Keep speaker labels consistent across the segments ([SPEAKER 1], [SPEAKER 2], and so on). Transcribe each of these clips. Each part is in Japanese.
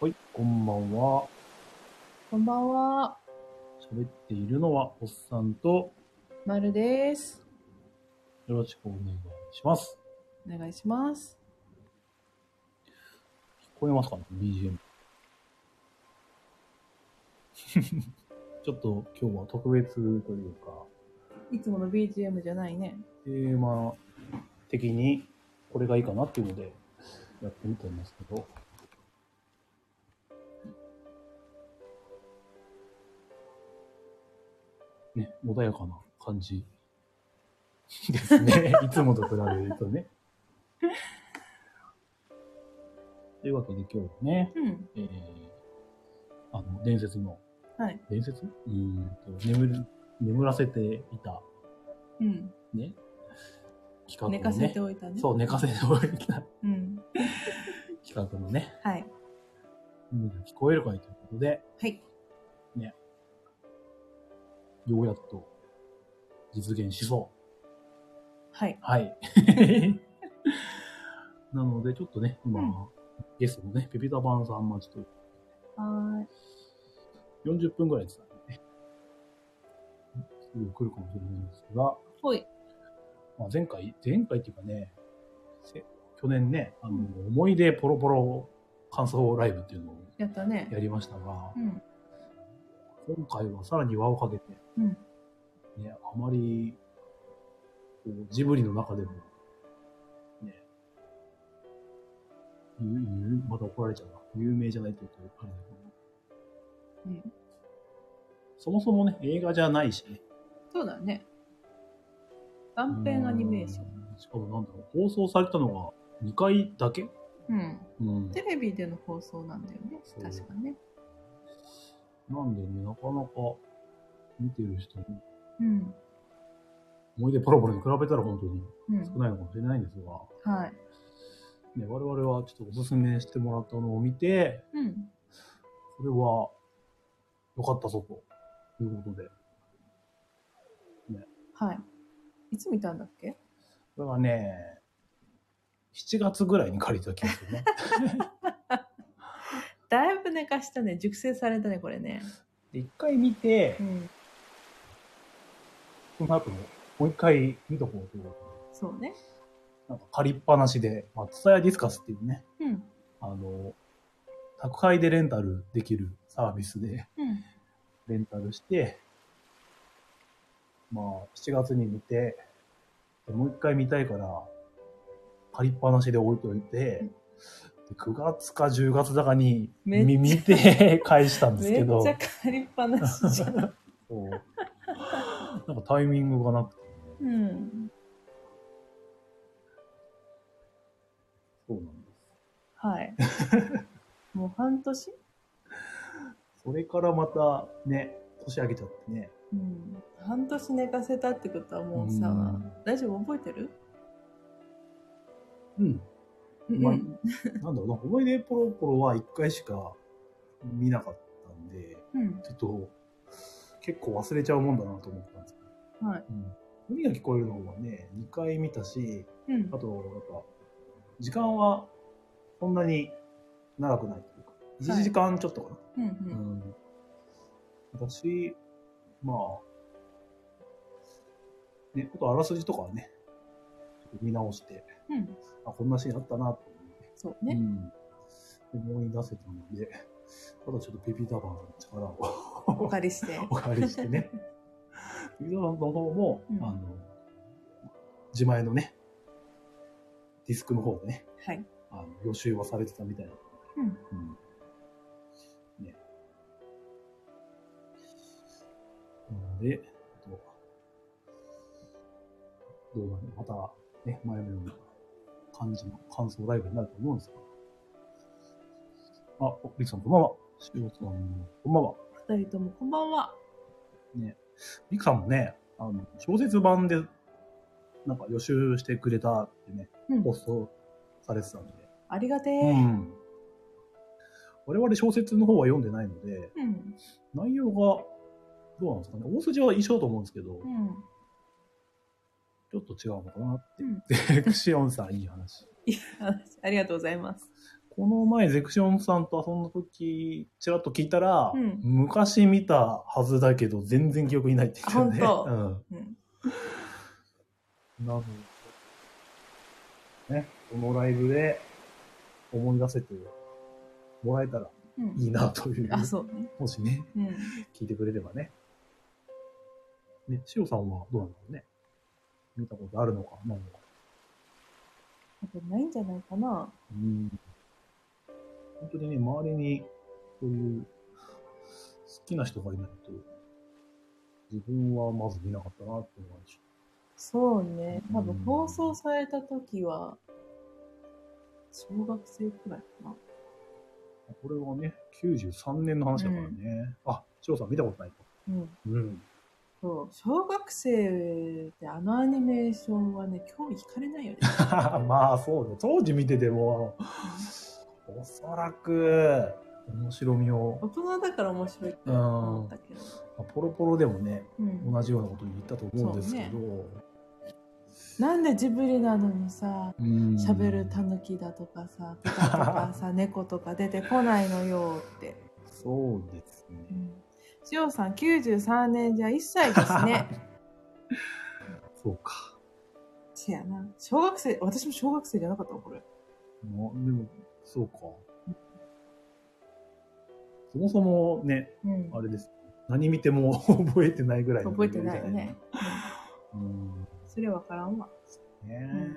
[SPEAKER 1] はい、こんばんは。
[SPEAKER 2] こんばんは、
[SPEAKER 1] 喋っているのはおっさんと
[SPEAKER 2] まるです。
[SPEAKER 1] よろしくお願いします。
[SPEAKER 2] お願いします。
[SPEAKER 1] 聞こえますかね ?BGM。ちょ っと今日は特別というか、
[SPEAKER 2] いつもの BGM じゃないね。
[SPEAKER 1] テーマ的にこれがいいかなっていうのでやってみてますけど。ね、穏やかな感じです ね。いつもと比べるとね。というわけで今日はね、
[SPEAKER 2] うん。
[SPEAKER 1] えー、あの、伝説の、
[SPEAKER 2] はい。
[SPEAKER 1] 伝説うーんと眠る、眠らせていた、
[SPEAKER 2] うん。
[SPEAKER 1] ね、企画をね。
[SPEAKER 2] 寝かせておいたね。
[SPEAKER 1] そう、寝かせておいた
[SPEAKER 2] うん。
[SPEAKER 1] 企画のね、
[SPEAKER 2] はい。
[SPEAKER 1] 耳が聞こえるかいということで、
[SPEAKER 2] はい。
[SPEAKER 1] ようやっと実現しそ
[SPEAKER 2] はい。
[SPEAKER 1] う。はい。 なので、ちょっとね、今、
[SPEAKER 2] うん
[SPEAKER 1] ゲストのね、ペピタパンさん待ちと
[SPEAKER 2] はーい。
[SPEAKER 1] 40分ぐらいですね。すぐ来るかもしれないんですが、
[SPEAKER 2] ほい。
[SPEAKER 1] まあ、前回、前回っていうかね、せ去年ね、あの、思い出ポロポロ感想ライブっていうのを
[SPEAKER 2] やったね
[SPEAKER 1] や。りましたが
[SPEAKER 2] う、ん。
[SPEAKER 1] 今回はさらに輪をかけて、
[SPEAKER 2] うん。
[SPEAKER 1] ね、あまり、こうジブリの中でも、ね、ゆゆまた怒られちゃうな。有名じゃないってことあれだけど、
[SPEAKER 2] うん。
[SPEAKER 1] そもそもね、映画じゃないしね。
[SPEAKER 2] そうだね。断片アニメーション。
[SPEAKER 1] ン。しかもなんだろう、放送されたのが2回だけ
[SPEAKER 2] うん。
[SPEAKER 1] うん。
[SPEAKER 2] テレビでの放送なんだよね
[SPEAKER 1] そ。う
[SPEAKER 2] 確かね。
[SPEAKER 1] なんでね、なかなか見てる人に、
[SPEAKER 2] うん。
[SPEAKER 1] 思い出ポロポロに比べたら本当に
[SPEAKER 2] う
[SPEAKER 1] 少
[SPEAKER 2] ん。
[SPEAKER 1] ないのかもしれないんですが、
[SPEAKER 2] はい。
[SPEAKER 1] ね、我々はちょっとおすすめしてもらったのを見て、
[SPEAKER 2] うん。
[SPEAKER 1] これは良かったぞということで、
[SPEAKER 2] はい。いつ見たんだっけ
[SPEAKER 1] これはね、7月ぐらいに借りた気がするね。
[SPEAKER 2] だいぶ寝かしたね。熟成されたね、これね。
[SPEAKER 1] で、一回見て
[SPEAKER 2] う、ん。
[SPEAKER 1] その後ももう一回見とこうということで
[SPEAKER 2] そうね。
[SPEAKER 1] なんか借りっぱなしで、まあ、ツタヤディスカスっていうね、
[SPEAKER 2] うん。
[SPEAKER 1] あの、宅配でレンタルできるサービスで、
[SPEAKER 2] うん。
[SPEAKER 1] レンタルして、まあ、7月に見て、でもう一回見たいから、借りっぱなしで置いといて、
[SPEAKER 2] うん
[SPEAKER 1] で9月か10月だかに
[SPEAKER 2] めっち
[SPEAKER 1] み
[SPEAKER 2] ゃ
[SPEAKER 1] 見て返したんです
[SPEAKER 2] め
[SPEAKER 1] け
[SPEAKER 2] っ
[SPEAKER 1] ど
[SPEAKER 2] ち、ゃ借りっぱなし じゃん。
[SPEAKER 1] そうなんかタイミングがなくて、
[SPEAKER 2] うん。
[SPEAKER 1] そうなんです。
[SPEAKER 2] はい。もう半年
[SPEAKER 1] それからまたね、年明けちゃってね、
[SPEAKER 2] うん。半年寝かせたってことはもうさ、
[SPEAKER 1] うん
[SPEAKER 2] 大丈夫覚えてる
[SPEAKER 1] うん、
[SPEAKER 2] うん
[SPEAKER 1] まあなんだろうな、思い出ポロポロは一回しか見なかったんで、
[SPEAKER 2] うん。
[SPEAKER 1] ちょっと、結構忘れちゃうもんだなと思ったんですけど。
[SPEAKER 2] はい
[SPEAKER 1] うん海が聞こえるのはね、2回見たし、
[SPEAKER 2] うん
[SPEAKER 1] あ。と、なんか、時間はそんなに長くないというか、
[SPEAKER 2] はい
[SPEAKER 1] 1時間ちょっとかな。
[SPEAKER 2] うん。う。
[SPEAKER 1] うんん。だし、まあ、ね、あとあらすじとかはね、ちょっと見直して、
[SPEAKER 2] うん。
[SPEAKER 1] あ、こんなシーンあったなと
[SPEAKER 2] そうね。
[SPEAKER 1] うん、思い出せたので、ただちょっとペピーターバンの力を。
[SPEAKER 2] お借りして。
[SPEAKER 1] お借りして ね。水野さんの方も、
[SPEAKER 2] うん
[SPEAKER 1] あの、自前のね、ディスクの方でね、
[SPEAKER 2] はい。
[SPEAKER 1] あの予習はされてたみたいな。
[SPEAKER 2] うん。
[SPEAKER 1] うん。ね。なので、あとどうなるまた、ね、前のような感じの感想ライブになると思うんですが。あ、おリクさんこんばんは。しおさんこんばんは。
[SPEAKER 2] 二人ともこんばんは。
[SPEAKER 1] リクさんもね、あの、小説版で、なんか予習してくれたってね、
[SPEAKER 2] うん
[SPEAKER 1] 放。送されてたんで。
[SPEAKER 2] ありがて
[SPEAKER 1] う
[SPEAKER 2] え。
[SPEAKER 1] ん。我々小説の方は読んでないので、
[SPEAKER 2] うん。
[SPEAKER 1] 内容がどうなんですかね。大筋は一緒だと思うんですけど、
[SPEAKER 2] うん。
[SPEAKER 1] ちょっと違うのかなって。
[SPEAKER 2] うん
[SPEAKER 1] で、クシオンさんいい話。
[SPEAKER 2] あありがとうございます。
[SPEAKER 1] ここの前、ゼクションさんと遊んだ時、ちらっと聞いたら、
[SPEAKER 2] うん
[SPEAKER 1] 昔見たはずだけど、全然記憶にないって言ってたね。
[SPEAKER 2] あ本
[SPEAKER 1] う
[SPEAKER 2] 当
[SPEAKER 1] ん。
[SPEAKER 2] うん。
[SPEAKER 1] なので、ね、このライブで思い出せてもらえたら
[SPEAKER 2] うん。
[SPEAKER 1] いいなという。
[SPEAKER 2] あ、そうね。
[SPEAKER 1] もしね、
[SPEAKER 2] うん。
[SPEAKER 1] 聞いてくれればね。ね、しおさんはどうなんだろうね。見たことあるのか、ないのか。
[SPEAKER 2] 多分ないんじゃないかな。
[SPEAKER 1] うん。本当にね、周りに、そういう、好きな人がいないと、自分はまず見なかったなって思うし。
[SPEAKER 2] そうね。多分
[SPEAKER 1] うん
[SPEAKER 2] 放送された時は、小学生くらいかな。
[SPEAKER 1] これはね、93年の話だからね。あ、しおさん見たことないと。
[SPEAKER 2] うん。
[SPEAKER 1] うん。
[SPEAKER 2] そう。小学生ってあのアニメーションはね、興味惹かれないよ ね。
[SPEAKER 1] まあそうね。当時見てても、おそらく、面白みを、
[SPEAKER 2] 大人だから面白いって思ったけど。
[SPEAKER 1] まあポロポロでもね、
[SPEAKER 2] うん。
[SPEAKER 1] 同じようなこと言ったと思うんですけど、
[SPEAKER 2] なんでジブリなのにさ、
[SPEAKER 1] うん
[SPEAKER 2] 喋るタヌキだとかさ、豚とか さ、猫とか出てこないのよって。
[SPEAKER 1] そうです
[SPEAKER 2] う
[SPEAKER 1] ね。
[SPEAKER 2] ん。しおさん93年じゃ1歳です ね。
[SPEAKER 1] そうか。
[SPEAKER 2] せやな。小学生、私も小学生じゃなかったわ、これ。
[SPEAKER 1] まあでも、そうか。そもそもね、
[SPEAKER 2] うん
[SPEAKER 1] あれです。何見ても 覚えてないぐらいの
[SPEAKER 2] 覚えてないよね。
[SPEAKER 1] うん。
[SPEAKER 2] それわからんわ。
[SPEAKER 1] ねえ。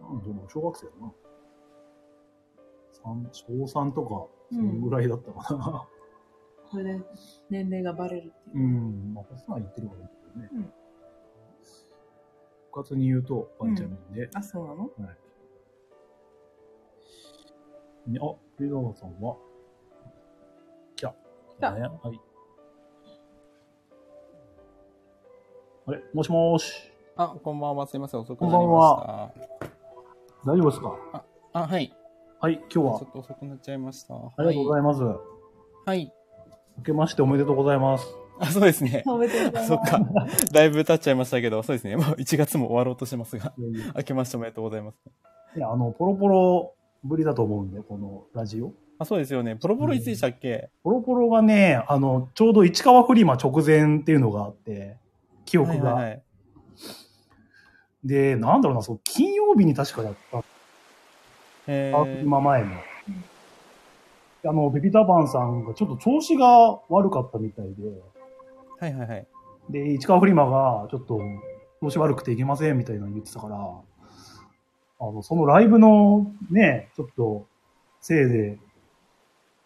[SPEAKER 1] どうも小学生だな。三小3とか、そのぐらいだったか な。
[SPEAKER 2] これで年齢がバレるっていう
[SPEAKER 1] う。ん、まあ、細野は言ってるからいいけどね。
[SPEAKER 2] うん
[SPEAKER 1] 部活に言うと、ワンちゃんなんで。
[SPEAKER 2] あ、そうなの
[SPEAKER 1] はい。ねあ、ペダーさんは、きゃ。
[SPEAKER 2] 来た
[SPEAKER 1] ねはい。あれ、もしもーし。
[SPEAKER 3] あ、こんばんは。すいません。遅く
[SPEAKER 1] こん
[SPEAKER 3] な
[SPEAKER 1] ば
[SPEAKER 3] り
[SPEAKER 1] んは
[SPEAKER 3] まし
[SPEAKER 1] 大丈夫ですか
[SPEAKER 3] た。あ、はい。
[SPEAKER 1] はい、今日
[SPEAKER 3] ちょ
[SPEAKER 1] は
[SPEAKER 3] っと遅くなっちゃいました。
[SPEAKER 1] ありがとうござ
[SPEAKER 3] い
[SPEAKER 1] います。
[SPEAKER 3] ます。はい。
[SPEAKER 1] 明けましておめでとうございます。
[SPEAKER 3] あ、そうで すね。
[SPEAKER 2] 食べてる
[SPEAKER 3] あそっか。だいぶ経っちゃいましたけど、そうですね。もう1月も終わろうとしてますが。
[SPEAKER 1] いや
[SPEAKER 3] 明けましておめでとうございます。
[SPEAKER 1] いや、あの、ポロポロぶりだと思うんで、このラジオ。
[SPEAKER 3] あ、そうですよね。ポロポロいつでしたっけ、
[SPEAKER 1] ポロポロがね、あの、ちょうど市川フリマ直前っていうのがあって、記憶が。
[SPEAKER 3] はいはいはい。
[SPEAKER 1] で、なんだろうな、そう、金曜日に確かだった。
[SPEAKER 3] え
[SPEAKER 1] あ
[SPEAKER 3] ー、
[SPEAKER 1] 今前の。あの、ベビタバンさんがちょっと調子が悪かったみたい
[SPEAKER 3] はいはいはい。
[SPEAKER 1] で、で、市川フリマがちょっと調子悪くていけませんみたいなの言ってたから、あの、そのライブのね、ちょっと、せいで、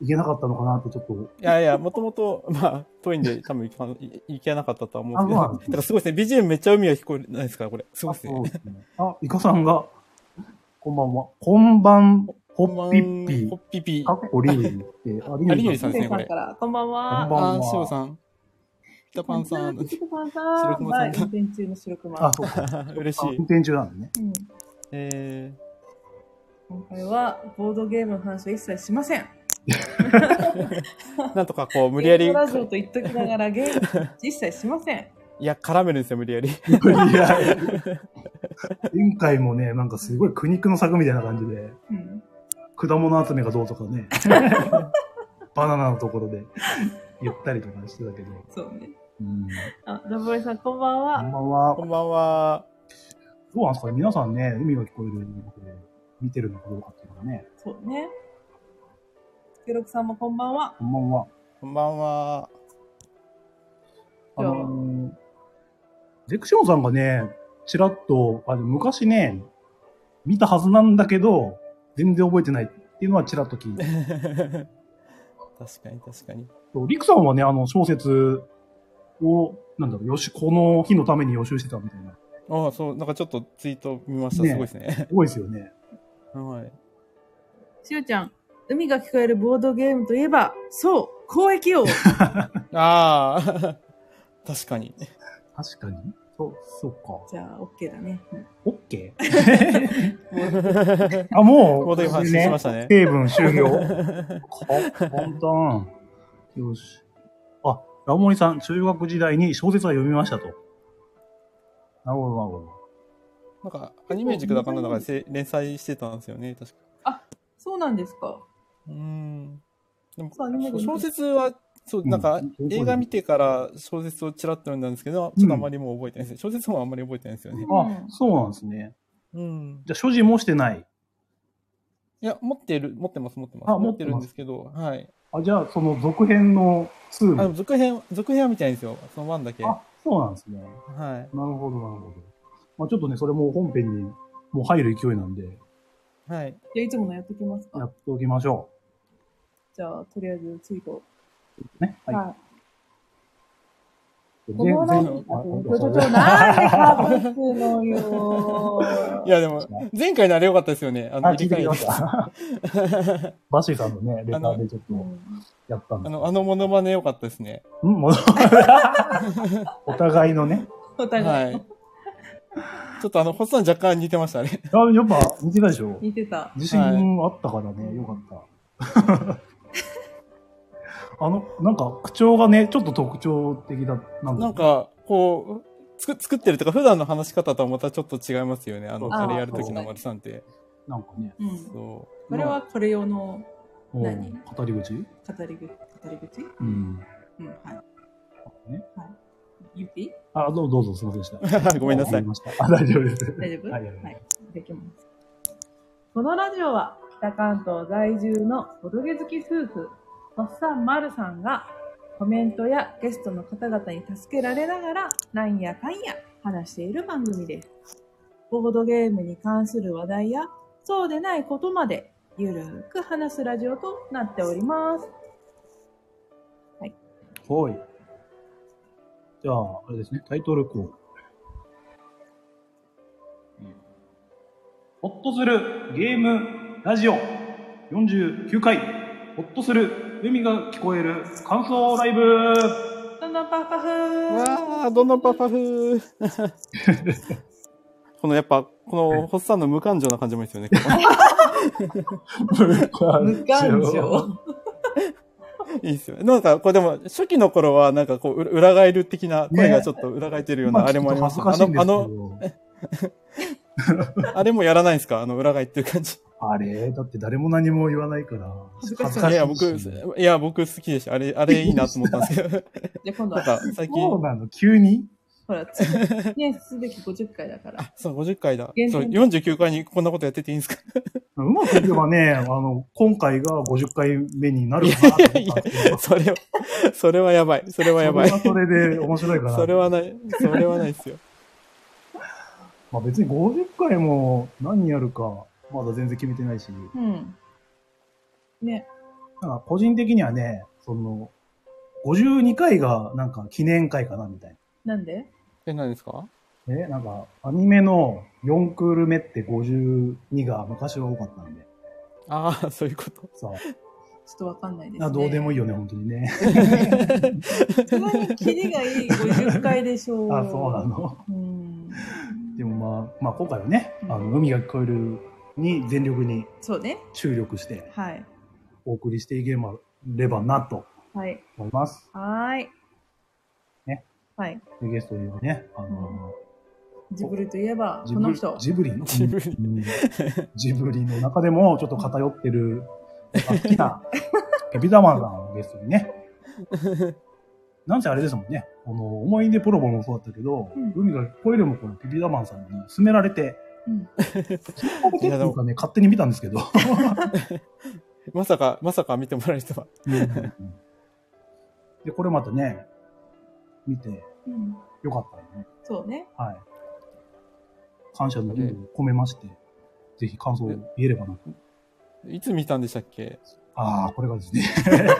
[SPEAKER 1] いけなかったのかなってちょっと
[SPEAKER 3] いやいや、もともと、まあ、遠いんで、多分行かいいけなかったとは思うん
[SPEAKER 1] あそうなん
[SPEAKER 3] で
[SPEAKER 1] で
[SPEAKER 3] すけど。だからすごいですね。BGM めっちゃ海が聞こえないですから、これ。すごいです
[SPEAKER 1] あ
[SPEAKER 3] ね。
[SPEAKER 1] そうですね。あ、イカさんが、こんばんは。こんばん、ほ
[SPEAKER 3] こんばん
[SPEAKER 1] っぴっぴ
[SPEAKER 3] ほ。っぴっぴ。
[SPEAKER 1] かっこりゆりって、あ、りゆりさん。
[SPEAKER 3] ありゆりさんですねこれ
[SPEAKER 2] から、こんばん
[SPEAKER 1] こんばん
[SPEAKER 2] は。
[SPEAKER 3] あ、しおさん。ピタパンさ ん。
[SPEAKER 2] 白熊さ
[SPEAKER 3] 白
[SPEAKER 2] ん。
[SPEAKER 3] 熊さん
[SPEAKER 2] はい運転中の白熊。
[SPEAKER 1] あ、そうか。
[SPEAKER 3] 嬉し
[SPEAKER 1] あ運
[SPEAKER 3] い。
[SPEAKER 1] 転中なんでね。
[SPEAKER 2] うん。
[SPEAKER 3] え
[SPEAKER 2] 今回は、ボードゲームの話は一切しません。
[SPEAKER 3] ー、なんとかこう、無理やり
[SPEAKER 2] ゲー、ムラジオと言っときながら、ゲーム一切しません。
[SPEAKER 3] いや、絡めるんですよ、無理やり。
[SPEAKER 1] いやいや前回もね、なんかすごい苦肉の策みたいな感じで、
[SPEAKER 2] うん。
[SPEAKER 1] 果物集めがどうとか ね、バナナのところで言ったりとかしてたけど。
[SPEAKER 2] そうね。
[SPEAKER 1] うん。
[SPEAKER 2] あ、ダブルさん、こんばん
[SPEAKER 1] こんばん
[SPEAKER 2] は。
[SPEAKER 1] は。
[SPEAKER 3] こ
[SPEAKER 1] ど
[SPEAKER 3] んばんは。
[SPEAKER 1] うなんですかね皆さんね、海が聞こえることで見てるのかどうかっていうのがね。
[SPEAKER 2] そうね。スケロクさんもこんばんは。
[SPEAKER 1] こんばんは。
[SPEAKER 3] こんばんは。
[SPEAKER 1] あのーゼクションさんがね、ちらっと、あの昔ね、見たはずなんだけど、全然覚えてないっていうのはちらっと聞いて。
[SPEAKER 3] 確かに、確かに。
[SPEAKER 1] リクさんはね、あの、小説を、なんだろう、予習、この日のために予習してたみたいな。
[SPEAKER 3] あそう、なんかちょっとツイート見ました。
[SPEAKER 1] ね
[SPEAKER 3] すごいですね。
[SPEAKER 1] すごいですよね。
[SPEAKER 3] はい。
[SPEAKER 2] しおちゃん、海が聞こえるボードゲームといえば、そう、交易王。
[SPEAKER 3] ああ、 確か に。
[SPEAKER 1] 確かに。そう、そうか。
[SPEAKER 2] じゃあ、OK だね。
[SPEAKER 1] オッケーあ、 もう、
[SPEAKER 3] ボードゲーム発信しましたね
[SPEAKER 1] 成分終了。か、簡単。よし。あ、ラモリさん、中学時代に小説は読みましたと。なるほど、なるほど。
[SPEAKER 3] なんか、アニメ軸だかなんだかでせ連載してたんですよね、確か。
[SPEAKER 2] そうなんですか。
[SPEAKER 3] うーん。でも
[SPEAKER 2] そうアニメ軸、
[SPEAKER 3] 小説は、そう、なんか
[SPEAKER 1] うんうん、
[SPEAKER 3] 映画見てから小説をちらっと読んだんですけど、ちょっとあまりもう覚えてないですね。小説もあんまり覚えてないんですよね。
[SPEAKER 1] あ、そうなんですね。
[SPEAKER 3] うん。
[SPEAKER 1] じゃあ、所持もしてない。
[SPEAKER 3] いや、持ってる、持ってます、持ってます。
[SPEAKER 1] あ
[SPEAKER 3] 持
[SPEAKER 1] 持
[SPEAKER 3] っ
[SPEAKER 1] ってて
[SPEAKER 3] るん
[SPEAKER 1] ま
[SPEAKER 3] ですすけど、はい。
[SPEAKER 1] あ、じゃあ、その続編の2も。
[SPEAKER 3] あの、続編、続編は見たいんですよ。その1だけ。は
[SPEAKER 1] あ、そうなんですね。
[SPEAKER 3] い。
[SPEAKER 1] なるほど、なるほど。まあ、ちょっとね、それも本編にもう入る勢いなんで、
[SPEAKER 3] はい。
[SPEAKER 2] じゃあ、いつものやっときます
[SPEAKER 1] や
[SPEAKER 2] か。
[SPEAKER 1] っておきましょ
[SPEAKER 2] じゃあ、とりあえず、次行こ
[SPEAKER 1] う。ね。
[SPEAKER 2] う。
[SPEAKER 1] はい。
[SPEAKER 2] はい。
[SPEAKER 1] 全
[SPEAKER 2] このライン
[SPEAKER 1] 然
[SPEAKER 2] だ
[SPEAKER 1] あ
[SPEAKER 2] と、ち
[SPEAKER 1] 本当
[SPEAKER 2] ょちょち
[SPEAKER 1] だ
[SPEAKER 2] ょ、なんでかぶすのよ
[SPEAKER 3] い。や、でも、前回のあれ良かったですよね。あ
[SPEAKER 1] あ、
[SPEAKER 3] の、
[SPEAKER 1] 聞いてきまし
[SPEAKER 3] 入れ替
[SPEAKER 1] た。バシーさんのね、レターでちょっ
[SPEAKER 2] う
[SPEAKER 1] と
[SPEAKER 2] ん
[SPEAKER 1] やったん
[SPEAKER 3] えあ
[SPEAKER 1] ですけ
[SPEAKER 3] の、
[SPEAKER 1] ど
[SPEAKER 3] あのモノマネ良かったですね。
[SPEAKER 1] うん、もう お互いのね。
[SPEAKER 2] お互い
[SPEAKER 3] はい。ちょっとあの、星さん若干似てましたね。
[SPEAKER 1] あ、やっぱ似てたでしょ
[SPEAKER 2] 似てた。
[SPEAKER 1] 自信あったからね、よかった。 あの、なんか口調がね、ちょっと特徴的だ。なん
[SPEAKER 3] なん
[SPEAKER 1] か、
[SPEAKER 3] か、こう、つく作ってるとか、普段の話し方とはまたちょっと違いますよね。あの、
[SPEAKER 1] あ
[SPEAKER 3] あ
[SPEAKER 1] ー
[SPEAKER 3] れやるときの森さんって。
[SPEAKER 1] なんかね、
[SPEAKER 2] うん。
[SPEAKER 3] そ
[SPEAKER 2] これはこれ用の
[SPEAKER 1] うん
[SPEAKER 2] 何
[SPEAKER 1] 語り口
[SPEAKER 2] 語り口語り口
[SPEAKER 1] うん。
[SPEAKER 2] うん、は
[SPEAKER 1] ね
[SPEAKER 2] い。言っていい
[SPEAKER 1] あ、どうどうぞ、すいませんでした。
[SPEAKER 3] う。ごめんな
[SPEAKER 1] わ
[SPEAKER 3] さ
[SPEAKER 1] か
[SPEAKER 3] い
[SPEAKER 1] り。ましたあ、大丈夫です。
[SPEAKER 2] 大丈夫
[SPEAKER 1] はいはいはい
[SPEAKER 2] できます。このラジオは北関東在住のボドゲ好き夫婦、とっさんまるさんがコメントやゲストの方々に助けられながらなんやかんや話している番組です。ボードゲームに関する話題やそうでないことまでゆるーく話すラジオとなっております。
[SPEAKER 1] はい。じゃあ、あれですね、タイトルコール。ホッとするゲームラジオ49回、ホッとする海が聞こえる感想ライブ
[SPEAKER 2] どんどんパフパフ
[SPEAKER 3] わあ、どんどんパフ パフ。このやっぱ、この、ホッサンの無感情な感じもいいですよね。こ
[SPEAKER 2] 無感 情。
[SPEAKER 3] こいいですよね。なんか、これでも、初期の頃は、なんかこう、う裏返る的な、声がちょっと裏返ってるような、あれもありました、
[SPEAKER 1] まあちょっと
[SPEAKER 3] あ
[SPEAKER 1] 恥ずかし
[SPEAKER 3] の
[SPEAKER 1] い、んですけ
[SPEAKER 3] あの、あれもやらないんですかあの、裏返ってる感じ。
[SPEAKER 1] ど。あれだって誰も何も言わないから。
[SPEAKER 2] 恥ずかしい
[SPEAKER 3] いや、僕、
[SPEAKER 1] し
[SPEAKER 3] いや、僕好きでした。あれ、あれいいなと思ったんです けど。
[SPEAKER 2] じゃあ今度
[SPEAKER 3] なん
[SPEAKER 2] は、
[SPEAKER 3] か、最近、
[SPEAKER 1] そうなの、急 に
[SPEAKER 2] ほら、記念すべき50回だから。
[SPEAKER 3] そう、50回だ。
[SPEAKER 2] 厳
[SPEAKER 3] そう、
[SPEAKER 2] 選
[SPEAKER 3] 49回にこんなことやってていいんですか
[SPEAKER 1] うまくいけばね、あの、今回が50回目になるかなと思ったんですけど。
[SPEAKER 3] それは、それはやばい。それはやばい。
[SPEAKER 1] それはそれで面白いかな。
[SPEAKER 3] それはない、それはないですよ。
[SPEAKER 1] まあ別に50回も何やるか、まだ全然決めてないし、
[SPEAKER 2] うん。ね。
[SPEAKER 1] なんか個人的にはね、その、52回がなんか記念会かなみたい
[SPEAKER 2] なんで
[SPEAKER 3] え、何ですか
[SPEAKER 1] な。ね、なんかアニメの4クール目って52が昔は多かったんで、
[SPEAKER 3] ああ、そういうこと。
[SPEAKER 1] さ
[SPEAKER 2] ちょっとわかんないです、ね。
[SPEAKER 1] あ、どうでもい
[SPEAKER 2] い。
[SPEAKER 1] いよね、本当にね。
[SPEAKER 2] そんなにキリがいい50回でしょ う。
[SPEAKER 1] あ、そうな。の。
[SPEAKER 2] うん。
[SPEAKER 1] でもまあ、まあ今回はね、
[SPEAKER 2] うん
[SPEAKER 1] あの、海が聞こえるに全力に
[SPEAKER 2] そうね。
[SPEAKER 1] 注力して
[SPEAKER 2] はい。
[SPEAKER 1] お送りしていければなと
[SPEAKER 2] はい。
[SPEAKER 1] 思います。
[SPEAKER 2] はーい。
[SPEAKER 1] ね。
[SPEAKER 2] はい。
[SPEAKER 1] でゲストにはね、あの、
[SPEAKER 2] ジブリといえば、
[SPEAKER 1] ジ
[SPEAKER 2] こ
[SPEAKER 1] ブ
[SPEAKER 2] の
[SPEAKER 1] リ
[SPEAKER 2] 人。
[SPEAKER 1] ジブリの
[SPEAKER 3] ジブリ
[SPEAKER 1] うんジブリの中でもちょっと偏ってる、好きな、エビダマンさんをゲストにね。なんせあれですもんね。この、思い出ポロボもそうだったけど、
[SPEAKER 2] うん
[SPEAKER 1] 海がこれでもこのピビダマンさんに勧められて、
[SPEAKER 2] うん。
[SPEAKER 1] 勧められてっていうかね、勝手に見たんですけど。
[SPEAKER 3] まさか、まさか見てもらえるとは。
[SPEAKER 1] で、これまたね、見て
[SPEAKER 2] うん、
[SPEAKER 1] よかったよね。
[SPEAKER 2] そうね。
[SPEAKER 1] はい。感謝の意味を込めまして、ぜひ感想を言えればなと。
[SPEAKER 3] いつ見たんでしたっけ
[SPEAKER 1] ああ、これがですね、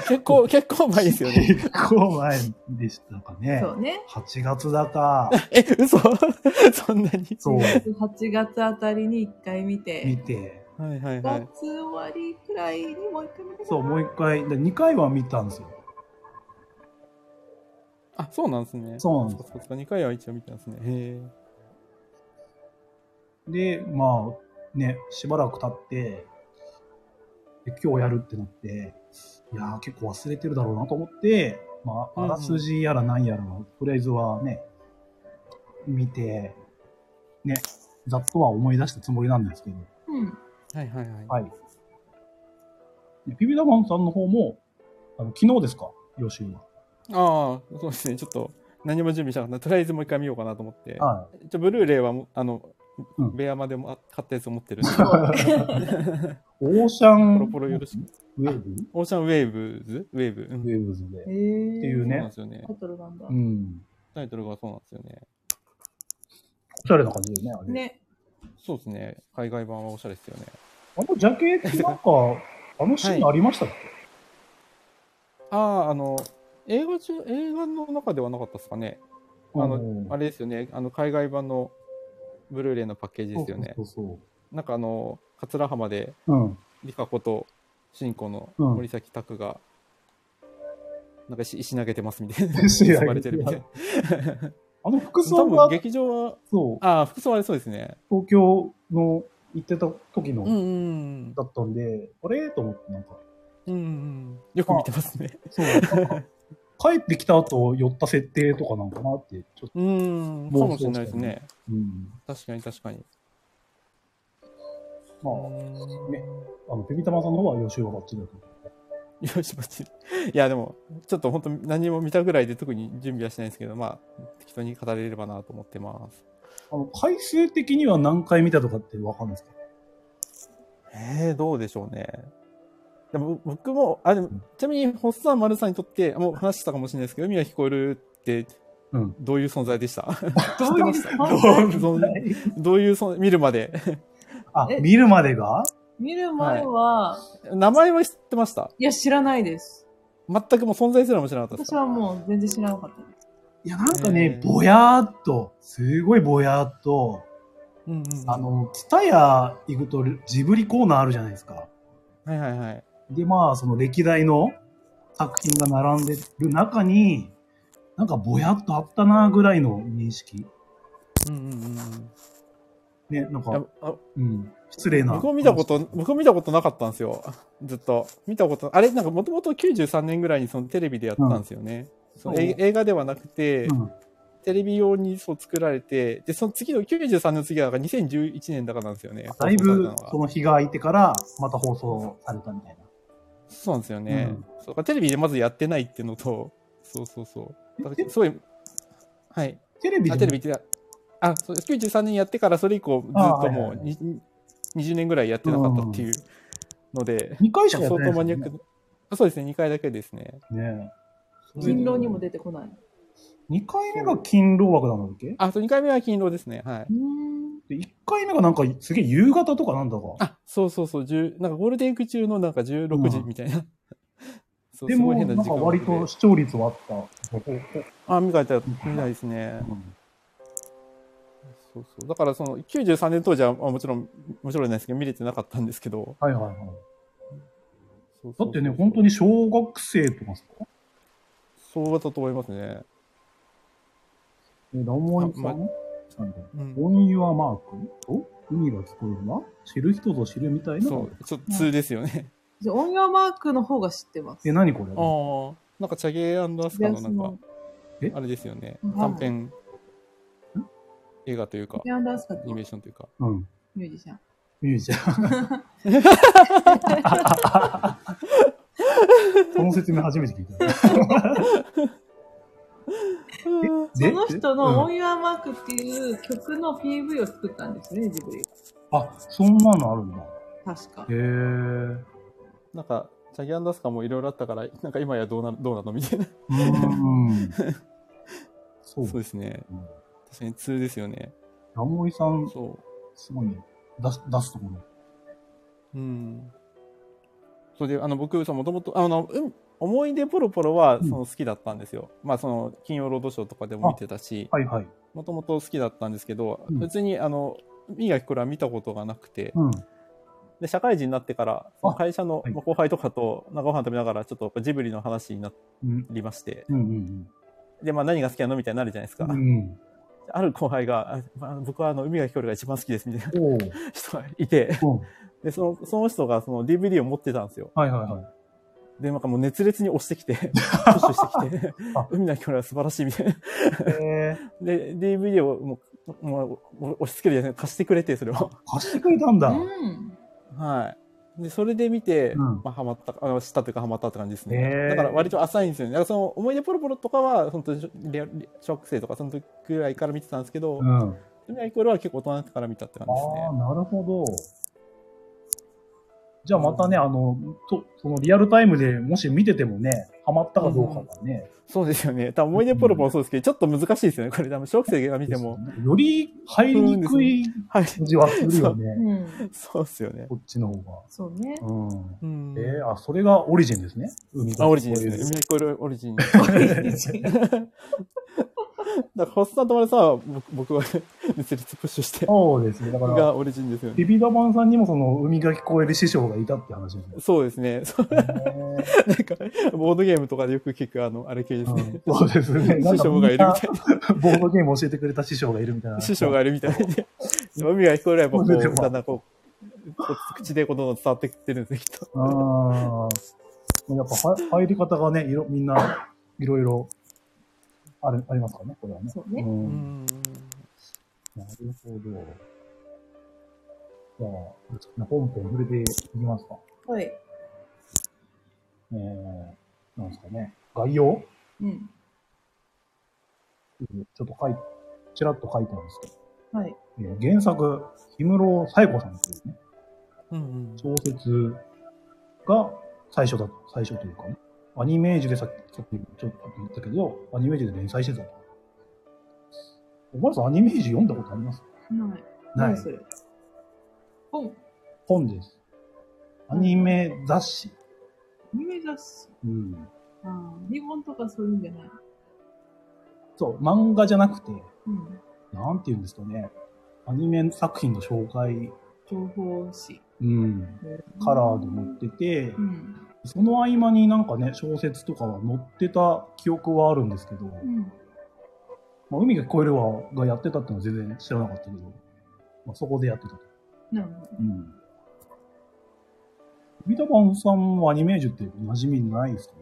[SPEAKER 3] 結構、結構前ですよね。
[SPEAKER 1] 結構前でしたかね。
[SPEAKER 2] そうね。
[SPEAKER 1] 8月だか、
[SPEAKER 3] え、嘘 そんなに
[SPEAKER 1] そう、
[SPEAKER 2] 8月あたりに一回見
[SPEAKER 1] 見
[SPEAKER 2] て、
[SPEAKER 1] て、
[SPEAKER 3] はいはいは
[SPEAKER 2] 5
[SPEAKER 3] い。
[SPEAKER 2] 月終わりくらいにもう一回見て
[SPEAKER 1] そう、もう一回、で2回は見たんですよ。
[SPEAKER 3] あ、そうなんですね。
[SPEAKER 1] そうなんです
[SPEAKER 3] かそうか。2回は一応見たんですね。へ
[SPEAKER 1] で、まあ、ね、しばらく経って、で今日やるってなって、いやー結構忘れてるだろうなと思って、まあ、あらすじやらなんやら、とりあえずはね、見て、ね、ざっとは思い出したつもりなんですけど、
[SPEAKER 2] うん。
[SPEAKER 3] はいはいはい。
[SPEAKER 1] はい。でピピダマンさんの方も、あの、昨日ですか予習は。
[SPEAKER 3] ああ、そうですね。ちょっと何も準備しなかった。とりあえずもう一回見ようかなと思って。
[SPEAKER 1] は
[SPEAKER 3] 一応ブルーレイはもう、あの、
[SPEAKER 1] うん
[SPEAKER 3] ベアまでもあ買ったやつを持ってるんで、
[SPEAKER 1] い。オーシャン、
[SPEAKER 3] ポロポロよろしく
[SPEAKER 1] ウェーブ
[SPEAKER 3] オーシャンウェーブズウェーブ。うん
[SPEAKER 1] ウェーブズで
[SPEAKER 2] え。
[SPEAKER 1] って
[SPEAKER 2] ー
[SPEAKER 1] い
[SPEAKER 3] そううなん
[SPEAKER 1] ね
[SPEAKER 3] で。すよね
[SPEAKER 2] タ。イトルなんだ
[SPEAKER 1] う。ん。
[SPEAKER 3] タイトルがそうなんですよね。
[SPEAKER 1] おしゃれな感じだよね、あれ。
[SPEAKER 2] ね。
[SPEAKER 3] そうですね。海外版はおしゃれですよね。
[SPEAKER 1] あのジャケットなんか、あのシーンありましたっけ、
[SPEAKER 3] ああ、あの、映画中、映画の中ではなかったですかね。あの、あ
[SPEAKER 1] れ
[SPEAKER 3] れですよね。あの、海外版のブルーレイのパッケージですよね
[SPEAKER 1] そ。うそうそ
[SPEAKER 3] なんかあの、桂浜で、
[SPEAKER 1] う。うん。
[SPEAKER 3] リカこと、シンコの
[SPEAKER 1] うん
[SPEAKER 3] 森崎拓が、なんか石石投げてますみたいな。
[SPEAKER 1] 石投げて
[SPEAKER 3] 遊ばれてるみたいな。
[SPEAKER 1] あの服
[SPEAKER 3] 多
[SPEAKER 1] 装
[SPEAKER 3] 分
[SPEAKER 1] が、
[SPEAKER 3] 劇場は、
[SPEAKER 1] そう、
[SPEAKER 3] ああ、服装あれそうですね。
[SPEAKER 1] 東京の行ってた時
[SPEAKER 3] うん
[SPEAKER 1] の
[SPEAKER 3] うん
[SPEAKER 1] だったんで、あれと思ってなんか、
[SPEAKER 3] うん。うんうん。よく見てますね。
[SPEAKER 1] そう、なんか帰ってきた後寄った設定とかなんかなって、ちょっと、
[SPEAKER 3] うん。か
[SPEAKER 1] もう
[SPEAKER 3] もしれないです
[SPEAKER 1] そうで
[SPEAKER 3] ね。
[SPEAKER 1] うん。
[SPEAKER 3] 確かに確かに。
[SPEAKER 1] ま
[SPEAKER 3] うん
[SPEAKER 1] ねあ、あの、ペビタマさんの方は予習はバッチリだと思う。
[SPEAKER 3] よしばち。いや、でも、ちょっと本当何も見たぐらいで特に準備はしないんですけど、まあ、適当に語れればなと思ってます。
[SPEAKER 1] あの、回数的には何回見たとかってわかるんですか
[SPEAKER 3] えー、どうでしょうね。でも僕も、あ、でも、ちなみに、ホッサン丸さんにとって、もう話したかもしれないですけど、海が聞こえるって、
[SPEAKER 1] うん
[SPEAKER 3] どういう存在でした
[SPEAKER 2] どういう存
[SPEAKER 3] どう
[SPEAKER 2] 在
[SPEAKER 3] いう存在どういう存在見るまで。
[SPEAKER 1] あ
[SPEAKER 2] え、
[SPEAKER 1] 見るまでが
[SPEAKER 2] 見る前は、
[SPEAKER 3] 名前は知ってました
[SPEAKER 2] いや、知らないです。
[SPEAKER 3] 全くもう存在すらも知らなかったです
[SPEAKER 2] 私
[SPEAKER 3] か
[SPEAKER 2] はもう全然知らなかったです。
[SPEAKER 1] いや、なんかね
[SPEAKER 3] え、ー
[SPEAKER 1] ぼやーっと、すごいぼやーっと、
[SPEAKER 3] うんうんうん
[SPEAKER 1] あ、の、ツタヤ行くとジブリコーナーあるじゃないですか。
[SPEAKER 3] はいはいはい。
[SPEAKER 1] で、まあ、その歴代の作品が並んでる中に、なんかぼやっとあったなぐらいの認識。
[SPEAKER 3] うんうんうんうん。
[SPEAKER 1] ね、なん
[SPEAKER 3] いや
[SPEAKER 1] か、
[SPEAKER 3] あ
[SPEAKER 1] うん、失礼な。
[SPEAKER 3] 僕も見たこと、僕も見たことなかったんですよ。ずっと。見たこと、あれ、なんかもともと93年ぐらいにそのテレビでやったんですよね。その
[SPEAKER 1] そう
[SPEAKER 3] え映画ではなくて、
[SPEAKER 1] うん、
[SPEAKER 3] テレビ用にそう作られて、で、その次の93の次はなんか2011年だからなんですよね。
[SPEAKER 1] だい
[SPEAKER 3] 放送
[SPEAKER 1] ぶ
[SPEAKER 3] されたの
[SPEAKER 1] そ
[SPEAKER 3] が
[SPEAKER 1] の日が空いてから、また放送されたみたいな。
[SPEAKER 3] そうなんですよね。
[SPEAKER 1] うん
[SPEAKER 3] そうかテレビでまずやってないっていうのと、そうそうそう。だか
[SPEAKER 1] え
[SPEAKER 3] らすごい、はい。
[SPEAKER 1] テレビ
[SPEAKER 3] あ、
[SPEAKER 1] で
[SPEAKER 3] テレビって、あ、そう93年やってからそれ以降ずっ
[SPEAKER 1] あは
[SPEAKER 3] と
[SPEAKER 1] いはい
[SPEAKER 3] も
[SPEAKER 1] は
[SPEAKER 3] う
[SPEAKER 1] い
[SPEAKER 3] に20年ぐらいやってなかったっていうので、
[SPEAKER 1] 2回しかや
[SPEAKER 3] 相
[SPEAKER 1] ってないで
[SPEAKER 3] 当
[SPEAKER 1] す
[SPEAKER 3] マ
[SPEAKER 1] よ
[SPEAKER 3] ニ
[SPEAKER 1] ね
[SPEAKER 3] アック。あそうですね、2回だけですね。
[SPEAKER 1] ねえ。
[SPEAKER 2] 人狼にも出てこない。
[SPEAKER 1] 2回目が金労枠なんだっけ
[SPEAKER 3] あ、そう、2回目は勤労ですね。はい。
[SPEAKER 2] うーん。
[SPEAKER 1] で ?1 回目がなんかすげえ夕方とかなんだか。
[SPEAKER 3] あ、そうそうそう、10なんかゴールデンウィーク中のなんか16時みたいな。 そう
[SPEAKER 1] です
[SPEAKER 3] ご
[SPEAKER 1] も、
[SPEAKER 3] い変
[SPEAKER 1] な
[SPEAKER 3] なん時
[SPEAKER 1] か
[SPEAKER 3] 間
[SPEAKER 1] 割と視聴率はあった。
[SPEAKER 3] あ、見かれたら見ないですね。そうそう。だからその93年当時はあもちろん、もちろんないですけど、見れてなかったんですけど。
[SPEAKER 1] はいはいはい。
[SPEAKER 3] そう
[SPEAKER 1] だ
[SPEAKER 3] そう
[SPEAKER 1] ってね、本当に小学生とかさ、
[SPEAKER 3] そうだったと思いますね。
[SPEAKER 1] え、ラモンさん、
[SPEAKER 3] あ
[SPEAKER 1] なんだ
[SPEAKER 3] うん
[SPEAKER 1] ボンユアマークと海が聞こえるな知る人ぞ知るみたいな。
[SPEAKER 3] そう、ちょっと通ですよね。
[SPEAKER 2] じゃあ、音楽マークの方が知ってます。
[SPEAKER 1] え、何これ
[SPEAKER 3] ああ、 なんかチャゲーアスカのなんか、
[SPEAKER 1] え
[SPEAKER 3] あれですよね
[SPEAKER 2] うん。
[SPEAKER 3] 短編映画というか、
[SPEAKER 2] アンダースカ
[SPEAKER 3] アニメーションというか。
[SPEAKER 1] うん。
[SPEAKER 2] ミュージシャン。
[SPEAKER 1] ミュージアム。この説明初めて聞いた。
[SPEAKER 2] そ
[SPEAKER 1] で
[SPEAKER 2] の人の
[SPEAKER 1] うん
[SPEAKER 2] 音楽マークっていう曲の PV を作ったんですね、ジブリ。
[SPEAKER 1] あ、そんなのあるんだ。
[SPEAKER 2] 確か。
[SPEAKER 1] へえ。
[SPEAKER 3] なんか、チャゲーアスカもいろいろあったから、なんか今やどうなどうなのみたいな。
[SPEAKER 1] うーん。そう
[SPEAKER 3] そう。ですね。
[SPEAKER 1] うん
[SPEAKER 3] 確かに通ですよね。
[SPEAKER 1] ラモイさん、
[SPEAKER 3] そ
[SPEAKER 1] すごいね。出す、出すところ。
[SPEAKER 3] う。うん。それで、あの、僕、もともと、あの、うん思い出ポロポロは、
[SPEAKER 1] う
[SPEAKER 3] そ
[SPEAKER 1] ん
[SPEAKER 3] の好きだったんですよ。まあ、その、金曜ロードショーとかでも見てたし、
[SPEAKER 1] はいはい。
[SPEAKER 3] もともと好きだったんですけど、
[SPEAKER 1] うん
[SPEAKER 3] 別に、あの、海がこれは見たことがなくて、
[SPEAKER 1] うん。
[SPEAKER 3] で、社会人になってから、その会社の
[SPEAKER 1] はい
[SPEAKER 3] まあ後輩とかと、なんかご飯食べながら、ちょっとジブリの話にな
[SPEAKER 1] うん。
[SPEAKER 3] りまして、
[SPEAKER 1] うんうん
[SPEAKER 3] で、まあ、何が好きなのみたいになるじゃないですか。
[SPEAKER 1] うん。うん。
[SPEAKER 3] ある後輩が、あまあ、僕はあの、海が光るが一番好きです、みたい
[SPEAKER 1] おう
[SPEAKER 3] な人がいて、
[SPEAKER 1] うん。
[SPEAKER 3] で、その、その人がその DVD を持ってたんですよ。
[SPEAKER 1] はいはいは
[SPEAKER 3] で、なんかもう熱烈に押して きて、プッシュしてきて
[SPEAKER 1] あ、
[SPEAKER 3] 海の光は素晴らしいみたいな。
[SPEAKER 1] い。へえ。
[SPEAKER 3] で、DVD をもうもうお押し付けるじゃない貸してくれて、それは。
[SPEAKER 1] 貸してくれたんだ。
[SPEAKER 2] うん。
[SPEAKER 3] はい。で、それで見て、
[SPEAKER 1] うん
[SPEAKER 3] まあ、はまった、あの、したというか、はまったって感じです
[SPEAKER 1] へ
[SPEAKER 3] ね
[SPEAKER 1] ー。
[SPEAKER 3] だから、割と浅いんですよね。だから、その、思い出ポロポロとかは、本当にリアリ小学生とか、その時くらいから見てたんですけど、
[SPEAKER 1] うん。あ
[SPEAKER 3] でも、イコールは結構大人になってから見たって感じですね
[SPEAKER 1] あ、。なるほど。じゃあまたね、あの、と、そのリアルタイムでもし見ててもね、ハマったかどうかがね、
[SPEAKER 3] そうですよね。多分思い出ポロポロそうですけど、ちょっと難しいですよね。これ多分小学生が見ても。
[SPEAKER 1] より入りにくい
[SPEAKER 3] はい。
[SPEAKER 1] 感じはするよね、
[SPEAKER 2] うん。
[SPEAKER 3] そうですよね。
[SPEAKER 1] こっちの方
[SPEAKER 2] そうね。
[SPEAKER 1] が。うん。
[SPEAKER 3] うん
[SPEAKER 1] えー、あ、それがオリジンですね。海
[SPEAKER 3] あ、オリジンですね。
[SPEAKER 1] こういう
[SPEAKER 3] 海イコールオリジン。
[SPEAKER 2] う
[SPEAKER 3] だから、ホスさんとまでさんは、僕僕は 熱烈プッシュし て、
[SPEAKER 1] そうですね。だから、
[SPEAKER 3] がオリジンですよね。。
[SPEAKER 1] ビビダバンさんにもその、海が聞こえる師匠がいたって話ですね
[SPEAKER 3] そうですね。 そうなんか、ボードゲームとかでよく聞く、あの、あれ系ですね。
[SPEAKER 1] うんそうですね。なん
[SPEAKER 3] 師
[SPEAKER 1] か
[SPEAKER 3] 匠がいるみたい
[SPEAKER 1] ボードゲーム教えてくれた師匠がいるみたいな。
[SPEAKER 3] な。師匠がいるみたいで。海が聞こえれば、こ
[SPEAKER 1] そうですよ
[SPEAKER 3] う、だんだんこう、こう口でこうどんどん伝わってきてるんですね、きっ
[SPEAKER 1] あーやっぱは入り方がね、いろ、みんな、いろいろ、ある、ありますからね、これはね。。
[SPEAKER 2] そうね
[SPEAKER 3] と。うんん。
[SPEAKER 1] なるほど。じゃあ、ちょっとね本編触れていきますか。
[SPEAKER 2] はい。
[SPEAKER 1] えー、なんですかね。概要
[SPEAKER 2] うん。
[SPEAKER 1] ちょっと書い、ちらっと書いてあるんですけど。
[SPEAKER 2] はい。
[SPEAKER 1] えー原作、氷室冴子さんというね、
[SPEAKER 3] うんうん。
[SPEAKER 1] 小説が最初だと、最初というかね、アニメージュでさっき、さっきちょっと言ったけど、アニメージュで連載してたと。おばあさん、アニメージュ読んだことあります
[SPEAKER 2] ない。
[SPEAKER 1] ない
[SPEAKER 2] 何。それ。本、
[SPEAKER 1] 本です。アニメ雑誌。
[SPEAKER 2] 夢雑誌。
[SPEAKER 1] うん。
[SPEAKER 2] ああ、リボンとかそういうんじゃない。
[SPEAKER 1] そう、漫画じゃなくて、
[SPEAKER 2] うん。
[SPEAKER 1] なんて言うんですかね、アニメ作品の紹介、
[SPEAKER 2] 情報誌。
[SPEAKER 1] うん、カラーで載ってて
[SPEAKER 2] う、ん。
[SPEAKER 1] その合間になんかね、小説とかは載ってた記憶はあるんですけど、
[SPEAKER 2] うん。
[SPEAKER 1] まあ、海が聞こえるわがやってたってのは全然知らなかったけど、まあ、そこでやってたと。
[SPEAKER 2] なるほど。
[SPEAKER 1] うん。ビタバンさんはアニメージュって馴染みないですかね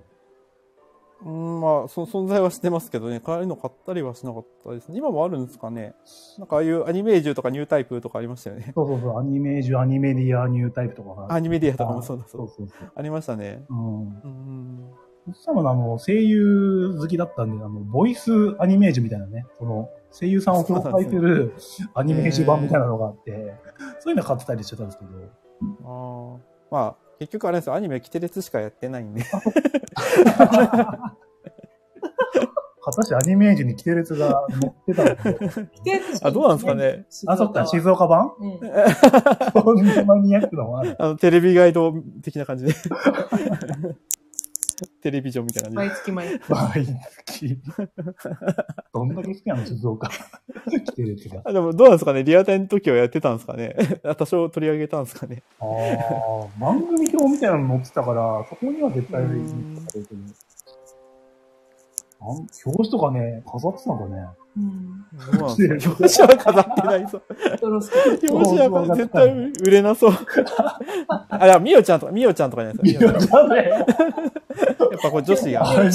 [SPEAKER 3] うん、まあ、そ存在はしてますけどね、買えるの買ったりはしなかったですね。今もあるんですかね。なんかああいうアニメージュとかニュータイプとかありましたよね。
[SPEAKER 1] そうそうそう、アニメージュ、アニメディア、ニュータイプとかが。
[SPEAKER 3] アニメディアとかもそうだ
[SPEAKER 1] そ
[SPEAKER 3] そう
[SPEAKER 1] うそうそう。
[SPEAKER 3] ありましたね。
[SPEAKER 1] うん。
[SPEAKER 3] うん。
[SPEAKER 1] そしたら、あの、声優好きだったんで、あの、ボイスアニメージュみたいなね、その、声優さんを紹介するアニメージュ版みたいなのがあって、そういうの買ってたりしてたんですけど、
[SPEAKER 3] ああ。まあ、結局あれですよ、アニメ、キテレツしかやってないんで。
[SPEAKER 1] 果たしてアニメージュにキテレツが載ってたの か
[SPEAKER 2] 規定図式
[SPEAKER 3] あどうなんですかね。
[SPEAKER 1] あ、そっか、
[SPEAKER 2] 静
[SPEAKER 1] 静岡版
[SPEAKER 2] 岡はうん。
[SPEAKER 1] こんなマニアックなのもある。
[SPEAKER 3] あの、テレビガイド的な感じで。 テレビジョンみたいな感じ
[SPEAKER 2] 毎月毎月。
[SPEAKER 1] 毎月。どんだけ好きなの、静岡。来てるってか。
[SPEAKER 3] で。あでも、どうなんですかねリアタイの時はやってたんですかね 多少取り上げたんですかね
[SPEAKER 1] ああ、番組表みたいなの載ってたから、そこには絶対入ってたけど。あん表紙とかね、飾ってたのかね。
[SPEAKER 2] うん。
[SPEAKER 3] どうなんですか 表紙は飾ってない ぞ。
[SPEAKER 2] ドロスケ。
[SPEAKER 3] 表紙は飾って絶対売れな そう。あ、いや、みおちゃんとか、みおちゃんとかじゃない
[SPEAKER 1] み
[SPEAKER 3] ですか。みお
[SPEAKER 1] よ
[SPEAKER 3] ちゃ
[SPEAKER 1] ち
[SPEAKER 3] ん
[SPEAKER 1] ゃんだよ。
[SPEAKER 3] やっぱこう女子が、
[SPEAKER 1] アニメー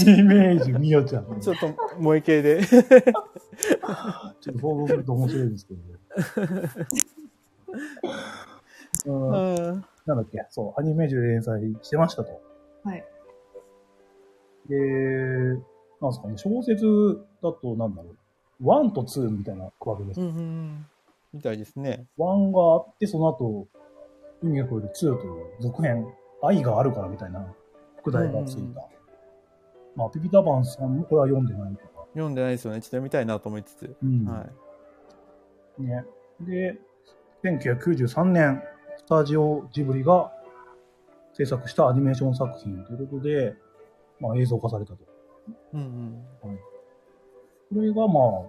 [SPEAKER 1] ジュ、みよちゃん。
[SPEAKER 3] ち
[SPEAKER 1] ちょ
[SPEAKER 3] ょっと萌え系で。
[SPEAKER 1] っと想像すると面白いですけど。 うん
[SPEAKER 3] うん
[SPEAKER 1] なんだっけ、そう、アニメージュで連載してましたと。
[SPEAKER 2] はい。
[SPEAKER 1] で、なんですかね、小説だとなんだろう。1と2みたいな区分けです。
[SPEAKER 3] うんうんみたいですね。
[SPEAKER 1] 1があって、その後、海が越える2という続編、愛があるからみたいな副題がついた。
[SPEAKER 3] うんうん
[SPEAKER 1] まあ、ピピタバンさんもこれは読んでないとか。
[SPEAKER 3] 読んでないですよね。ちょっと読みたいなと思いつつ。
[SPEAKER 1] うん
[SPEAKER 3] はい。
[SPEAKER 1] ね。で、1993年、スタジオジブリが制作したアニメーション作品ということで、まあ映像化されたと。
[SPEAKER 3] うん
[SPEAKER 1] これがまあ、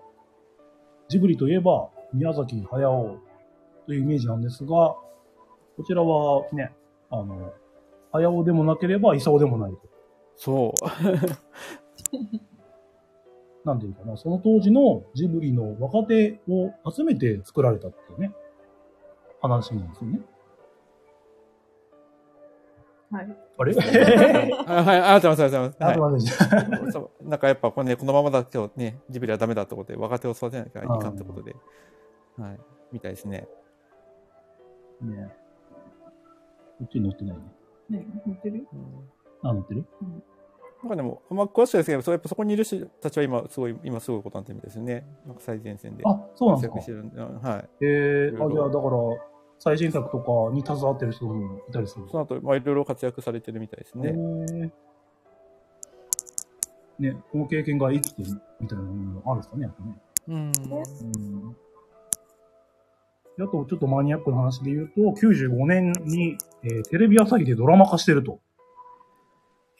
[SPEAKER 1] ジブリといえば宮崎駿というイメージなんですが、こちらはね、あの、駿でもなければ勲でもないと。
[SPEAKER 3] そう。
[SPEAKER 1] なんていうかな、その当時のジブリの若手を集めて作られたっていうね、話なんですよね。
[SPEAKER 2] はい。
[SPEAKER 1] あれ
[SPEAKER 3] あ、はい、あ、すいません、すいません。
[SPEAKER 1] あ
[SPEAKER 3] はい
[SPEAKER 1] とまでじゃ
[SPEAKER 3] そうなんかやっぱこ,、ね、このままだとね、ジブリはダメだってことで、若手を育てなきゃいかんってことで、はい、みたいですね。
[SPEAKER 1] ん。ねこっちに乗ってないね。
[SPEAKER 2] ね、似てる
[SPEAKER 3] うん
[SPEAKER 1] あ、乗ってる
[SPEAKER 3] なんかでも、まあ、詳しくはですけど、そうやっぱそこにいる人たちは今、すごい、今すごいことになってるみたいですよね。なんか最前線で。
[SPEAKER 1] あ、そうなん
[SPEAKER 3] 活
[SPEAKER 1] ですか
[SPEAKER 3] 躍し。てるんで、うんはい。
[SPEAKER 1] え
[SPEAKER 3] い
[SPEAKER 1] ー、
[SPEAKER 3] ろ
[SPEAKER 1] あ、
[SPEAKER 3] い
[SPEAKER 1] じゃ
[SPEAKER 3] ろ
[SPEAKER 1] あだから、最新作とかに携わってる人もいたりするんです
[SPEAKER 3] その後、まあ、いろいろ活躍されてるみたいですね。
[SPEAKER 1] ね。ね、この経験が生きてるみたいなのがあるんですかね、やっぱね。
[SPEAKER 3] うん。
[SPEAKER 1] うん。あと、ちょっとマニアックな話で言うと、95年に、えーテレビ朝日でドラマ化してると。こ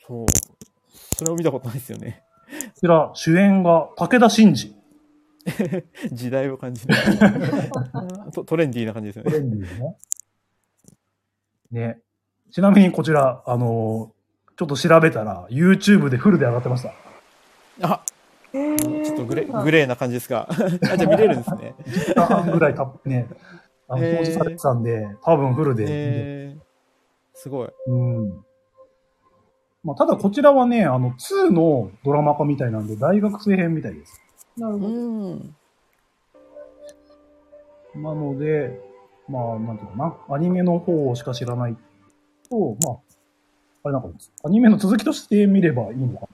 [SPEAKER 3] そう。それを見たことないですよね。
[SPEAKER 1] ちら、主演が武田真治。
[SPEAKER 3] 時代を感じ る。トトレンディーな感じですよ
[SPEAKER 1] トレ
[SPEAKER 3] ね。
[SPEAKER 1] ンディーね。ね。ちなみにこちら、あのーちょっと調べたら、YouTube でフルで上がってました。
[SPEAKER 3] あ、
[SPEAKER 2] えー
[SPEAKER 3] ちょっとグレ
[SPEAKER 2] そうなん
[SPEAKER 3] グレーな感じですか。 あ、じゃあ見れるんですね。
[SPEAKER 1] 時間半ぐらいたっね、あの、
[SPEAKER 3] へー
[SPEAKER 1] 表示されてたんで、多分フルで見れる
[SPEAKER 3] えー、すごい。
[SPEAKER 1] うん。まあ、ただこちらはね、あの、2のドラマ化みたいなんで、大学生編みたいです。
[SPEAKER 2] なるほど。
[SPEAKER 3] ん。
[SPEAKER 1] なので、まあ、なんていうかな、アニメの方しか知らないと、まあ、あれなんか、アニメの続きとして見ればいいのか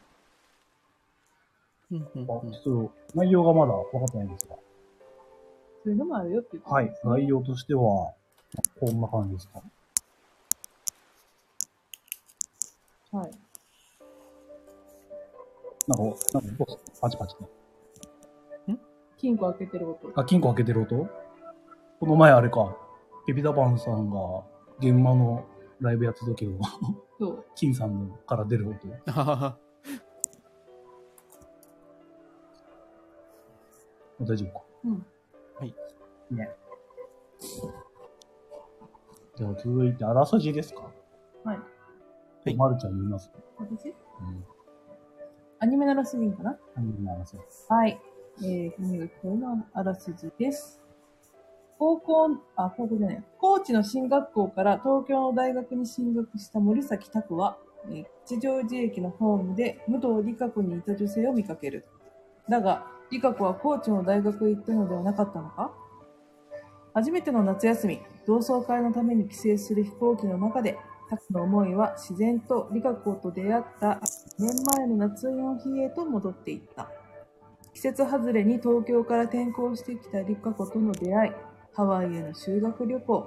[SPEAKER 3] うんうん
[SPEAKER 1] な。
[SPEAKER 3] うん
[SPEAKER 1] ちょっと、内容がまだ分かってないんですが。
[SPEAKER 2] そういうのもあるよっていうこと
[SPEAKER 1] はい
[SPEAKER 2] で。すね
[SPEAKER 1] 内容としては、こんな感じですか。
[SPEAKER 2] はい。
[SPEAKER 1] なんか、なんか、パチパチね。
[SPEAKER 2] 金庫開けてる音。
[SPEAKER 1] あ、金庫開けてる音この前あれか、ピピタパンさんが、現場のライブやった時の、
[SPEAKER 2] そう。
[SPEAKER 1] 金さんのから出る音。
[SPEAKER 3] あは は
[SPEAKER 1] 大丈夫か。
[SPEAKER 2] うん。
[SPEAKER 1] ね。じゃあ続いて、あらすじですか
[SPEAKER 2] はい。
[SPEAKER 3] はい
[SPEAKER 1] まるちゃん言います。
[SPEAKER 2] 私
[SPEAKER 1] うん。
[SPEAKER 2] アニメのラスビンかな
[SPEAKER 1] アニメのあらすじです。
[SPEAKER 2] はい。えー、国が今日のあらすじです。高校、あ、高校じゃない。高知の進学校から東京の大学に進学した森崎拓は、えー吉祥寺駅のホームで武藤理香子にいた女性を見かける。だが、理香子は高知の大学へ行ったのではなかったのか初めての夏休み、同窓会のために帰省する飛行機の中で、拓の思いは自然と理香子と出会った2年前の夏の日へと戻っていった。季節外れに東京から転校してきたリカ子との出会い、ハワイへの修学旅行、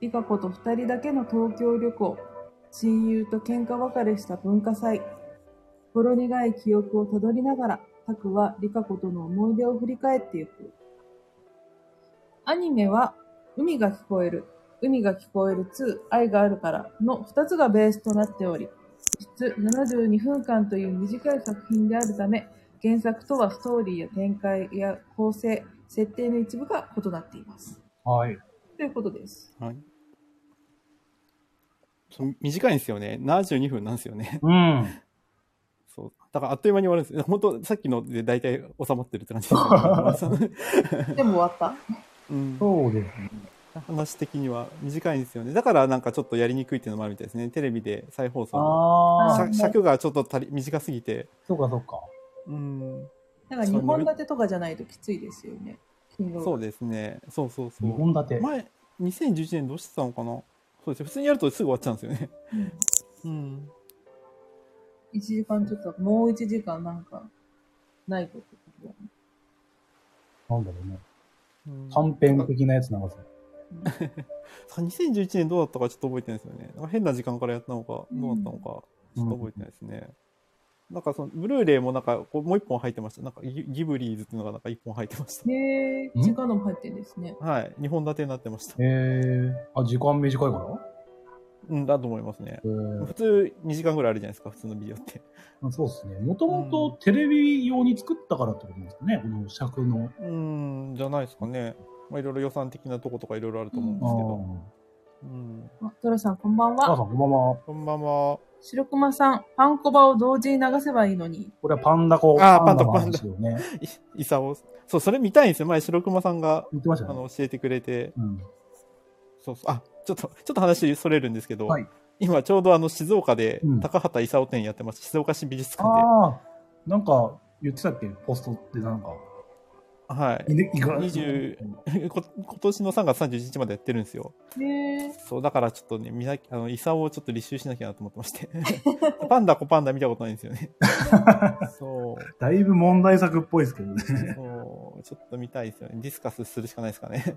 [SPEAKER 2] リカ子と二人だけの東京旅行、親友と喧嘩別れした文化祭、ほろ苦い記憶をたどりながら、タクはリカ子との思い出を振り返っていく。アニメは、海が聞こえる、海が聞こえる2、愛があるからの2つがベースとなっており、実質72分間という短い作品であるため、原作とはストーリーや展開や構成、設定の一部が異なっています。
[SPEAKER 1] はい。
[SPEAKER 2] ということ です。
[SPEAKER 3] はい。そう短いんですよね。72分なんですよね。
[SPEAKER 1] うん。
[SPEAKER 3] そう。だからあっという間に終わるんですよ。本当さっきので大体収まってるって感じです よねまあ。
[SPEAKER 2] でも終わった
[SPEAKER 3] うん
[SPEAKER 1] そうですね。
[SPEAKER 3] 話的には短いんですよね。だからなんかちょっとやりにくいっていうのもあるみたいですね。テレビで再放送の。
[SPEAKER 1] あ
[SPEAKER 2] ー
[SPEAKER 1] あ
[SPEAKER 3] 尺尺がちょっと足り短すぎて。
[SPEAKER 1] そうかそうか。
[SPEAKER 3] うん。
[SPEAKER 2] だから2本立てとかじゃないときついですよね。金
[SPEAKER 3] そう
[SPEAKER 2] う
[SPEAKER 3] ですね。そうそうそ
[SPEAKER 1] 二
[SPEAKER 3] う。
[SPEAKER 1] 本立て。
[SPEAKER 3] 前、2011年どうしてたのかなそうですよ。普通にやるとすぐ終わっちゃうんですよね。
[SPEAKER 2] ん
[SPEAKER 3] うん。
[SPEAKER 2] 1時間ちょっと、もう1時間なんか、ないとってことだね
[SPEAKER 1] なんだろうね。
[SPEAKER 3] うん
[SPEAKER 1] 短編的なやつ流す。
[SPEAKER 3] さ2011年どうだったかちょっと覚えてないですよね。なんか変な時間からやったのか、
[SPEAKER 2] うん
[SPEAKER 3] どうだったのか、ちょっと覚えてないですね。なんかその、ブルーレイもなんか、こうもう一本入ってました。なんかギ、ギブリーズっていうのがなんか一本入ってまし
[SPEAKER 2] へえ、
[SPEAKER 1] ん
[SPEAKER 2] 時間のも入ってるんですね。
[SPEAKER 3] た。はい。二本立てになってました。
[SPEAKER 1] えー、あ、時間短いから
[SPEAKER 3] うん、だと思いますね
[SPEAKER 1] え。ー
[SPEAKER 3] 普通2時間ぐらいあるじゃないですか、普通のビデオって。
[SPEAKER 1] そうですね。もとも
[SPEAKER 3] う
[SPEAKER 1] とテレビ用に作ったからってことですかね。この尺の。
[SPEAKER 3] うん、じゃないですかね。まあ、いろいろ予算的なとことかいろいろあると思うん
[SPEAKER 1] あ
[SPEAKER 3] で
[SPEAKER 1] あ
[SPEAKER 3] すけ
[SPEAKER 1] ー
[SPEAKER 3] ど。。うん。
[SPEAKER 2] あ、トラさんこんばん
[SPEAKER 1] 母
[SPEAKER 2] は。
[SPEAKER 1] さん、こんばんは。
[SPEAKER 3] こんばんは。
[SPEAKER 2] 白熊さん、パンコバを同時に流せばいいのに。
[SPEAKER 1] これはパンダコ。
[SPEAKER 3] あー
[SPEAKER 1] の
[SPEAKER 3] パンダ
[SPEAKER 1] 話をね。
[SPEAKER 3] い、い さお。そう、それ見たいんですよ。前、白熊さんが、
[SPEAKER 1] 言ってまし
[SPEAKER 3] あ
[SPEAKER 1] たね。
[SPEAKER 3] の、教えてくれて。
[SPEAKER 1] うん。
[SPEAKER 3] そうそう。あ、ちょっと、ちょっと話それるんですけど、
[SPEAKER 1] はい
[SPEAKER 3] 今ちょうどあの静岡で
[SPEAKER 1] うん
[SPEAKER 3] 高畑勲展やってます。静岡市美術館
[SPEAKER 1] ああ、なんか言ってたっけポストってなんか。
[SPEAKER 3] で。はい。
[SPEAKER 1] いねいか
[SPEAKER 3] 20こ今年の3月31日までやってるんですよ。
[SPEAKER 2] ねえ。
[SPEAKER 3] そう、だからちょっとね、みなあの、イサをちょっと履修しなきゃなと思って まして。パンダ、子パンダ見たことないんですよね。そう。
[SPEAKER 1] だいぶ問題作っぽいですけどね。
[SPEAKER 3] そう、ちょっと見たいですよね。ディスカスするしかないですかね。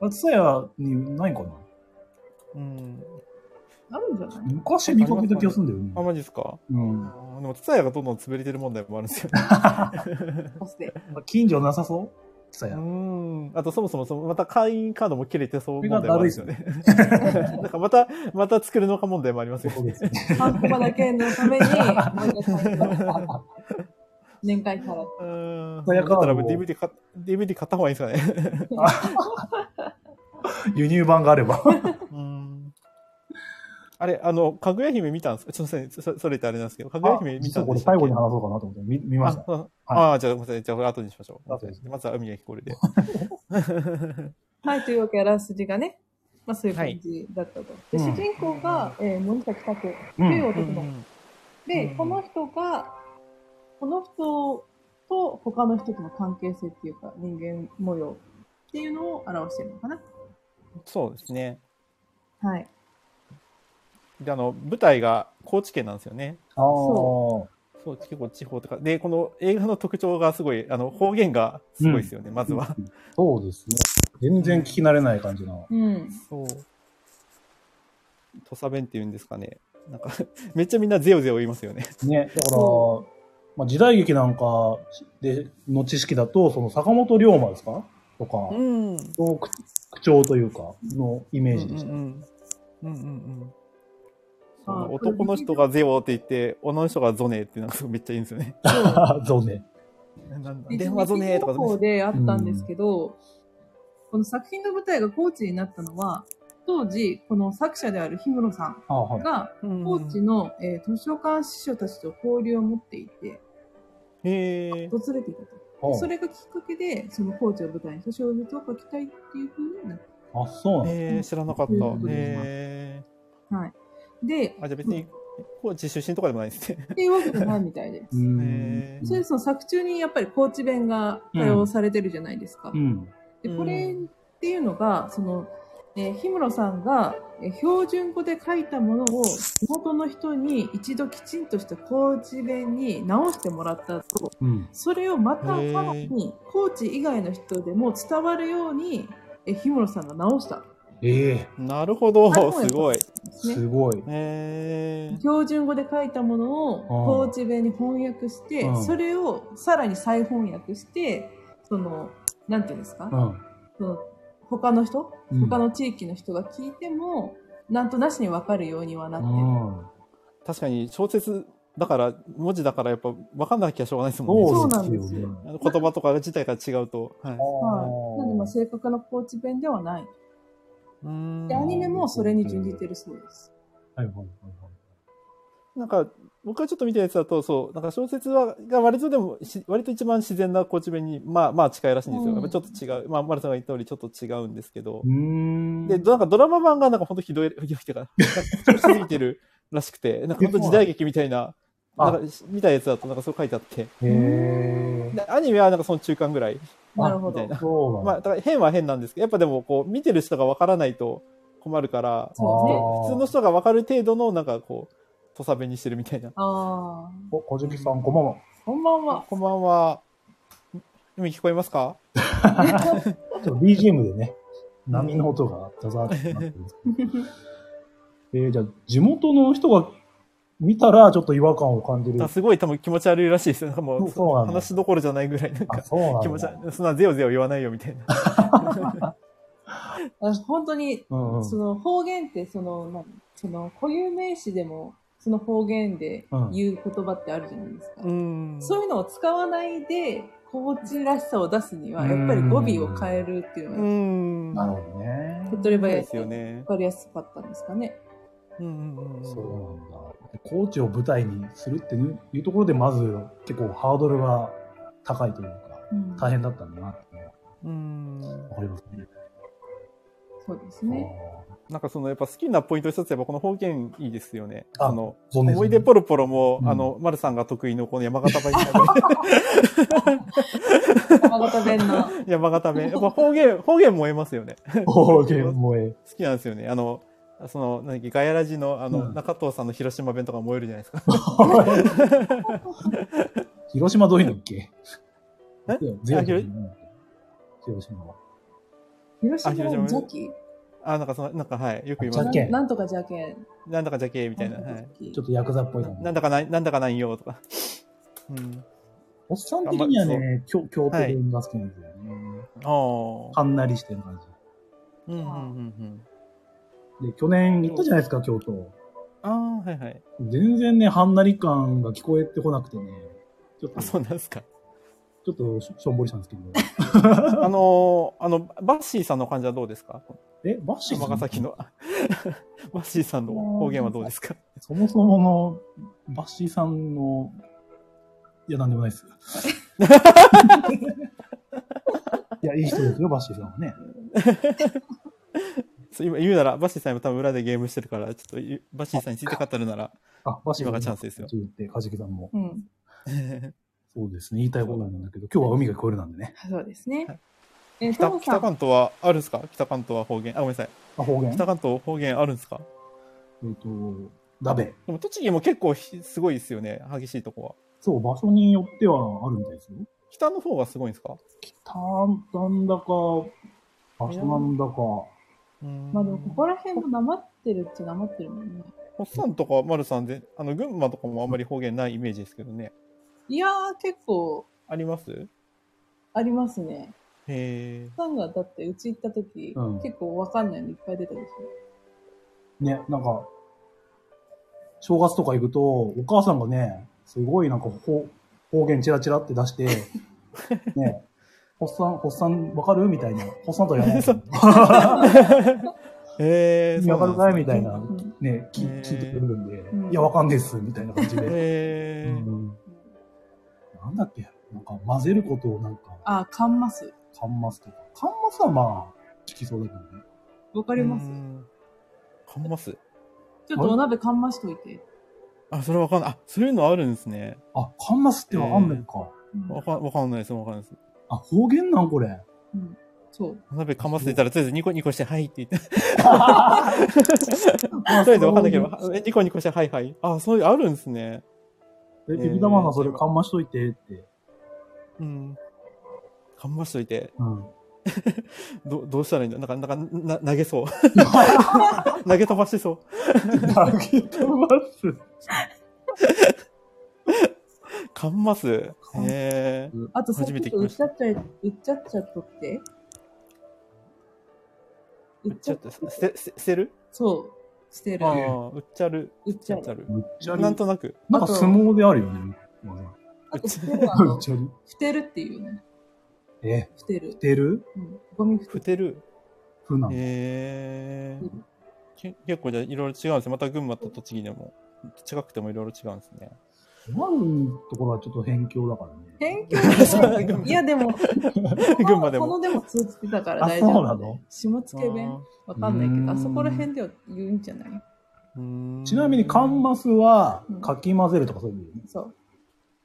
[SPEAKER 1] 松屋にないかな
[SPEAKER 3] うん。
[SPEAKER 2] あるんじゃない
[SPEAKER 1] 昔見かけた気がするんだ
[SPEAKER 3] あ、
[SPEAKER 1] よね。
[SPEAKER 3] マジですか
[SPEAKER 1] うん
[SPEAKER 3] あ。ーでも、ツタヤがどんどん潰れてる問題もあるんですよね。
[SPEAKER 2] ポスで。
[SPEAKER 1] 近所なさそう松
[SPEAKER 3] う
[SPEAKER 1] 屋。
[SPEAKER 3] ん。あと、そもそもそも、また会員カードも切れてそう問題もあるんですよね。なんか、また、また作るのか問題もありますよ
[SPEAKER 1] そうですね。
[SPEAKER 2] ハンコバだけのために、もう一回買った年会から。
[SPEAKER 3] うん。
[SPEAKER 1] ツタヤカードを
[SPEAKER 3] だったら DVD か、DVD 買った方がいいですかね。
[SPEAKER 1] 輸入版があれ ば。
[SPEAKER 3] うん。あれ、あの、かぐや姫見たんですかちょっとすいません、そそれってあれなんですけど、かぐや姫見
[SPEAKER 1] 実
[SPEAKER 3] たん
[SPEAKER 1] はこ
[SPEAKER 3] で
[SPEAKER 1] れ
[SPEAKER 3] すか
[SPEAKER 1] 最後に話そうかなと思って見見ました。
[SPEAKER 3] あ、ああ、じゃあごめんなさい。じゃあこれ後にしましょう。
[SPEAKER 1] 後です
[SPEAKER 3] まずは海が聞こえるで。
[SPEAKER 2] はい、というわけあらすじがね、まあそういう
[SPEAKER 3] は
[SPEAKER 2] 感
[SPEAKER 3] い
[SPEAKER 2] じだったと。で
[SPEAKER 1] うん
[SPEAKER 2] 主人公が、えー森崎拓
[SPEAKER 1] う。
[SPEAKER 2] というん男の子。で、
[SPEAKER 3] うん
[SPEAKER 2] この人が、この人と他の人との関係性っていうか、人間模様っていうのを表してるのかな。
[SPEAKER 3] そうですね。
[SPEAKER 2] はい。
[SPEAKER 3] で、あの、舞台が高知県なんですよね。
[SPEAKER 1] ああ。
[SPEAKER 3] そう、結構地方とか。で、この映画の特徴がすごい、あの、方言がすごいですよね、まずは。
[SPEAKER 1] そうですね。全然聞き慣れない感じの。
[SPEAKER 2] うん。
[SPEAKER 3] そう。土佐弁っていうんですかね。なんか、 めっちゃみんなゼオゼオ言いますよね。
[SPEAKER 1] ね、だから
[SPEAKER 2] そ、
[SPEAKER 1] まあ、時代劇なんかでの知識だと、その坂本龍馬ですかとか、
[SPEAKER 3] ん。うん
[SPEAKER 1] の口口調というか、のイメ
[SPEAKER 3] う
[SPEAKER 1] ー
[SPEAKER 3] んう
[SPEAKER 1] ジでした。
[SPEAKER 3] ん。うんうんうん。そ
[SPEAKER 2] あー
[SPEAKER 3] う男の人がゼオって言って、女の人がゾネってなんかすごいめっちゃいいんですよね。
[SPEAKER 1] そうね。
[SPEAKER 3] なんだ
[SPEAKER 2] で
[SPEAKER 3] 電話ゾネとか
[SPEAKER 2] 地方であったんですけど、この作品の舞台が高知になったのは、当時、この作者である氷室さ
[SPEAKER 1] あはい
[SPEAKER 2] ん。が、
[SPEAKER 3] コ
[SPEAKER 2] 高知の、えー図書館司書たちと交流を持っていて、
[SPEAKER 3] へえ。
[SPEAKER 2] 訪れていたと。
[SPEAKER 1] あ
[SPEAKER 2] それがきっかけで、その高知を舞台にした小説を書きたいっていう風になっ
[SPEAKER 1] あ、そうなんだ。
[SPEAKER 3] えー、知らなかった。
[SPEAKER 2] う
[SPEAKER 3] へ
[SPEAKER 2] んうん
[SPEAKER 3] え。
[SPEAKER 2] た。はい。で、
[SPEAKER 3] あ、じゃあ別に、高知出身とかでもないですね。
[SPEAKER 2] っていうわけじゃないみたいで
[SPEAKER 1] うん
[SPEAKER 3] へー
[SPEAKER 2] それでその作中にやっぱり高知弁が多用されてるじゃないですか。
[SPEAKER 1] うん。
[SPEAKER 2] で、これ
[SPEAKER 3] うん
[SPEAKER 2] っていうのが、その、えー、氷室さんが、えー標準語で書いたものを地元の人に一度きちんとした高知弁に直してもらったと、
[SPEAKER 1] うん。
[SPEAKER 2] それをまたさ
[SPEAKER 3] へー
[SPEAKER 2] らに高知以外の人でも伝わるように、えー、氷室さんが直したん
[SPEAKER 1] ええ
[SPEAKER 3] なるほど
[SPEAKER 2] あそう、なんだ
[SPEAKER 3] すごい。
[SPEAKER 2] ですね。
[SPEAKER 1] すごい。
[SPEAKER 3] へえ。
[SPEAKER 2] 標準語で書いたものを
[SPEAKER 1] うん
[SPEAKER 2] 高知弁に翻訳して、
[SPEAKER 1] うん
[SPEAKER 2] それをさらに再翻訳してそのなんていうんですか、
[SPEAKER 1] うん。
[SPEAKER 2] その他の人
[SPEAKER 1] うん
[SPEAKER 2] 他の地域の人が聞いても、なんとなしに分かるようにはなってる、
[SPEAKER 1] うん
[SPEAKER 3] 確かに小説だから、文字だからやっぱ分かんなきゃしょうがないですもんね。
[SPEAKER 1] そうな
[SPEAKER 2] う
[SPEAKER 1] ん
[SPEAKER 2] なん
[SPEAKER 1] で
[SPEAKER 2] ですす
[SPEAKER 1] よ
[SPEAKER 2] よ
[SPEAKER 1] ね。
[SPEAKER 3] あの言葉とか自体が違うと。は
[SPEAKER 2] は
[SPEAKER 3] い。
[SPEAKER 2] い、なのでまあ正確な高知弁ではない
[SPEAKER 3] うん
[SPEAKER 2] でアニメもそれに準じてるそうです、
[SPEAKER 1] はいはいはいはい。
[SPEAKER 3] なんか、僕がちょっと見たやつだと、そう、なんか小説は、が割とでも、し割と一番自然な高知弁に、まあまあ近いらしいんですよ。
[SPEAKER 2] うん
[SPEAKER 3] やっぱちょっと違う。まあ、丸さんが言った通りちょっと違うんですけど
[SPEAKER 1] う。ーん。
[SPEAKER 3] で、なんかドラマ版がなんかほんとひどい、ひどいっていうか、なんか続いてるらしくて、なんかほんと時代劇みたいな、
[SPEAKER 1] あ
[SPEAKER 3] なんか見たやつだとなんかそう書いてあって、
[SPEAKER 1] へえ。
[SPEAKER 3] でアニメはなんかその中間ぐらい。
[SPEAKER 1] あ
[SPEAKER 2] なるほ
[SPEAKER 3] みたい
[SPEAKER 2] ど
[SPEAKER 3] な
[SPEAKER 1] そうなんだ
[SPEAKER 3] まあ、だから変は変なんですけど、やっぱでもこう、見てる人がわからないと困るから、
[SPEAKER 2] そうですね
[SPEAKER 1] あー
[SPEAKER 3] 普通の人がわかる程度のなんかこう、土佐弁にしてるみたいな。
[SPEAKER 2] ああ
[SPEAKER 1] お、小じさん、こんばんは。
[SPEAKER 2] こんばんは
[SPEAKER 3] こんばんは。今聞こえますか
[SPEAKER 1] ちょっと BGM でね、波の音がザザーってなってるんですけど。えー、じゃあ、地元の人が見たら、ちょっと違和感を感じる
[SPEAKER 3] あ。すごい多分気持ち悪いらしいですよ。なんかもう、
[SPEAKER 1] そうなんだ
[SPEAKER 3] 話どころじゃないぐらい、なん
[SPEAKER 1] あ、
[SPEAKER 3] か、
[SPEAKER 1] そうなんだ。
[SPEAKER 3] 気持ち悪い。そんなゼヨゼヨ言わないよみたいな。
[SPEAKER 2] 私本当に
[SPEAKER 1] うんうん
[SPEAKER 2] その方言ってその何その固有名詞でもその方言で言う言葉ってあるじゃないですか、
[SPEAKER 3] うん。
[SPEAKER 2] そういうのを使わないで高知らしさを出すにはやっぱり語尾を変えるっていう
[SPEAKER 3] う
[SPEAKER 2] のが
[SPEAKER 3] ん。
[SPEAKER 1] なるほどね。
[SPEAKER 2] 手っ取り
[SPEAKER 3] そう
[SPEAKER 2] 早い
[SPEAKER 3] ですよね
[SPEAKER 2] 分。かりやすかったんですかね。
[SPEAKER 3] うんうんうん。
[SPEAKER 1] そうなんだ。コーチを舞台にするっていうところで、まず結構ハードルが高いというか、
[SPEAKER 2] うん
[SPEAKER 1] 大変だったんだなっていうのが
[SPEAKER 3] うん。
[SPEAKER 1] わかりますね。
[SPEAKER 2] そうですね。
[SPEAKER 1] あー
[SPEAKER 3] なんかそのやっぱ好きなポイント一つやっぱこの方言いいですよね。
[SPEAKER 1] あ
[SPEAKER 3] あの、
[SPEAKER 1] 存
[SPEAKER 3] 思い出ポロポロも、
[SPEAKER 1] うん
[SPEAKER 3] あの、丸さんが得意のこの山 形弁、
[SPEAKER 2] 山形弁の。
[SPEAKER 3] 山形弁、やっぱ方言、方言燃えますよね。
[SPEAKER 1] 方言萌え。
[SPEAKER 3] 好きなんですよね。あの、その、何だっけガヤラジの、あの、
[SPEAKER 1] うん
[SPEAKER 3] 中藤さんの広島弁とか燃えるじゃないですか。
[SPEAKER 1] 広島どういうのっけ
[SPEAKER 3] え
[SPEAKER 1] ゼロ
[SPEAKER 3] あ広い
[SPEAKER 1] 広島は。
[SPEAKER 2] 広島
[SPEAKER 3] あ広島
[SPEAKER 2] の
[SPEAKER 3] 弁
[SPEAKER 2] 邪気
[SPEAKER 3] あ、なんかその、なんかはい、よく言い
[SPEAKER 1] あ
[SPEAKER 3] ま
[SPEAKER 1] じ
[SPEAKER 3] す
[SPEAKER 1] ゃ。け
[SPEAKER 2] なんんなんとか邪気み
[SPEAKER 3] なんだかじゃけみたいな。はい。
[SPEAKER 1] ちょっとヤクザっぽいの
[SPEAKER 3] なんだかない、なんだかないよとか。うん。
[SPEAKER 1] おっさん的にはね、京京都弁が好きなんですよね。
[SPEAKER 3] ああ。
[SPEAKER 1] かんなりしてる感
[SPEAKER 3] うんうんうん
[SPEAKER 1] じ。で、去年行ったじゃないですか、京都。
[SPEAKER 3] うん。ああ、はいはい。
[SPEAKER 1] 全然ね、はんなり感が聞こえてこなくてね、ちょっ
[SPEAKER 3] あ、
[SPEAKER 1] と、ち
[SPEAKER 3] そ
[SPEAKER 1] ょ
[SPEAKER 3] うなんですか。
[SPEAKER 1] っとしょしょんぼりしたん ですけど。
[SPEAKER 3] あのーあの、バッシーさんの感じはどうですか
[SPEAKER 1] え、バッシーさん
[SPEAKER 3] 尼崎 の。バッシーさんの方言はどうですか
[SPEAKER 1] そもそもの、バッシーさんの、いや、なんでもない です。いや、いい人ですよ、バッシーさんはね。
[SPEAKER 3] そう今言うなら、バッシーさん今多分裏でゲームしてるから、ちょっと言うバッシーさんについて語るなら、
[SPEAKER 1] あ、バッシーさ
[SPEAKER 3] 今
[SPEAKER 1] ん
[SPEAKER 3] がチャンスですよ。
[SPEAKER 1] 言って、カジキさんも。
[SPEAKER 2] うん。
[SPEAKER 1] そうですね、言いたいことなんだけど、今日は海が聞こえるなんでね。
[SPEAKER 2] そうですね
[SPEAKER 3] はい。
[SPEAKER 2] えー、
[SPEAKER 3] 北
[SPEAKER 2] トモさ
[SPEAKER 3] 北
[SPEAKER 2] ん、
[SPEAKER 3] 関東はあるんすか北関東は方言。あ、ごめんなさい。
[SPEAKER 1] あ、方言えっ
[SPEAKER 3] 北関東方言あるんすか
[SPEAKER 1] と、ダベ。
[SPEAKER 3] でも栃木も結構ひすごいですよね。激しいとこは。
[SPEAKER 1] そう、場所によってはあるみたいですよ。
[SPEAKER 3] 北の方がすごいんですか
[SPEAKER 1] 北、なんだか、場所なんだか、
[SPEAKER 3] うん
[SPEAKER 2] まあでもここら辺もなまってるっちゃなまってるもんね。
[SPEAKER 3] おっさんとか丸さんで、あの、群馬とかもあんまり方言ないイメージですけどね。
[SPEAKER 2] いやー、結構
[SPEAKER 3] ありますへ
[SPEAKER 2] ありますね。
[SPEAKER 3] え。
[SPEAKER 2] さんがだってうち行った時、
[SPEAKER 1] うん
[SPEAKER 2] 結構わかんないのいっぱい出たでし
[SPEAKER 1] ね、なんか、正月とか行くと、お母さんがね、すごいなんか方方言チラチラって出して、ね、ほっさん、ほっさんわかるみたいな。ほっさんとは言わない。
[SPEAKER 3] そうへえ。
[SPEAKER 1] わかるかいみ
[SPEAKER 3] たい
[SPEAKER 1] たい
[SPEAKER 2] ょ。
[SPEAKER 1] な
[SPEAKER 2] う。ん
[SPEAKER 1] ね、聞
[SPEAKER 3] へー
[SPEAKER 1] 聞いてくれるんで、
[SPEAKER 2] うん
[SPEAKER 1] いや、わかんねえっす、みたいな感じ
[SPEAKER 3] な。
[SPEAKER 1] で。
[SPEAKER 3] へ
[SPEAKER 1] う
[SPEAKER 3] え。
[SPEAKER 1] んなんだっけなんか混ぜることをなんか、
[SPEAKER 2] あ、カンマス。
[SPEAKER 1] カンマスとか。カンマスはまあ、聞きそうだけどね。
[SPEAKER 2] わか
[SPEAKER 3] あ
[SPEAKER 2] ります、
[SPEAKER 3] かんます
[SPEAKER 2] ちょっとお鍋かんましといて。
[SPEAKER 3] あ、それわかんない。あ、そういうのあるんですね。
[SPEAKER 1] あ、カンマスってわかんないか。
[SPEAKER 2] うん
[SPEAKER 3] わかんわかんないです、わかんないです。
[SPEAKER 1] あ、方言なんこれ。
[SPEAKER 2] うんそう。
[SPEAKER 3] お鍋かますって言ったら、とりあえずニコニ コして、はいって言って。
[SPEAKER 1] あ
[SPEAKER 3] とりあえずわかんないけど、 えニコニコして、はいはい。あ、そういう、あるんですね。
[SPEAKER 1] え、ビビダマさんそれかんましといてって。
[SPEAKER 3] うん。かんましといて、
[SPEAKER 1] うん。
[SPEAKER 3] どどうしたらいいんだなんか、なんか、な投げそう。 投げ飛ばしそう。
[SPEAKER 1] 投げてます。
[SPEAKER 3] かんます。へ
[SPEAKER 1] ん
[SPEAKER 3] え。
[SPEAKER 2] あとさっ
[SPEAKER 3] 初めて
[SPEAKER 2] きと
[SPEAKER 3] 聞き
[SPEAKER 2] うっ
[SPEAKER 3] まし
[SPEAKER 2] ちゃっちゃい、うっちゃっちゃっとって。うっ
[SPEAKER 3] ち
[SPEAKER 2] ちゃ
[SPEAKER 3] ょっ
[SPEAKER 2] っ
[SPEAKER 3] と、捨て、捨て捨てる
[SPEAKER 2] そう。捨てる
[SPEAKER 3] あ。あ、うっちゃる。
[SPEAKER 2] うっちゃる。
[SPEAKER 3] ゃる。
[SPEAKER 1] むっちゃり。な
[SPEAKER 3] な
[SPEAKER 1] んんか
[SPEAKER 3] となく。
[SPEAKER 1] 相撲であるよね。む
[SPEAKER 2] あと捨てるはあ
[SPEAKER 1] っ
[SPEAKER 2] の、
[SPEAKER 1] ちゃり。
[SPEAKER 2] 捨てるっていうね。
[SPEAKER 1] え、
[SPEAKER 2] 捨てる
[SPEAKER 1] 捨。てる
[SPEAKER 2] うん。ゴミ捨て
[SPEAKER 3] ふてる。
[SPEAKER 1] ふなの。
[SPEAKER 3] へえ。け結構じゃあいろいろ違うんですね。また群馬と栃木でも、近くてもいろいろ違うんですね。
[SPEAKER 1] 今のところはちょっと辺境だからね。
[SPEAKER 2] 偏見いやでも、
[SPEAKER 3] 群馬で
[SPEAKER 2] こ
[SPEAKER 3] も。
[SPEAKER 2] のでも通じてたから
[SPEAKER 1] あ、
[SPEAKER 2] 大
[SPEAKER 1] そう
[SPEAKER 2] 丈夫。
[SPEAKER 1] なの
[SPEAKER 2] 下付弁わかんないけど、あそこら辺では言うんじゃない
[SPEAKER 3] うん
[SPEAKER 1] ちなみに、カンマスは
[SPEAKER 2] うん、
[SPEAKER 1] かき混ぜるとかそういう意味
[SPEAKER 2] そう。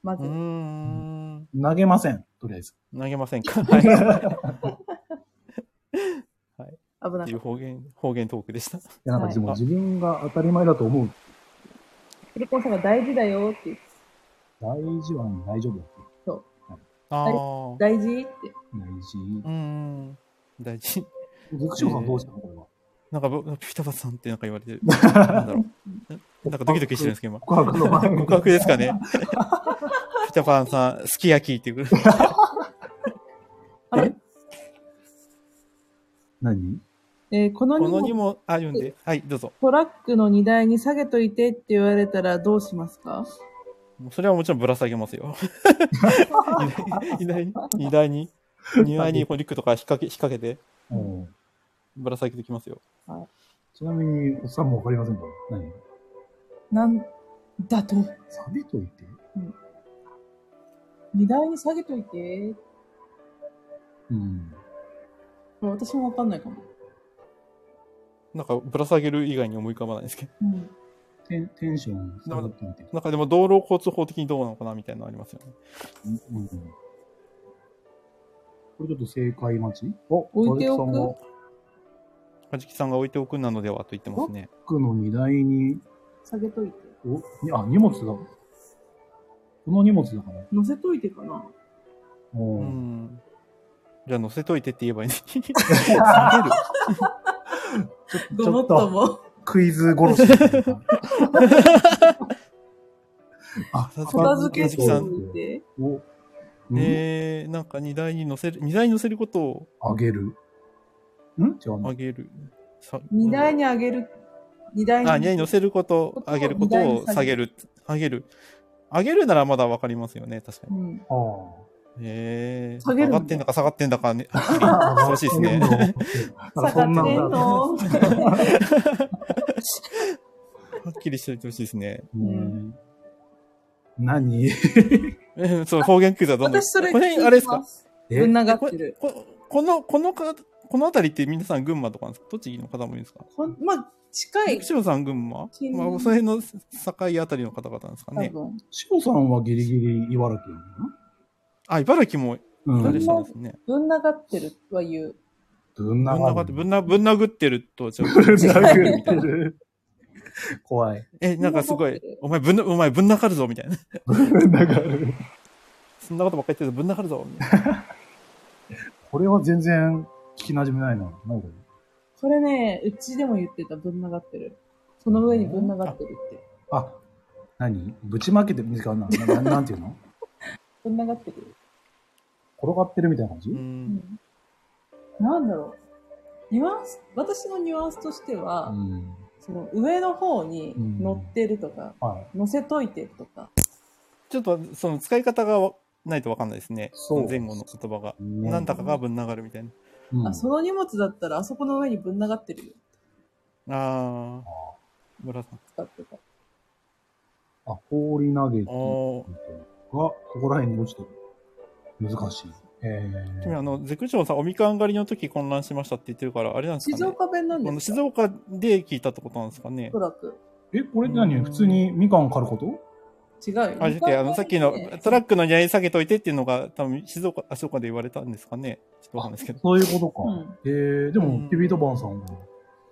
[SPEAKER 2] ま
[SPEAKER 3] う
[SPEAKER 2] ず、
[SPEAKER 3] ーん。
[SPEAKER 1] 投げません、とりあえず。
[SPEAKER 3] 投げません か。はい。
[SPEAKER 2] 危な
[SPEAKER 3] って
[SPEAKER 2] い
[SPEAKER 3] いう。方言、方言トークでした。
[SPEAKER 1] いや、なんかでも
[SPEAKER 3] はい
[SPEAKER 1] 自分が当たり前だと思う。
[SPEAKER 2] フルコンさんが大事だよって言って、
[SPEAKER 1] 大事はね大丈夫だって。
[SPEAKER 3] ああ。う
[SPEAKER 2] 大事っ
[SPEAKER 1] 大事。
[SPEAKER 2] て。
[SPEAKER 3] ーん。大事。
[SPEAKER 1] 陸上さんどうしたのこれは。
[SPEAKER 3] なんかぼ、ピタバさんってなんか言われて る。なんだろう。なんかドキドキしてるんですけど、今。
[SPEAKER 1] 告白の前に
[SPEAKER 3] 告白です かね。ピタパンさん、すき焼きっていう。
[SPEAKER 2] あれ
[SPEAKER 1] 何
[SPEAKER 2] えーこの
[SPEAKER 3] こ
[SPEAKER 2] 荷
[SPEAKER 3] の
[SPEAKER 2] 物
[SPEAKER 3] にも、あ、読んで。はい、どうぞ。
[SPEAKER 2] トラックの荷台に下げといてって言われたらどうしますか
[SPEAKER 3] もうそれはもちろんぶら下げます よ。荷台に、荷台に、荷台にこうリュックとか引っ掛け、引っ掛けて、
[SPEAKER 1] うん
[SPEAKER 3] ぶら下げてきますよ。
[SPEAKER 1] ちなみに、おっさんもわかりませんか何
[SPEAKER 2] なんだと。
[SPEAKER 1] 下げといて
[SPEAKER 2] 荷台に下げといて。
[SPEAKER 1] うん。
[SPEAKER 2] もう私もわかんないかも。
[SPEAKER 3] なんかぶら下げる以外に思い浮かばないですけど。
[SPEAKER 2] うん。
[SPEAKER 1] テンテンション下がってみて。
[SPEAKER 3] なんかでも道路交通法的にどうなのかなみたいなのありますよね。
[SPEAKER 1] うんうんこれちょっと正解待ちお、
[SPEAKER 2] 置いて
[SPEAKER 1] 佐々木さ
[SPEAKER 2] おく
[SPEAKER 1] んが
[SPEAKER 3] カジキさんが置いておくなのではと言ってますね。
[SPEAKER 1] バッグの荷台に、
[SPEAKER 2] 下げといて。
[SPEAKER 1] お、にあ、荷物だ。この荷物だから。
[SPEAKER 2] 乗せといてかな。
[SPEAKER 1] お
[SPEAKER 3] う
[SPEAKER 1] ー
[SPEAKER 3] ん。じゃあ乗せといてって言えばいいのに。下げる
[SPEAKER 2] ごもっとも。
[SPEAKER 1] クイズ殺しみたいな。あ、
[SPEAKER 2] 片付けしと
[SPEAKER 3] してお
[SPEAKER 2] いて。
[SPEAKER 1] お、ね、
[SPEAKER 3] えー、なんか荷台に乗せる、荷台に乗せることを
[SPEAKER 1] あげる。ん違う
[SPEAKER 3] あ
[SPEAKER 1] の
[SPEAKER 3] げる。さ
[SPEAKER 2] 荷台にあげる。荷台に。
[SPEAKER 3] あ、荷台に乗せること、あげることを下げる。あげる。あげるならまだわかりますよね、確か
[SPEAKER 2] う
[SPEAKER 3] に。
[SPEAKER 2] ん。
[SPEAKER 1] あ
[SPEAKER 3] へえ。
[SPEAKER 2] 下げるんだ
[SPEAKER 3] 上がってんだか下がってんだかね。
[SPEAKER 1] あ。
[SPEAKER 3] 恐ろしいですね。
[SPEAKER 2] 下がってんの
[SPEAKER 3] はっきりしておいてほしいですね。
[SPEAKER 1] ね何
[SPEAKER 3] えそう、方言クイズはどんどん。
[SPEAKER 2] 私それ
[SPEAKER 3] この辺、あれですか
[SPEAKER 1] え
[SPEAKER 2] ぶん流ってる。
[SPEAKER 3] ここの、このか、この辺りって皆さん群馬とかなんですか栃木の方もいいんですか
[SPEAKER 2] ほんまあ、近い。
[SPEAKER 3] 福島さん群馬まあ、そ
[SPEAKER 2] 近
[SPEAKER 3] の
[SPEAKER 2] 隣
[SPEAKER 3] 辺の境あたりの方々なんですか
[SPEAKER 2] 多
[SPEAKER 3] ね。
[SPEAKER 2] 分。
[SPEAKER 1] しおさんはギリギリ茨城な
[SPEAKER 3] あ、茨城も、
[SPEAKER 1] の
[SPEAKER 3] あ
[SPEAKER 1] かな
[SPEAKER 3] れ
[SPEAKER 1] う
[SPEAKER 3] し
[SPEAKER 1] ん。
[SPEAKER 3] たんですね。
[SPEAKER 2] ぶん流ってるは言う。
[SPEAKER 1] ぶん
[SPEAKER 3] ぶん殴って、ぶんな、ぶん殴ってると、ちょっ と。
[SPEAKER 1] ぶん殴ってる。怖い。
[SPEAKER 3] え、なんかすご
[SPEAKER 2] ぶん殴っ
[SPEAKER 3] い
[SPEAKER 2] てる、
[SPEAKER 3] お前ぶんな、お前ぶん殴るぞ、みたいな。
[SPEAKER 1] ぶん殴る。
[SPEAKER 3] そんなことばっかり言ってるとぶん殴るぞ、みたいな。
[SPEAKER 1] これは全然聞き馴染みないな。何これ
[SPEAKER 2] これね、うちでも言ってた、ぶん流ってる。その上にぶん流ってるって。
[SPEAKER 1] あ、何ぶちまけてみたいな。なななんていうの
[SPEAKER 2] ぶん流ってる。
[SPEAKER 1] 転がってるみたいな感じ、
[SPEAKER 3] うん。
[SPEAKER 2] なんだろう。ニュアンス、私のニュアンスとしては、
[SPEAKER 1] うん
[SPEAKER 2] その上の方に
[SPEAKER 1] うん
[SPEAKER 2] 乗ってるとか、
[SPEAKER 1] はい。
[SPEAKER 2] 乗せといてるとか、
[SPEAKER 3] ちょっと、その使い方がわないとわかんないですね。
[SPEAKER 1] そう
[SPEAKER 3] の前後の言葉が。
[SPEAKER 1] ね
[SPEAKER 3] なんだかがぶん殴るみたいな。
[SPEAKER 1] うん
[SPEAKER 2] あ、その荷物だったらあそこの上にぶん流ってるよ。
[SPEAKER 3] あー。村さん。
[SPEAKER 2] 使ってた。
[SPEAKER 1] あ、放り投げて、が、
[SPEAKER 3] あー。
[SPEAKER 1] ここら辺に落ちてる。難しい。え
[SPEAKER 3] 君
[SPEAKER 1] ー、
[SPEAKER 3] あの、ゼクションさん、おみかん狩りの時混乱しましたって言ってるから、あれなんですかね。
[SPEAKER 2] 静岡弁なん
[SPEAKER 3] こ
[SPEAKER 2] で
[SPEAKER 3] の
[SPEAKER 2] す
[SPEAKER 3] 静
[SPEAKER 2] か
[SPEAKER 3] 岡で聞いたってことなんですかね
[SPEAKER 2] おそ。らく。
[SPEAKER 1] え、これって何普通にみかんを狩ること
[SPEAKER 2] 違うよ。
[SPEAKER 3] あ、だって、あの、さっきの
[SPEAKER 2] ね
[SPEAKER 3] トラックの荷台下げといてっていうのが、多分静岡、あ、静岡で言われたんですかね。ちょっとわかんないですけど。
[SPEAKER 1] そういうことか。
[SPEAKER 2] うん
[SPEAKER 1] えー、で
[SPEAKER 3] うん
[SPEAKER 1] も、ピビートバンさんは、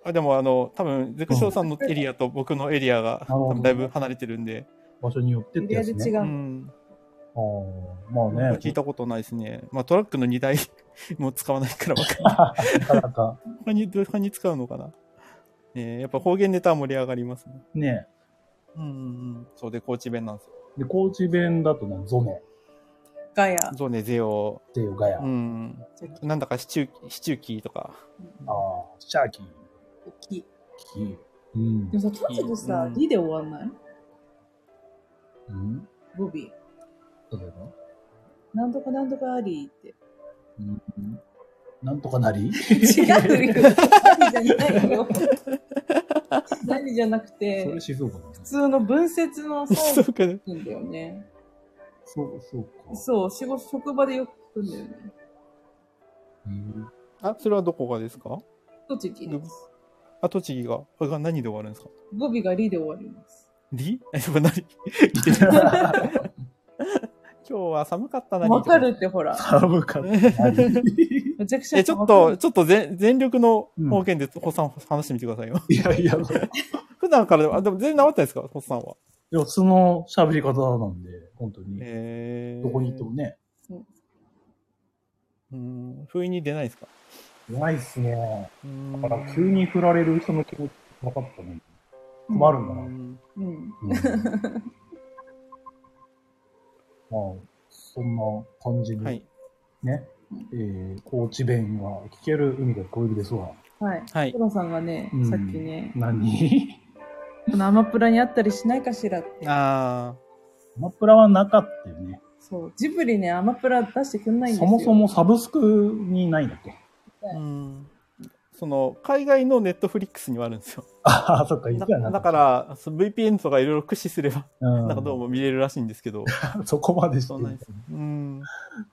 [SPEAKER 3] あ、でも、あの、多分、ゼクションさんのエリアと僕のエリアが、
[SPEAKER 1] なるほど
[SPEAKER 3] 多分だいぶ離れてるんで、
[SPEAKER 1] 場所によってっ
[SPEAKER 2] エ
[SPEAKER 1] て
[SPEAKER 2] リア
[SPEAKER 1] や
[SPEAKER 2] で
[SPEAKER 1] つ
[SPEAKER 2] 違
[SPEAKER 1] ね。
[SPEAKER 2] う。
[SPEAKER 3] うん。
[SPEAKER 1] ああ、まあね。
[SPEAKER 3] 聞いたことないですね。まあ、トラックの荷台も使わないからわかんない。
[SPEAKER 1] なかなか。
[SPEAKER 3] 他に、他に使うのかな。ねえやっぱ方言ネタは盛り上がりますね。
[SPEAKER 1] ね
[SPEAKER 3] うんうんうん。そうで、高知弁なんですよ。
[SPEAKER 1] で、高知弁だとね、ゾネ
[SPEAKER 2] ガヤ。
[SPEAKER 3] そうね、ゼオ。
[SPEAKER 1] っていうガヤ。
[SPEAKER 3] う
[SPEAKER 1] あ
[SPEAKER 3] ん。なんだかシチュー、シチューキーとか。
[SPEAKER 1] あ、シャーキー、
[SPEAKER 2] 木
[SPEAKER 1] キー。うん
[SPEAKER 2] で。もさ、ちょっとさ
[SPEAKER 3] う、ん
[SPEAKER 2] リで終わんない
[SPEAKER 1] うん
[SPEAKER 2] ボビー。
[SPEAKER 1] 例えば
[SPEAKER 2] なんとかなんとかありって。
[SPEAKER 1] うんうんなんとかなり
[SPEAKER 2] 違うよ。何じゃないよ。何じゃなく
[SPEAKER 1] そ
[SPEAKER 2] て
[SPEAKER 1] れ、静岡だね。
[SPEAKER 2] 普通の文節の最
[SPEAKER 3] そう
[SPEAKER 2] 後
[SPEAKER 3] かね。
[SPEAKER 2] なんだよね。
[SPEAKER 1] そう、 そうか。
[SPEAKER 2] そう、仕事、職場でよく聞くんだよね。
[SPEAKER 1] うん
[SPEAKER 3] あ、それはどこがですか
[SPEAKER 2] 栃木です。
[SPEAKER 3] あ、栃木が。これが何で終わるんですか
[SPEAKER 2] 語尾がリで終わります。
[SPEAKER 3] りえ、これ何今日は寒かったな、
[SPEAKER 2] わか
[SPEAKER 3] り
[SPEAKER 2] るってほら。
[SPEAKER 1] 寒か ったなり。
[SPEAKER 2] めちゃくちゃ。
[SPEAKER 3] え、ちょっと、、ちょっと全全力の
[SPEAKER 1] うん
[SPEAKER 3] 方言で、ホッさん話してみてくださいよ。
[SPEAKER 1] いやいや、
[SPEAKER 3] 普段からでも、あ、でも全然治ったんですかホッさんは。
[SPEAKER 1] 四つの喋り方なんで、本当に。
[SPEAKER 3] えー。
[SPEAKER 1] どこに行ってもね。
[SPEAKER 3] うん、不意に出ないですか
[SPEAKER 1] ないっすね。
[SPEAKER 3] うん。
[SPEAKER 1] だから急に振られる人の気持ち分かったね。困るんだな。
[SPEAKER 3] うん
[SPEAKER 2] うん。
[SPEAKER 1] うん まあ、そんな感じに、
[SPEAKER 3] はい。
[SPEAKER 1] ね。えー、高知弁が聞ける海が恋人ですわ。
[SPEAKER 2] はい。
[SPEAKER 3] はい
[SPEAKER 2] ト。ロさんがね、
[SPEAKER 1] うん
[SPEAKER 2] さっきね、
[SPEAKER 1] 何
[SPEAKER 2] このアマプラにあったりしないかしらって。
[SPEAKER 3] あ
[SPEAKER 1] アマプラはなかったよね。
[SPEAKER 2] そう。ジブリね、アマプラ出してくんないんです
[SPEAKER 1] そ
[SPEAKER 2] よ。
[SPEAKER 1] もそもサブスクにないんだっけ
[SPEAKER 3] ー。うん。その、海外のネットフリックスにはあるんですよ。
[SPEAKER 1] ああ、そっか、言ってたよな
[SPEAKER 3] だだから、その VPN とかいろいろ駆使すれば、
[SPEAKER 1] うん
[SPEAKER 3] なんかどうも見れるらしいんですけど、
[SPEAKER 1] そこまでして
[SPEAKER 3] そう
[SPEAKER 1] る
[SPEAKER 3] なんです。うん。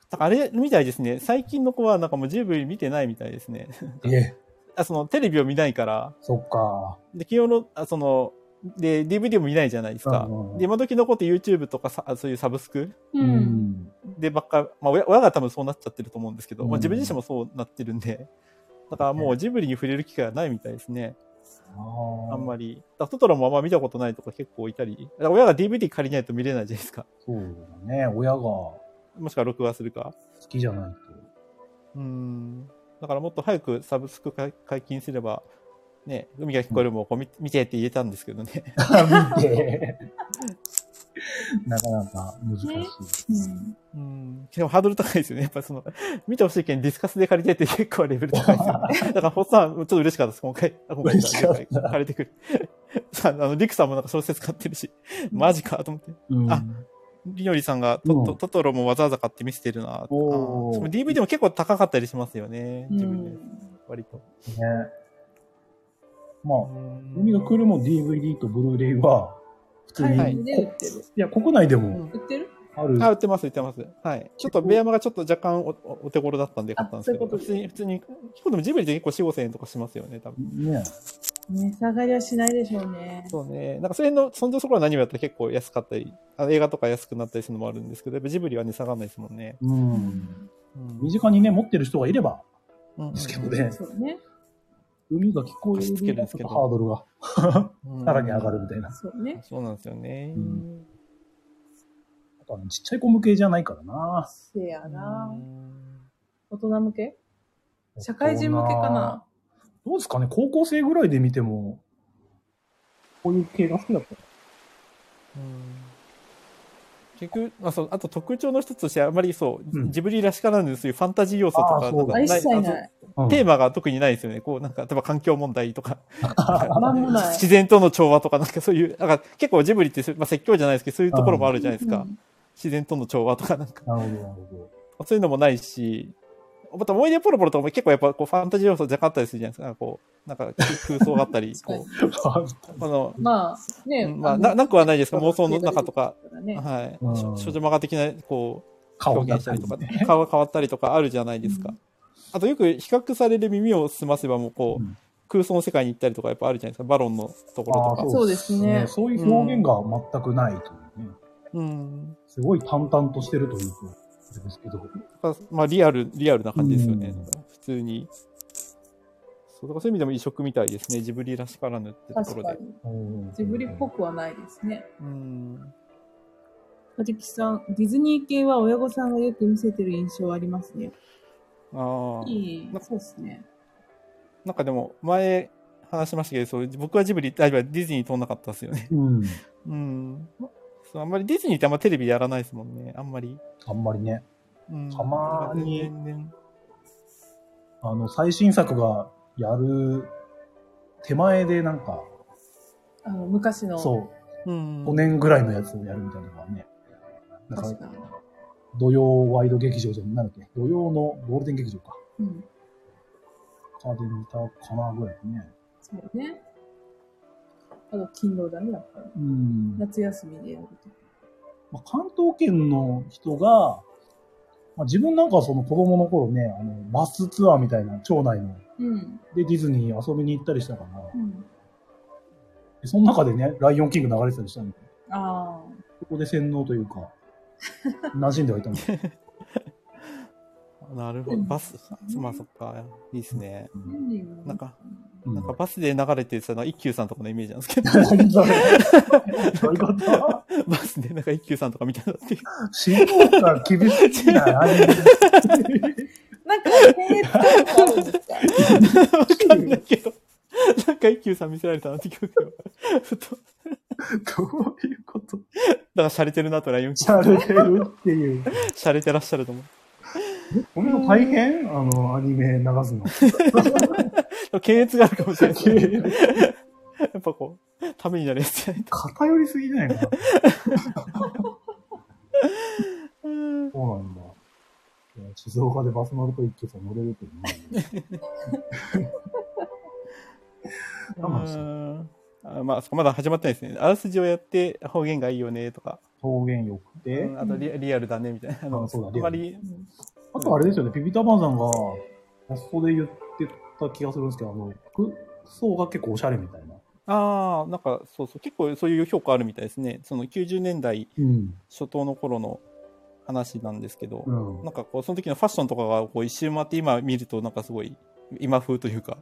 [SPEAKER 3] だからあれみたいですね。最近の子はなんかもうジブリ見てないみたいですね。
[SPEAKER 1] ええ、
[SPEAKER 3] あそのテレビを見ないから、
[SPEAKER 1] そっか。
[SPEAKER 3] で、基本の、あその、で、DVD も見ないじゃないですか
[SPEAKER 1] うんうんう。ん
[SPEAKER 3] で、今時のこと YouTube とかさ、あそういうサブスク
[SPEAKER 2] う。
[SPEAKER 1] うんん。
[SPEAKER 3] でばっか、まあ親、親が多分そうなっちゃってると思うんですけど、
[SPEAKER 1] うん
[SPEAKER 3] まあ自分自身もそうなってるんで、だからもうジブリに触れる機会はないみたいですね。あ
[SPEAKER 1] あ
[SPEAKER 3] んま
[SPEAKER 1] り。
[SPEAKER 3] り。だからトトロもあんま見たことないとか結構いたり、だから親が DVD 借りないと見れないじゃないですか。
[SPEAKER 1] そうだね。親が好
[SPEAKER 3] もしくは録画するか。
[SPEAKER 1] きじゃないと。
[SPEAKER 3] うん。だからもっと早くサブスク解解禁すれば、ね、海が聞こえるもこう見見てって言えたんですけどね。
[SPEAKER 1] 見て。なかなか難しい。
[SPEAKER 2] うん
[SPEAKER 3] うん。でもハードル高いですよね。やっぱその、見てほしいけんディスカスで借りてって結構レベル高いですよね。だからホッサン、ちょっと嬉しかったです。今回、あ今回
[SPEAKER 1] 嬉しかった
[SPEAKER 3] 借りてくる。さあの、リクさんもなんか小説買ってるし、マジかと思って。
[SPEAKER 1] うん
[SPEAKER 3] ありのりさんがト,、
[SPEAKER 1] うん
[SPEAKER 3] トトトロもわざわざ買って見せてるなとか
[SPEAKER 1] おー
[SPEAKER 3] しかも DVD も結構高かったりしますよね。
[SPEAKER 2] う
[SPEAKER 3] 自分で
[SPEAKER 2] ん。
[SPEAKER 3] 割と。
[SPEAKER 1] ね。まあ、海
[SPEAKER 3] 海
[SPEAKER 1] が来るも DVD とブルーレイは、普通に、
[SPEAKER 2] 海
[SPEAKER 1] い、
[SPEAKER 2] 外で売ってる。
[SPEAKER 1] や、国内でも
[SPEAKER 2] 売ってる
[SPEAKER 1] ある。
[SPEAKER 3] あ、売ってます、売ってます。はい。ちょっと、ベアマがちょっと若干おおお手頃だったんで買ったんですけど、
[SPEAKER 2] あそういうこと
[SPEAKER 3] 普通に、普通に、結構でもジブリで結構4、5千円とかしますよね、多分。
[SPEAKER 1] ね
[SPEAKER 2] 値下がりはしないでしょうね。
[SPEAKER 3] そうね。なんか、それの、そんじょそこら何をやったら結構安かったり、あの映画とか安くなったりするのもあるんですけど、やっぱジブリは値下がらないですもんね。
[SPEAKER 1] うん。
[SPEAKER 3] うん
[SPEAKER 1] 身近にね、持ってる人がいれば、
[SPEAKER 3] うん
[SPEAKER 1] ですけどね。
[SPEAKER 2] そうね。
[SPEAKER 1] 海が聞こえ
[SPEAKER 3] 貸し付け
[SPEAKER 1] る
[SPEAKER 3] るん
[SPEAKER 1] と
[SPEAKER 3] です
[SPEAKER 1] ち
[SPEAKER 3] け
[SPEAKER 1] ょっ
[SPEAKER 3] ど
[SPEAKER 1] とハードルが
[SPEAKER 3] うん
[SPEAKER 1] さらに上がるみたいな。
[SPEAKER 2] そうね。
[SPEAKER 3] そうなんですよね。
[SPEAKER 1] うんあとはね、ちっちゃい子向けじゃないからな。
[SPEAKER 2] せやな
[SPEAKER 3] う。ん
[SPEAKER 2] 大人向け社会人向けかな
[SPEAKER 1] どうですかね、高校生ぐらいで見ても、こういう系が好きだった。
[SPEAKER 3] 結局、まあ、そうあと特徴の一つとして、あまりそう、
[SPEAKER 1] うん
[SPEAKER 3] ジブリらしからぬそういうファンタジー要素と
[SPEAKER 1] あー
[SPEAKER 3] か
[SPEAKER 1] そうだ
[SPEAKER 2] あ、
[SPEAKER 3] ん
[SPEAKER 2] 一
[SPEAKER 3] か
[SPEAKER 2] 切
[SPEAKER 3] あ
[SPEAKER 2] ない。
[SPEAKER 1] う
[SPEAKER 3] と
[SPEAKER 1] ん
[SPEAKER 3] テーマが特にないですよね。こう、なんか、例えば環境問題とか、
[SPEAKER 2] なんもない。
[SPEAKER 3] 自然との調和とか、なんかそういう、なんか結構ジブリってそう、まあ、説教じゃないですけど、そういうところもあるじゃないですか。自然との調和とか、なんか、
[SPEAKER 1] なるほど、なるほ
[SPEAKER 3] そういうのもないし、また思い出ポロポロとかも結構やっぱこうファンタジー要素若干あったりするじゃないですか。なんかこう、なんか空想があっ たり、こう、
[SPEAKER 1] ど。
[SPEAKER 3] あの、
[SPEAKER 2] まあ、ね、
[SPEAKER 3] うんまあ、ななくはないですか、妄想の中とか。
[SPEAKER 2] ね。
[SPEAKER 3] はい
[SPEAKER 1] うん。
[SPEAKER 3] しょ少女漫画的な、こう、
[SPEAKER 1] 顔
[SPEAKER 3] 表
[SPEAKER 1] が
[SPEAKER 3] 現したりとか、顔が変わったりとかあるじゃないです
[SPEAKER 2] う
[SPEAKER 3] か。あとよく比較される耳を澄ませばもうこう、
[SPEAKER 1] うん
[SPEAKER 3] 空想の世界に行ったりとかやっぱあるじゃないですか。バロンのところ
[SPEAKER 1] あ
[SPEAKER 3] と
[SPEAKER 1] ー
[SPEAKER 3] か。
[SPEAKER 2] そうですね。
[SPEAKER 1] そういう表現が全くないというね。
[SPEAKER 3] うん。
[SPEAKER 1] すごい淡々としてるというと、あれですけど。
[SPEAKER 3] だからまあリアル、リアルな感じですよね。
[SPEAKER 1] うん
[SPEAKER 3] 普通に。そうだからそういう意味でも異色みたいですね。ジブリらしからぬってとこ
[SPEAKER 2] 確
[SPEAKER 3] ろ
[SPEAKER 2] か
[SPEAKER 3] で。
[SPEAKER 2] に。
[SPEAKER 1] うん
[SPEAKER 2] ジブリっぽくはないですね。
[SPEAKER 3] うん。
[SPEAKER 2] かじきさん、ディズニー系は親御さんがよく見せてる印象ありますね。
[SPEAKER 3] ああ。
[SPEAKER 2] いい
[SPEAKER 3] なん。か
[SPEAKER 2] そうですね。
[SPEAKER 3] なんかでも、前話しましたけど、そう僕はジブリ、あ、いやディズニー通んなかったですよね。
[SPEAKER 1] うん。
[SPEAKER 3] うん。そうあんまりディズニーってあんまテレビやらないですもんね。あんまり。
[SPEAKER 1] あんまりね。
[SPEAKER 3] うん、
[SPEAKER 1] たまーに
[SPEAKER 3] 全然
[SPEAKER 1] あの、最新作がやる手前でなんか、
[SPEAKER 2] あの、昔の。
[SPEAKER 1] そうう、
[SPEAKER 3] ん。
[SPEAKER 1] 5年ぐらいのやつをやるみたいなのがね。なん
[SPEAKER 2] 確
[SPEAKER 1] か、
[SPEAKER 2] かに。
[SPEAKER 1] 土曜ワイド劇場じゃなんだっけ土曜のゴールデン劇場か。
[SPEAKER 2] うん。
[SPEAKER 1] かで見たかなぐらいね。
[SPEAKER 2] そうね。あと、勤労だね、やっぱり。
[SPEAKER 1] うん。
[SPEAKER 2] 夏休みでやると。
[SPEAKER 1] まあ、関東圏の人が、まあ、自分なんかはその子供の頃ね、あの、バスツアーみたいな、町内の、
[SPEAKER 2] うん。
[SPEAKER 1] で、ディズニー遊びに行ったりしたから、
[SPEAKER 2] うん。
[SPEAKER 1] でその中でね、ライオンキング流れてたりしたんで、
[SPEAKER 2] あ
[SPEAKER 1] そこで洗脳というか、馴染んではいたんですけ
[SPEAKER 3] なるほど。バス、まあそっか。いいですね。
[SPEAKER 2] あ。何人
[SPEAKER 3] なんか、
[SPEAKER 1] ど。
[SPEAKER 3] なんかバスで流れてるさ、なんか一休さんとかのイメージなんです けど、
[SPEAKER 1] うん、何それどういうこと
[SPEAKER 3] バスでなんか一休さんとかみたいになってる。
[SPEAKER 1] 進行が厳しいな、アニメ。
[SPEAKER 2] なんか、検閲とかあるんですか
[SPEAKER 3] わかんないけど、なんか一休さん見せられたなって曲が、ふと、だか
[SPEAKER 1] どういうこと
[SPEAKER 3] ら洒落てるなとライオンキン
[SPEAKER 1] しゃれてるっていう。
[SPEAKER 3] グ洒落てらっしゃると思う。
[SPEAKER 1] こんな大変あの、アニメ流すの。
[SPEAKER 3] でも検閲があるかもしれ ないですね。やっぱこう、ためになるやつじゃないと。
[SPEAKER 1] 偏りすぎじゃないかな。
[SPEAKER 3] うん
[SPEAKER 1] そうなんだ。いや静岡でバス乗ると一気さ乗れるけどね。我慢して
[SPEAKER 3] あまあ、そこまだ始まってないですね。あらすじをやって方言がいいよねとか、
[SPEAKER 1] 表現よくて
[SPEAKER 3] う。んあとリリアルだねみたいな。あの
[SPEAKER 1] あそうだ
[SPEAKER 3] あんまり
[SPEAKER 1] あとあれですよね、ピピタパンさんが、キャストで言ってった気がするんですけど、あの、服装が結構おしゃれみたいな。
[SPEAKER 3] ああ、なんかそうそう、結構そういう評価あるみたいですね。その90年代
[SPEAKER 1] うん。
[SPEAKER 3] 初頭の頃の話なんですけど、
[SPEAKER 1] うん。
[SPEAKER 3] なんかこう、その時のファッションとかがこう一周回って今見ると、なんかすごい今風というか、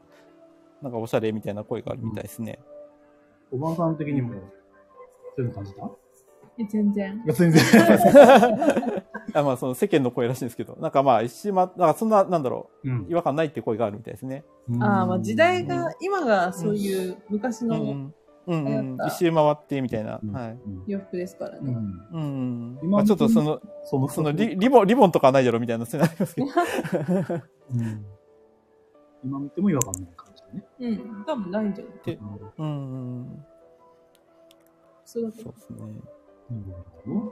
[SPEAKER 3] なんかおしゃれみたいな声があるみたいですね。
[SPEAKER 1] おばあさん的にも、そういうの感じたい
[SPEAKER 2] え全然。
[SPEAKER 1] や、全然。
[SPEAKER 3] あまあ、その世間の声らしいんですけど、なんかまあ一周回って、なんかそんな、なんだろ
[SPEAKER 1] う
[SPEAKER 3] う、
[SPEAKER 1] ん
[SPEAKER 3] 違。和感ないって声があるみたいですね。
[SPEAKER 2] ああ、まあ時代が、
[SPEAKER 3] う
[SPEAKER 2] 今がそういう昔
[SPEAKER 3] うんう
[SPEAKER 2] の
[SPEAKER 3] ん。うんうん
[SPEAKER 2] あやった
[SPEAKER 3] 一周回ってみたいな。
[SPEAKER 1] うん、
[SPEAKER 3] はい。
[SPEAKER 1] うん
[SPEAKER 2] 洋服ですから
[SPEAKER 1] う
[SPEAKER 2] ね。
[SPEAKER 1] ん。
[SPEAKER 3] うんうん。
[SPEAKER 1] 今
[SPEAKER 3] まあちょっとその、
[SPEAKER 1] その、
[SPEAKER 3] そのリリボン、リボンとかはないだろうみたいな、そういうのありますけど。
[SPEAKER 1] うん今見ても違和感ない感じだね。
[SPEAKER 2] うん、多分ないんじゃない
[SPEAKER 3] えうんうんうん。
[SPEAKER 2] 普通だと
[SPEAKER 3] そうですね。
[SPEAKER 1] うん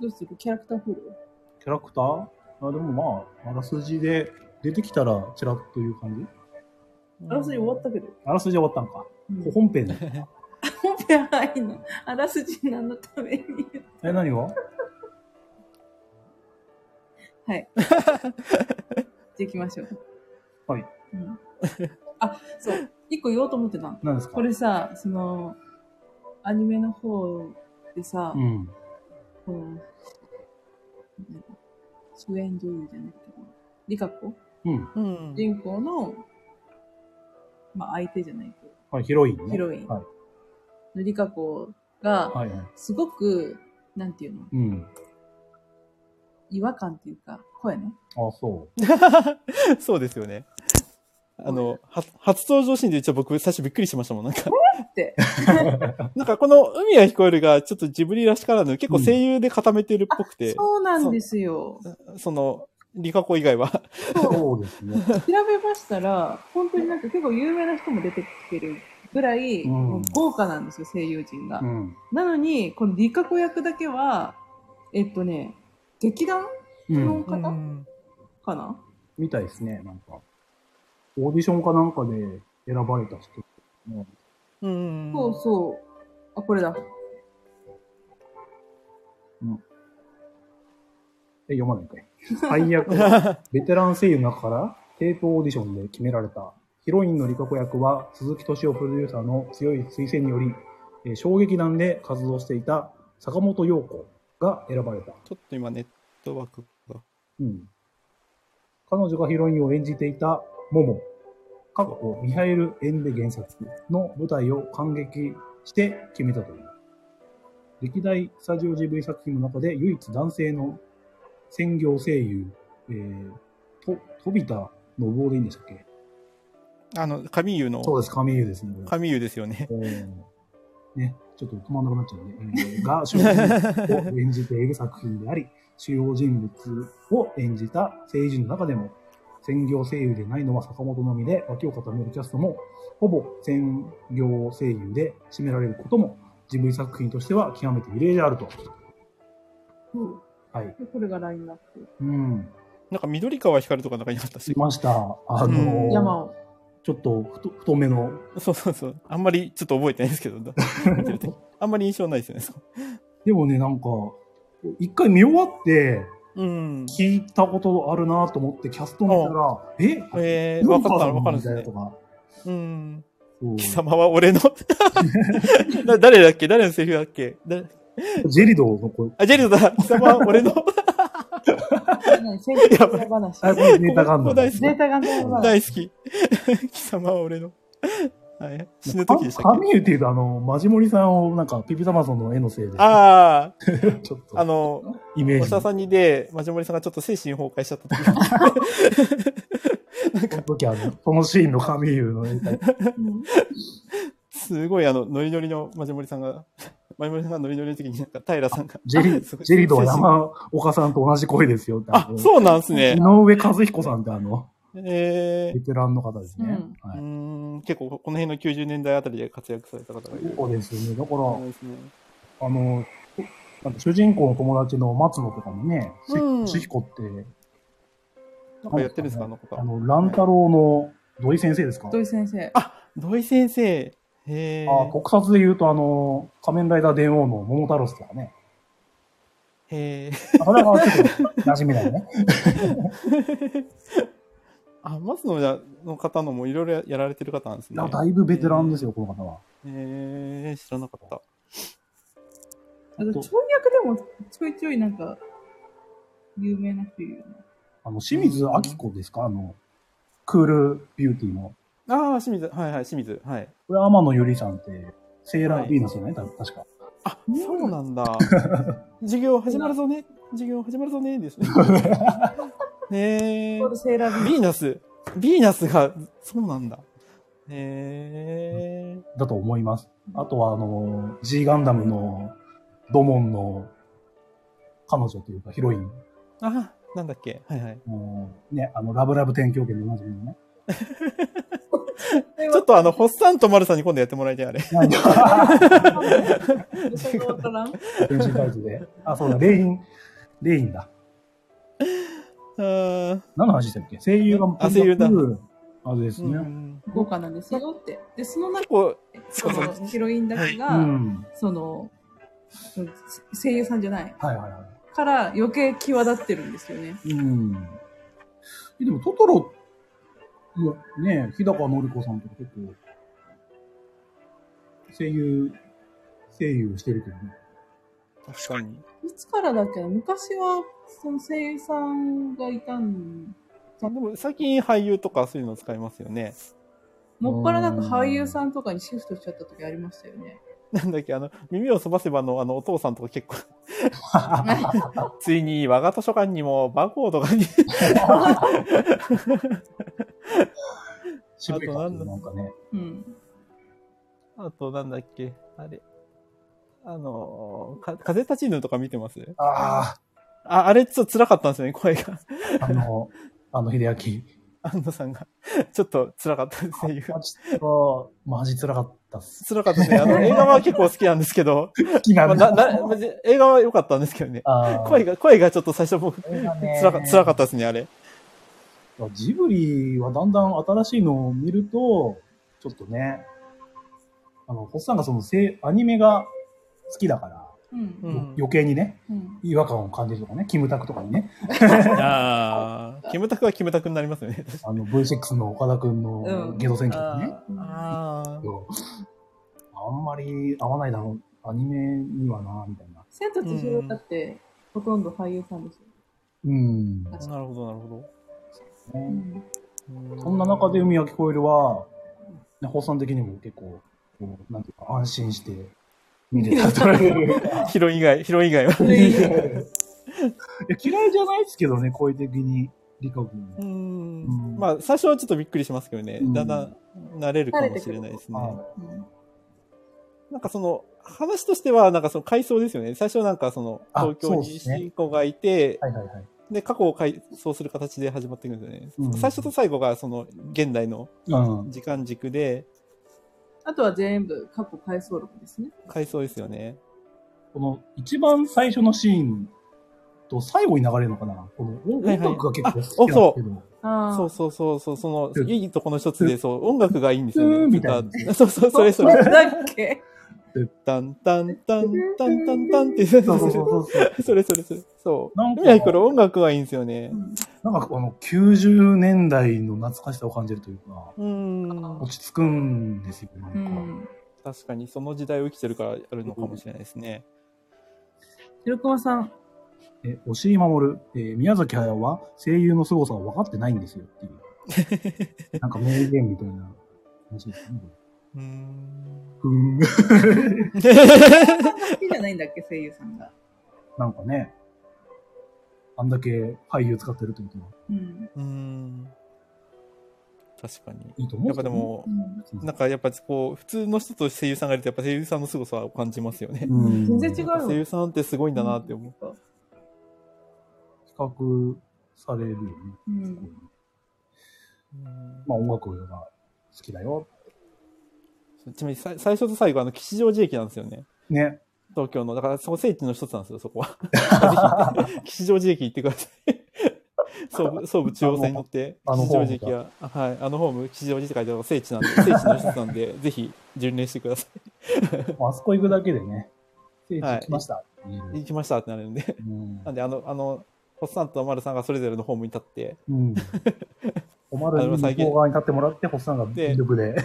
[SPEAKER 2] どうするキャラクターフォロ
[SPEAKER 1] キャラクターあでもまあ、あらすじで出てきたらちらっという感じ
[SPEAKER 2] ーあらすじ終わったけど。
[SPEAKER 1] あらすじ終わったんか。
[SPEAKER 2] うん
[SPEAKER 1] 本編の。
[SPEAKER 2] 本編入んの。あらすじ何のために。
[SPEAKER 1] え、何が
[SPEAKER 2] じゃあ行きましょう。
[SPEAKER 1] はい。
[SPEAKER 2] うん、あ、そう。一個言おうと思ってたの。
[SPEAKER 1] 何ですか
[SPEAKER 2] これさ、その、アニメの方でさ、
[SPEAKER 1] うん。
[SPEAKER 2] この、なんだろう主演女優じゃなくて、リカコ
[SPEAKER 1] うん。
[SPEAKER 3] うん。
[SPEAKER 2] 人口の、まあ相手じゃないけ
[SPEAKER 1] はい、ヒロイン
[SPEAKER 2] ど、
[SPEAKER 1] ね。
[SPEAKER 2] ヒロイン
[SPEAKER 1] はい
[SPEAKER 2] のリカコが、
[SPEAKER 1] はいはい。
[SPEAKER 2] すごく、なんていうの、
[SPEAKER 1] うん。
[SPEAKER 2] 違和感っていうか、声ね。
[SPEAKER 1] あ、そ
[SPEAKER 3] そうですよね。あの、は初登場シーンで一応僕最初びっくりしましたもん。なんか、
[SPEAKER 2] って。
[SPEAKER 3] なんかこの海は聞こえるが、ちょっとジブリらしからぬ、結構声優で固めてるっぽくて、
[SPEAKER 2] そうなんですよ。
[SPEAKER 3] その、リカコ以外は。
[SPEAKER 1] う。そうです ね。
[SPEAKER 2] 調べましたら、本当になんか結構有名な人も出てきてるぐらい、
[SPEAKER 1] うん
[SPEAKER 2] もう豪華なんですよ、声優陣が。
[SPEAKER 1] うん。
[SPEAKER 2] なのに、このリカコ役だけは、えっとね、劇団
[SPEAKER 1] う
[SPEAKER 2] の
[SPEAKER 1] ん。
[SPEAKER 2] 方かな、
[SPEAKER 1] みたいですね、なんか。オーディションかなんかで選ばれた人。ね
[SPEAKER 3] うん。
[SPEAKER 2] そうそう。あ、これだ。
[SPEAKER 1] え、読まないかい。配役はベテラン声優の中からテープオーディションで決められたヒロインのリカ子役は鈴木敏夫プロデューサーの強い推薦により、えー小劇団で活動していた坂本陽子が選ばれた。
[SPEAKER 3] ちょっと今ネットワークが。
[SPEAKER 1] うん。彼女がヒロインを演じていたモモ、過去ミハエル・エンデ原作の舞台を感激して決めたという。歴代スタジオジブリ作品の中で唯一男性の専業声優、えー、と、飛田信夫でいいんでしたっけ
[SPEAKER 3] あの、神湯の、
[SPEAKER 1] そうです、神優ですね。こ
[SPEAKER 3] 神湯ですよね。
[SPEAKER 1] れうんね、ちょっと止まんなくなっちゃうん で、えーが主人を演じている作品であり、主要人物を演じた声優陣の中でも、専業声優でないのは坂本のみで、脇を固めるキャストも、ほぼ専業声優で占められることも、ジブリ作品としては極めて異例であると。
[SPEAKER 2] うん
[SPEAKER 1] はい。
[SPEAKER 2] でこれがラインナップ。
[SPEAKER 1] うん。
[SPEAKER 3] なんか緑川光とかなんかいなかった
[SPEAKER 1] し
[SPEAKER 3] し。
[SPEAKER 1] ました。あの
[SPEAKER 3] うん
[SPEAKER 2] 山を。
[SPEAKER 1] ちょっと太太めの、
[SPEAKER 3] そうそうそう。あんまりちょっと覚えてないですけど、見てる時あんまり印象ないですよね。そう
[SPEAKER 1] でもね、なんか、一回見終わって、
[SPEAKER 3] うん。
[SPEAKER 1] 聞いたことあるなと思ってキャスト見たら、え
[SPEAKER 3] えー、
[SPEAKER 1] 文
[SPEAKER 3] 分か
[SPEAKER 1] 化
[SPEAKER 3] った
[SPEAKER 1] さ
[SPEAKER 3] ら
[SPEAKER 1] ん
[SPEAKER 3] 分かるん
[SPEAKER 1] み
[SPEAKER 3] で
[SPEAKER 1] たい
[SPEAKER 3] す
[SPEAKER 1] な
[SPEAKER 3] ね
[SPEAKER 1] と。か。
[SPEAKER 3] うん。
[SPEAKER 1] そう
[SPEAKER 3] 貴様は俺の な誰だっけ誰のセリフだっけ誰
[SPEAKER 1] ジェリドの声。
[SPEAKER 3] あ、ジェルドだ貴様は俺の
[SPEAKER 2] 何選挙の話。
[SPEAKER 1] あ、これネタがあるの。
[SPEAKER 3] ここ大好き
[SPEAKER 2] データが全部
[SPEAKER 3] 大好き。 貴様は俺の。はい、死ぬ時でしたっけ
[SPEAKER 1] 神湯っていうと、あの、マジモリさんをなんか、ピピタマソンの絵のせいで、
[SPEAKER 3] あ
[SPEAKER 1] ちょっ
[SPEAKER 3] あ、あ
[SPEAKER 1] と
[SPEAKER 3] の、
[SPEAKER 1] イメー
[SPEAKER 3] お
[SPEAKER 1] ジ。
[SPEAKER 3] 医者さんにで、マジモリさんがちょっと精神崩壊しちゃった
[SPEAKER 1] そ
[SPEAKER 3] 時
[SPEAKER 1] の時あの、そのシーンの神湯 の絵が
[SPEAKER 2] うん
[SPEAKER 3] すごいあの、ノリノリのマジモリさんが、 マジモリさんがノリノリの時になんか、平さんが。
[SPEAKER 1] ジェリ、ジェリドは山岡さんと同じ声ですよって。
[SPEAKER 3] あ、
[SPEAKER 1] の
[SPEAKER 3] そうなんですね
[SPEAKER 1] 井。上和彦さんってあの、
[SPEAKER 3] え
[SPEAKER 1] ベテランの方ですね。
[SPEAKER 2] う
[SPEAKER 3] ー、う
[SPEAKER 1] はい。
[SPEAKER 3] ーん、結構この辺の90年代あたりで活躍された方がいる。
[SPEAKER 1] そうですよね。だから、
[SPEAKER 3] そうですね。
[SPEAKER 1] あの、なんか主人公の友達の松野とかもね、
[SPEAKER 3] うん
[SPEAKER 1] しひこって、
[SPEAKER 3] なんかやってるんですか、あの
[SPEAKER 1] あ
[SPEAKER 3] 方。
[SPEAKER 1] の、乱太郎の土井先生ですか、
[SPEAKER 2] 土井先生。
[SPEAKER 3] 土井先生。へえ。
[SPEAKER 1] あ特撮で言うと、あの、仮面ライダー電王の桃太郎さんとかね。
[SPEAKER 3] へえ。
[SPEAKER 1] あそれはちょっと馴染みないね。
[SPEAKER 3] あ、松野の方のもいろいろやられてる方なんですね。
[SPEAKER 1] だいぶベテランですよ、この方は。
[SPEAKER 3] えー、知らなかった。
[SPEAKER 2] あ
[SPEAKER 1] あ
[SPEAKER 2] の、
[SPEAKER 1] と
[SPEAKER 2] ちょい役でもちょいちょいなんか、有名な人いるよね。
[SPEAKER 1] あの、清水明子ですかあの、クールビューティーの。
[SPEAKER 3] ああ、清水、はいはい、清水、はい。
[SPEAKER 1] これ天野ゆりさんって、セーラービーナスじゃない、た確か。
[SPEAKER 3] あ、
[SPEAKER 2] うん
[SPEAKER 3] そうなん だ。授業始まるぞね。授業始まるぞ ね。ですね。ねえ
[SPEAKER 2] こ。れセーラービー
[SPEAKER 3] ビーナス。ビーナスが、そうなんだ。ねえ。
[SPEAKER 1] だと思います。あとは、あの、G ガンダムのドモンの彼女というかヒロイン。
[SPEAKER 3] あ、なんだっけ。はいはい。
[SPEAKER 1] もうね、あの、ラブラブ天狂犬でおなじみの ね。
[SPEAKER 2] ち
[SPEAKER 3] ちょっとあの、ホッサンとマルさんに今度やってもらいたい、あれ。
[SPEAKER 2] わからん。
[SPEAKER 1] 変身タイツで。あ、そうだ、レイン、レインだ。
[SPEAKER 3] あー
[SPEAKER 1] 何の話したっけ声優が
[SPEAKER 3] あ声優だ
[SPEAKER 1] あれです
[SPEAKER 3] う
[SPEAKER 1] ね。
[SPEAKER 3] ん。
[SPEAKER 2] 豪華なんですよって。で、その中
[SPEAKER 3] 結構、
[SPEAKER 2] で、その
[SPEAKER 3] そう
[SPEAKER 2] ヒロインだけが、
[SPEAKER 1] うん。
[SPEAKER 2] その、うん声優さんじゃない。
[SPEAKER 1] はいはいは
[SPEAKER 2] から余計際立ってるんですよね。
[SPEAKER 1] い。うん。えでも、トトロもね、日高のり子さんとか結構、声優、声優してるけどね。
[SPEAKER 3] 確かに。
[SPEAKER 2] いつからだっけな昔は、その声優さんがいたん、
[SPEAKER 3] でも、最近俳優とかそういうの使いますよね。
[SPEAKER 2] もっぱらなんか俳優さんとかにシフトしちゃった時ありましたよね。
[SPEAKER 3] なんだっけ、あの、耳をそばせばの、あの、お父さんとか結構。 ついに、我が図書館にも、バーコードがに、
[SPEAKER 1] 渋い
[SPEAKER 3] あとな
[SPEAKER 1] 感じ
[SPEAKER 3] ん
[SPEAKER 1] で
[SPEAKER 3] だ
[SPEAKER 1] なんかね。
[SPEAKER 2] うん。
[SPEAKER 3] あと、なんだっけ、あれ。あの、か風立ちぬとか見てます
[SPEAKER 1] あ
[SPEAKER 3] あ、あれ、ちょっと辛かったんですよね、声が。
[SPEAKER 1] あ、あの、あの、秀明。
[SPEAKER 3] 安野さんが。 ちょっと辛かったですね。
[SPEAKER 1] マジと、マジ辛かったっす。
[SPEAKER 3] 辛かったですね。あ の、映画は結構好きなんですけど、
[SPEAKER 1] 好き
[SPEAKER 3] ま
[SPEAKER 1] な
[SPEAKER 3] あ、
[SPEAKER 1] ん
[SPEAKER 3] な
[SPEAKER 1] だ。
[SPEAKER 3] な別に映画は良かったんですけどね。
[SPEAKER 1] あー
[SPEAKER 3] 声が、声がちょっと最初僕、
[SPEAKER 1] これがね
[SPEAKER 3] 辛か辛かったですね、あれ。
[SPEAKER 1] ジブリはだんだん新しいのを見ると、ちょっとね、あの、ホッサンがそのせい、アニメが好きだから、
[SPEAKER 2] うん。
[SPEAKER 3] う
[SPEAKER 2] うんん。
[SPEAKER 1] よ余計にね、
[SPEAKER 2] うん。
[SPEAKER 1] 違和感を感じるとかね、キムタクとかにね、
[SPEAKER 3] あ あ、キムタクはキムタクになりますよね。
[SPEAKER 1] あの、V6 の岡田くん
[SPEAKER 2] う
[SPEAKER 1] の
[SPEAKER 2] ん
[SPEAKER 1] ゲド戦記とかね、
[SPEAKER 3] あーあー。
[SPEAKER 1] そうあんまり合わないだろう、アニメにはな、みたいな。
[SPEAKER 2] 千と千尋だって、ほとんど俳優さんですよ。
[SPEAKER 1] うん。ね
[SPEAKER 3] なるほど、なるほど。
[SPEAKER 2] うん。
[SPEAKER 1] そんな中で海は聞こえるは、ね、ホッサン的にも結構、こうなんていうか、安心して見てたというか。
[SPEAKER 3] ヒロイン以外、ヒロイン以外は。
[SPEAKER 2] それ以
[SPEAKER 1] いや
[SPEAKER 2] 外
[SPEAKER 1] 嫌いじゃないですけどね、声的に、理科君。
[SPEAKER 3] うんまあ、最初はちょっとびっくりしますけどね
[SPEAKER 1] う。ん
[SPEAKER 3] だんだん慣れるかもしれないですね。
[SPEAKER 1] あ
[SPEAKER 3] なんかその、話としては、なんかその回想ですよね。最初なんかその、
[SPEAKER 1] あ
[SPEAKER 3] 東京
[SPEAKER 1] そう
[SPEAKER 3] に
[SPEAKER 1] ですね
[SPEAKER 3] 新子がいて、
[SPEAKER 1] はいはいはい。
[SPEAKER 3] で、過去を回想する形で始まっていくんですよね。
[SPEAKER 1] うん
[SPEAKER 3] 最初と最後がその、現代の
[SPEAKER 1] うん。
[SPEAKER 3] 時間軸で、
[SPEAKER 2] あとは全部過去回想録ですね。
[SPEAKER 3] 回想ですよね。
[SPEAKER 1] この一番最初のシーンと最後に流れるのかなこの音
[SPEAKER 3] はい
[SPEAKER 1] 音
[SPEAKER 3] はい
[SPEAKER 1] 楽が結構好きなんですけど。
[SPEAKER 2] ああ。
[SPEAKER 3] そうそうそう、そうそ
[SPEAKER 1] うん
[SPEAKER 3] の、いいとこの一つで、そう、音楽がいいんですよ
[SPEAKER 1] う
[SPEAKER 3] ね。
[SPEAKER 1] んみたいな
[SPEAKER 3] なんかそうそう、それそ
[SPEAKER 2] な
[SPEAKER 3] れ。
[SPEAKER 2] んだっけ
[SPEAKER 3] タンタンタンタンタンタンって、そ
[SPEAKER 1] そうそうそう そう。
[SPEAKER 3] それそれそれ。そう。
[SPEAKER 1] なん
[SPEAKER 3] 未
[SPEAKER 1] か
[SPEAKER 3] 来から音楽がいいんですよね。
[SPEAKER 1] なんかこの90年代の懐かしさを感じるというか、
[SPEAKER 3] うん。
[SPEAKER 1] 落ち着くんですよ、なん
[SPEAKER 2] う
[SPEAKER 1] か。
[SPEAKER 2] ん。
[SPEAKER 3] 確かにその時代を生きてるからあるのかもしれないですね。
[SPEAKER 2] 白熊さん。
[SPEAKER 1] え、押井守、えー宮崎駿は声優の凄さを分かってないんですよってい う。なんか名言みたいな話ですね。
[SPEAKER 3] うーん。
[SPEAKER 1] ふーん。
[SPEAKER 2] 好きじゃないんだっけ声優さんが。
[SPEAKER 1] なんかね、あんだけ俳優使ってるってことは
[SPEAKER 2] うん。
[SPEAKER 3] うーん。確かに。
[SPEAKER 1] いいと思
[SPEAKER 3] や
[SPEAKER 1] う
[SPEAKER 3] っ
[SPEAKER 1] んすけど
[SPEAKER 3] ぱで
[SPEAKER 1] ね、
[SPEAKER 3] も
[SPEAKER 2] う、ん
[SPEAKER 3] なんかやっぱこう、普通の人と声優さんがいると、やっぱ声優さんの凄さを感じますよね。
[SPEAKER 1] うん
[SPEAKER 2] 全然違うよ。
[SPEAKER 3] 声優さんってすごいんだなって思う。
[SPEAKER 1] 比較されるよね。
[SPEAKER 2] うん。
[SPEAKER 3] うん
[SPEAKER 1] まあ音楽が好きだよ。
[SPEAKER 3] ちなみにさい最初と最後、あの、吉祥寺駅なんですよね。
[SPEAKER 1] ね。
[SPEAKER 3] 東京の。だから、そこ聖地の一つなんですよ、そこは。 ぜひ、吉祥寺駅行ってくださ い。総武、総武中央線に乗って、
[SPEAKER 1] あの
[SPEAKER 3] 吉祥寺駅は、あはい、あのホーム、吉祥寺って書いてある聖地なん で、聖地の一つなんで、ぜひ、巡礼してくださ
[SPEAKER 1] あそこ行くだけでね、聖地来ましたって言え
[SPEAKER 3] い。
[SPEAKER 1] る。
[SPEAKER 3] 行きましたってなるんで。
[SPEAKER 1] うん
[SPEAKER 3] なんで、あの、あの、ホッサンとマルさんがそれぞれのホームに立って、
[SPEAKER 1] うん。おまるに向こう側に立ってもらって、ホッサンが全力で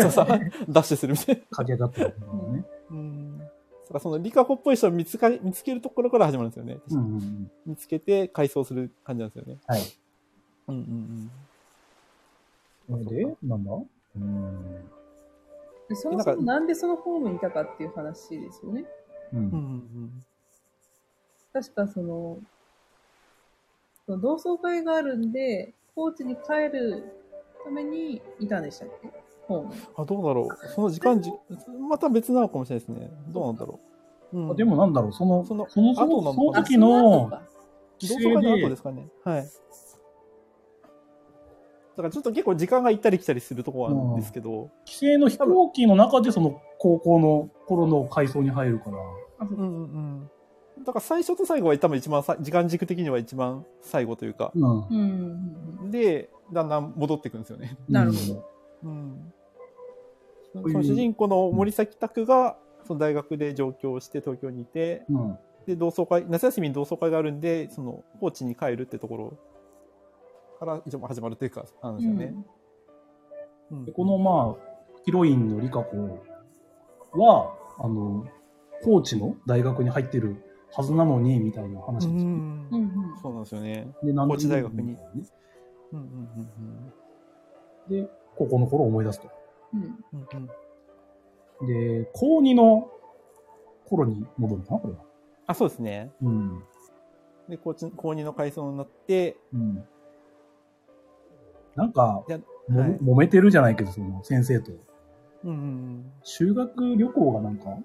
[SPEAKER 3] そう そうダッシュするみたいな。
[SPEAKER 1] 駆け上がってるのね。
[SPEAKER 3] うん。だからそのリカ子っぽい人を見つかり、見つけるところから始まるんですよね。
[SPEAKER 1] うんうんうん。
[SPEAKER 3] 見つけて改装する感じなんですよね。
[SPEAKER 1] はい。
[SPEAKER 3] うんうんうん。
[SPEAKER 1] で、なんだうん。
[SPEAKER 2] でそもそもなんでそのホームにいたかっていう話ですよね。
[SPEAKER 1] う
[SPEAKER 3] うん
[SPEAKER 1] ん。
[SPEAKER 3] うん
[SPEAKER 2] 確かその、その同窓会があるんで、高知に帰るためにいたんでしたっけホームに。
[SPEAKER 3] うん。あ、どうだろう。その時間じ、また別なのかもしれないですね。どうなんだろう。うん、
[SPEAKER 1] あでもなんだろう、その、そ
[SPEAKER 3] そ
[SPEAKER 1] の
[SPEAKER 3] の、
[SPEAKER 1] その、そ
[SPEAKER 3] 後
[SPEAKER 1] の
[SPEAKER 3] なのか
[SPEAKER 1] その
[SPEAKER 3] な
[SPEAKER 1] 時
[SPEAKER 2] そ
[SPEAKER 1] の
[SPEAKER 2] う、か
[SPEAKER 3] 同窓会の後ですかね。はい。だからちょっと結構時間が行ったり来たりするとこはあるんですけど、
[SPEAKER 1] 規制の飛行機の中でその高校の頃の階層に入るから。
[SPEAKER 2] あそうか
[SPEAKER 3] うんうんうん。だから最初と最後は多分一番さ、時間軸的には一番最後というか、
[SPEAKER 1] うん
[SPEAKER 2] う。んうんうん。
[SPEAKER 3] で、だんだん戻っていくんですよね。
[SPEAKER 2] なるほ
[SPEAKER 3] うん。そ
[SPEAKER 1] こういう
[SPEAKER 3] の主人公の森崎拓が、その大学で上京して東京にいて、
[SPEAKER 1] ど。うん。
[SPEAKER 3] で、同窓会、夏休みに同窓会があるんで、その、高知に帰るってところから一応始まるというか、なんですよね。うん
[SPEAKER 1] でこの、まあ、ヒロインのリカ子は、あの、高知の大学に入ってるはずなのに、みたいな話です
[SPEAKER 3] う
[SPEAKER 1] よね。
[SPEAKER 3] ん
[SPEAKER 2] うん。うん
[SPEAKER 3] そうなんですよね。
[SPEAKER 1] で、なんで
[SPEAKER 3] 高知大学に。
[SPEAKER 1] ね
[SPEAKER 3] うんうんうん
[SPEAKER 1] で、高校の頃を思い出すと。
[SPEAKER 2] うん。うん。
[SPEAKER 3] うん。うんうん
[SPEAKER 1] で、高2の頃に戻るのかな、これは。
[SPEAKER 3] あ、そうですね。
[SPEAKER 1] うん。
[SPEAKER 3] で、高知、高二の階層になって、
[SPEAKER 1] うん。なんか、
[SPEAKER 3] いや
[SPEAKER 1] も
[SPEAKER 3] はい
[SPEAKER 1] 揉めてるじゃないけど、その先生と。
[SPEAKER 3] うんうんうん。
[SPEAKER 1] 修学旅行がなんか、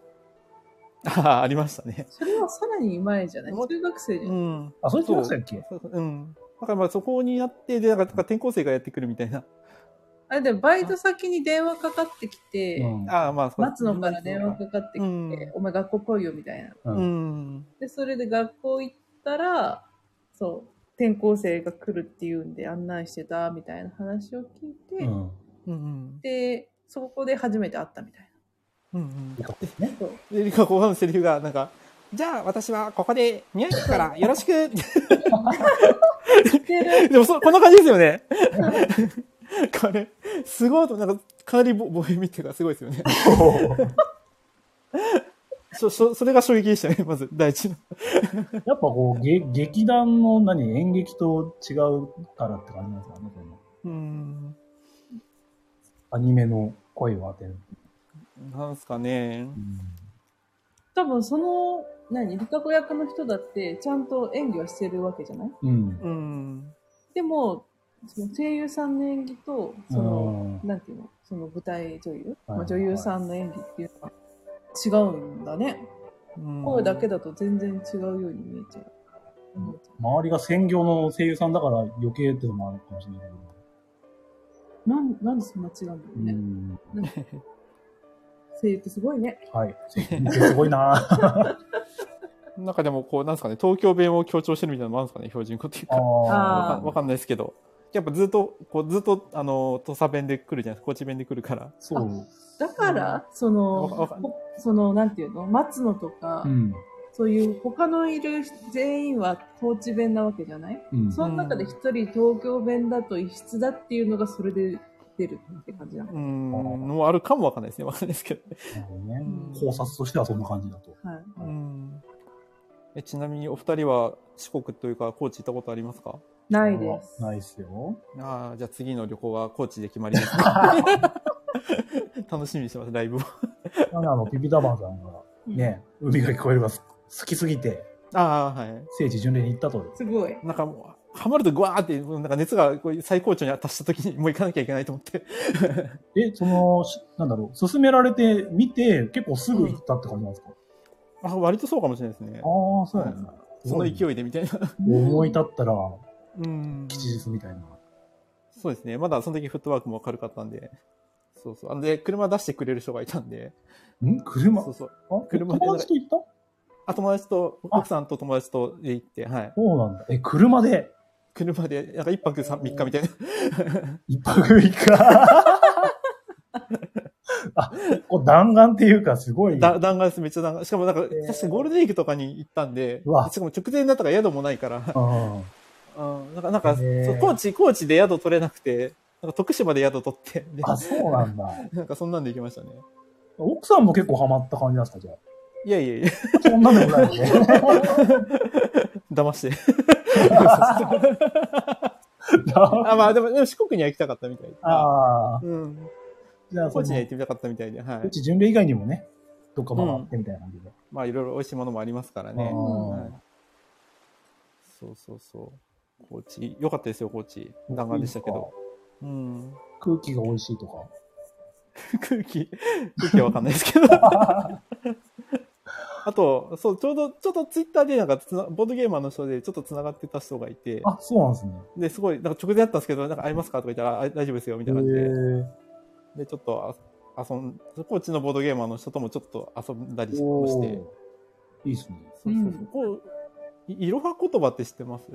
[SPEAKER 3] ああ、ありましたね。
[SPEAKER 2] それはさらに前じゃない
[SPEAKER 3] も
[SPEAKER 2] 中学生じゃ
[SPEAKER 3] う
[SPEAKER 2] ない、
[SPEAKER 3] ん。
[SPEAKER 1] あ、それ中学生だっけ
[SPEAKER 3] そうそううん。だからまあそこにやって、で、なんかなんか転校生がやってくるみたいな。
[SPEAKER 2] あれでもバイト先に電話かかってきて、
[SPEAKER 1] うん
[SPEAKER 3] ああ、まあそう
[SPEAKER 2] 松野から電話かかってきて、
[SPEAKER 3] うん
[SPEAKER 2] お前学校来いよみたいな。
[SPEAKER 1] う
[SPEAKER 3] うんん。
[SPEAKER 2] で、それで学校行ったら、そう、転校生が来るっていうんで案内してたみたいな話を聞いて、
[SPEAKER 1] うん。
[SPEAKER 3] うんうん。
[SPEAKER 2] で、そこで初めて会ったみたい
[SPEAKER 3] うんうん
[SPEAKER 1] リ。カ子ね。
[SPEAKER 2] な。そう。
[SPEAKER 3] で、リカ子のセリフが、なんか、じゃあ私はここで宮城からよろしく
[SPEAKER 2] で、なん
[SPEAKER 3] でもそ、こんな感じですよ ね。これ、すごいと、なんか、かなりボボヘミっていうか、すごいですよね。 そ、そ、それが衝撃でしたね、まず、第一の。
[SPEAKER 1] やっぱこう、げ劇団の何、演劇と違うからって感じなんですかね、この
[SPEAKER 3] うん。
[SPEAKER 1] アニメの声を当てる。
[SPEAKER 3] なんすかね。
[SPEAKER 2] 多分その、何、リカ子役の人だって、ちゃんと演技はしてるわけじゃない
[SPEAKER 1] うん。
[SPEAKER 3] うん。
[SPEAKER 2] でも、その声優さんの演技と、その、
[SPEAKER 1] うん。
[SPEAKER 2] なんていうの、その舞台
[SPEAKER 1] は
[SPEAKER 2] 女優、
[SPEAKER 1] いはい
[SPEAKER 2] まあ、女優さんの演技っていうのは違うんだね。
[SPEAKER 3] うん
[SPEAKER 2] 声だけだと全然違うように見えちゃう。
[SPEAKER 1] うん周りが専業の声優さんだから余計ってのもあるかもしれないけど。
[SPEAKER 2] なん、なんでそんな違うんだろうね。
[SPEAKER 1] ん。
[SPEAKER 2] 声優ってすごいね。
[SPEAKER 1] はい。すごいなぁ
[SPEAKER 3] なんかでも、こう、なんすかね、東京弁を強調してるみたいなのもあるんですかね、標準語っていうか。
[SPEAKER 1] あ
[SPEAKER 2] あ
[SPEAKER 3] わかわかんないですけど。やっぱずっと、こう、ずっと、あの、土佐弁で来るじゃないですか、高知弁で来るから。
[SPEAKER 1] そう。
[SPEAKER 2] だから、その、
[SPEAKER 3] わかわか
[SPEAKER 2] ほその、なんていうの、松野とか、
[SPEAKER 1] うん。
[SPEAKER 2] そういう他のいる全員は高知弁なわけじゃない、
[SPEAKER 1] うん。
[SPEAKER 2] その中で一人東京弁だと異質だっていうのがそれで出るって感じなの。
[SPEAKER 3] うーん、のもあるかもわかんないですね、わかんないですけど。
[SPEAKER 1] なるほどね。
[SPEAKER 2] ん
[SPEAKER 1] 考察としてはそんな感じだと。
[SPEAKER 2] はい。
[SPEAKER 3] うんえちなみにお二人は四国というか高知行ったことありますか
[SPEAKER 2] ないです。
[SPEAKER 1] ないっすよ。
[SPEAKER 3] ああ、じゃあ次の旅行は高知で決まりですか 楽しみにしてます、ライブを。
[SPEAKER 1] あの、ピピタバンさんが
[SPEAKER 2] うん。
[SPEAKER 1] ね、海が聞こえるが好きすぎて、
[SPEAKER 3] ああ、はい。
[SPEAKER 1] 聖地巡礼に行ったと。
[SPEAKER 2] すごい。
[SPEAKER 3] なんかもう、ハマるとグワーって、なんか熱がこう最高潮に達した時にもう行かなきゃいけないと思って。
[SPEAKER 1] え、その、しなんだろう、勧められて見て、結構すぐ行ったって感じなんですか、
[SPEAKER 3] あ割とそうかもしれないですね。
[SPEAKER 1] ああ、そうやな。
[SPEAKER 3] その
[SPEAKER 1] い。
[SPEAKER 3] 勢いでみたいな。
[SPEAKER 1] 思い立ったら、
[SPEAKER 3] うん。
[SPEAKER 1] 吉日みたいな。
[SPEAKER 3] そうですね。まだその時フットワークも軽かったんで。そうそう。あので、車出してくれる人がいたんで。
[SPEAKER 1] ん車
[SPEAKER 3] そうそう。
[SPEAKER 1] あ
[SPEAKER 3] 車で
[SPEAKER 1] 友達と行った
[SPEAKER 3] あ、友達と、奥さんと友達とで行って、はい。
[SPEAKER 1] そうなんだ。え、車で
[SPEAKER 3] 車で、なんか一泊三三日みたいな。
[SPEAKER 1] 一泊一 日。あ、こう弾丸っていうか、すごい。
[SPEAKER 3] だ弾丸です、めっちゃ弾丸。しかもなんか、
[SPEAKER 1] ー
[SPEAKER 3] 確かゴールデンウィークとかに行ったんで、し
[SPEAKER 1] うわ
[SPEAKER 3] かも直前だったから宿もないから、
[SPEAKER 1] うん。
[SPEAKER 3] うん、なんか、なんか、
[SPEAKER 1] へえ
[SPEAKER 3] そう高知、高知で宿取れなくて、なんか徳島で宿取って、で
[SPEAKER 1] あ、そうなんだ。
[SPEAKER 3] なんかそんなんで行きましたね。
[SPEAKER 1] 奥さんも結構ハマった感じなんですか、じゃあ。
[SPEAKER 3] いやいやいや、
[SPEAKER 1] そんなでもないよね。
[SPEAKER 3] 騙して。
[SPEAKER 1] あ
[SPEAKER 3] あ、まあでも、でも四国には行きたかったみたいで。
[SPEAKER 1] あー、
[SPEAKER 3] うん。
[SPEAKER 1] じゃあ、そ
[SPEAKER 3] 高知には
[SPEAKER 1] の
[SPEAKER 3] 行っ、てみたかったみたいで、は
[SPEAKER 1] う
[SPEAKER 3] い。
[SPEAKER 1] ち巡礼以外にもね、どっか回ってみたいな感じで。
[SPEAKER 3] まあいろいろ美味しいものもありますからね。
[SPEAKER 1] あー
[SPEAKER 3] はいそうそうそう。高知、良かったですよ、高知。弾丸でしたけど。うん。
[SPEAKER 1] 空気が美味しいとか。
[SPEAKER 3] 空気、空気はわかんないで すけど。あと、そう、ちょうど、ちょっとツイッターでなんかつな、ボードゲーマーの人でちょっと繋がってた人がいて、
[SPEAKER 1] あ、そうなんですね。
[SPEAKER 3] で、すごい、なんか直前だったんですけど、なんか会いますかとか言ったら、あ大丈夫ですよ、みたいな感じ
[SPEAKER 1] へ
[SPEAKER 3] で。
[SPEAKER 1] ー
[SPEAKER 3] で、ちょっとあ遊ん、高知のボードゲーマーの人ともちょっと遊んだりし
[SPEAKER 1] お
[SPEAKER 3] もし
[SPEAKER 1] ー
[SPEAKER 3] て。
[SPEAKER 1] いいですね。
[SPEAKER 3] そうそうそうう。
[SPEAKER 2] ん
[SPEAKER 3] こう、いいろは言葉って知ってます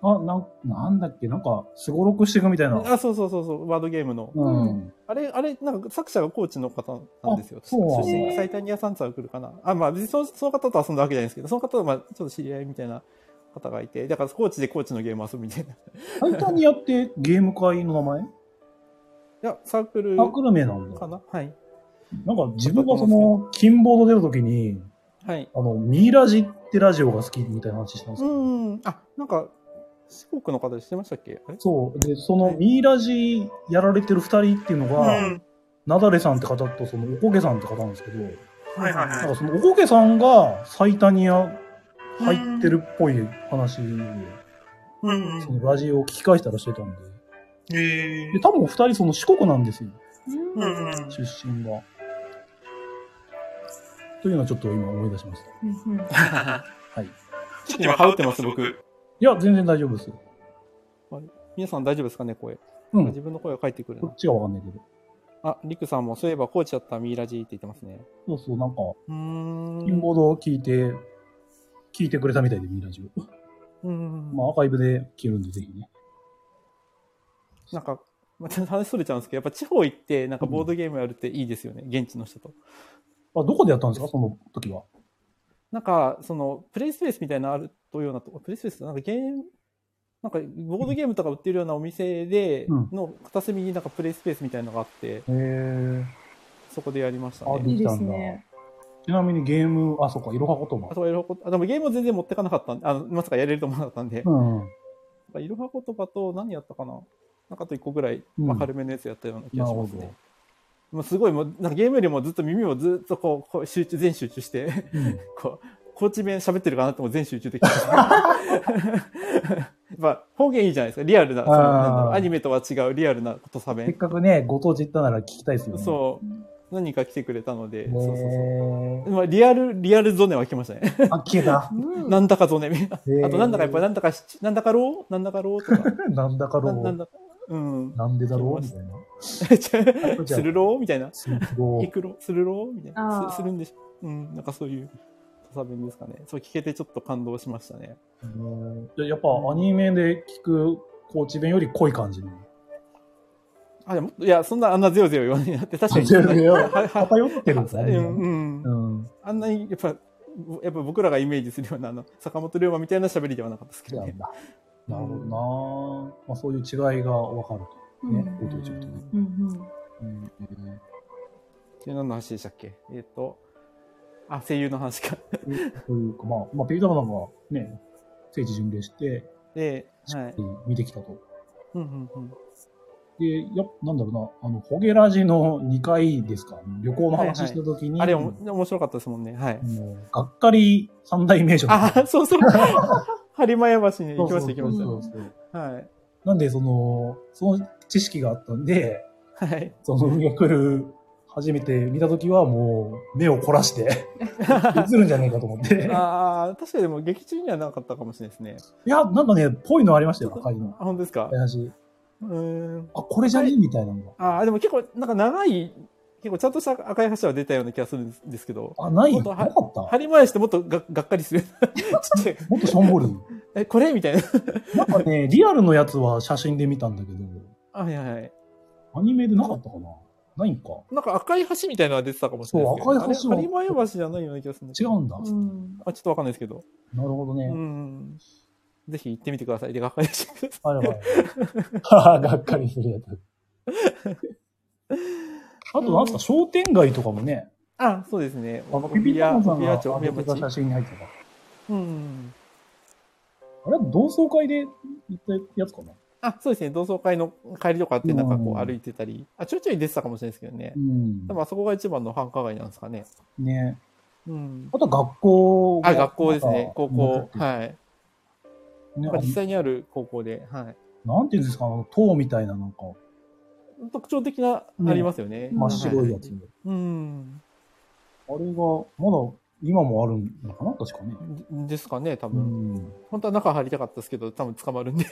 [SPEAKER 1] あ、なん、なんだっけ、なんか、四五六していくみたいな。
[SPEAKER 3] あ、そうそうそうそう、ワードゲームの。
[SPEAKER 1] うん。
[SPEAKER 3] あれ、あれ、なんか作者がコーチの方なんですよ。
[SPEAKER 1] あそうなんだ
[SPEAKER 3] 出身がサイタニアサンツァー来るかな。あ、まあ別にそのその方と遊んだわけじゃないですけど、その方とまあちょっと知り合いみたいな方がいて、だからコーチでコーチのゲーム遊ぶみたいな。い
[SPEAKER 1] タイタニアってゲーム会の名前
[SPEAKER 3] や、サークル
[SPEAKER 1] サークル名なん
[SPEAKER 3] か
[SPEAKER 1] だ。
[SPEAKER 3] なはい。
[SPEAKER 1] なんか自分がその、金ボード出るときに、
[SPEAKER 3] はい。
[SPEAKER 1] あの、ミイラジってラジオが好きみたいな話したんです
[SPEAKER 3] う
[SPEAKER 1] けど、
[SPEAKER 3] ん。あ、なんか、四国の方で知ってましたっけあれ
[SPEAKER 1] そう。で、そのミイラジやられてる二人っていうのが、
[SPEAKER 3] うん
[SPEAKER 1] なだれさんって方とそのおこげさんって方なんですけど、
[SPEAKER 3] はいはい
[SPEAKER 1] なん
[SPEAKER 3] は
[SPEAKER 1] かそのおこげさんがサイタニア入ってるっぽい話を、
[SPEAKER 3] うん
[SPEAKER 1] そのラジオを聞き返したらしてたんで。
[SPEAKER 3] い。へ
[SPEAKER 1] で、多分お二人その四国なんですよ。
[SPEAKER 2] うんうんうん
[SPEAKER 1] 出身が。というのはちょっと今思い出しました。いはい
[SPEAKER 4] ちょっと今、羽織ってます、僕。
[SPEAKER 1] や、全然大丈夫です。
[SPEAKER 3] 皆さん大丈夫ですかね、声。
[SPEAKER 1] うん
[SPEAKER 3] 自分の声が返ってくる
[SPEAKER 1] こ
[SPEAKER 3] な
[SPEAKER 1] っ。ちがわかんないけど。
[SPEAKER 3] あ、リクさんもそういえばコーチだったミイラジーって言ってますね。
[SPEAKER 1] そうそう、なんか、
[SPEAKER 3] うーん。
[SPEAKER 1] キンボードを聞いて、聞いてくれたみたいで、ミイラジオ。
[SPEAKER 3] うん。
[SPEAKER 1] まあ、アーカイブで聞けるんで、ぜひね。
[SPEAKER 3] なんか、まあ、ちょっと話それちゃうんですけど、やっぱ地方行って、なんかボードゲームやるっていいですよね、現地の人と。
[SPEAKER 1] あ、どこでやったんですかその時は。
[SPEAKER 3] なんか、その、プレイスペースみたいなのあるというようなとこ、プレイスペースなんかゲーム、なんか、ボードゲームとか売ってるようなお店で、
[SPEAKER 1] うん
[SPEAKER 3] の片隅になんかプレイスペースみたいなのがあって、
[SPEAKER 1] へえ。
[SPEAKER 3] そこでやりました
[SPEAKER 1] あ、
[SPEAKER 3] ね。
[SPEAKER 1] で
[SPEAKER 2] いい
[SPEAKER 1] き
[SPEAKER 2] で
[SPEAKER 1] た
[SPEAKER 2] す
[SPEAKER 1] んだ。
[SPEAKER 2] ね。
[SPEAKER 1] ちなみにゲーム、あ、そうか、いろは言
[SPEAKER 3] あ
[SPEAKER 1] 葉。
[SPEAKER 3] とはいろはこと、あ、でもゲームは全然持ってかなかったんで、あの、まさかやれると思わなかったんで、
[SPEAKER 1] うん。
[SPEAKER 3] なんかいろは言葉と何やったかななんかあと一個ぐらい、
[SPEAKER 1] うん
[SPEAKER 3] まあ、軽めのやつやったような気がします
[SPEAKER 1] なる
[SPEAKER 3] ね。もうすごい、もう、なんかゲームよりもずっと耳をずっとこう、こう集中、全集中して、
[SPEAKER 1] うん
[SPEAKER 3] こう、高知弁喋ってるかなっても全集中できます。や っぱ方言いいじゃないですか。リアルな、その
[SPEAKER 1] あー
[SPEAKER 3] なんだろうアニメとは違うリアルな土佐
[SPEAKER 1] せっ
[SPEAKER 3] 弁。
[SPEAKER 1] かくね、ご当地行ったなら聞きたいですよね。
[SPEAKER 3] そう。何人か来てくれたので、
[SPEAKER 1] ね
[SPEAKER 3] そうそうそ
[SPEAKER 1] え
[SPEAKER 3] う。まあ、リアル、リアルゾネは来まし たね。
[SPEAKER 1] あ、消えた。
[SPEAKER 2] うん
[SPEAKER 3] なんだかゾネみたい
[SPEAKER 1] へー
[SPEAKER 3] な。あと、なんだかやっぱ、なんだかし、なんだかろうなんだかろうとか。
[SPEAKER 1] なんだかろ
[SPEAKER 3] ななん
[SPEAKER 1] う。
[SPEAKER 3] だか、うん。
[SPEAKER 1] なんでだろうみたいな。じゃあ
[SPEAKER 3] するろうみたいな。
[SPEAKER 1] すご
[SPEAKER 3] い
[SPEAKER 1] い。
[SPEAKER 3] くろするろうみたい
[SPEAKER 2] あ
[SPEAKER 3] な。
[SPEAKER 2] ー
[SPEAKER 3] すするんでしょ。うん。なんかそういう土佐弁ですかね。そう聞けてちょっと感動しましたね。
[SPEAKER 1] うんじゃあやっぱアニメで聞く高知弁より濃い感じの。
[SPEAKER 3] あ、でも、いや、そんな、あんなゼよゼよ言わないなって、確かに。
[SPEAKER 1] ゼロゼロ
[SPEAKER 3] はいはいは
[SPEAKER 1] 偏ってるんですね。
[SPEAKER 3] い。うん、う。
[SPEAKER 1] うんん。
[SPEAKER 3] あんなに、やっぱ、やっぱ僕らがイメージするような、あの、坂本龍馬みたいな喋りではなかったですけ
[SPEAKER 1] そう
[SPEAKER 3] ど
[SPEAKER 1] なん
[SPEAKER 3] ね。
[SPEAKER 1] だ。なるほどなぁ、まあ、そういう違いがわかると。ね、ご当地のとね。
[SPEAKER 2] うんう
[SPEAKER 1] う
[SPEAKER 2] ん
[SPEAKER 1] ん
[SPEAKER 3] で、何の話でしたっけえっ、と、あ、声優の話か。
[SPEAKER 1] というか、まあ、まあ、ペリタマさんがね、聖地巡礼して、
[SPEAKER 3] で、
[SPEAKER 1] し
[SPEAKER 3] は
[SPEAKER 1] っか
[SPEAKER 3] い。
[SPEAKER 1] り見てきたと。
[SPEAKER 3] うんうんうん。
[SPEAKER 1] で、やっぱなんだろうな、あの、ホゲラジの2回ですか、旅行の話したときに、
[SPEAKER 3] あれ、おも面白かったですもんね。はい。
[SPEAKER 1] もうがっかり三大名所
[SPEAKER 3] あ、そうそう。 播磨屋橋に
[SPEAKER 1] そ
[SPEAKER 3] 行
[SPEAKER 1] うそう
[SPEAKER 3] きました、行き
[SPEAKER 1] そ
[SPEAKER 3] ま
[SPEAKER 1] うそうそう
[SPEAKER 3] した。はい。
[SPEAKER 1] なんで、その、その知識があったんで、
[SPEAKER 3] はい。
[SPEAKER 1] その、海が来る、初めて見たときはもう、目を凝ら して、映るんじゃねえかと思って。
[SPEAKER 3] ああ、確かにでも劇中にはなかったかもしれないですね。
[SPEAKER 1] いや、なんかね、ぽいのありましたよ、赤いの。
[SPEAKER 3] あ、本当ですか
[SPEAKER 1] 林
[SPEAKER 3] うーん。
[SPEAKER 1] あ、これじゃねえみたいなの
[SPEAKER 3] ああ、でも結構、なんか長い、結構ちゃんとした赤い橋は出たような気がするんですですけど、
[SPEAKER 1] が。あ、ない
[SPEAKER 3] も
[SPEAKER 1] な
[SPEAKER 3] っと
[SPEAKER 1] か
[SPEAKER 3] は
[SPEAKER 1] った
[SPEAKER 3] 張り前してもっとががっかりする。ちっちゃい
[SPEAKER 1] もっとしょんぼり。
[SPEAKER 3] え、これみたいな。
[SPEAKER 1] なんかね、リアルのやつは写真で見たんだけど、
[SPEAKER 3] あはいはいはい。
[SPEAKER 1] アニメでなかったかなないんか。
[SPEAKER 3] なんか赤い橋みたいなのは出てたかもしれないですけど。
[SPEAKER 1] そう赤い橋は
[SPEAKER 3] あれ張り前橋じゃないような気がするんだけ
[SPEAKER 1] 違
[SPEAKER 3] ど
[SPEAKER 1] うんだ。
[SPEAKER 2] うん
[SPEAKER 3] あ、ちょっとわかんないですけど。
[SPEAKER 1] なるほどね。
[SPEAKER 3] うん。ぜひ行ってみてください。で、がっかりしてください。
[SPEAKER 1] はい はい。がっかりするやつ。あと、なんすか、商店街とかもね、
[SPEAKER 3] あ、そうですね。
[SPEAKER 1] あの、ピピタマンさんが
[SPEAKER 3] オビア町、オビア
[SPEAKER 1] 上げてた写
[SPEAKER 3] 町。
[SPEAKER 1] 真に入ってた。
[SPEAKER 3] うん。
[SPEAKER 1] あれは同窓会で行ったやつかな
[SPEAKER 3] あ、そうですね。同窓会の帰りとかって、なんかこ
[SPEAKER 1] う
[SPEAKER 3] う、
[SPEAKER 1] ん
[SPEAKER 3] 歩いてたり、あ、ちょいちょい出てたかもしれないですけどね
[SPEAKER 1] う。ん
[SPEAKER 3] 多。分あそこが一番の繁華街なんですかね。
[SPEAKER 1] ね
[SPEAKER 3] うん。
[SPEAKER 1] あとは学校
[SPEAKER 3] あ、学校です
[SPEAKER 1] なん
[SPEAKER 3] ね
[SPEAKER 1] か。
[SPEAKER 3] 高校。
[SPEAKER 1] ね
[SPEAKER 3] はい。
[SPEAKER 1] あ
[SPEAKER 3] まあ実際にある高校で。はい。
[SPEAKER 1] なんていうんですか、あの、塔みたいななんか、
[SPEAKER 3] 特徴的な、ありますよね。
[SPEAKER 1] 真っ白いや
[SPEAKER 3] は
[SPEAKER 1] つ。
[SPEAKER 3] い。うん。
[SPEAKER 1] あれが、まだ、今もあるのかな確かね。
[SPEAKER 3] でですかね、多
[SPEAKER 1] う
[SPEAKER 3] 分。
[SPEAKER 1] ん。
[SPEAKER 3] 本当は中入りたかったですけど、多分捕まるんで。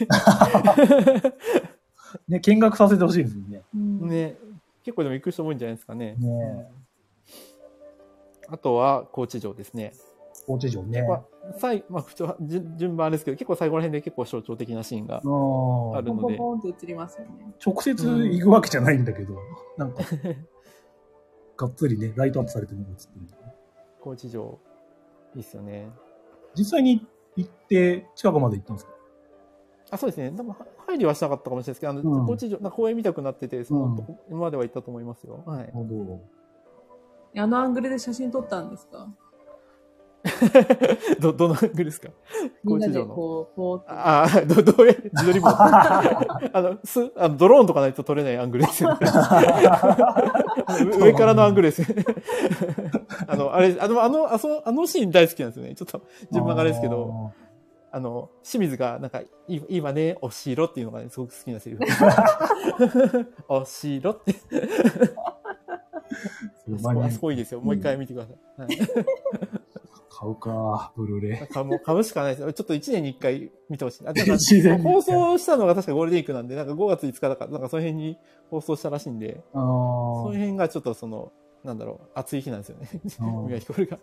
[SPEAKER 1] ね、見学させてほしいですよね。
[SPEAKER 2] うん
[SPEAKER 3] ね。結構でも行く人多いんじゃないですかね。
[SPEAKER 1] ね
[SPEAKER 3] あとは、高知城ですね。
[SPEAKER 1] 高知城ね。
[SPEAKER 3] まあ、最まあ、普通は順順番あれですけど、結構最後ら辺で結構象徴的なシーンが
[SPEAKER 1] あ。ー
[SPEAKER 3] ある
[SPEAKER 2] ポン
[SPEAKER 3] の
[SPEAKER 2] ポン
[SPEAKER 3] で。
[SPEAKER 2] ポンって映りますよね。
[SPEAKER 1] 直接行くわけじゃないんだけ ど、なんか、がっつりね、ライトアップされてるのが映ってる。
[SPEAKER 3] 高知城、いいっすよね。
[SPEAKER 1] 実際に行って、近くまで行ったんですか
[SPEAKER 3] あ、そうですね。でも、は配慮はしなかったかもしれないですけど、あの、
[SPEAKER 1] うん
[SPEAKER 3] 高知城、なんか公園見たくなってて、その、
[SPEAKER 1] うん
[SPEAKER 3] とこ今までは行ったと思いますよ。はい。
[SPEAKER 1] なるほど。
[SPEAKER 2] あのアングルで写真撮ったんですか
[SPEAKER 3] ど、どのアングルですか
[SPEAKER 2] みんなで
[SPEAKER 3] 高知城の
[SPEAKER 2] こう、ポーって。
[SPEAKER 3] あ あ、ど、どうや自撮り 棒。あの、す、あの、ドローンとかないと撮れないアングルですよね。 上上からのアングルですね。 あの、あれ、あの、あの、あそあのシーン大好きなんですよね。ちょっと、順番があれですけど、あの、清水が、なんか、い今ね、お城っていうのがね、すごく好きな セリフ。お城って、
[SPEAKER 1] あー。
[SPEAKER 3] あそこ、あそ
[SPEAKER 1] こ
[SPEAKER 3] こいいですよ。もう一回見てください。はい
[SPEAKER 1] 買うか、ブルーレイ。
[SPEAKER 3] 買う、もう買うしかないですよ。ちょっと1年に1回見てほしい。あ、だから
[SPEAKER 1] 自然に
[SPEAKER 3] 放送したのが確かゴールデンウィークなんで、なんか5月5日だから、なんかその辺に放送したらしいんで、
[SPEAKER 1] あ
[SPEAKER 3] その
[SPEAKER 1] ー
[SPEAKER 3] 辺がちょっとその、なんだろう、暑い日なんですよね。
[SPEAKER 1] うん
[SPEAKER 3] 宮城これが。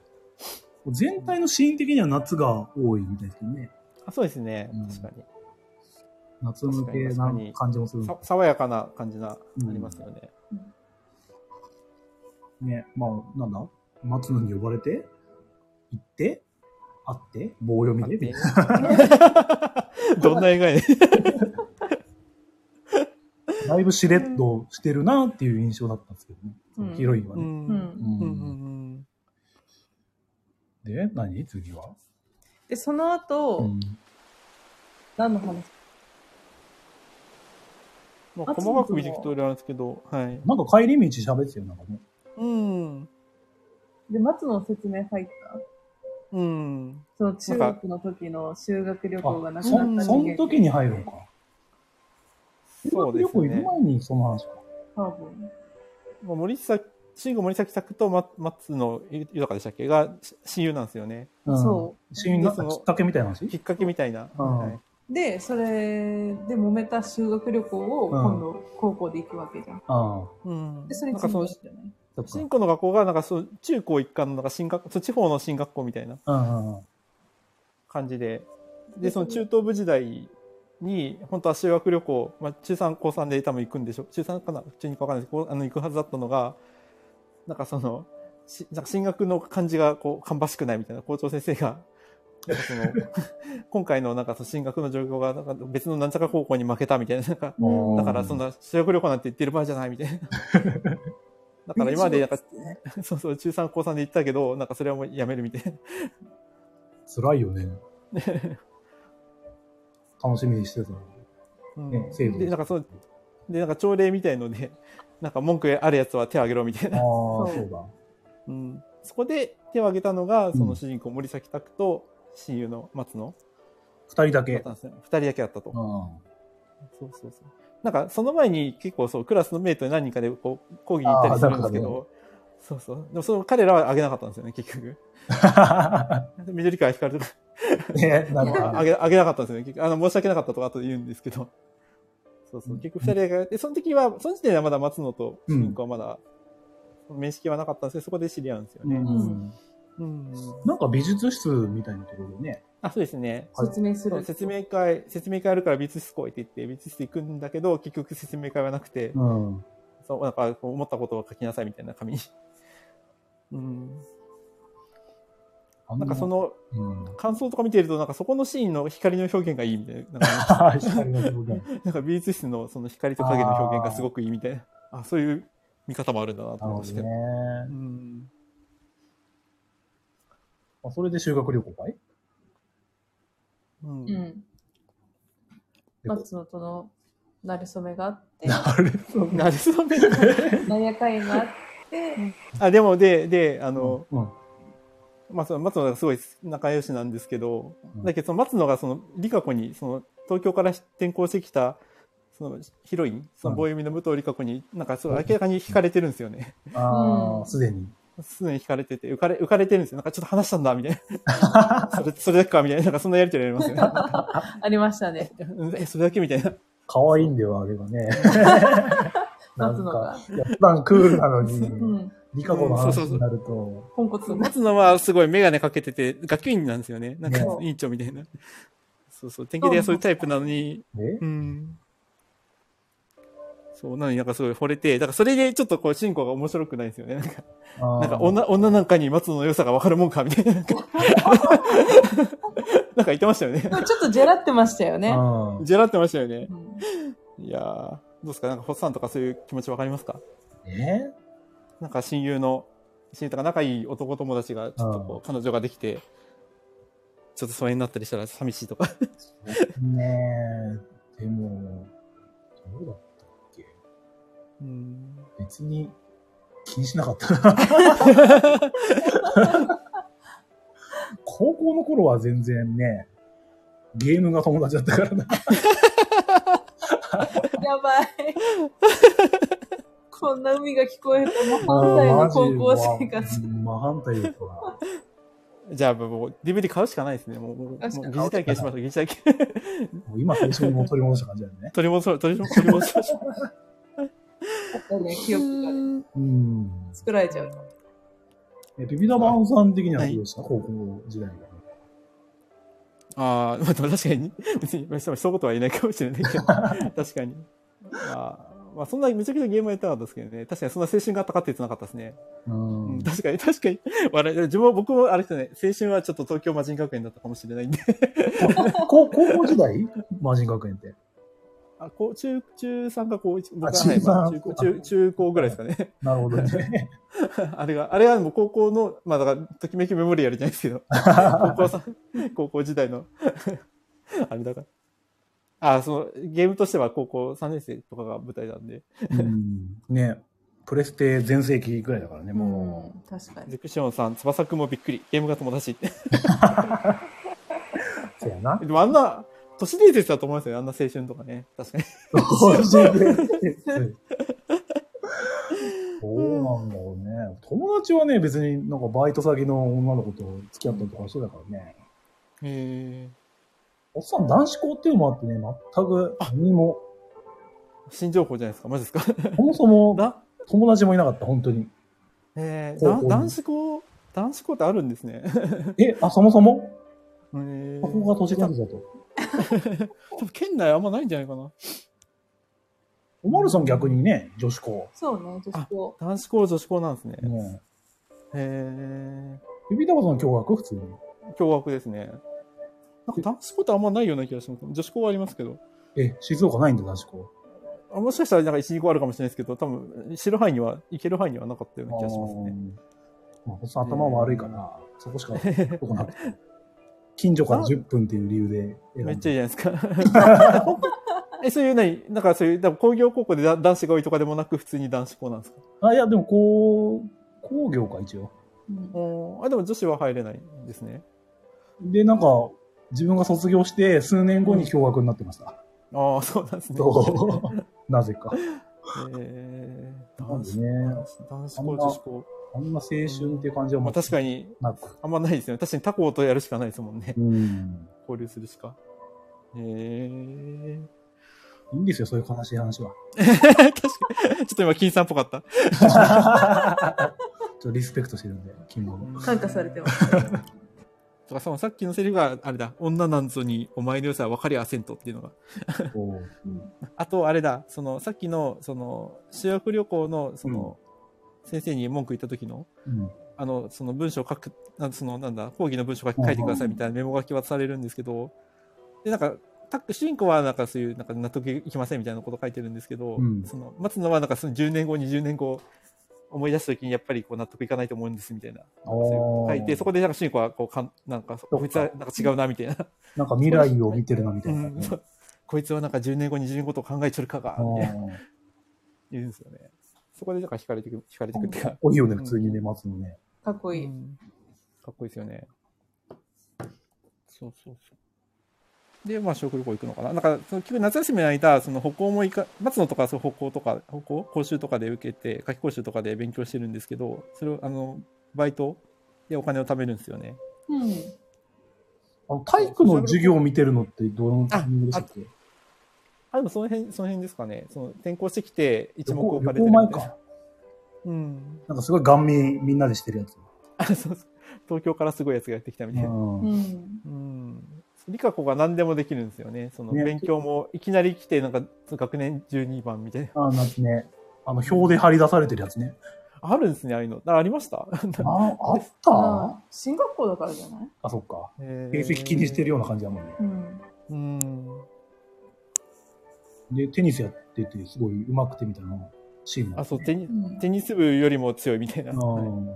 [SPEAKER 1] 全体のシーン的には夏が多いみたいですけどね。
[SPEAKER 3] あそうですね
[SPEAKER 1] うん。
[SPEAKER 3] 確か
[SPEAKER 1] 夏向けな感じもする
[SPEAKER 3] に。
[SPEAKER 1] んで
[SPEAKER 3] さ爽やかな感じな、
[SPEAKER 1] うん
[SPEAKER 3] ありますよね。
[SPEAKER 1] ね。まあ、なんだ松野に呼ばれて、行って、会って、棒読みで、みたいな
[SPEAKER 3] 勝手にどんな映画やねん。
[SPEAKER 1] だいぶしれっとしてるなっていう印象だったんですけどね。そのヒロインは
[SPEAKER 3] う
[SPEAKER 1] ね。
[SPEAKER 3] ん。
[SPEAKER 2] う
[SPEAKER 3] う
[SPEAKER 2] ん。
[SPEAKER 3] んうんう
[SPEAKER 1] うん
[SPEAKER 3] ん。
[SPEAKER 1] で、何次は、
[SPEAKER 2] で、その後、
[SPEAKER 1] うん
[SPEAKER 2] 何の話
[SPEAKER 3] もう細かく見ていくとあれなんですけど、はい。
[SPEAKER 1] なんか帰り道喋ってたよ、なんかね。
[SPEAKER 3] うん。
[SPEAKER 2] で、松野の説明入った
[SPEAKER 3] うん。
[SPEAKER 2] その中学の時の修学旅行がな
[SPEAKER 1] あ、
[SPEAKER 2] く
[SPEAKER 1] そ
[SPEAKER 2] なっ
[SPEAKER 1] ん
[SPEAKER 2] た
[SPEAKER 1] そ
[SPEAKER 2] 人
[SPEAKER 1] の
[SPEAKER 2] 間
[SPEAKER 1] 時に入るのか。
[SPEAKER 3] そうで
[SPEAKER 1] 旅
[SPEAKER 3] す
[SPEAKER 1] 行行
[SPEAKER 3] ね
[SPEAKER 1] く。前にその話か。
[SPEAKER 2] 多分。
[SPEAKER 3] もう森崎、慎吾森崎作とま松野豊でしたっけがし親友なんですよね。
[SPEAKER 1] うん、。
[SPEAKER 2] そう
[SPEAKER 1] 死因なんかきっかけみたいな話
[SPEAKER 3] きっかけみたいな。
[SPEAKER 1] あー
[SPEAKER 3] はい
[SPEAKER 2] で、それで揉めた修学旅行を今度高校で行くわけじゃん。
[SPEAKER 1] ああ。
[SPEAKER 3] うん。
[SPEAKER 2] で、それ
[SPEAKER 3] なんか
[SPEAKER 2] 次
[SPEAKER 3] そ
[SPEAKER 2] の
[SPEAKER 3] の
[SPEAKER 2] 日、じゃない
[SPEAKER 1] そっか
[SPEAKER 3] 新。校の学校が、なんかそう、中高一貫の、なんか進学、そう地方の進学校みたいな
[SPEAKER 1] うんうんうん。
[SPEAKER 3] 感じで。で、その中東部時代に、本当は修学旅行、まあ、中3、高3で多分行くんでしょ。中3かな中2かわかんないですこうあの、行くはずだったのが、なんかその、しなんか進学の感じが、こう、芳しくないみたいな校長先生が、なんかその、 今回のなんかその進学の状況が、なんか別のなんちゃか高校に負けたみたいな、なんか、
[SPEAKER 1] うん
[SPEAKER 3] だからそんな修学旅行なんて言ってる場合じゃない みたいな。だから今までなんか、 そうそう、中3高3で言ったけど、なんかそれはもうやめるみたいな。
[SPEAKER 1] 辛いよ ね。楽しみにしてた。
[SPEAKER 3] うん
[SPEAKER 1] ね制度
[SPEAKER 3] で、なんかそう、で、なんか朝礼みたいので、なんか文句あるやつは手を挙げろみたい
[SPEAKER 1] ああ、
[SPEAKER 3] な。
[SPEAKER 1] そうだ。
[SPEAKER 3] うん、そこで手を挙げたのが、そ
[SPEAKER 1] うん
[SPEAKER 3] の主人公森崎拓と親友の松野
[SPEAKER 1] 二人だ
[SPEAKER 3] だっ
[SPEAKER 1] け
[SPEAKER 3] た。んですね。二人だけだったと。
[SPEAKER 1] うん。
[SPEAKER 3] そうそうそう。なんか、その前に結構そう、クラスのメイトに何人かでこう、講義に行ったりするんですけ
[SPEAKER 1] あー
[SPEAKER 3] ど、そうそう。でも、その彼らはあげなかったんですよね、結局。緑川光とか、
[SPEAKER 1] ね、なん
[SPEAKER 3] あ
[SPEAKER 1] か、
[SPEAKER 3] げ、あげなかったんですよね。結局あの、申し訳なかったとか後で言うんですけ ど。そうそうう。
[SPEAKER 1] ん
[SPEAKER 3] 結局二人が、で、その時は、その時点ではまだ松野と主人公はまだ、面識はなかったんですけど、そこで知り合うんですよ
[SPEAKER 1] う
[SPEAKER 3] ね。
[SPEAKER 1] ん。
[SPEAKER 3] うん。
[SPEAKER 1] なんか美術室みたいなところでね。
[SPEAKER 3] あ、そうですね。
[SPEAKER 1] はい
[SPEAKER 2] 説明す
[SPEAKER 3] そ
[SPEAKER 2] る。
[SPEAKER 3] う説明会、説明会あるから美術室来いって言って、美術室行くんだけど、結局説明会はなくて、
[SPEAKER 1] うん。
[SPEAKER 3] そう、なんか、こう思ったことを書きなさいみたいな紙に。うん。
[SPEAKER 1] あ
[SPEAKER 3] なんかそ
[SPEAKER 1] の、う
[SPEAKER 3] の
[SPEAKER 1] ん、
[SPEAKER 3] 感想とか見てると、なんかそこのシーンの光の表現がいいみたいな。なんか
[SPEAKER 1] はい光の表現。
[SPEAKER 3] なんか美術室のその光と影の表現がすごくいいみたいな。あそういう見方もあるんだなと
[SPEAKER 1] なる
[SPEAKER 3] 思
[SPEAKER 1] ほど
[SPEAKER 3] いましたけ
[SPEAKER 1] ね
[SPEAKER 3] ど。。うん。
[SPEAKER 1] あそれで修学旅行かい
[SPEAKER 3] うん。
[SPEAKER 2] うん。
[SPEAKER 1] 猫
[SPEAKER 2] 松本の馴れ初めが あって、
[SPEAKER 1] なるほど。
[SPEAKER 3] なるほどね。
[SPEAKER 2] なんやかんやがあって、
[SPEAKER 3] あ、でも、で、で、あの、
[SPEAKER 1] うん。
[SPEAKER 3] まあ、その松野がすごい仲良しなんですけど、
[SPEAKER 1] うん
[SPEAKER 3] だけど、その松野がその、理香子に、その、東京から転校してきた、その、ヒロイン、その、棒読みの武藤理香子に、なんか、そう明らかに惹かれてるんですよね。
[SPEAKER 1] あ
[SPEAKER 2] う
[SPEAKER 1] あ、
[SPEAKER 2] ん
[SPEAKER 1] すでに。
[SPEAKER 3] すでに惹かれてて、浮かれ、浮かれてるんですよ。なんか、ちょっと話したんだ、みたい な。それ、それだけか、みたいな。なんか、そんなやりとりありますよね。
[SPEAKER 2] ありましたね。
[SPEAKER 3] うんえ、それだけみたいな。
[SPEAKER 1] 可愛いんだよ、あれが ね。なん
[SPEAKER 2] 松野が
[SPEAKER 1] か、。いや普段クールなの
[SPEAKER 2] う
[SPEAKER 1] に、
[SPEAKER 2] ん。
[SPEAKER 1] リカゴの話になると、
[SPEAKER 2] ポンコツ。
[SPEAKER 3] 松野はすごいメガネかけてて、学級委員なんですよね。なんか
[SPEAKER 2] そ、う
[SPEAKER 3] 委員長みたいな。そうそう。典型ではそういうタイプなのに、
[SPEAKER 1] え
[SPEAKER 3] うん。そう、なのになんかすごい惚れて、だからそれでちょっとこう、進行が面白くないですよね。なんか、なんか女、女なんかに松野の良さがわかるもんか、み たいな。なんかなんか言ってましたよね。
[SPEAKER 2] ちょっとジェラってましたよね。
[SPEAKER 1] ね
[SPEAKER 3] じゃらってましたよね
[SPEAKER 2] う。ん
[SPEAKER 3] いやー、どうですかなんか、ホッサンとかそういう気持ちわかりますか
[SPEAKER 1] え
[SPEAKER 3] なんか親友の、親友とか仲いい男友達が、ちょっとこう、彼女ができて、ちょっと疎遠になったりしたら寂しいとか。
[SPEAKER 1] ねえ、でも、どうだったっけ
[SPEAKER 3] うん。
[SPEAKER 1] 別に気にしなか ったな。高校の頃は全然ね、ゲームが友達だったからな。
[SPEAKER 2] やばい。こんな海が聞こえると、もう反対の高校生活。
[SPEAKER 1] うん真反対ですわ。
[SPEAKER 3] じゃあ、もう、DVD 買うしかないですね。もう、もう、もう
[SPEAKER 2] 買うしかない
[SPEAKER 3] 疑似体験しましょう、疑似体験。
[SPEAKER 1] もう今、青春を取り戻した感じだよね。
[SPEAKER 3] 取り戻そう、取り戻取り戻しましょう。
[SPEAKER 2] ね、記憶がね、
[SPEAKER 1] うん。
[SPEAKER 2] 作られちゃうから。
[SPEAKER 1] え、ビビダバンさん的にはどうでした高校時代は。
[SPEAKER 3] ああ、まあでも確かに、 別に、まあそういうことは言えないかもしれないけど、 確かに。まあ、まあ、そんなめちゃくちゃゲームはやってなかったですけどね。確かにそんな青春があったかって言ってなかったですね。
[SPEAKER 1] う
[SPEAKER 3] うん
[SPEAKER 1] ん。
[SPEAKER 3] 確かに、確かに。笑い、自分も僕もあれですよね、青春はちょっと東京魔人学園だったかもしれないんで。
[SPEAKER 1] 高高校時代魔人学園 って。
[SPEAKER 3] あ、こう、中、中3か高一僕は、
[SPEAKER 1] 中
[SPEAKER 3] はいまあ
[SPEAKER 1] 三
[SPEAKER 3] 中高、中、中高ぐらいですかね。
[SPEAKER 1] なるほどね。
[SPEAKER 3] あれが、あれはもう高校の、まあだから、ときめきメモリアルじゃないです けど、高校さん、高校時代の、 あれだから。あ、その、ゲームとしては高校3年生とかが舞台なんで、
[SPEAKER 1] うんね、プレステ全盛期ぐらいだからね、も
[SPEAKER 2] うん、確かに。
[SPEAKER 3] ゼクシオンさん、翼くんもびっくり、ゲームが友達 って。
[SPEAKER 1] う。そうや な。
[SPEAKER 3] でもあんな、都市伝説だと思いますよね、あんな青春とかね。確かに。
[SPEAKER 1] そうなんだろうね。友達はね、別になんかバイト先の女の子と付き合ったとかそうだからね。
[SPEAKER 3] へ
[SPEAKER 1] おっさん男子校っていうのもあってね、全く何 も、
[SPEAKER 3] 新情報じゃないですか、マジですか。
[SPEAKER 1] そもそも
[SPEAKER 3] だ
[SPEAKER 1] 友達もいなかった、本当に。
[SPEAKER 3] えー、
[SPEAKER 1] 高校
[SPEAKER 3] だ
[SPEAKER 1] に
[SPEAKER 3] 男子校、男子校ってあるんですね。
[SPEAKER 1] え、あ、そもそも
[SPEAKER 3] えー
[SPEAKER 1] ここが都市伝説だと。
[SPEAKER 3] 多分県内あんまないんじゃないかな。
[SPEAKER 1] おまるさん逆にね、女子校。
[SPEAKER 2] そうね、女子校。
[SPEAKER 3] 男子校、女子校なんですね。
[SPEAKER 1] ね
[SPEAKER 3] へえ。
[SPEAKER 1] 指高さん驚愕普通に。
[SPEAKER 3] 驚愕ですね。なんか男子校ってあんまないような気がします。女子校はありますけど。
[SPEAKER 1] え、静岡ないんだ、男子校。
[SPEAKER 3] あもしかしたらなんか1、2個あるかもしれないですけど、多分、知る範囲には、行ける範囲にはなかったような気がしますね。
[SPEAKER 1] あーまあ、ほっさん頭悪いから、そこしか行なくて。 近所から10分っていう理由で選んだ
[SPEAKER 3] めっちゃいいじゃないですか。 え、そういう何なんかそういう、多分工業高校でだ男子が多いとかでもなく、普通に男子校なんですか
[SPEAKER 1] あ、いや、でも、こう、工業か、一応。
[SPEAKER 2] うん
[SPEAKER 3] おーあ、でも女子は入れないんですね。
[SPEAKER 1] で、なんか、自分が卒業して、数年後に共学になってました。
[SPEAKER 3] ああ、そうなんですね。
[SPEAKER 1] そう なぜか。
[SPEAKER 3] えー、
[SPEAKER 1] なん
[SPEAKER 3] 男
[SPEAKER 1] で
[SPEAKER 3] 子、
[SPEAKER 1] ね
[SPEAKER 3] 男子男子校、女子校。
[SPEAKER 1] あんま青春っていう感じは
[SPEAKER 3] ま
[SPEAKER 1] も
[SPEAKER 3] あ
[SPEAKER 1] う
[SPEAKER 3] 確かに、
[SPEAKER 1] なく。
[SPEAKER 3] あんまないですよね。確かに他校とやるしかないですもんね
[SPEAKER 1] う。ん。
[SPEAKER 3] 交流するしか。えー、
[SPEAKER 1] い いんですよ、そういう悲しい話は。
[SPEAKER 3] 確かに。ちょっと今、金さんっぽかった。
[SPEAKER 1] ちょっとリスペクトしてるんで、金も。
[SPEAKER 2] 感化されてます。
[SPEAKER 3] とか、そのさっきのセリフが、あれだ、女なんぞにお前の良さは分かりゃせんとっていうのが。
[SPEAKER 1] おう
[SPEAKER 3] あと、あれだ、その、さっきの、その、修学旅行の、その、先生に文句言った時の、
[SPEAKER 1] うん。
[SPEAKER 3] あの、その文章を書く、あその、なんだ、講義の文章を書き書いてくださいみたいなメモ書き渡されるんですけど、で、なんか、タック、主人公はなんかそういう、なんか納得いきませんみたいなこと書いてるんですけど、
[SPEAKER 1] うん
[SPEAKER 3] その、待つのはなんかその10年後、20年後、思い出すときにやっぱりこう納得いかないと思うんですみたいな、そういう書いて、そこでなんか主人公はこうかん、なんか、
[SPEAKER 1] か
[SPEAKER 3] こいつはなんか違うなみたいな、
[SPEAKER 1] なんか未来を見てるなみたいな
[SPEAKER 3] う
[SPEAKER 1] 感
[SPEAKER 3] ん
[SPEAKER 1] じ。
[SPEAKER 3] そう こいつはなんか10年後、20年後と考えちょるかが、
[SPEAKER 1] あ
[SPEAKER 3] みたいな
[SPEAKER 1] ー
[SPEAKER 3] 言うんですよね。そこでなんか惹かれてくる、惹かれてくるっていうか
[SPEAKER 1] 多いよね、普通にね、待つのね。
[SPEAKER 2] かっこいい。
[SPEAKER 3] うんかっこいいですよね。そうそうそう。で、まあ、食旅行行くのかな。なんか、その結局夏休みの間、その歩行も行か、松野とかそう歩行とか、歩行講習とかで受けて、夏期講習とかで勉強してるんですけど、それを、あの、バイトでお金を貯めるんですよね。
[SPEAKER 2] うん。
[SPEAKER 1] あの体育の授業を見てるのってどのタイミングでしたっけ
[SPEAKER 3] あ、でもその辺、その辺ですかね。その、転校してきて、一目
[SPEAKER 1] 旅
[SPEAKER 3] 置
[SPEAKER 1] 行
[SPEAKER 3] かれ
[SPEAKER 1] 旅
[SPEAKER 3] てる
[SPEAKER 1] 行
[SPEAKER 3] みたい
[SPEAKER 1] 前
[SPEAKER 3] な。
[SPEAKER 1] か。
[SPEAKER 3] うん。
[SPEAKER 1] なんかすごい顔面みんなでしてるやつ。
[SPEAKER 3] あ、そうそう。東京からすごいやつがやってきたみ
[SPEAKER 1] う。
[SPEAKER 3] たいな。
[SPEAKER 2] うんん。
[SPEAKER 3] うん。理香子が何でもできるんですよね。その
[SPEAKER 1] ね
[SPEAKER 3] 勉強もいきなり来て、なんか学年12番みたいな。
[SPEAKER 1] あーなんかね、あの、表で張り出されてるやつね。
[SPEAKER 3] あるんですね、ああいうの。ああり ました
[SPEAKER 1] あ、あった
[SPEAKER 2] ああ、進学校だからじゃない
[SPEAKER 1] あ、そっか。
[SPEAKER 3] 成
[SPEAKER 1] 成績気にしてるような感じだもんね。
[SPEAKER 2] うん。
[SPEAKER 3] うん。
[SPEAKER 1] で、テニスやってて、すごい上手くてみたいなシーンも
[SPEAKER 3] あ、そう、テニ
[SPEAKER 2] うん
[SPEAKER 3] テニス部よりも強いみたいな。
[SPEAKER 1] あー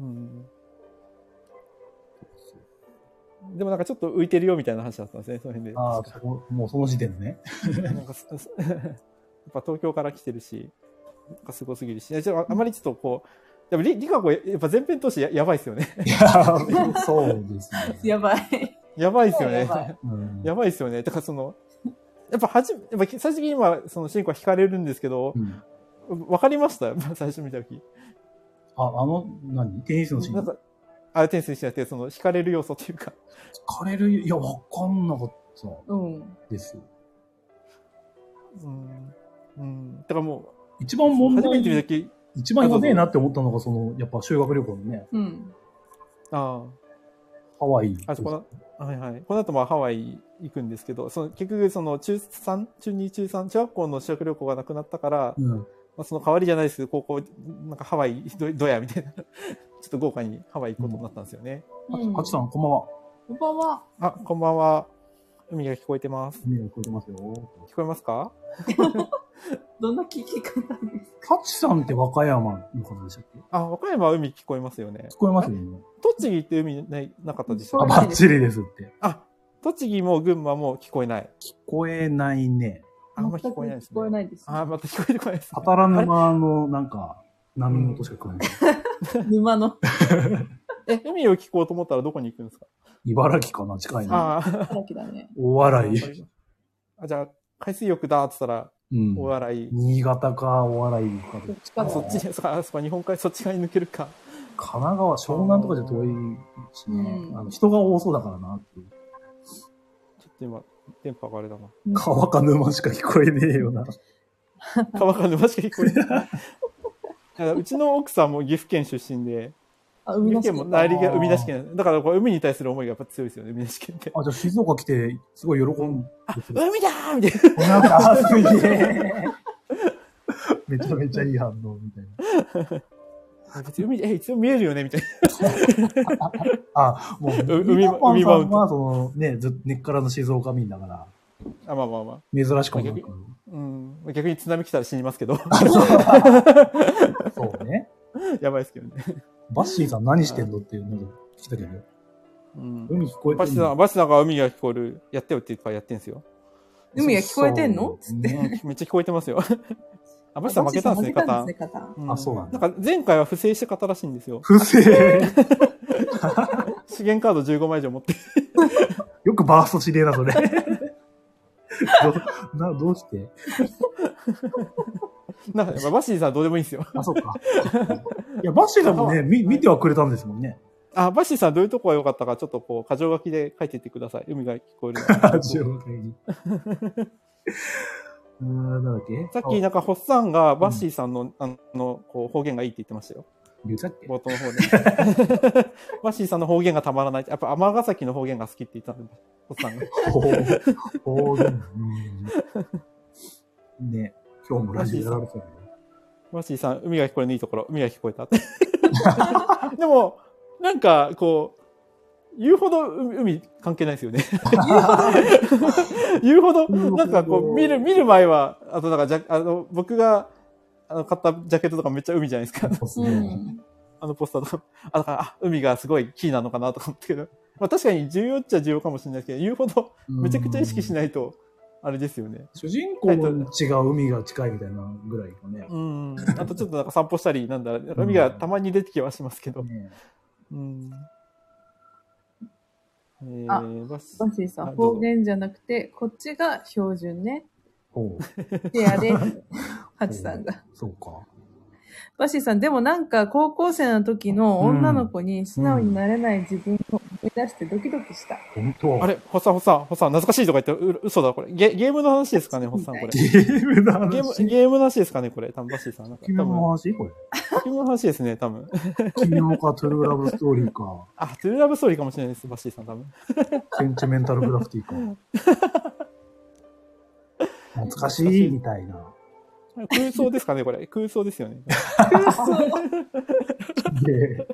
[SPEAKER 3] うん、でもなんかちょっと浮いてるよみたいな話だったんですね、その辺で。
[SPEAKER 1] あー、そこもうその時点でね。
[SPEAKER 3] なんかす やっぱ東京から来てるし、なんかすごすぎるし、ちょっとああまりちょっとこう、でもり理香子、やっぱ全編通してややばいですよね。
[SPEAKER 1] いや、そうですね。
[SPEAKER 2] やばい。
[SPEAKER 3] やばいですよね。
[SPEAKER 2] やばい
[SPEAKER 1] うん
[SPEAKER 3] やばいですよね。だからその、やっぱはじ、やっぱ最終的に今、その主人公は惹かれるんですけど
[SPEAKER 1] う、ん
[SPEAKER 3] わかりましたやっぱ最初見た時
[SPEAKER 1] あ、あの、何テニスのシー
[SPEAKER 3] なん
[SPEAKER 1] ン。
[SPEAKER 3] か、あ、テニスにしなくて、その、惹かれる要素っていうか、
[SPEAKER 1] 疲れる、いや、わかんなかった
[SPEAKER 2] うん。
[SPEAKER 1] です。
[SPEAKER 3] うん。うん。だからも
[SPEAKER 1] 一番
[SPEAKER 3] う、
[SPEAKER 1] 問
[SPEAKER 3] 初
[SPEAKER 1] 題
[SPEAKER 3] めて見た時
[SPEAKER 1] 一番やべえなって思ったのが、その、やっぱ修学旅行のね、
[SPEAKER 2] うん。
[SPEAKER 3] あ
[SPEAKER 1] ハワイ。
[SPEAKER 3] あ、あ、そこの、はいはい。この後もハワイ行くんですけど、その、結局、その、中3、中2、中3、中学校の修学旅行がなくなったから、
[SPEAKER 1] うん。
[SPEAKER 3] まあ、その代わりじゃないですけど、高校、なんかハワイ、ど、どや、みたいな。ちょっと豪華にハワイ行くことになったんですよね。
[SPEAKER 2] うん
[SPEAKER 1] ハチさん、こんばんは。
[SPEAKER 2] こんばんは。
[SPEAKER 3] あ、こんばんは。海が聞こえてます。
[SPEAKER 1] 目が聞こえてますよ。
[SPEAKER 3] 聞こえますか
[SPEAKER 2] どんな聞き方です
[SPEAKER 1] ハチさんって和歌山の方でしたっけ
[SPEAKER 3] あ、和歌山は海聞こえますよね。
[SPEAKER 1] 聞こえますよね。
[SPEAKER 3] 栃木って海ないなかったでした
[SPEAKER 1] あ、
[SPEAKER 3] っ
[SPEAKER 2] 聞
[SPEAKER 3] け
[SPEAKER 2] こ
[SPEAKER 1] バッチリですって。
[SPEAKER 3] あ、栃木も群馬も聞こえない。
[SPEAKER 1] 聞こえないね。
[SPEAKER 3] あんま聞こえないです
[SPEAKER 2] 聞こえ
[SPEAKER 3] ね。
[SPEAKER 2] ないです、
[SPEAKER 3] あ、また聞こえてこないです、ね
[SPEAKER 1] パ。タラ沼の、なんか、波の音しか聞こえない。
[SPEAKER 2] 沼の。
[SPEAKER 3] え、海を聞こうと思ったらどこに行くんですか
[SPEAKER 1] 茨城かな近いな。
[SPEAKER 3] あ
[SPEAKER 2] だらけだね。
[SPEAKER 1] 大
[SPEAKER 3] あ、
[SPEAKER 1] 笑
[SPEAKER 3] わか
[SPEAKER 1] い。
[SPEAKER 3] りましたあ、じゃあ、海水浴だって言ったら、
[SPEAKER 1] うん。
[SPEAKER 3] お笑い。
[SPEAKER 1] 新潟か、大洗か。
[SPEAKER 2] どっ
[SPEAKER 1] 神
[SPEAKER 2] ちか
[SPEAKER 3] あ、
[SPEAKER 2] だ
[SPEAKER 3] そっち、そっか、あそっか、日本海、そっち側に抜けるか。
[SPEAKER 1] 奈川、湘南とかじゃ遠いしね。
[SPEAKER 2] うん
[SPEAKER 1] あの人が多そうだからなっていう。
[SPEAKER 3] ちょっと今、電波があれだな。
[SPEAKER 2] うん
[SPEAKER 1] 川か沼しか聞こえねえよな。
[SPEAKER 3] 川から沼しか聞こ えない。だからうちの奥さんも岐阜県出身で、
[SPEAKER 2] あ、
[SPEAKER 3] 岐
[SPEAKER 2] 海な
[SPEAKER 3] 阜
[SPEAKER 2] し
[SPEAKER 3] 県も
[SPEAKER 2] 県だ。
[SPEAKER 3] 内陸が海なし県なんでだからこれ海に対する思いがやっぱ強いですよね、海なし県って。
[SPEAKER 1] あ、じゃあ静岡来て、すごい喜んでくれ
[SPEAKER 3] 海だーみたい
[SPEAKER 1] た。な
[SPEAKER 3] な。
[SPEAKER 1] んか、すげえ。 めちゃめちゃいい反応みたいな。
[SPEAKER 3] あ別に海、え、一応見えるよねみたいな。
[SPEAKER 1] あ、もう、
[SPEAKER 3] 海
[SPEAKER 1] 海パン
[SPEAKER 3] 海
[SPEAKER 1] さ
[SPEAKER 3] マウン
[SPEAKER 1] ん
[SPEAKER 3] ト
[SPEAKER 1] は、その、ね、ずっと根っからの静岡民だから、
[SPEAKER 3] あ、まあまあまあ。
[SPEAKER 1] 珍しくもなく。
[SPEAKER 3] うん。逆に津波来たら死にますけど。
[SPEAKER 1] そうね。
[SPEAKER 3] やばいですけどね。
[SPEAKER 1] バッシーさん何してんのっていうのが来たけど、
[SPEAKER 3] うん。
[SPEAKER 1] 海聞こえ
[SPEAKER 3] バ
[SPEAKER 1] て
[SPEAKER 3] シ
[SPEAKER 1] ん
[SPEAKER 3] さ
[SPEAKER 1] の
[SPEAKER 3] ん、バシさんが海が聞こえる、やってよっていうからやってんすよ。
[SPEAKER 2] 海が聞こえてんの
[SPEAKER 1] そうね
[SPEAKER 3] めっちゃ聞こえてますよ。 あ、バシさん負けたんですね、
[SPEAKER 2] 負けた
[SPEAKER 3] 肩
[SPEAKER 2] ん。ですね、肩。
[SPEAKER 1] あそうなんだ
[SPEAKER 3] なんか前回は不正して方らしいんですよ。
[SPEAKER 1] 不正。
[SPEAKER 3] 資源カード15枚以上持って。
[SPEAKER 1] よくバーストしねえな、 それ。どなどうして
[SPEAKER 3] なんか、まあバシさんどうでもいいんですよ。
[SPEAKER 1] あ、そうか。いや、バッシーさんもね、み見てはくれたんですもんね。
[SPEAKER 3] あ、バシさんどういうとこが良かったか、ちょっとこう、箇条書きで書いてってください。海が聞こえるの
[SPEAKER 1] ラジオ会議。うーん、なんだっけ
[SPEAKER 3] さっき、なんか、ホッサンが、バッシーさんの、あの、こう、方言がいいって言ってましたよ。
[SPEAKER 1] 言ったっけ
[SPEAKER 3] 冒頭の方で。 バッシーさんの方言がたまらないって。やっぱ尼崎の方言が好きって言ったんで、おっさんが。
[SPEAKER 1] おお、でも、うんね、今日もラジオやられてたね。
[SPEAKER 3] マーシーさん、海が聞こえるのいいところ、海が聞こえたって。 でも、なんか、こう、言うほど海海関係ないですよね。 言うほど、なんかこう、見る、見る前は、あとなんかジャ、あの、僕が、あの、買ったジャケットとかめっちゃ海じゃないですか。
[SPEAKER 1] そうですね。
[SPEAKER 2] うん。
[SPEAKER 3] あのポスターとか、 あ、だから、あ海がすごいキーなのかなとか思ったけど、 まあ確かに重要っちゃ重要かもしれないですけど、言うほどめちゃくちゃ意識し
[SPEAKER 1] い。
[SPEAKER 3] ないと、あれですよね。
[SPEAKER 1] 主人公の血が海が近いみたいなぐらいのね。
[SPEAKER 3] うん。あとちょっとなんか散歩したり、なんだ、なんか海がたまに出てきはしますけど。
[SPEAKER 1] ね
[SPEAKER 3] うん。え
[SPEAKER 2] あ
[SPEAKER 3] ー、バス
[SPEAKER 2] バッシーさ
[SPEAKER 3] は
[SPEAKER 2] ん、
[SPEAKER 3] いどうぞ
[SPEAKER 2] 方言じゃなくて、こっちが標準ね。
[SPEAKER 1] おう
[SPEAKER 2] ペア で、ハチさんが。
[SPEAKER 1] そうか。
[SPEAKER 2] バッシーさん、でもなんか高校生の時の女の子に素直になれない自分を思い出してドキドキした。
[SPEAKER 1] 本当
[SPEAKER 3] あれ、ホッサンホッサン、ホッサン、懐かしいとか言って、う嘘だ、これ。ゲゲームの話ですかね、ホッサン、これ。
[SPEAKER 1] ゲームの
[SPEAKER 3] ゲー
[SPEAKER 1] 話
[SPEAKER 3] ム、ゲームの話ですかね、これ。多分バッシーさん。なんか、
[SPEAKER 1] 君
[SPEAKER 3] 多
[SPEAKER 1] の
[SPEAKER 3] 分、
[SPEAKER 1] 話これ。
[SPEAKER 3] ゲームの話ですね、多分。
[SPEAKER 1] 君のかトゥルーラブストーリーか、
[SPEAKER 3] あ、トゥルーラブストーリーかもしれないです、バッシーさん、多分。
[SPEAKER 1] センチメンタルグラフィティか。懐かしいみたい な。
[SPEAKER 3] 空想ですかね、これ。空想ですよね。
[SPEAKER 1] で、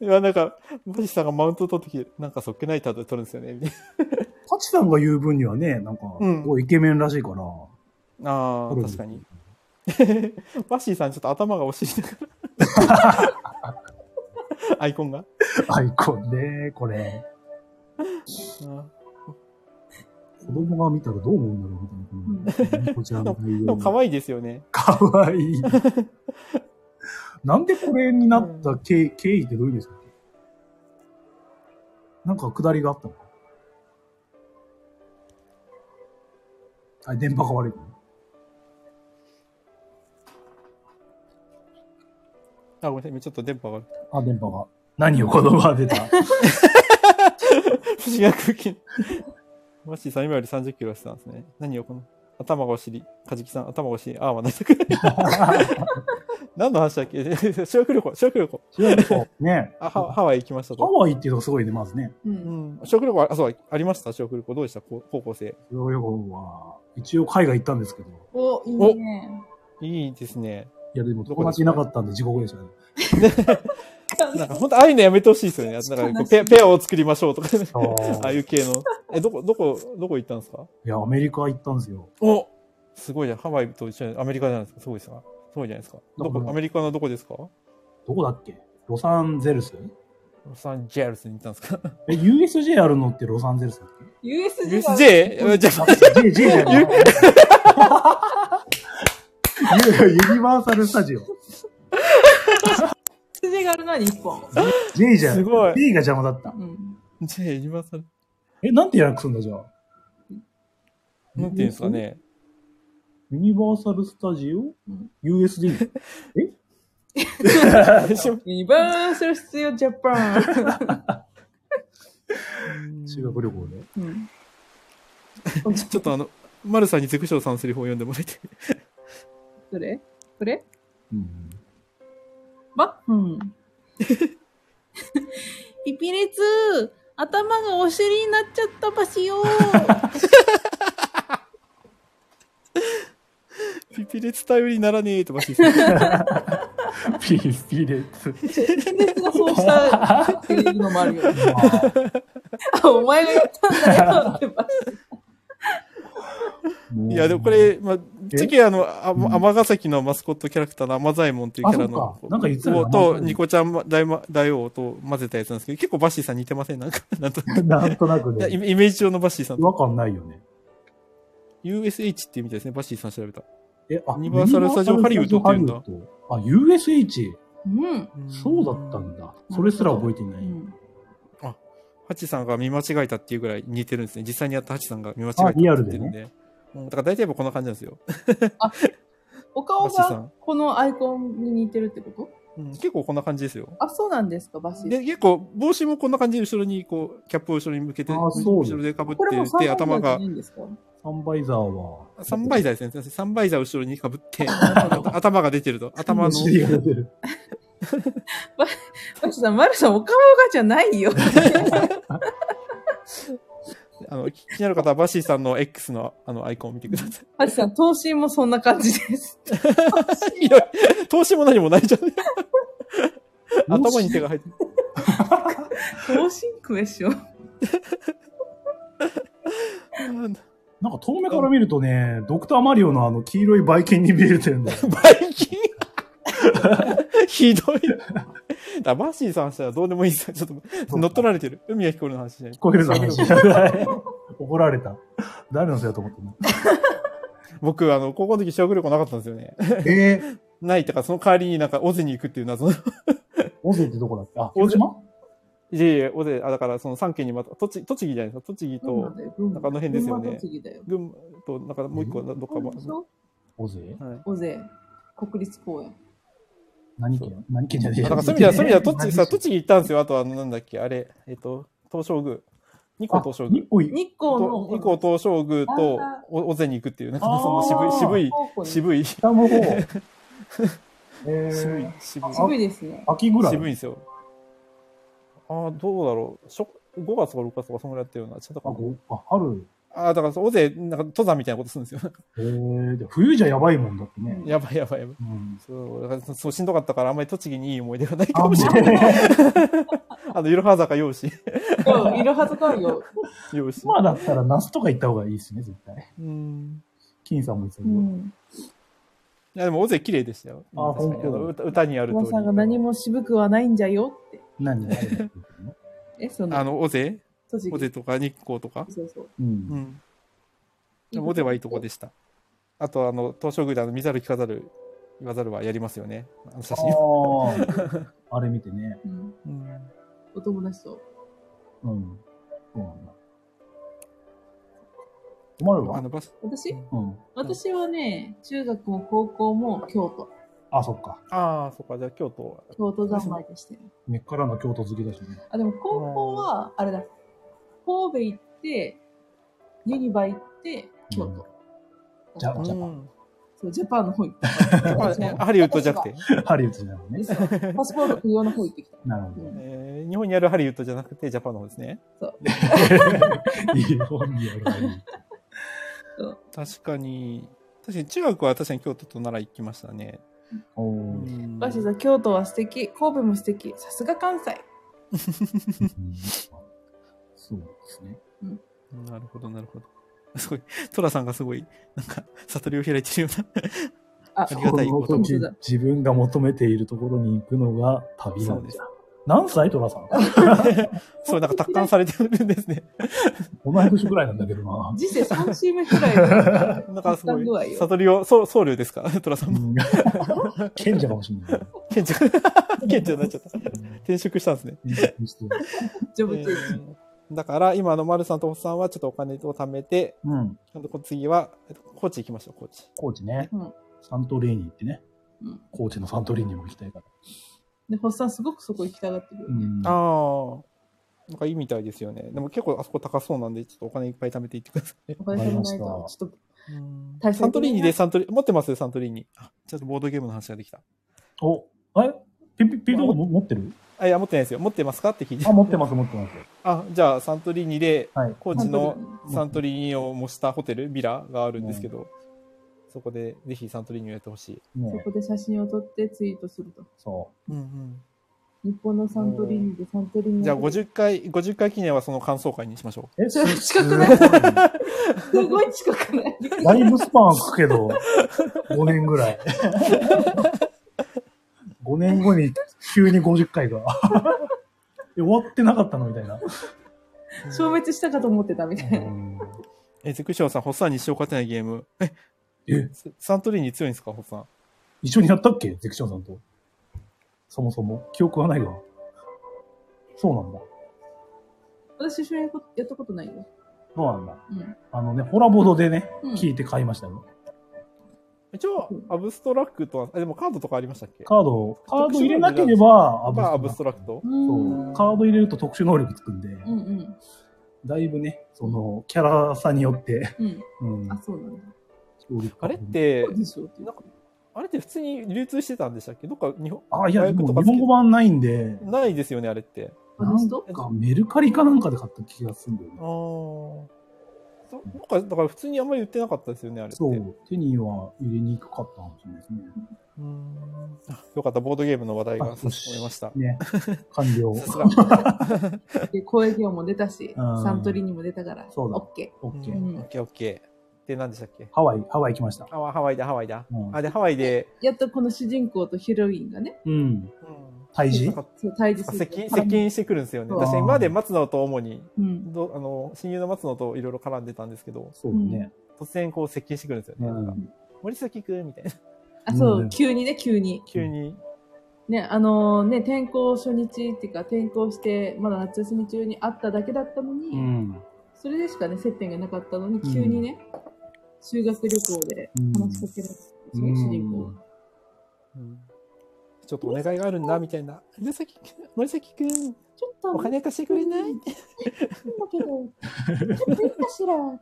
[SPEAKER 3] いや、なんか、マジさんがマウント取ってきて、なんかそっけないタートル取るんですよねみたい
[SPEAKER 1] カチさんが言う分にはね、なんか、
[SPEAKER 3] うん
[SPEAKER 1] すごいイケメンらしいから。
[SPEAKER 3] な。ああ、
[SPEAKER 1] 取るん
[SPEAKER 3] 確かに。 バッシーさん、ちょっと頭がお尻だから。 アイコンが。
[SPEAKER 1] アイコンね、これ。
[SPEAKER 3] あ
[SPEAKER 1] 子供が見たらどう思うんだろうみたいな。こちらの内
[SPEAKER 3] ーで
[SPEAKER 1] 容
[SPEAKER 3] も、。可愛いですよね。
[SPEAKER 1] かわいい。なんでこれになった経,、経緯ってどういう意味ですかなんか下りがあったのかあ、電波が悪い。
[SPEAKER 3] あ、ごめんなさい、ちょっと電波が悪い。
[SPEAKER 1] あ、電波が。何を子供が出た
[SPEAKER 3] 不思議な空気。マッシーさん、今より30キロしてたんですね。何よ、この。頭がお尻。カジキさん、頭がお尻。ああ、まだくない。何の話だっけ 修学旅行、修学旅行。
[SPEAKER 1] ね
[SPEAKER 3] あ、ハハワイ行きました
[SPEAKER 1] ハ
[SPEAKER 3] と。
[SPEAKER 1] ワイっていうのがすごいね、まずね。
[SPEAKER 2] う。
[SPEAKER 3] うんん。修学旅行あ、そう、ありました修学旅行。どうでした高高校生。
[SPEAKER 1] 修学旅行は、一応海外行ったんですけど。
[SPEAKER 2] お、いいね。
[SPEAKER 3] いいですね。
[SPEAKER 1] いや、でも友達いなかったんで地獄でしたね。
[SPEAKER 3] なんか本当ああいうのやめてほしいですよね。なんかこうペペアを作りましょうとか、
[SPEAKER 1] あー
[SPEAKER 3] ああいう系の。え、どこ、どこ、どこ行ったんですか
[SPEAKER 1] いや、アメリカ行ったんですよ。
[SPEAKER 3] おすごいじゃん。ハワイと一緒に、アメリカじゃないですか。すごいですか。すごいじゃないですか。ど
[SPEAKER 1] どこ
[SPEAKER 3] こ、アメリカのどこですか
[SPEAKER 1] どこだっけロサンゼルス
[SPEAKER 3] ロサンゼルスに行ったんですか
[SPEAKER 1] え、USJ あるのってロサンゼルスだっけ
[SPEAKER 2] USJ が
[SPEAKER 3] ?USJ? じゃあ、
[SPEAKER 1] J、J じゃない。ユユニバーサル・スタジオ。
[SPEAKER 2] USJ があるのは日本。
[SPEAKER 1] J じゃん。
[SPEAKER 3] すごい
[SPEAKER 1] J が邪魔だった。
[SPEAKER 2] うん。
[SPEAKER 3] じゃあ、今さ、
[SPEAKER 1] え、なんて訳すんだ、じゃあ。
[SPEAKER 3] なんていうんです かね。
[SPEAKER 1] ユニバーサル・スタジオ
[SPEAKER 2] うん
[SPEAKER 1] ?USD?
[SPEAKER 2] ユニバーサル・スタジオ・ジャパン。
[SPEAKER 1] 修学旅行で。
[SPEAKER 2] うん。
[SPEAKER 3] ちょっとあの、マルさんにゼクショウさんのセリフを読んでもらえて。
[SPEAKER 2] どれこれ
[SPEAKER 1] うん。
[SPEAKER 2] バッフン。 ピピレツ頭がお尻になっちゃったばしよ
[SPEAKER 3] ピピレツ頼りにならねえとばしいです。
[SPEAKER 1] ピース、ピーレッツ。
[SPEAKER 2] ピピレツがそうしたっていうのもあるよ。あ、お前が言ったんだよってば
[SPEAKER 3] いや、でもこ、れ、まあ、次あの、あ尼崎のマスコットキャラクターの甘左衛門というキャラ
[SPEAKER 1] あ
[SPEAKER 3] の
[SPEAKER 1] そっか、なんか言ってたよ
[SPEAKER 3] こ
[SPEAKER 1] な
[SPEAKER 3] う
[SPEAKER 1] 甘左衛
[SPEAKER 3] と、
[SPEAKER 1] 門
[SPEAKER 3] ニコちゃんま大ま大王と混ぜたやつなんですけど、結構バッシーさん似てませんなんか、なんとなく
[SPEAKER 1] なんとなく
[SPEAKER 3] イ
[SPEAKER 1] ね、
[SPEAKER 3] メイメージ上のバッシーさん
[SPEAKER 1] 違。和感ないよね。
[SPEAKER 3] USH っていうみたいですね、バッシーさん調べた。
[SPEAKER 1] え、あ
[SPEAKER 3] ユニバーサルスタジオハリウッドって言うんだ
[SPEAKER 1] ユニバーサルスタジオハリウッドあ、USH。
[SPEAKER 2] うん。
[SPEAKER 1] そうだったんだ。それすら覚えていな
[SPEAKER 2] う
[SPEAKER 1] い。
[SPEAKER 2] ん。
[SPEAKER 3] ハチさんが見間違えたっていうぐらい似てるんですね。実際にやったハチさんが見間違えた
[SPEAKER 1] あ
[SPEAKER 3] って
[SPEAKER 1] リア
[SPEAKER 3] 言っ
[SPEAKER 1] ル
[SPEAKER 3] て
[SPEAKER 1] で
[SPEAKER 3] る
[SPEAKER 1] ね
[SPEAKER 3] んで。うん、だから大体やっぱこんな感じなんですよ。
[SPEAKER 2] お
[SPEAKER 3] バ
[SPEAKER 2] 顔
[SPEAKER 3] ッシーさ
[SPEAKER 2] が
[SPEAKER 3] ん。
[SPEAKER 2] このアイコンに似てるってこと
[SPEAKER 3] うん、結構こんな感じですよ。
[SPEAKER 2] あ、そうなんですか、バシーさ
[SPEAKER 3] で、結構、帽子もこんな感じで後ろに、こう、キャップを後ろに向けて、
[SPEAKER 1] あーそうです
[SPEAKER 3] 後ろで被っ
[SPEAKER 2] ん。これも
[SPEAKER 3] て、で、
[SPEAKER 2] 3
[SPEAKER 3] 頭
[SPEAKER 2] 番じゃ
[SPEAKER 3] が
[SPEAKER 2] な、いんですか
[SPEAKER 1] サンバイザーは、
[SPEAKER 3] サンバイザーですね。サンバイザー後ろに被って、
[SPEAKER 2] なるほど
[SPEAKER 3] 頭が出てると。頭
[SPEAKER 1] お
[SPEAKER 3] の。
[SPEAKER 1] 尻が出てる。
[SPEAKER 2] バシーさん、マルさん、お顔がじゃないよ。
[SPEAKER 3] あの、気になる方はバシーさんの X のあのアイコンを見てくださ
[SPEAKER 2] 橋さん、頭身もそんな感じです。
[SPEAKER 3] い。い や、投資も何もないじゃん。頭に手が入って。
[SPEAKER 2] 頭身クエスチョン。
[SPEAKER 1] なんか遠目から見るとね、ドクターマリオのあの黄色いバイキンに見えてるんだよ。
[SPEAKER 3] バイキンひどい。だバッシーさんしたらどうでもいいさ。ちょっと 乗っ取られてる。海は彦の話じゃな
[SPEAKER 1] 聞。
[SPEAKER 3] い
[SPEAKER 1] こえるぞ、話。怒られた。誰のせいだと思ってん の
[SPEAKER 3] 僕、あの、高校の時修学旅行なかったんですよね。
[SPEAKER 1] えー、
[SPEAKER 3] ないってか、その代わりになんか、尾瀬に行くっていう謎の。
[SPEAKER 1] オゼってどこだっけあ、
[SPEAKER 3] オ
[SPEAKER 1] 大
[SPEAKER 3] ゼ
[SPEAKER 1] 島
[SPEAKER 3] いえいえ、尾瀬、あ、だからその3県にまた、栃木、栃木じゃないですか。栃木と、
[SPEAKER 2] なん
[SPEAKER 3] かあの辺ですよね
[SPEAKER 2] 栃木だよ。
[SPEAKER 3] 群馬と、なんかもう一個、どっかも
[SPEAKER 2] でしょ
[SPEAKER 1] オゼ
[SPEAKER 3] はい。
[SPEAKER 2] 尾瀬国立公園。
[SPEAKER 1] 何県何県じゃねえ
[SPEAKER 3] だから、そういう意味では、そういう意味では、栃木、さ、栃木行ったんですよ。あと、あの、なんだっけ、あれ、えっと、東照宮。日光東照宮。
[SPEAKER 1] 日本
[SPEAKER 2] 日光の
[SPEAKER 3] と日光東照宮と
[SPEAKER 2] あ、
[SPEAKER 3] お尾瀬に行くっていう、なんか、
[SPEAKER 1] あー
[SPEAKER 3] その渋い、
[SPEAKER 2] 渋い。
[SPEAKER 3] 渋い、渋い、
[SPEAKER 1] 北の方。え
[SPEAKER 3] 渋い
[SPEAKER 1] ー、、
[SPEAKER 3] 渋い。
[SPEAKER 2] 渋いですね。
[SPEAKER 1] 秋ぐらい。
[SPEAKER 3] 渋いんですよ。ああ、どうだろう。しょ5月か6月とかそんぐらいだったような。ちょっ
[SPEAKER 1] あ、
[SPEAKER 3] と
[SPEAKER 1] ごあ春。
[SPEAKER 3] ああ、だから、大勢、なんか登山みたいなことするんですよ。
[SPEAKER 1] えー、じゃあ冬じゃやばいもんだってね。
[SPEAKER 3] やばいやばいやばい。
[SPEAKER 1] うん。
[SPEAKER 3] そう、だからそそうしんどかったから、あんまり栃木にいい思い出がない
[SPEAKER 1] あ
[SPEAKER 3] かもしれない。あの、いろは坂用紙。
[SPEAKER 2] そう、いろはずかよ。
[SPEAKER 3] 用紙。
[SPEAKER 1] まあだったら夏とか行った方がいいですね、絶対。
[SPEAKER 3] うん。
[SPEAKER 1] 金さんも言ってた
[SPEAKER 2] う
[SPEAKER 1] けど。
[SPEAKER 2] ん。
[SPEAKER 3] いや、でも大勢綺麗でしたよ。
[SPEAKER 1] あ
[SPEAKER 3] 確か
[SPEAKER 1] 本
[SPEAKER 3] に
[SPEAKER 1] 当
[SPEAKER 3] あの歌歌にある
[SPEAKER 2] おば
[SPEAKER 3] 通り。
[SPEAKER 2] さんが何も渋くはないんじゃよって。
[SPEAKER 1] 何誰だっけ
[SPEAKER 2] え、そ
[SPEAKER 3] あ
[SPEAKER 2] の、
[SPEAKER 3] の、大勢
[SPEAKER 2] 栃木
[SPEAKER 3] 大。勢とか日光とか。
[SPEAKER 2] そうそう。
[SPEAKER 1] うん
[SPEAKER 3] う。ん。でも大勢はいいとこでした。あと、あの、東照宮であの見ざる聞かざる、言わざるはやりますよね。あの写真
[SPEAKER 1] あ
[SPEAKER 3] を。
[SPEAKER 1] あ。あれ見てね。
[SPEAKER 2] うん。
[SPEAKER 3] うん
[SPEAKER 2] お友達と。
[SPEAKER 1] うん。そうなんだ。お前ら
[SPEAKER 3] あ
[SPEAKER 1] は
[SPEAKER 3] のバス。
[SPEAKER 2] 私
[SPEAKER 1] うん。
[SPEAKER 2] 私はね、中学も高校も京都。
[SPEAKER 1] あ、そっか。
[SPEAKER 3] ああ、そっか、じゃあ京都は。
[SPEAKER 2] 京都三昧でしたよ。
[SPEAKER 1] 根っからの京都好きだしね。
[SPEAKER 2] あ、でも高校は、あれだ。神戸行って、ユニバ行って、京都。
[SPEAKER 1] じゃあ
[SPEAKER 2] だから
[SPEAKER 1] ジャパン
[SPEAKER 3] うん
[SPEAKER 2] そう、ジャパンの方行った。
[SPEAKER 3] まあねハリウッドじゃなくて、
[SPEAKER 1] ハリウッドじゃないもんね。
[SPEAKER 2] パスポート不要の方行ってきた。
[SPEAKER 1] なるほ
[SPEAKER 2] う
[SPEAKER 1] ど。
[SPEAKER 2] ん
[SPEAKER 3] えー日本にあるハリウッドじゃなくて、ジャパンの方ですね。
[SPEAKER 1] 日本にあるハリウッ
[SPEAKER 3] 確かに、確かに中学は確かに京都と奈良行きましたね。
[SPEAKER 1] ド。
[SPEAKER 3] う
[SPEAKER 1] おー
[SPEAKER 3] ん
[SPEAKER 2] バシさん、京都は素敵。神戸も素敵。さすが関西。
[SPEAKER 1] うん そうですね。
[SPEAKER 3] なるほど、なるほど。すごい、トラさんがすごい、なんか、悟りを開いてるよう
[SPEAKER 2] あ
[SPEAKER 3] ありがたいこと
[SPEAKER 1] その時自分が求めているところに行くのが旅なんです
[SPEAKER 3] そ。
[SPEAKER 1] 何歳トラさん
[SPEAKER 3] な。そう、なんか達観されてるんですね。
[SPEAKER 1] 同い年ぐらいなんだけど な。
[SPEAKER 2] 人生3週目くらいの。
[SPEAKER 3] なんか
[SPEAKER 2] 達
[SPEAKER 3] すご
[SPEAKER 2] 観具合
[SPEAKER 3] い、
[SPEAKER 2] よ
[SPEAKER 3] 悟りを、そう僧侶ですかトラさん
[SPEAKER 1] う
[SPEAKER 3] も。
[SPEAKER 1] ん賢者かもしれない。
[SPEAKER 3] 賢者、賢者になっちゃった。転職したんですね。
[SPEAKER 2] ジョブチェンジ
[SPEAKER 3] だから、今あの丸さんとおっさんはちょっとお金を貯めて、
[SPEAKER 1] うん。
[SPEAKER 3] あとこ次は、えっと高知行きましょう、高知。
[SPEAKER 1] 高知ね
[SPEAKER 2] うん。
[SPEAKER 1] サントリーニ行ってね
[SPEAKER 2] うん。
[SPEAKER 1] 高知のサントリーニも行きたいから。
[SPEAKER 2] で、ホッサンすごくそこ行きたがってるよ
[SPEAKER 1] う
[SPEAKER 2] ね。
[SPEAKER 1] ん
[SPEAKER 3] ああ。なんかいいみたいですよね。でも結構あそこ高そうなんで、ちょっとお金いっぱい貯めていってください。
[SPEAKER 2] お金貯めないと、ちょっと、対策
[SPEAKER 3] サントリーニでサントリー、持ってますよ、サントリーニ。あ、ちょっとボードゲームの話ができた。
[SPEAKER 1] お、えピピピードも持ってる
[SPEAKER 3] あ、いや、持ってないですよ。持ってますかって聞いて
[SPEAKER 1] あ、。持ってます、持ってます。
[SPEAKER 3] あ、じゃあ、サントリーニで
[SPEAKER 1] はい、
[SPEAKER 3] 高知の
[SPEAKER 1] ニ
[SPEAKER 3] サントリーニを模したホテル、ビラがあるんですけど、そこでぜひサントリーニをやってほしい。
[SPEAKER 2] そ
[SPEAKER 1] ね
[SPEAKER 2] こで写真を撮ってツイートすると。
[SPEAKER 1] そ
[SPEAKER 3] うんうん。
[SPEAKER 2] 日本のサントリーニでサントリーニ。
[SPEAKER 3] じゃあ、50回、50回記念はその感想会にしましょ
[SPEAKER 1] う。え、す
[SPEAKER 2] 近くない
[SPEAKER 1] すごいね
[SPEAKER 2] すごい近くない
[SPEAKER 1] だいぶスパン空くけど、5年ぐらい。5年後に急に50回が。え終わってなかったのみたいな。
[SPEAKER 3] う。
[SPEAKER 2] 消滅したかと思ってたみたいな。
[SPEAKER 3] え、ゼクションさん、ホッサンに一生勝てないゲーム。え、
[SPEAKER 1] え、
[SPEAKER 3] ササントリーニ強いんですか、ホッサン。
[SPEAKER 1] 一緒にやったっけゼクションさんと。そもそも。記憶はないわ。そうなんだ。
[SPEAKER 2] 私一緒にやっこやったことないよ。
[SPEAKER 1] そうなんだ。
[SPEAKER 2] うん。
[SPEAKER 1] あのね、ホラボードでね、
[SPEAKER 2] うん
[SPEAKER 1] 聞いて買いましたよ。
[SPEAKER 3] 一応、アブストラクトは、あ、でもカードとかありましたっけ
[SPEAKER 1] カードを、カード入れなければ、
[SPEAKER 3] まあアブスト
[SPEAKER 1] ラ
[SPEAKER 3] ラクト
[SPEAKER 2] う。
[SPEAKER 1] そ
[SPEAKER 2] ん
[SPEAKER 1] う。カード入れると特殊能力つくんで、
[SPEAKER 2] うんうん。
[SPEAKER 1] だいぶね、その、キャラさによって、
[SPEAKER 2] うん。
[SPEAKER 1] うん
[SPEAKER 2] あ、そうなんだ。
[SPEAKER 3] あれって
[SPEAKER 2] そ、うでしょうっていう
[SPEAKER 3] なんかあれって普通に流通してたんですけど、どっか日本、
[SPEAKER 1] あ、いや、
[SPEAKER 3] 外
[SPEAKER 1] で
[SPEAKER 3] 国
[SPEAKER 1] も
[SPEAKER 3] とか
[SPEAKER 1] 日本語版ないんで、
[SPEAKER 3] ないですよね、あれって。
[SPEAKER 2] オネスト
[SPEAKER 1] なんかメルカリかなんかで買った気がするんだよ
[SPEAKER 3] ああ
[SPEAKER 1] ね。
[SPEAKER 3] そなんかだから普通にあんまり売ってなかったですよねあれって
[SPEAKER 1] そう、手には入れにくかったかもしれないですね。
[SPEAKER 3] うーんあよかったボードゲームの話題が
[SPEAKER 1] あ
[SPEAKER 3] 差し込めました
[SPEAKER 1] ね。 完了。
[SPEAKER 3] さすが
[SPEAKER 2] で、公営業も出たし、
[SPEAKER 1] うん
[SPEAKER 2] サントリーにも出たから、
[SPEAKER 1] そうだ
[SPEAKER 2] オッケ
[SPEAKER 1] オ
[SPEAKER 3] うん
[SPEAKER 1] ッ
[SPEAKER 3] オ
[SPEAKER 1] ケー。
[SPEAKER 3] ッケーオッケーで何でしたっけ
[SPEAKER 1] ハワイ、ハワイ来ました。
[SPEAKER 3] あハワイだハワイだ、
[SPEAKER 1] うん
[SPEAKER 3] あでハワイで、
[SPEAKER 2] ー。やっとこの主人公とヒロインがね、
[SPEAKER 1] うん。
[SPEAKER 3] うん
[SPEAKER 1] 胎児
[SPEAKER 3] なんか
[SPEAKER 2] そう対峙する。
[SPEAKER 3] 接近接近してくるんですよね
[SPEAKER 2] そう
[SPEAKER 3] 私今まで松野と主に
[SPEAKER 2] うん。
[SPEAKER 3] どあの親友の松野といろいろ絡んでたんですけど
[SPEAKER 1] そうだね。
[SPEAKER 3] 突然こう接近してくるんですよ
[SPEAKER 1] う
[SPEAKER 3] ね、なんか
[SPEAKER 1] ん。
[SPEAKER 3] 森崎くんみたいな
[SPEAKER 2] あ、そう、
[SPEAKER 1] うん
[SPEAKER 2] 急にね、急に。
[SPEAKER 3] 急に、
[SPEAKER 2] ね、あのね、転校初日っていうか、転校して、まだ夏休み中に会っただけだったのに、
[SPEAKER 1] うん。
[SPEAKER 2] それでしかね、接点がなかったのに、急にね、修学旅行で話しかけられたんですよね、主人公。
[SPEAKER 3] ちょっとお願いがあるんだみたいな森崎くん森崎くん
[SPEAKER 2] ちょっと、
[SPEAKER 3] お金貸してくれない
[SPEAKER 2] だけど、ちょっといいかしら。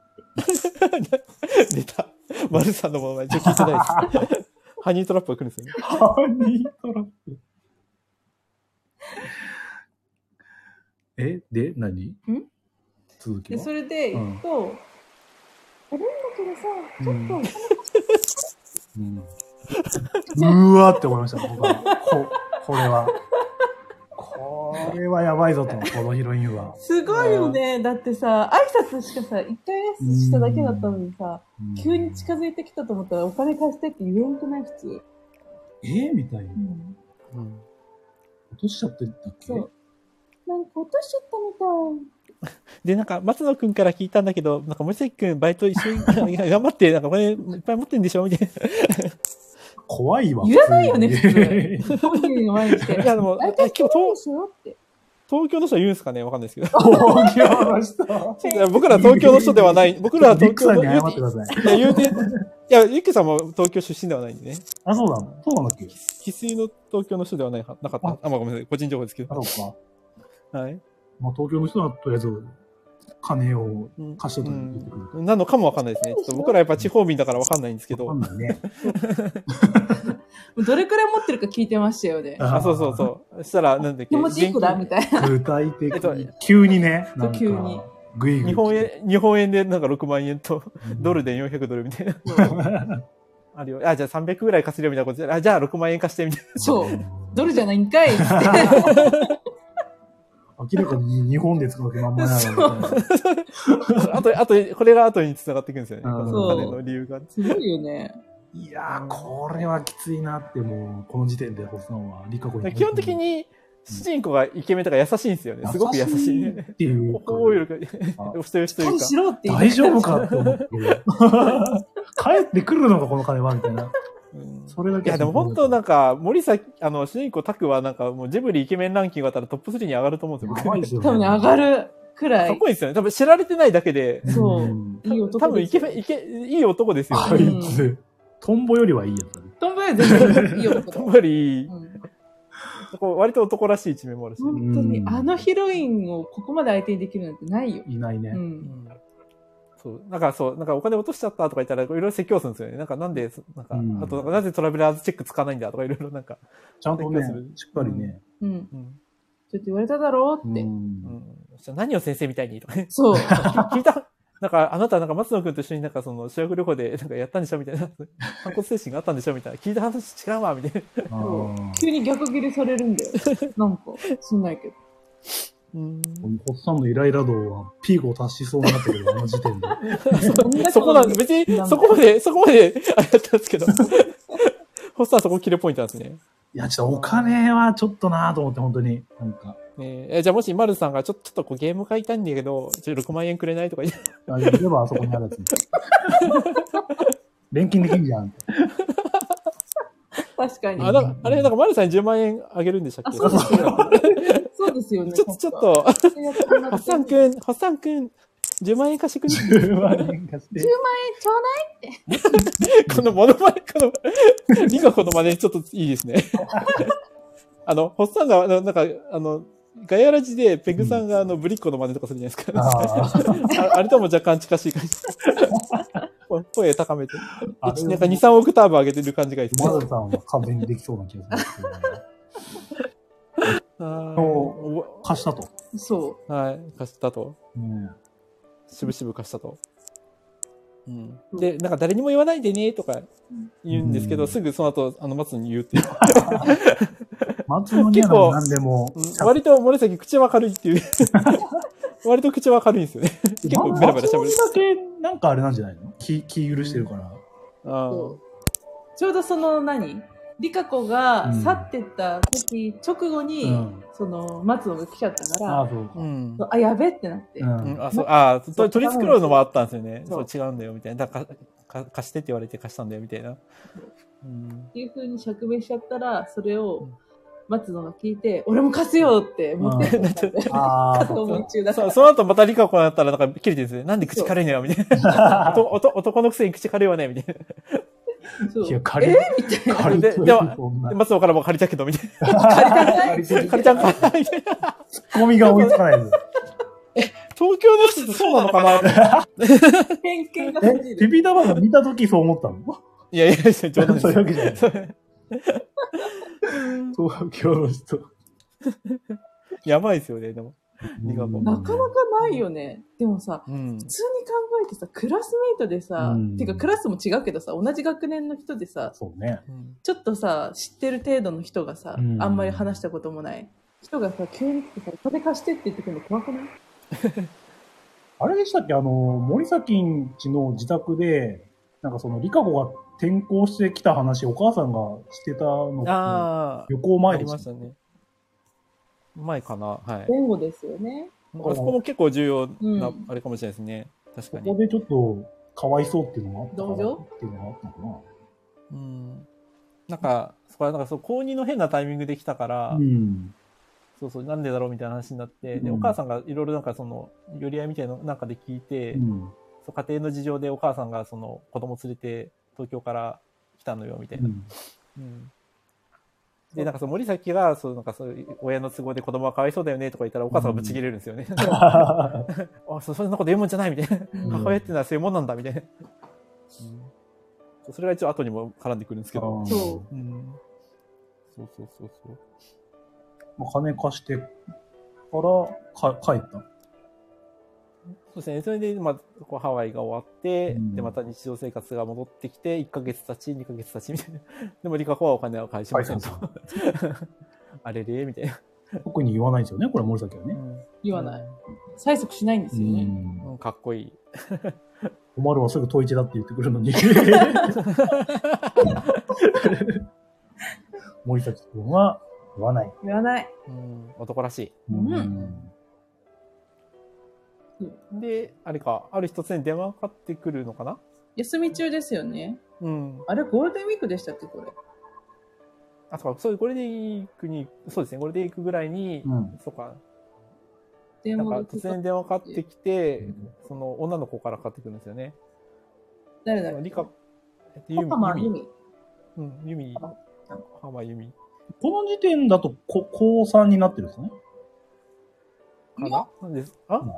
[SPEAKER 3] 出た丸さんのものまねちょっと聞いてないですハニートラップが来るんですよね
[SPEAKER 1] ハニートラップ。えで、何ん続き
[SPEAKER 2] で、
[SPEAKER 1] は
[SPEAKER 2] それで行くと、
[SPEAKER 1] うんうんうわって思いました、僕は。ここれは。これはやばいぞと、このヒロインは。
[SPEAKER 2] すごいよね。だってさ、挨拶しかさ、一回挨拶しただけだったのにさ、
[SPEAKER 1] うん
[SPEAKER 2] 急に近づいてきたと思ったら、お金貸してって言えんくない普通。
[SPEAKER 1] えみたいな。落としちゃってんだっけ
[SPEAKER 2] そう。なんか落としちゃったみたい。
[SPEAKER 3] で、なんか、松野くんから聞いたんだけど、なんか、森崎くん、バイト一緒に いや頑張って、なんか、これ、いっぱい持ってんでしょみたい
[SPEAKER 1] 怖いわ。
[SPEAKER 2] 言わないよね
[SPEAKER 1] 普通に
[SPEAKER 2] 本人の前にして。
[SPEAKER 3] な。いや、でも、
[SPEAKER 2] あ
[SPEAKER 3] 今
[SPEAKER 2] れ
[SPEAKER 3] 日、東
[SPEAKER 2] そうでしょって。
[SPEAKER 3] 東京の人は言うんですかねわかんないですけど。
[SPEAKER 1] 東京の人。
[SPEAKER 3] いや 僕ら東京の人ではない。僕らは
[SPEAKER 1] ビッ
[SPEAKER 3] 東
[SPEAKER 1] クさ
[SPEAKER 3] 京
[SPEAKER 1] ん
[SPEAKER 3] の
[SPEAKER 1] に謝ってください。
[SPEAKER 3] いや、言うて、いや、ゆっきさんも東京出身ではないんでね。
[SPEAKER 1] あ、そうなのそうなんだっけ
[SPEAKER 3] 生粋の東京の人ではないは、なかった。あ、まあ、ごめんなさい。個人情報ですけ
[SPEAKER 1] あ、
[SPEAKER 3] ど。
[SPEAKER 1] そうか。
[SPEAKER 3] はい。
[SPEAKER 1] まあ、東京の人はとりあえず、金を
[SPEAKER 3] うん
[SPEAKER 1] 貸してと言ってくる。
[SPEAKER 3] うんなのかもわかんないですね。ちょっと僕らやっぱ地方民だからわかんないんですけ
[SPEAKER 1] わか
[SPEAKER 3] ど
[SPEAKER 1] ん。ないね。
[SPEAKER 2] どれくらい持ってるか聞いてましたよね。
[SPEAKER 3] あ、そうそうそう。そしたら、なんだっけ。
[SPEAKER 2] 気持ちいい子だみたいな。
[SPEAKER 1] 具体的
[SPEAKER 3] えっと
[SPEAKER 1] に。急にね。
[SPEAKER 2] そう
[SPEAKER 1] なんか
[SPEAKER 2] 急に。
[SPEAKER 1] ぐいぐい。
[SPEAKER 3] 日本円、日本円でなんか6万円と、
[SPEAKER 1] うん
[SPEAKER 3] ドルで400ドルみたいな。
[SPEAKER 1] うん
[SPEAKER 3] あるよ。あ、じゃあ300ぐらい貸せるよみたいなことで、あ、じゃあ6万円貸してみたい
[SPEAKER 2] そう。ドルじゃないんかいっつって。
[SPEAKER 1] 明らかに日本で使う気満々やろみたいな。
[SPEAKER 3] な。 あと、あと、これが後に繋がっていくんですよね。
[SPEAKER 1] うん
[SPEAKER 3] このお金の理由が。
[SPEAKER 2] すごいよね。
[SPEAKER 1] いやー、これはきついなって、もう、この時点で、ホスさんは、リカコに。
[SPEAKER 3] 基本的、に、主人公がイケメンとか優しいんですよね。すごく優しいね。
[SPEAKER 1] っていうか。
[SPEAKER 3] 包容力
[SPEAKER 1] あ
[SPEAKER 3] が、お人よしとい
[SPEAKER 2] 返
[SPEAKER 3] うか。
[SPEAKER 2] しろって言って
[SPEAKER 1] 大丈夫かって思って。 帰ってくるのか、この金は、みたいな。
[SPEAKER 3] うん
[SPEAKER 1] それだ
[SPEAKER 3] い
[SPEAKER 1] け。
[SPEAKER 3] や、でも本当なんんか、森崎、あの、主人公タクはなんか、もうジブリイケメンランキングがあったらトップ3に上がると思うんです
[SPEAKER 1] や
[SPEAKER 3] よ
[SPEAKER 1] ばいですよ、
[SPEAKER 2] 多分ね、上がるくら
[SPEAKER 3] かっ
[SPEAKER 2] い。
[SPEAKER 3] こいいですよね。多分知られてないだけで、
[SPEAKER 2] そうんいい男
[SPEAKER 3] 多分イ
[SPEAKER 2] です
[SPEAKER 3] ケ
[SPEAKER 2] よ
[SPEAKER 3] メン、イケ、いい男ですよ
[SPEAKER 1] あ
[SPEAKER 3] ね。
[SPEAKER 1] いつ、トンボよりはいいやつだね。
[SPEAKER 2] トンボより全然いい男だ
[SPEAKER 3] やっぱり
[SPEAKER 2] う、ん
[SPEAKER 3] こう割と男らしい一面もあるし。
[SPEAKER 2] 本当に
[SPEAKER 1] う、ん
[SPEAKER 2] あのヒロインをここまで相手にできるなんてないよ。
[SPEAKER 1] いないね
[SPEAKER 2] う。。
[SPEAKER 3] うんんそう、なんかそう、なんかお金落としちゃったとか言ったら、いろいろ説教するんですよね。なんかなんで、なんか、
[SPEAKER 1] うん
[SPEAKER 3] あとなんかなぜトラベラーズチェック使わないんだとかいろいろなんか、
[SPEAKER 1] ちゃんとね
[SPEAKER 3] びっくりする、
[SPEAKER 1] しっかりね。
[SPEAKER 2] うん。
[SPEAKER 3] うん、
[SPEAKER 2] ちょっと言われただろうって。
[SPEAKER 1] うん
[SPEAKER 3] うん、そしたら何を先生みたいにとかね
[SPEAKER 2] そう。
[SPEAKER 3] 聞いたなんかあなたなんか松野君と一緒になんかその修学旅行でなんかやったんでしょみたいな、反骨精神があったんでしょみたいな、聞いた話違うわみたいな。
[SPEAKER 1] あー
[SPEAKER 2] 急に逆ギレされるんだよ。なんか、しんないけど。
[SPEAKER 3] うん、
[SPEAKER 1] おっさんのイライラ度はピークを達しそうになってくる、あの時点で。
[SPEAKER 3] そこなん別にそこまで、そこまで、 あれだったんですけど。ホスターそこ切れポイントなんですね。
[SPEAKER 1] いや、ちょっとお金はちょっとなぁと思って、本当に。なんか。
[SPEAKER 3] ねええじゃあもし丸さんがちょちょっとこうゲーム買いたいんだけど、ちょっと6万円くれないとか言って
[SPEAKER 1] あれればあそこにあるやつ ね。錬金できんじゃん。
[SPEAKER 2] 確かに
[SPEAKER 3] あ、。なんか、あれ、なんか、丸さんに10万円あげるんでしたっ
[SPEAKER 2] あ、
[SPEAKER 3] け
[SPEAKER 2] そうですよ。そうですよね。
[SPEAKER 3] ちょっと、ちょっと、
[SPEAKER 2] と。やってもらって
[SPEAKER 3] ハッサンくん、ハッサンくん、10万円貸してく
[SPEAKER 1] 10万円貸して。
[SPEAKER 2] ちょう
[SPEAKER 3] れこのモノマネ、この、リカこのマネ、ちょっといいですね。 あの、ホッサンが、あのなんか、あの、ガヤラジでペグさんがあの、ブリッコのマネとかするじゃないですか。
[SPEAKER 1] あー
[SPEAKER 3] ああれとも若干近しい感じ。声声高めて。
[SPEAKER 1] あ
[SPEAKER 3] なんか2、3オクターブ上げてる感じがいいですね
[SPEAKER 1] マ。ルさんは完全にできそうな気がするんですけど。
[SPEAKER 3] あー
[SPEAKER 1] も貸したと。
[SPEAKER 2] そ
[SPEAKER 3] はい、貸したと。
[SPEAKER 1] うん。
[SPEAKER 3] しぶしぶ貸したと。うん、で、なんか誰にも言わないでねとか言うんですけど、
[SPEAKER 1] うん
[SPEAKER 3] すぐその後、あの、松野に言うっていう。
[SPEAKER 1] 松野には
[SPEAKER 3] 結構
[SPEAKER 1] 何でも。
[SPEAKER 3] うん割と森崎、口は軽いっていう。 割と口は軽いんですよね。結構ベラベラ
[SPEAKER 1] 松
[SPEAKER 3] 喋
[SPEAKER 1] 野
[SPEAKER 3] る
[SPEAKER 1] に。だけ、なんかあれなんじゃないの気、気許してるから。
[SPEAKER 3] あ
[SPEAKER 2] う。
[SPEAKER 3] ー
[SPEAKER 2] ちょうどその何リカ子が去ってった時直後に、
[SPEAKER 1] うん
[SPEAKER 2] その松野が来ちゃったか
[SPEAKER 1] あ
[SPEAKER 2] ら、
[SPEAKER 1] あ、そうか。
[SPEAKER 3] うん。
[SPEAKER 2] あ、やべってなって。
[SPEAKER 1] うん
[SPEAKER 3] うん、あ、そう、あー、
[SPEAKER 2] そ
[SPEAKER 3] と
[SPEAKER 2] う
[SPEAKER 3] 取り繕うのもあったんですよね。
[SPEAKER 2] そ
[SPEAKER 3] そうう、違うんだよ、みたいな。だからかか貸してって言われて貸したんだよ、みたいな。うん
[SPEAKER 2] っ。ていう風に釈明しちゃったら、それ
[SPEAKER 3] う
[SPEAKER 2] を
[SPEAKER 3] ん
[SPEAKER 2] 待つのが聞いて、俺も貸すよって思って
[SPEAKER 1] うん
[SPEAKER 2] たんで、
[SPEAKER 1] ああ、
[SPEAKER 2] 片思い中だか
[SPEAKER 3] そ
[SPEAKER 2] ら。
[SPEAKER 3] その後またリカ子になったら、なんか切れてるんですね。なんで口軽いのよ、みたい な。おと男のくせに口軽いわね、みたいな。
[SPEAKER 2] そ う
[SPEAKER 1] いや、借り、
[SPEAKER 2] えみたいな。
[SPEAKER 1] 借りてる
[SPEAKER 3] で
[SPEAKER 1] よ
[SPEAKER 3] も
[SPEAKER 1] そんな
[SPEAKER 3] で松尾からも借りたけど、みたい
[SPEAKER 2] 借りた
[SPEAKER 3] な。借りたんかなみたいな。
[SPEAKER 1] ツッコミが追いつかないです。
[SPEAKER 3] 東京の人ってそうなのかな
[SPEAKER 2] 偏見が欲し
[SPEAKER 1] え
[SPEAKER 2] い、
[SPEAKER 1] ピ
[SPEAKER 2] で
[SPEAKER 1] ピタマが見たときそう思ったの
[SPEAKER 3] いやいやいや、冗談です
[SPEAKER 1] そういうわけじゃない
[SPEAKER 3] そう
[SPEAKER 1] 東京の人。
[SPEAKER 3] やばいですよね、でも。リカ子
[SPEAKER 2] なかなかないよね。でもさ、
[SPEAKER 3] うん
[SPEAKER 2] 普。通に考えてさ、クラスメイトでさ、
[SPEAKER 1] うん
[SPEAKER 2] てかクラスも違うけどさ、同じ学年の人でさ、
[SPEAKER 1] そうね。
[SPEAKER 3] うん
[SPEAKER 2] ちょっとさ、知ってる程度の人がさ、
[SPEAKER 1] うん
[SPEAKER 2] あんまり話したこともない。人がさ、急に来てさ、金貸してって言ってくるの怖くない
[SPEAKER 1] あれでしたっけあの、森崎んちの自宅で、なんかその、リカ子が転校してきた話、お母さんがしてたのって、
[SPEAKER 3] あ
[SPEAKER 1] 旅行
[SPEAKER 3] あ、
[SPEAKER 1] 前
[SPEAKER 3] あり
[SPEAKER 1] で
[SPEAKER 3] ま
[SPEAKER 1] し。
[SPEAKER 3] したたね。前かな。はい。
[SPEAKER 2] 前後ですよね。
[SPEAKER 3] あそこも結構重要
[SPEAKER 2] う、
[SPEAKER 3] なんあれかもしれないですね。確か
[SPEAKER 1] こ
[SPEAKER 3] に。
[SPEAKER 1] こでちょっと、かわいそうっていうのがあった
[SPEAKER 2] 同情
[SPEAKER 1] っていうのがあったの
[SPEAKER 3] うんなんか、そこはなんかそう、高2の変なタイミングできたか、
[SPEAKER 1] からな。うん。
[SPEAKER 3] そうそう、なんでだろうみたいな話になって、で、
[SPEAKER 1] うん
[SPEAKER 3] お母さんがいろいろなんかその、寄り合いみたいなのなんかで聞いて、
[SPEAKER 1] うん。
[SPEAKER 3] そう家庭の事情でお母さんがその、子供連れて東京から来たのよ、みたいな。 うんで、なんかその森崎が、そう、なんかそういう、親の都合で子供はかわいそうだよねとか言ったら、お母さんがぶち切れるんですよね。 あ、そう、そんなこと言うもんじゃないみたいな。
[SPEAKER 1] うん
[SPEAKER 3] 母親っていうのはそういうもんなんだ、みたいな。そうそれが一応後にも絡んでくるんですけど。
[SPEAKER 2] そ
[SPEAKER 3] うん。そうそうそうそう。
[SPEAKER 1] まあ金貸してからか帰った。
[SPEAKER 3] そうですね。それで、まあ、こうハワイが終わって、
[SPEAKER 1] うん
[SPEAKER 3] で、また日常生活が戻ってきて、1ヶ月経ち、2ヶ月経ち、みたいな。 でも、リカコはお金を返しませんと。あれれみたいな。
[SPEAKER 1] 特に言わないんですよね、これ森崎はね。
[SPEAKER 2] 言わない。催促しないんで
[SPEAKER 1] う
[SPEAKER 2] すよね。
[SPEAKER 1] ん
[SPEAKER 3] うん。かっこいい。
[SPEAKER 1] おまるはすぐ統一だって言ってくるのに。森崎君は言わない。
[SPEAKER 2] 言わない。
[SPEAKER 3] うん。男らしい。
[SPEAKER 2] うん
[SPEAKER 3] で、あれか、ある日突然電話がかかってくるのかな
[SPEAKER 2] 休み中ですよね。
[SPEAKER 3] うん。
[SPEAKER 2] あれ、ゴールデンウィークでしたっけ、これ。
[SPEAKER 3] あ、そうか、そういうゴールデンウィークに、そうですね、ゴールデンウィークぐらいに、
[SPEAKER 1] うん
[SPEAKER 3] そうか、
[SPEAKER 2] 電
[SPEAKER 3] なん
[SPEAKER 2] 話が
[SPEAKER 3] か突
[SPEAKER 2] 来た
[SPEAKER 3] 然電話かかってきて
[SPEAKER 1] うん、
[SPEAKER 3] その女の子からかかってくるんですよね。
[SPEAKER 2] 誰だっけ
[SPEAKER 3] リカ、えっと、ユ
[SPEAKER 2] パ
[SPEAKER 3] ミ
[SPEAKER 2] パマ、
[SPEAKER 3] ユ
[SPEAKER 2] ユ
[SPEAKER 3] ミ、
[SPEAKER 2] ミ。
[SPEAKER 3] うん、ユミ
[SPEAKER 2] パ、
[SPEAKER 3] 浜ユミ
[SPEAKER 1] この時点だとこ高3になってるんですね。
[SPEAKER 3] かななんです、あ
[SPEAKER 1] うん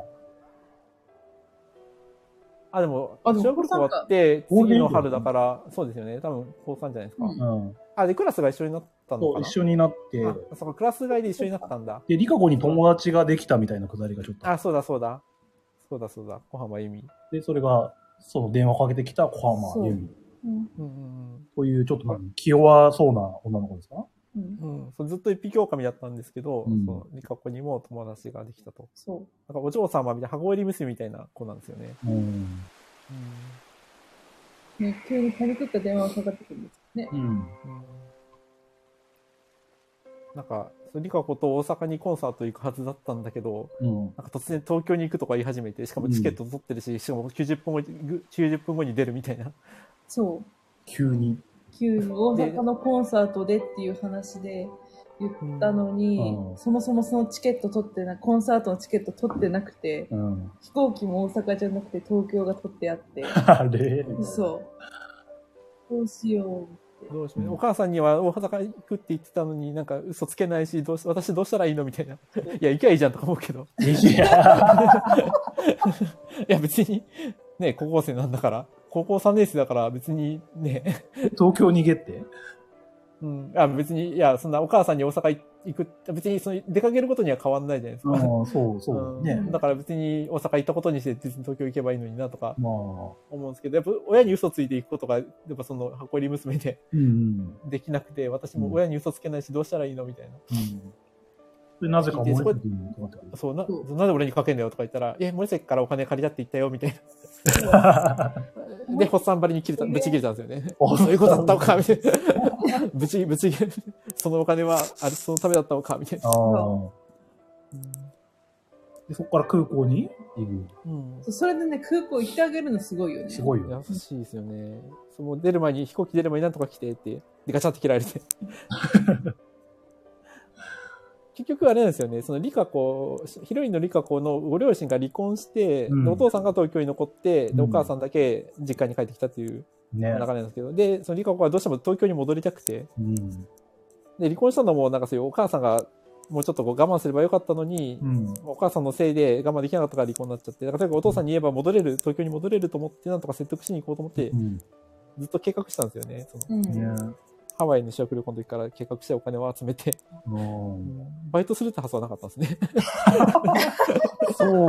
[SPEAKER 3] あ、でも、
[SPEAKER 2] あ
[SPEAKER 3] 小
[SPEAKER 2] でも
[SPEAKER 3] 学校終わって、次の春だから、そうですよね、多分、高3じゃないですか。
[SPEAKER 2] うん
[SPEAKER 1] うん。
[SPEAKER 3] あ、で、クラスが一緒になったの
[SPEAKER 1] そ
[SPEAKER 3] か
[SPEAKER 1] う
[SPEAKER 3] な
[SPEAKER 1] 一緒になって、
[SPEAKER 3] あ、そうか、クラス外で一緒になったんだ。
[SPEAKER 1] で、リカ子に友達ができたみたいなくだりがちょっとあっ
[SPEAKER 3] あ、そうだ、そうだ。そうだ、そうだ、小浜由美。
[SPEAKER 1] て、それが、その電話かけてきた小浜由美
[SPEAKER 2] うん
[SPEAKER 3] うんうん
[SPEAKER 1] という、ちょっとなんか気弱そうな女の子ですか
[SPEAKER 2] うん
[SPEAKER 3] うん。うん、そうずっと一匹狼だったんですけど、
[SPEAKER 1] うん
[SPEAKER 3] そう、リカ子にも友達ができたと。
[SPEAKER 2] そ
[SPEAKER 3] なんかお嬢様みたいな、羽子入り娘みたいな子なんですよね。
[SPEAKER 1] うん。
[SPEAKER 2] う。ね、急にパニクった電話がかかってくるんですよね。
[SPEAKER 1] うん。
[SPEAKER 3] うんなんか、そうリカ子と大阪にコンサート行くはずだったんだけど、
[SPEAKER 1] うん。
[SPEAKER 3] なんか突然東京に行くとか言い始めて、しかもチケット取ってるし、しかも90分後に、ぐ90分後に出るみたいな。
[SPEAKER 2] そう。
[SPEAKER 1] 急に。
[SPEAKER 2] 急に大阪のコンサートでっていう話で言ったのに、
[SPEAKER 1] うん
[SPEAKER 2] そもそもそのチケット取ってな、コンサートのチケット取ってなくて、
[SPEAKER 1] うん。
[SPEAKER 2] 飛行機も大阪じゃなくて東京が取ってあっ て、
[SPEAKER 1] あれ
[SPEAKER 2] 嘘。どうしようって。
[SPEAKER 3] どうしようお母さんには大阪行くって言ってたのに、なんか嘘つけないし、どうし私どうしたらいいのみたいな。い や、行きゃいいじゃんとか思うけど。
[SPEAKER 1] いや、
[SPEAKER 3] いや、別に、ね、高校生なんだから、高校3年生だから別にね、
[SPEAKER 1] 東京逃げって。
[SPEAKER 3] うん、あ別に、いや、そんなお母さんに大阪行く、別にその出かけることには変わんないじゃないです
[SPEAKER 1] あ
[SPEAKER 3] か。
[SPEAKER 1] あ、そう、そう。ね。
[SPEAKER 3] うんだから別に大阪行ったことにして、別に東京行けばいいのになとか
[SPEAKER 1] まあ、
[SPEAKER 3] 思うんですけど、やっぱ親に嘘ついていくことが、やっぱその箱入り娘で
[SPEAKER 1] うん、うん。
[SPEAKER 3] できなくて、私も親に嘘つけないし、どうしたらいいのみたいな。
[SPEAKER 1] うん。それなぜか思いつきに止まってくる。
[SPEAKER 3] そうな、
[SPEAKER 2] そう
[SPEAKER 3] なんで俺にかけんだよとか言ったら、え、森崎からお金借りたって言ったよ、みたいな。で、ホッサンばりに切れた、ぶち切れたんですよね。
[SPEAKER 1] あ
[SPEAKER 3] そういうことだったのか、みたいな。ぶち、ぶち切れ、そのお金は、あれ、そのためだったのか、みたいな。
[SPEAKER 1] ああ。で、そこから空港に行く。
[SPEAKER 3] うん。
[SPEAKER 2] そうそれでね、空港行ってあげるのすごいよね。
[SPEAKER 1] すごいよ。
[SPEAKER 3] 優しいですよね。その出る前に飛行機出る前になんとか来てって、でガチャって切られ て。結局あれなんですよね、そのリカ子、ヒロインのリカ子のご両親が離婚して、
[SPEAKER 1] うん
[SPEAKER 3] でお父さんが東京に残って、
[SPEAKER 1] うん
[SPEAKER 3] でお母さんだけ実家に帰ってきたっていう流
[SPEAKER 1] ね
[SPEAKER 3] れ。なんですけど、で、そのリカ子はどうしても東京に戻りたくて、
[SPEAKER 1] うん。
[SPEAKER 3] で、離婚したのもなんかそういうお母さんがもうちょっとこう我慢すればよかったのに、
[SPEAKER 1] うん。
[SPEAKER 3] お母さんのせいで我慢できなかったから離婚になっちゃって、だからとにかくお父さんに言えば戻れる、東京に戻れると思って、なんとか説得しに行こうと思って
[SPEAKER 1] う、ん。
[SPEAKER 3] ずっと計画したんですよね。そ
[SPEAKER 2] う
[SPEAKER 3] の
[SPEAKER 2] ん。
[SPEAKER 1] ね。
[SPEAKER 3] ハワイの修学旅行の時から計画してお金を集めて、
[SPEAKER 1] うん。
[SPEAKER 3] バイトするって発想はなかったんですね。
[SPEAKER 1] そう。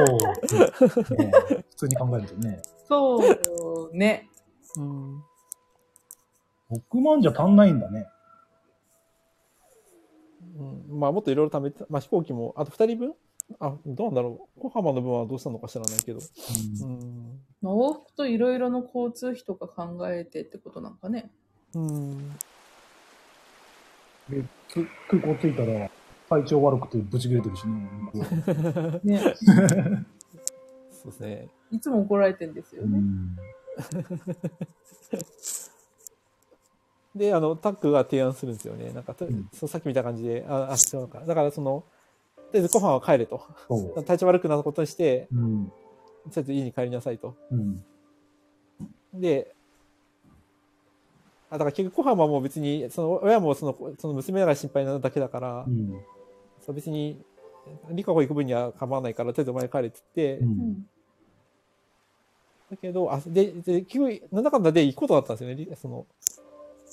[SPEAKER 1] ね普通に考えるとね。
[SPEAKER 2] そうよね。
[SPEAKER 3] うん。
[SPEAKER 1] 6万じゃ足んないんだね。
[SPEAKER 3] まあもっといろいろ貯めて、まあ飛行機も、あと2人分あ、どうなんだろう。小浜の分はどうしたのか知らないけど。うん。
[SPEAKER 2] まあ、往復といろいろの交通費とか考えてってことなん かね。
[SPEAKER 3] うん。
[SPEAKER 1] で、く空港着いたら、体調悪くてブチ切れてるし ね。
[SPEAKER 2] ね。
[SPEAKER 3] そうですね。
[SPEAKER 2] いつも怒られてんですよ
[SPEAKER 1] う
[SPEAKER 2] ね。
[SPEAKER 1] ん。
[SPEAKER 3] で、あの、タックが提案するんですよね。なんかと、
[SPEAKER 1] うん
[SPEAKER 3] そうさっき見た感じで、あ、あ、そうか。だからその、とりあえずご飯は帰れと。
[SPEAKER 1] そう。
[SPEAKER 3] 体調悪くなったことにして、
[SPEAKER 1] うん。
[SPEAKER 3] とりあえず家に帰りなさいと。
[SPEAKER 1] うん。
[SPEAKER 3] で、あだから結局、小浜も別に、その親もそのその娘が心配なだけだから、
[SPEAKER 1] うん。
[SPEAKER 3] そう別に、理香子行く分には構わないから、とりあえずお前帰れって言って、
[SPEAKER 2] う
[SPEAKER 1] うん
[SPEAKER 2] ん。
[SPEAKER 3] だけど、あでで結局、なんだかんだで行くことだったんですよね、りその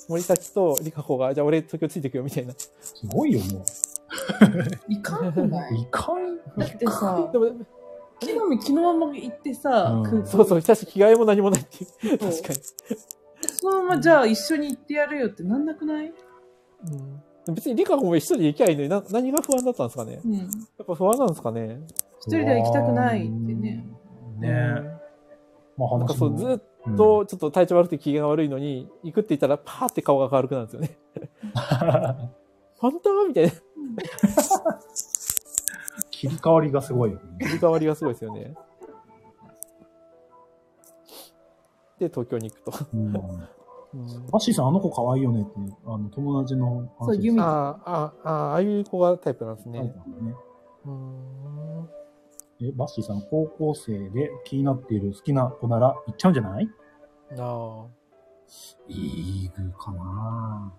[SPEAKER 3] 森崎と理香子が、じゃあ俺、東京ついてくよみたいな。
[SPEAKER 1] すごいよね。
[SPEAKER 2] いかんくない
[SPEAKER 1] いかん。
[SPEAKER 2] だってさ
[SPEAKER 3] で、も、
[SPEAKER 2] 木の実木のまま行ってさ、
[SPEAKER 1] うん
[SPEAKER 2] 空港
[SPEAKER 3] そうそう、しかし着替えも何もないっていう、
[SPEAKER 2] そう
[SPEAKER 3] 確か
[SPEAKER 2] そのままじゃあ一緒に行ってやるよってなんなくない
[SPEAKER 3] に。うん、別に理香子も一人で行きゃいいのにな、何が不安だったんですかね。
[SPEAKER 2] うん。一
[SPEAKER 3] やっぱ不安なんですかね。
[SPEAKER 2] 人では行きたくないってね。
[SPEAKER 1] うん。ねえ。まあ
[SPEAKER 3] なんか
[SPEAKER 1] 話
[SPEAKER 3] そ
[SPEAKER 1] も
[SPEAKER 3] う、ずっとちょっと体調悪くて機嫌が悪いのに、行くって言ったらパーって顔が明るくなるんですよね。 本当みたいな
[SPEAKER 1] 切り替わりがすごいよね。
[SPEAKER 3] 切り替わりがすごいですよね。で、東京に行くと。
[SPEAKER 1] うん。
[SPEAKER 3] うん
[SPEAKER 1] バッシーさん、あの子可愛いよねっていう、あの、友達の話
[SPEAKER 2] そう
[SPEAKER 1] です
[SPEAKER 2] ユミ
[SPEAKER 3] ああ、ああ、ああいう子がタイプなんです
[SPEAKER 1] はい
[SPEAKER 3] ね。
[SPEAKER 1] ね
[SPEAKER 3] うん。
[SPEAKER 1] え、バッシーさん、高校生で気になっている好きな子なら行っちゃうんじゃない
[SPEAKER 3] あ
[SPEAKER 1] いい具かな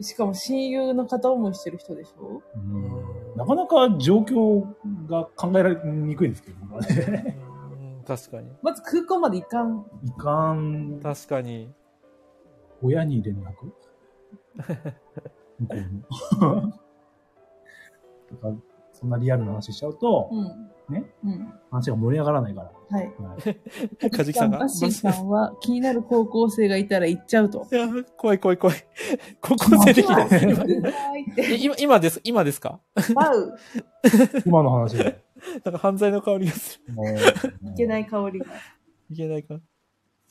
[SPEAKER 2] しかも親友の片思いしてる人でしょ
[SPEAKER 1] うん。なかなか状況が考えられにくいですけど ね。
[SPEAKER 3] あ。うん確かに。
[SPEAKER 2] まず空港まで行かん。
[SPEAKER 1] いかん、
[SPEAKER 3] 確かに。
[SPEAKER 1] 親に連絡向こうに。 とか、そんなリアルな話しちゃうと、
[SPEAKER 2] うん。
[SPEAKER 1] ね
[SPEAKER 2] うん。
[SPEAKER 1] 話が盛り上がらないから。
[SPEAKER 2] はい。
[SPEAKER 1] はい、
[SPEAKER 3] かじきさんが
[SPEAKER 2] バッシーさんは気になる高校生がいたら行っちゃうと。
[SPEAKER 3] いや、怖い怖い怖い。高校生できない。
[SPEAKER 2] はいって。
[SPEAKER 3] え 今、今です、今ですか
[SPEAKER 2] バウ。
[SPEAKER 1] 今の話で。
[SPEAKER 3] なんか犯罪の香りがする。
[SPEAKER 1] もう。
[SPEAKER 2] いけないい香りが。
[SPEAKER 3] いけないか。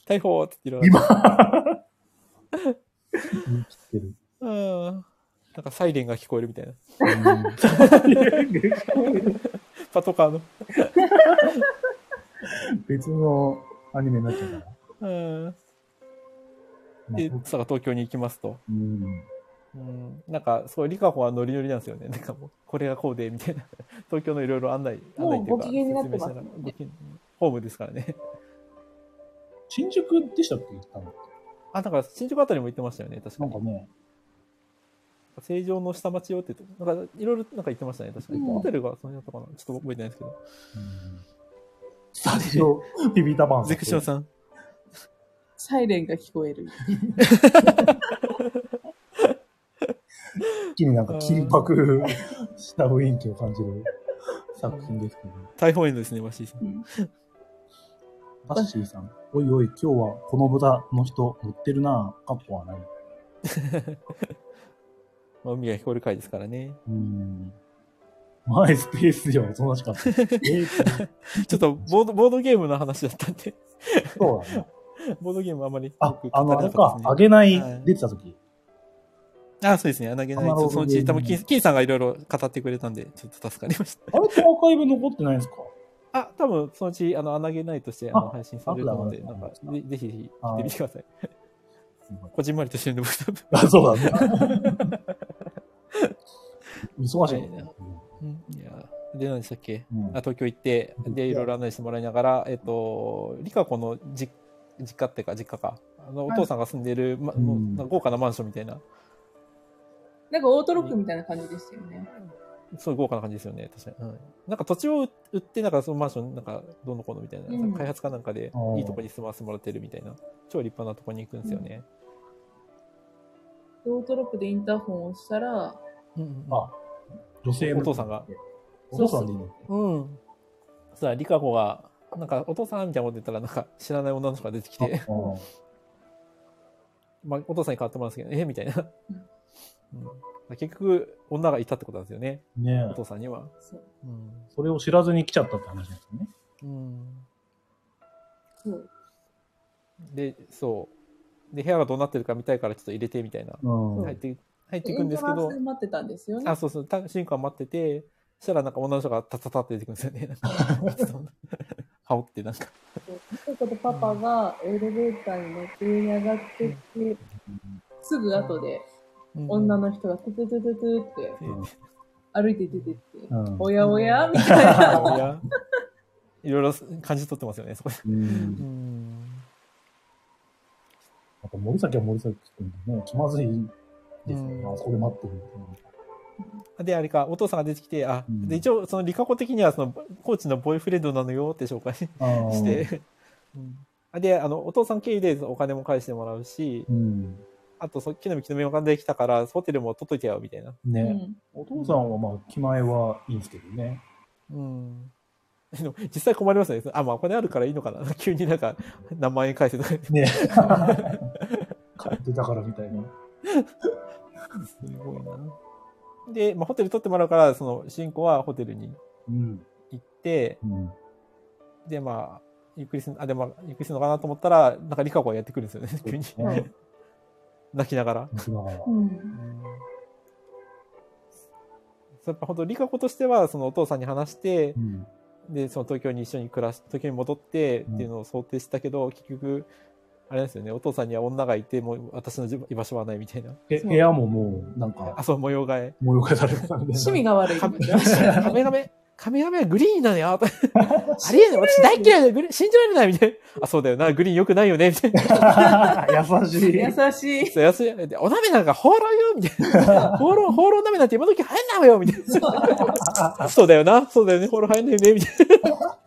[SPEAKER 3] 逮捕って言ってる
[SPEAKER 1] 今言い切ってる。
[SPEAKER 3] うん。なんかサイレンが聞こえるみたいな。パトカーの。
[SPEAKER 1] 別のアニメになっちゃうから。
[SPEAKER 3] うん。
[SPEAKER 1] まあ
[SPEAKER 3] で、さが東京に行きますと。
[SPEAKER 1] うん、
[SPEAKER 3] うん。なんか、すごい、リカホはノリノリなんですよね。なんかもう、これがこうで、みたいな。東京のいろいろ案内、案
[SPEAKER 2] もう
[SPEAKER 3] 内っていうか、
[SPEAKER 2] ご機嫌になってます
[SPEAKER 3] 説明しながらご機嫌ホームですからね。
[SPEAKER 1] 新宿でしたっけ言ったの
[SPEAKER 3] あ、だから、新宿あたりも行ってましたよね。確か
[SPEAKER 1] なん
[SPEAKER 3] に
[SPEAKER 1] か。ね、
[SPEAKER 3] 成城の下町よってとこなんか、いろいろなんか言ってましたね。確かに。
[SPEAKER 2] うん
[SPEAKER 3] ホテルがその辺だったかな。ちょっと覚えてないですけど。
[SPEAKER 1] うん、スタジオビビタバン。
[SPEAKER 3] ゼクションさん。
[SPEAKER 2] サイレンが聞こえる。
[SPEAKER 1] 気になんか緊迫した雰囲気を感じる作品ですけど、
[SPEAKER 3] 大本営ですね、ワシーさん。
[SPEAKER 1] バッシーさん、おいおい、今日はこの豚の人乗ってるなぁ、かっこはない。
[SPEAKER 3] まあ、海が聞こえる回ですからね。
[SPEAKER 1] うーん。マイスペースではおとなしか った。えー
[SPEAKER 3] ちょっとボード、ボードゲームの話だったんで、
[SPEAKER 1] そうだね。
[SPEAKER 3] ボードゲームあまりよ
[SPEAKER 1] あ
[SPEAKER 3] く、
[SPEAKER 1] あの、
[SPEAKER 3] 語れな
[SPEAKER 1] あ
[SPEAKER 3] か
[SPEAKER 1] れ
[SPEAKER 3] った
[SPEAKER 1] か
[SPEAKER 3] で、す
[SPEAKER 1] あ
[SPEAKER 3] ね。
[SPEAKER 1] げない
[SPEAKER 3] はい
[SPEAKER 1] 出てた時。
[SPEAKER 3] あ、そうですね。穴げない。
[SPEAKER 1] アナログ
[SPEAKER 3] そのうち、
[SPEAKER 1] ゲー
[SPEAKER 3] 多
[SPEAKER 1] ム
[SPEAKER 3] 分キン、キンさんがいろいろ語ってくれたんで、ちょっと助かりました。
[SPEAKER 1] あれってアーカイブ残ってないんですか
[SPEAKER 3] あ、多分、そのうち、あの、穴げないとして、あの、
[SPEAKER 1] あ
[SPEAKER 3] 配信されると思うんで、
[SPEAKER 1] アップ
[SPEAKER 3] な
[SPEAKER 1] だ
[SPEAKER 3] ん
[SPEAKER 1] か
[SPEAKER 3] か、
[SPEAKER 1] ら
[SPEAKER 3] ぜぜひ、ぜひ聞いてみてください。 こじんまりとしてるんで、僕多分。
[SPEAKER 1] あ、そうだね。忙しいね。
[SPEAKER 3] うんいやーで、何でしたっけ
[SPEAKER 1] うん
[SPEAKER 3] あ東京行って、で、
[SPEAKER 1] うん
[SPEAKER 3] いろいろ案内してもらいながら、えっと、リカ子の実実家ってか、実家か。あの、お
[SPEAKER 2] はい
[SPEAKER 3] 父さんが住んでる、ま、もう
[SPEAKER 1] うん
[SPEAKER 3] なんか豪華なマンションみたいな、
[SPEAKER 2] なんかオートロックみたいな感じでしたよね。
[SPEAKER 3] すごい豪華な感じですよね、確かに。うん、なんか土地を売って、なんかそのマンション、なんかどうのこうのみたいな、
[SPEAKER 2] うん
[SPEAKER 3] 開発かなんかで
[SPEAKER 1] あー
[SPEAKER 3] いいとこに住まわせてもらってるみたいな、超立派なとこに行くんですよね。
[SPEAKER 2] でオートロックでインターホンを押したら、
[SPEAKER 3] うんうん
[SPEAKER 1] あ女性の。
[SPEAKER 3] お父さんが。
[SPEAKER 1] お父さんでいいの
[SPEAKER 3] うん。そしたら、リカ子が、なんか、お父さんみたいなこと言ったら、なんか、知らない女の子が出てきて、
[SPEAKER 1] あ
[SPEAKER 3] まあ、お父さんに代わってもらうんですけど、えみたいな。うん、結局、女がいたってことなんですよね、
[SPEAKER 1] ーね
[SPEAKER 3] お
[SPEAKER 1] え
[SPEAKER 3] 父。さんには。
[SPEAKER 2] そう。
[SPEAKER 3] うん。
[SPEAKER 1] それを知らずに来ちゃったって話ですよね。
[SPEAKER 3] うん、
[SPEAKER 2] そう。
[SPEAKER 3] で、そう。で、部屋がどうなってるか見たいから、ちょっと入れて、みたいな。
[SPEAKER 1] うん。
[SPEAKER 3] 入って、入って
[SPEAKER 2] エ
[SPEAKER 3] いくん
[SPEAKER 2] ン
[SPEAKER 3] で
[SPEAKER 2] ト
[SPEAKER 3] すけ
[SPEAKER 2] ラン
[SPEAKER 3] ど
[SPEAKER 2] スで、待ってたんですよね
[SPEAKER 3] あ、。そうそう、た進化待ってて、そしたらなんか女の人がタタタって出てくるんですよね。なんか 羽織ってなんか。
[SPEAKER 2] そうことパパがエレベーターに乗って上に上がってって、すぐ後で女の人がトゥトゥトゥトゥトゥって
[SPEAKER 3] うん。で
[SPEAKER 2] 歩いて出てって、
[SPEAKER 1] うん
[SPEAKER 2] おやおやみたいな。
[SPEAKER 3] いや いろいろ感じ取ってますよね、そこで。
[SPEAKER 1] うん
[SPEAKER 3] うん。
[SPEAKER 1] なんか森崎は森崎君でね、気まずいですよね。
[SPEAKER 3] うん
[SPEAKER 1] あそこで待ってるみ
[SPEAKER 3] で、あれか、お父さんが出てきて、あ、
[SPEAKER 1] うん
[SPEAKER 3] で、一応、その、リカ子的には、その、コーチのボーイフレンドなのよって紹介 した
[SPEAKER 1] いな。あー
[SPEAKER 3] て、 うんで、あの、お父さん経由でお金も返してもらうし
[SPEAKER 1] う、ん。
[SPEAKER 3] あと、そっきのみきのみができたから、ホテルも取っといてよ、みたいな。
[SPEAKER 1] ね、
[SPEAKER 2] うん
[SPEAKER 1] お父さんはまあ、気前はいいんですけどね。
[SPEAKER 3] うん。でも実際困りますね。あ、まあ、お金あるからいいのかな。 急になんか、何万円返せとか言って。
[SPEAKER 1] ね買ってたからみたいな。
[SPEAKER 3] すごいな。で、まあ、ホテル取ってもらうから、その、新子はホテルに
[SPEAKER 1] うん。
[SPEAKER 3] 行って、
[SPEAKER 1] うん。
[SPEAKER 3] で、まあ、ゆっくりする、あ、でも、ゆっくりするのかなと思ったら、なんか、リカ子がやってくるんですよね、急に。
[SPEAKER 1] ね
[SPEAKER 3] 泣きながら。
[SPEAKER 1] 泣きながら。
[SPEAKER 2] うん
[SPEAKER 3] そうやっぱ本当、リカ子としては、そのお父さんに話して
[SPEAKER 1] う、ん。
[SPEAKER 3] で、その東京に一緒に暮らし、東京に戻ってっていうのを想定したけど、結局、あれなんですよね、お父さんには女がいて、もう私の居場所はないみたいな。
[SPEAKER 1] え、
[SPEAKER 2] そう
[SPEAKER 1] 部屋ももう、なんか
[SPEAKER 3] あ、、そう、模 様替え。
[SPEAKER 1] 模様替えされてたんで。
[SPEAKER 2] 趣味が悪い。
[SPEAKER 3] カメカメラメ、カメラメはグリーンなのよ。 ありえない。私大嫌いだよ。グリーン信じられないみたいな。あ、そうだよな。グリーン良くないよね。みたいな。
[SPEAKER 1] 優しい。
[SPEAKER 2] 優し い。
[SPEAKER 3] そう安いでお鍋なんか放浪よ。みたいな。放浪、放浪鍋なんて今時流行んなのよ。みたいな。そうだよな。そうだよね。放浪流行んないよね。みたい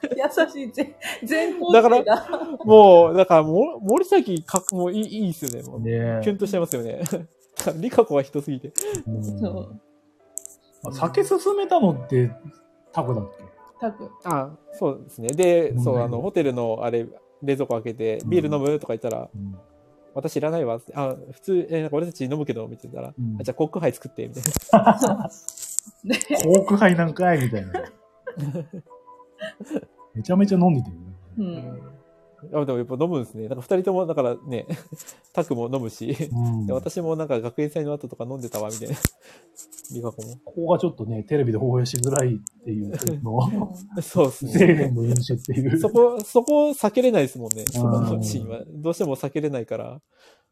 [SPEAKER 2] 優しい。全全校
[SPEAKER 3] だか
[SPEAKER 2] 生
[SPEAKER 3] ら
[SPEAKER 2] が。
[SPEAKER 3] な。もう、だからもう、森崎かっこもういい、いいですよね。もう
[SPEAKER 1] ね
[SPEAKER 3] キュンとしちゃいますよね。 リカ子は人すぎて。
[SPEAKER 1] うん
[SPEAKER 2] そう。
[SPEAKER 1] あ酒進めたのって、タコだっけ
[SPEAKER 2] たく。
[SPEAKER 3] あそうですね。で、そう、
[SPEAKER 1] うん
[SPEAKER 3] あの、ホテルの、あれ、冷蔵庫開けて、ビール飲むとか言ったら、
[SPEAKER 1] うん
[SPEAKER 3] 私いらないわっつって。あ、普通、えーなんか俺たち飲むけど、みたいな。
[SPEAKER 1] うん
[SPEAKER 3] あじゃあ、コック杯作って、みたいな。
[SPEAKER 2] ね
[SPEAKER 1] 航空杯なんかいみたいな。めちゃめちゃ飲んでてるね。
[SPEAKER 2] うん。
[SPEAKER 3] あでもやっぱ飲むんですね。なんか二人とも、だからね、 タクも飲むし、で
[SPEAKER 1] うん。こ
[SPEAKER 3] 私もなんか学園祭の後とか飲んでたわ、みたいな。 リカ子も。
[SPEAKER 1] こがちょっとね、テレビで放映しづらいっていうのを、
[SPEAKER 3] そうです
[SPEAKER 1] 制
[SPEAKER 3] ね。
[SPEAKER 1] 限の飲酒っていう。
[SPEAKER 3] そこ、そこ避けれないですもんね。そこ
[SPEAKER 1] うん
[SPEAKER 3] のシーンは。どうしても避けれないから。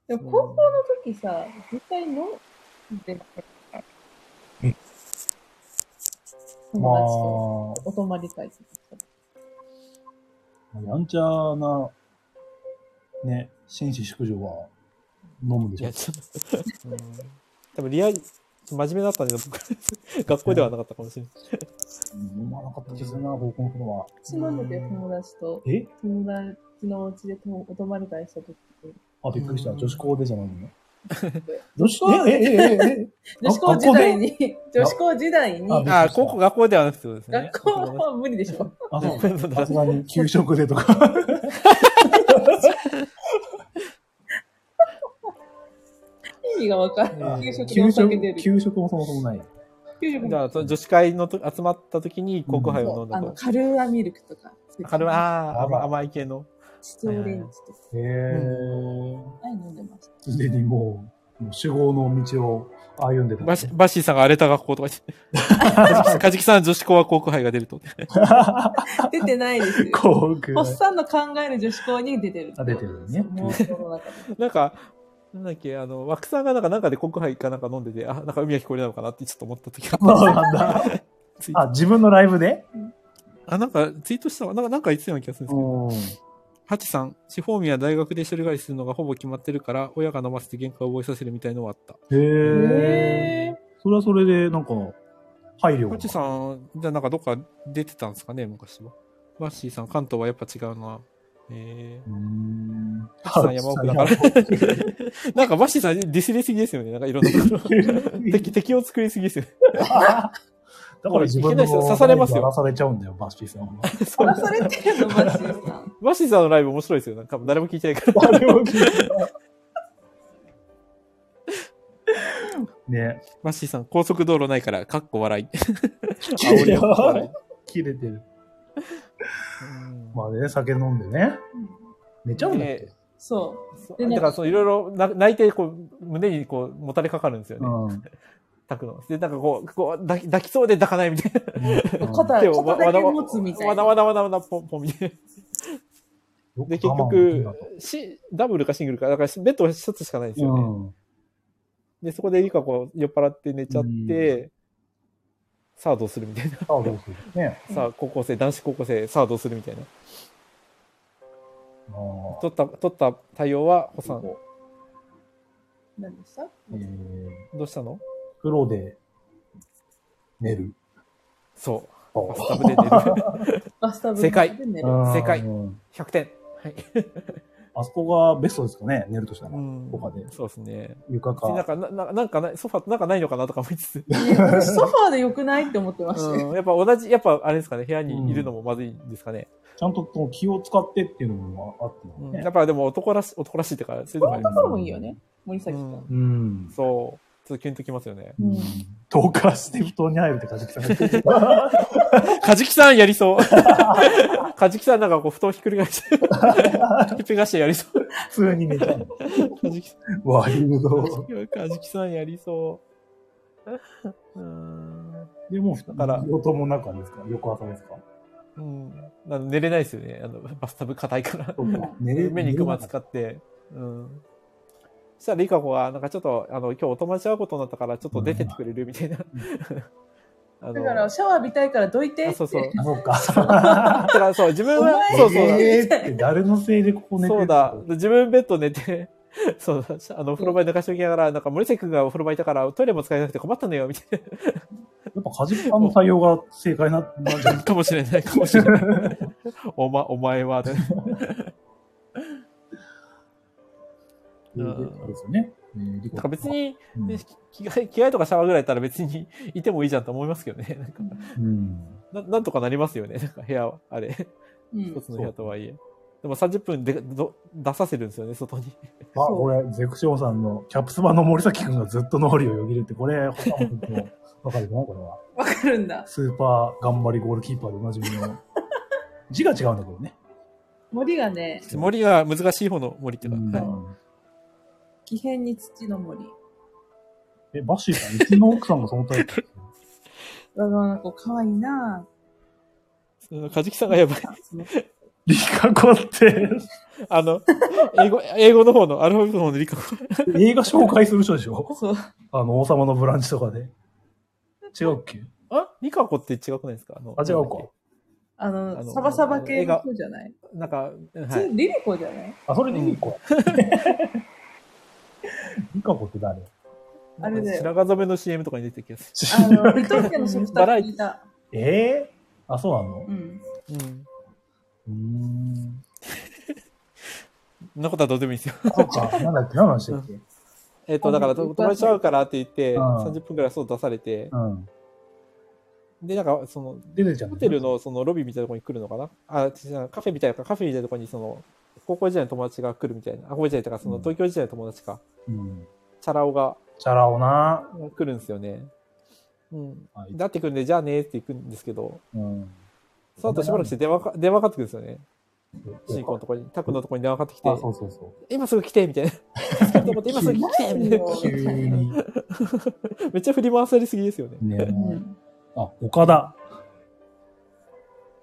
[SPEAKER 2] でも高校の時さ、絶対飲んでなかった。
[SPEAKER 1] えま
[SPEAKER 2] 友達とお泊まり会とか
[SPEAKER 1] あ、やんちゃな、ね、紳士淑女は飲むで
[SPEAKER 3] い
[SPEAKER 1] しょ
[SPEAKER 3] や、。ちょっと。うん 多分リアル、真面目だったんで、僕、学校ではなかったかもしれない。
[SPEAKER 1] 飲まなかった気がするな、高校の頃は。
[SPEAKER 2] 私飲んでて友達と、
[SPEAKER 1] え
[SPEAKER 2] 友達のお家でとお泊まり会した時に、
[SPEAKER 1] あ、びっくりした。
[SPEAKER 3] うん
[SPEAKER 1] 女子校でじゃないのね。女子校え、え、え、え、え、
[SPEAKER 2] 女子校時代に、女子校時代に、
[SPEAKER 1] あ
[SPEAKER 3] あ、高校、学校ではなくてですね。
[SPEAKER 2] 学校は無理でしょ。
[SPEAKER 1] あ、そう。
[SPEAKER 3] そう
[SPEAKER 1] さ
[SPEAKER 3] だ
[SPEAKER 1] すがに給食でとか。
[SPEAKER 2] 意味がわかる。
[SPEAKER 3] うん
[SPEAKER 2] 給食の
[SPEAKER 1] 給
[SPEAKER 2] お酒出
[SPEAKER 1] 食、
[SPEAKER 2] る。
[SPEAKER 1] 給食もそもそもない。
[SPEAKER 2] 給食
[SPEAKER 3] じゃ
[SPEAKER 2] の
[SPEAKER 3] あ、その女子会のと集まった時にコークハイを飲ん
[SPEAKER 2] あ
[SPEAKER 3] だ
[SPEAKER 2] の、
[SPEAKER 3] と。
[SPEAKER 2] カルーアミルクとか。
[SPEAKER 3] あれは、あ
[SPEAKER 1] あら
[SPEAKER 3] ー甘甘い系の。
[SPEAKER 2] シチオレンジとか。
[SPEAKER 1] へえ。
[SPEAKER 2] はい、飲んでました。
[SPEAKER 1] すでにもう、もう酒豪の道を歩んでた。
[SPEAKER 3] バシバッシーさんが荒れた学校とか言 って。カジキさん、女子校はコークハイが出ると。
[SPEAKER 2] 出てないですよ。
[SPEAKER 1] 幸福
[SPEAKER 2] おっさんの考える女子校に出てる。
[SPEAKER 1] あ出てるね
[SPEAKER 2] もうその中で。
[SPEAKER 3] なんか、なんだっけ、あの、枠さんがなんか、なんかでコークハイかなんか飲んでて、あ、なんか海は聞こえなのかなってちょっと思った時が
[SPEAKER 1] そうなんだ。
[SPEAKER 3] ツイ
[SPEAKER 1] あ、自分のライブで
[SPEAKER 3] あ、なんかツイートしたわ。なんか、なんか言ってたような気がするんですけど。
[SPEAKER 1] うん。
[SPEAKER 3] ハチさん、地方民は大学で一人暮らしするのがほぼ決まってるから、親が飲ませて喧嘩を覚えさせるみたいのはあった。
[SPEAKER 1] へえ。それはそれで、なんか、配慮が
[SPEAKER 3] ハチさん、じゃあなんかどっか出てたんですかね、昔は。バッシーさん、関東はやっぱ違うな。え
[SPEAKER 1] うーん。
[SPEAKER 3] ー、ハチさん山 奥だから。なんかバッシーさん、ディスりすぎですよね。なんかいろんなと ころ。敵、敵を作りすぎですよね。
[SPEAKER 1] だから自分
[SPEAKER 3] いけ
[SPEAKER 1] の
[SPEAKER 3] ない人刺されますよ
[SPEAKER 1] やらされちゃうんだよ、バッシーさんは。
[SPEAKER 3] そう
[SPEAKER 2] 殺されてるの、マシーさん。
[SPEAKER 3] バッシーさんのライブ面白いですよ。なんか多分誰も聞いてないから。
[SPEAKER 1] あれを聞いた ね。
[SPEAKER 3] バッシーさん、高速道路ないから、かっこ笑い。煽りを笑い。
[SPEAKER 1] 切れてる。
[SPEAKER 3] うん
[SPEAKER 1] まあね、酒飲んでね。寝ちゃうんだっけ
[SPEAKER 3] で
[SPEAKER 2] そ
[SPEAKER 3] そう
[SPEAKER 2] で
[SPEAKER 3] だからそういろいろな泣いてこう胸にこうもたれかかるんですよ
[SPEAKER 1] う
[SPEAKER 3] ね。
[SPEAKER 1] ん。うん
[SPEAKER 3] タクの。で、なんかこう、こう抱き抱きそうで抱かないみたいな。
[SPEAKER 2] う。肩、
[SPEAKER 3] 手を
[SPEAKER 2] 肩だけ持つみたい
[SPEAKER 3] わだ
[SPEAKER 2] な。
[SPEAKER 3] わだわだわだポンポンみたいな。で、結局、しダブルかシングルか、だからベッド一つしかないんです
[SPEAKER 1] う
[SPEAKER 3] よね。
[SPEAKER 1] ん。
[SPEAKER 3] で、そこでリカこう酔っ払って寝ちゃって、さあどうするみたいな。
[SPEAKER 1] さあどうするね。
[SPEAKER 3] さあ高校生、男子高校生、さあどうするみたいな。
[SPEAKER 1] あー
[SPEAKER 3] 取った、取った対応は、ホさん、ど
[SPEAKER 2] 何でした
[SPEAKER 1] えー
[SPEAKER 3] うしたの
[SPEAKER 1] 風呂で寝る。
[SPEAKER 3] そう。
[SPEAKER 1] あ
[SPEAKER 3] バ
[SPEAKER 1] ー
[SPEAKER 3] スタブで寝る。
[SPEAKER 2] バスタブ
[SPEAKER 3] 正解
[SPEAKER 2] で寝る。
[SPEAKER 1] うん
[SPEAKER 3] 正解
[SPEAKER 1] うん
[SPEAKER 3] 100点。はい。
[SPEAKER 1] あそこがベストですかね、寝るとしたら
[SPEAKER 3] う。ん
[SPEAKER 1] 他で
[SPEAKER 3] そうですね。
[SPEAKER 1] 床
[SPEAKER 3] な
[SPEAKER 1] か。
[SPEAKER 3] んか、なななんかない、ソファーなんかないのかなとか思いつつ。
[SPEAKER 2] 私ソファーで良くないって思ってましたよ。
[SPEAKER 3] うん、やっぱ同じ、やっぱあれですかね、部屋にいるのもまずいんですかね。
[SPEAKER 1] ちゃんとこう気を使ってっていうのもあって
[SPEAKER 3] うん
[SPEAKER 1] ね
[SPEAKER 3] や。っぱでも男らしい、男らしいっていうか、そういうのが
[SPEAKER 2] こうい
[SPEAKER 3] あり
[SPEAKER 2] うと
[SPEAKER 3] ます
[SPEAKER 2] ころもいいよね。森崎さん。
[SPEAKER 3] うん
[SPEAKER 1] うん。
[SPEAKER 3] そう。ちょっとキュンときますよね。
[SPEAKER 2] うん
[SPEAKER 1] 投下して布団に入るって感じさんが言って た
[SPEAKER 3] カジキさんやりそう。カジキさんなんかこう、布団ひっくり返して、ひっぺがしてやりそう。
[SPEAKER 1] 普通に寝ちゃう。
[SPEAKER 3] カジキさん
[SPEAKER 1] ワイル
[SPEAKER 3] カ
[SPEAKER 1] ド。
[SPEAKER 3] ジカジキさんやりそう。うん。
[SPEAKER 1] でも、だ
[SPEAKER 3] から
[SPEAKER 1] 仕事も中ですか翌朝ですか
[SPEAKER 3] うん。あの寝れないですよね。あの、バスタブ硬いから。
[SPEAKER 1] 寝
[SPEAKER 3] 目にクマ
[SPEAKER 1] か
[SPEAKER 3] 使って、うん。そしたら、リカ子が、なんかちょっと、あの、今日お友達会うことになったから、ちょっと出てってくれるみたいな。あ
[SPEAKER 2] だから、シャワー浴びたいからどいてっ
[SPEAKER 3] あ
[SPEAKER 2] て。
[SPEAKER 3] そうそう。
[SPEAKER 1] あ、そっか。
[SPEAKER 3] だから、そう、自分は
[SPEAKER 2] お、前
[SPEAKER 3] そうそうだ、
[SPEAKER 1] えーって誰のせいでここ寝てる
[SPEAKER 3] そうだ、自分ベッド寝て、 そうだ、あの、お風呂場に寝かしておきながら、なんか森瀬君がお風呂場いたから、トイレも使えなくて困ったのよ、みたい
[SPEAKER 1] やっぱカジキさんの採用が正解な、なんじゃな
[SPEAKER 3] な。かもしれない、かもしれない。おま、お前は、
[SPEAKER 1] い
[SPEAKER 3] うん
[SPEAKER 1] ですよね。うん
[SPEAKER 3] なんか別、に、
[SPEAKER 1] うん
[SPEAKER 3] ね着替え着替えとかシャワーぐらいだったら別にいてもいいじゃんと思いますけどね。なんか
[SPEAKER 1] うん。
[SPEAKER 3] ななんとかなりますよね、なんか部屋は、あれ、
[SPEAKER 2] う
[SPEAKER 3] 一
[SPEAKER 2] ん。
[SPEAKER 3] つの部屋とはいえ。でも30分でど出させるんですよね、外に。
[SPEAKER 1] まあ、これ、ゼクションさんのキャプス版の森崎くんがずっと脳裏をよぎるって、これ、他の人もわかるかなこれは。
[SPEAKER 2] わかるんだ。
[SPEAKER 1] スーパー頑張りゴールキーパーでおなじみの。字が違うんだけどね。
[SPEAKER 2] 森がね、
[SPEAKER 3] 森が難しい方の森っていうか、はい
[SPEAKER 1] うん
[SPEAKER 2] 奇変に土の森。
[SPEAKER 1] え、バッシーさん、うちの奥さんがそのタイ プ。
[SPEAKER 2] わがまま子、かわいいな
[SPEAKER 3] その。カジキさんがやばい。
[SPEAKER 2] ぁ。その
[SPEAKER 1] リカコって、
[SPEAKER 3] あの、英語、 英語の方の、アルファベットの方の理科。
[SPEAKER 1] 映画紹介する人でしょ
[SPEAKER 2] そう。
[SPEAKER 1] あの、王様のブランチとかで。違うっけ
[SPEAKER 3] あリカ子って違くないですかあの
[SPEAKER 1] あ、違うか。。
[SPEAKER 2] あ
[SPEAKER 3] あの
[SPEAKER 2] の、サバサバ系の人じゃない
[SPEAKER 3] なんか、
[SPEAKER 2] そ
[SPEAKER 3] は
[SPEAKER 2] れ
[SPEAKER 3] い。
[SPEAKER 2] リリコじゃない
[SPEAKER 1] あ、それリカコ。リカコって誰
[SPEAKER 2] あれだよ
[SPEAKER 3] 白髪染めの CM とかに出てきます。
[SPEAKER 2] あの、リトル家の食卓にいた。
[SPEAKER 1] ええあ、そうなの
[SPEAKER 2] うん。
[SPEAKER 3] うん。
[SPEAKER 1] うーん。
[SPEAKER 3] そんなことはどうでもいいですよ。
[SPEAKER 1] そっか、なんだっけ、何の話だっけ
[SPEAKER 3] えっと、だから、
[SPEAKER 2] 友達
[SPEAKER 3] 友達と会うからって言って、
[SPEAKER 1] うん
[SPEAKER 3] 30分ぐらい外出されて、
[SPEAKER 1] うん。
[SPEAKER 3] で、なんか、その、
[SPEAKER 1] 出てちゃうん
[SPEAKER 3] ホ
[SPEAKER 1] だ
[SPEAKER 3] テ
[SPEAKER 1] よね
[SPEAKER 3] ルのそのロビーみたいなところに来るのかなあ、違うカフェみたいな、カフェみたいなところにその、高校時代の友達が来るみたいな、あ高校時代とか、その
[SPEAKER 1] うん
[SPEAKER 3] 東京時代の友達か、
[SPEAKER 1] うん。
[SPEAKER 3] チャラ男
[SPEAKER 1] チャラ男な。
[SPEAKER 3] が来るんですよね。うん。
[SPEAKER 1] はい
[SPEAKER 3] だって来るんで、じゃあねーって行くんですけど、
[SPEAKER 1] うん。
[SPEAKER 3] その後しばらくして電話か、電話かかってくるんですよね。シンコのところに、タクのところに電話かかってきて
[SPEAKER 1] あ、、そうそうそ
[SPEAKER 3] 今すぐ来てみたいな。 助けようと思って今すぐ来てみたいな。
[SPEAKER 1] う。急に。
[SPEAKER 3] めっちゃ振り回されすぎですよね。
[SPEAKER 1] ね
[SPEAKER 2] うん
[SPEAKER 1] あ、岡田。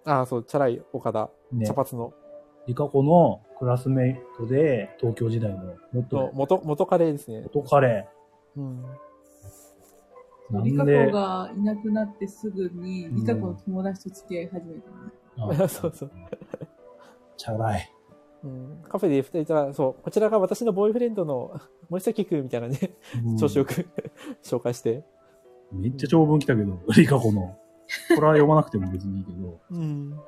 [SPEAKER 3] ああ、そう、チャラい岡田、
[SPEAKER 1] ね
[SPEAKER 3] 茶髪の、
[SPEAKER 1] リカ子のクラスメイトで、東京時代の
[SPEAKER 3] の
[SPEAKER 1] 元、
[SPEAKER 3] 元、元カレーですね。
[SPEAKER 1] 元カレ
[SPEAKER 3] うん。
[SPEAKER 1] ー。
[SPEAKER 2] リ
[SPEAKER 1] な
[SPEAKER 2] カ
[SPEAKER 1] んで
[SPEAKER 2] 子、がいなくなってすぐに、リカ子の友達と付き合い始めたのね。
[SPEAKER 1] あ
[SPEAKER 3] そうそう。
[SPEAKER 1] チャラい。
[SPEAKER 3] うん、カフェで二人いたら、そう、こちらが私のボーイフレンドの森崎くんみたいなね、
[SPEAKER 1] うん
[SPEAKER 3] 調子よく 紹介して。
[SPEAKER 1] めっちゃ長文来たけど、リカ子の。これは読まなくても別にいいけど、
[SPEAKER 3] うん。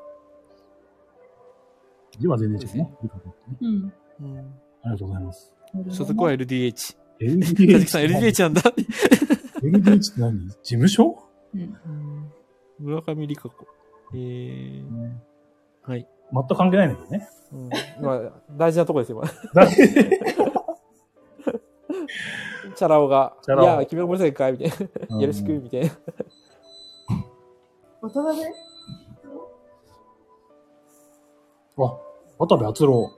[SPEAKER 1] 字は全然違うね。リカ子ってね。
[SPEAKER 2] うん。
[SPEAKER 3] うん。
[SPEAKER 1] ありがとうございます。
[SPEAKER 3] 所属は LDH。
[SPEAKER 1] LDH。
[SPEAKER 3] さん LDH なんだ。
[SPEAKER 1] LDH って何事務所
[SPEAKER 3] 村上理香子。えー、はい。
[SPEAKER 1] 全く関係ないんだけどね。
[SPEAKER 3] うん、今、大事なとこですよ、今。
[SPEAKER 1] だ
[SPEAKER 3] チャラ男が、
[SPEAKER 1] チャラ男
[SPEAKER 3] いや、君の森崎かいみたいな。よろしく、みたいな。
[SPEAKER 2] 渡辺
[SPEAKER 1] あ、渡部篤郎。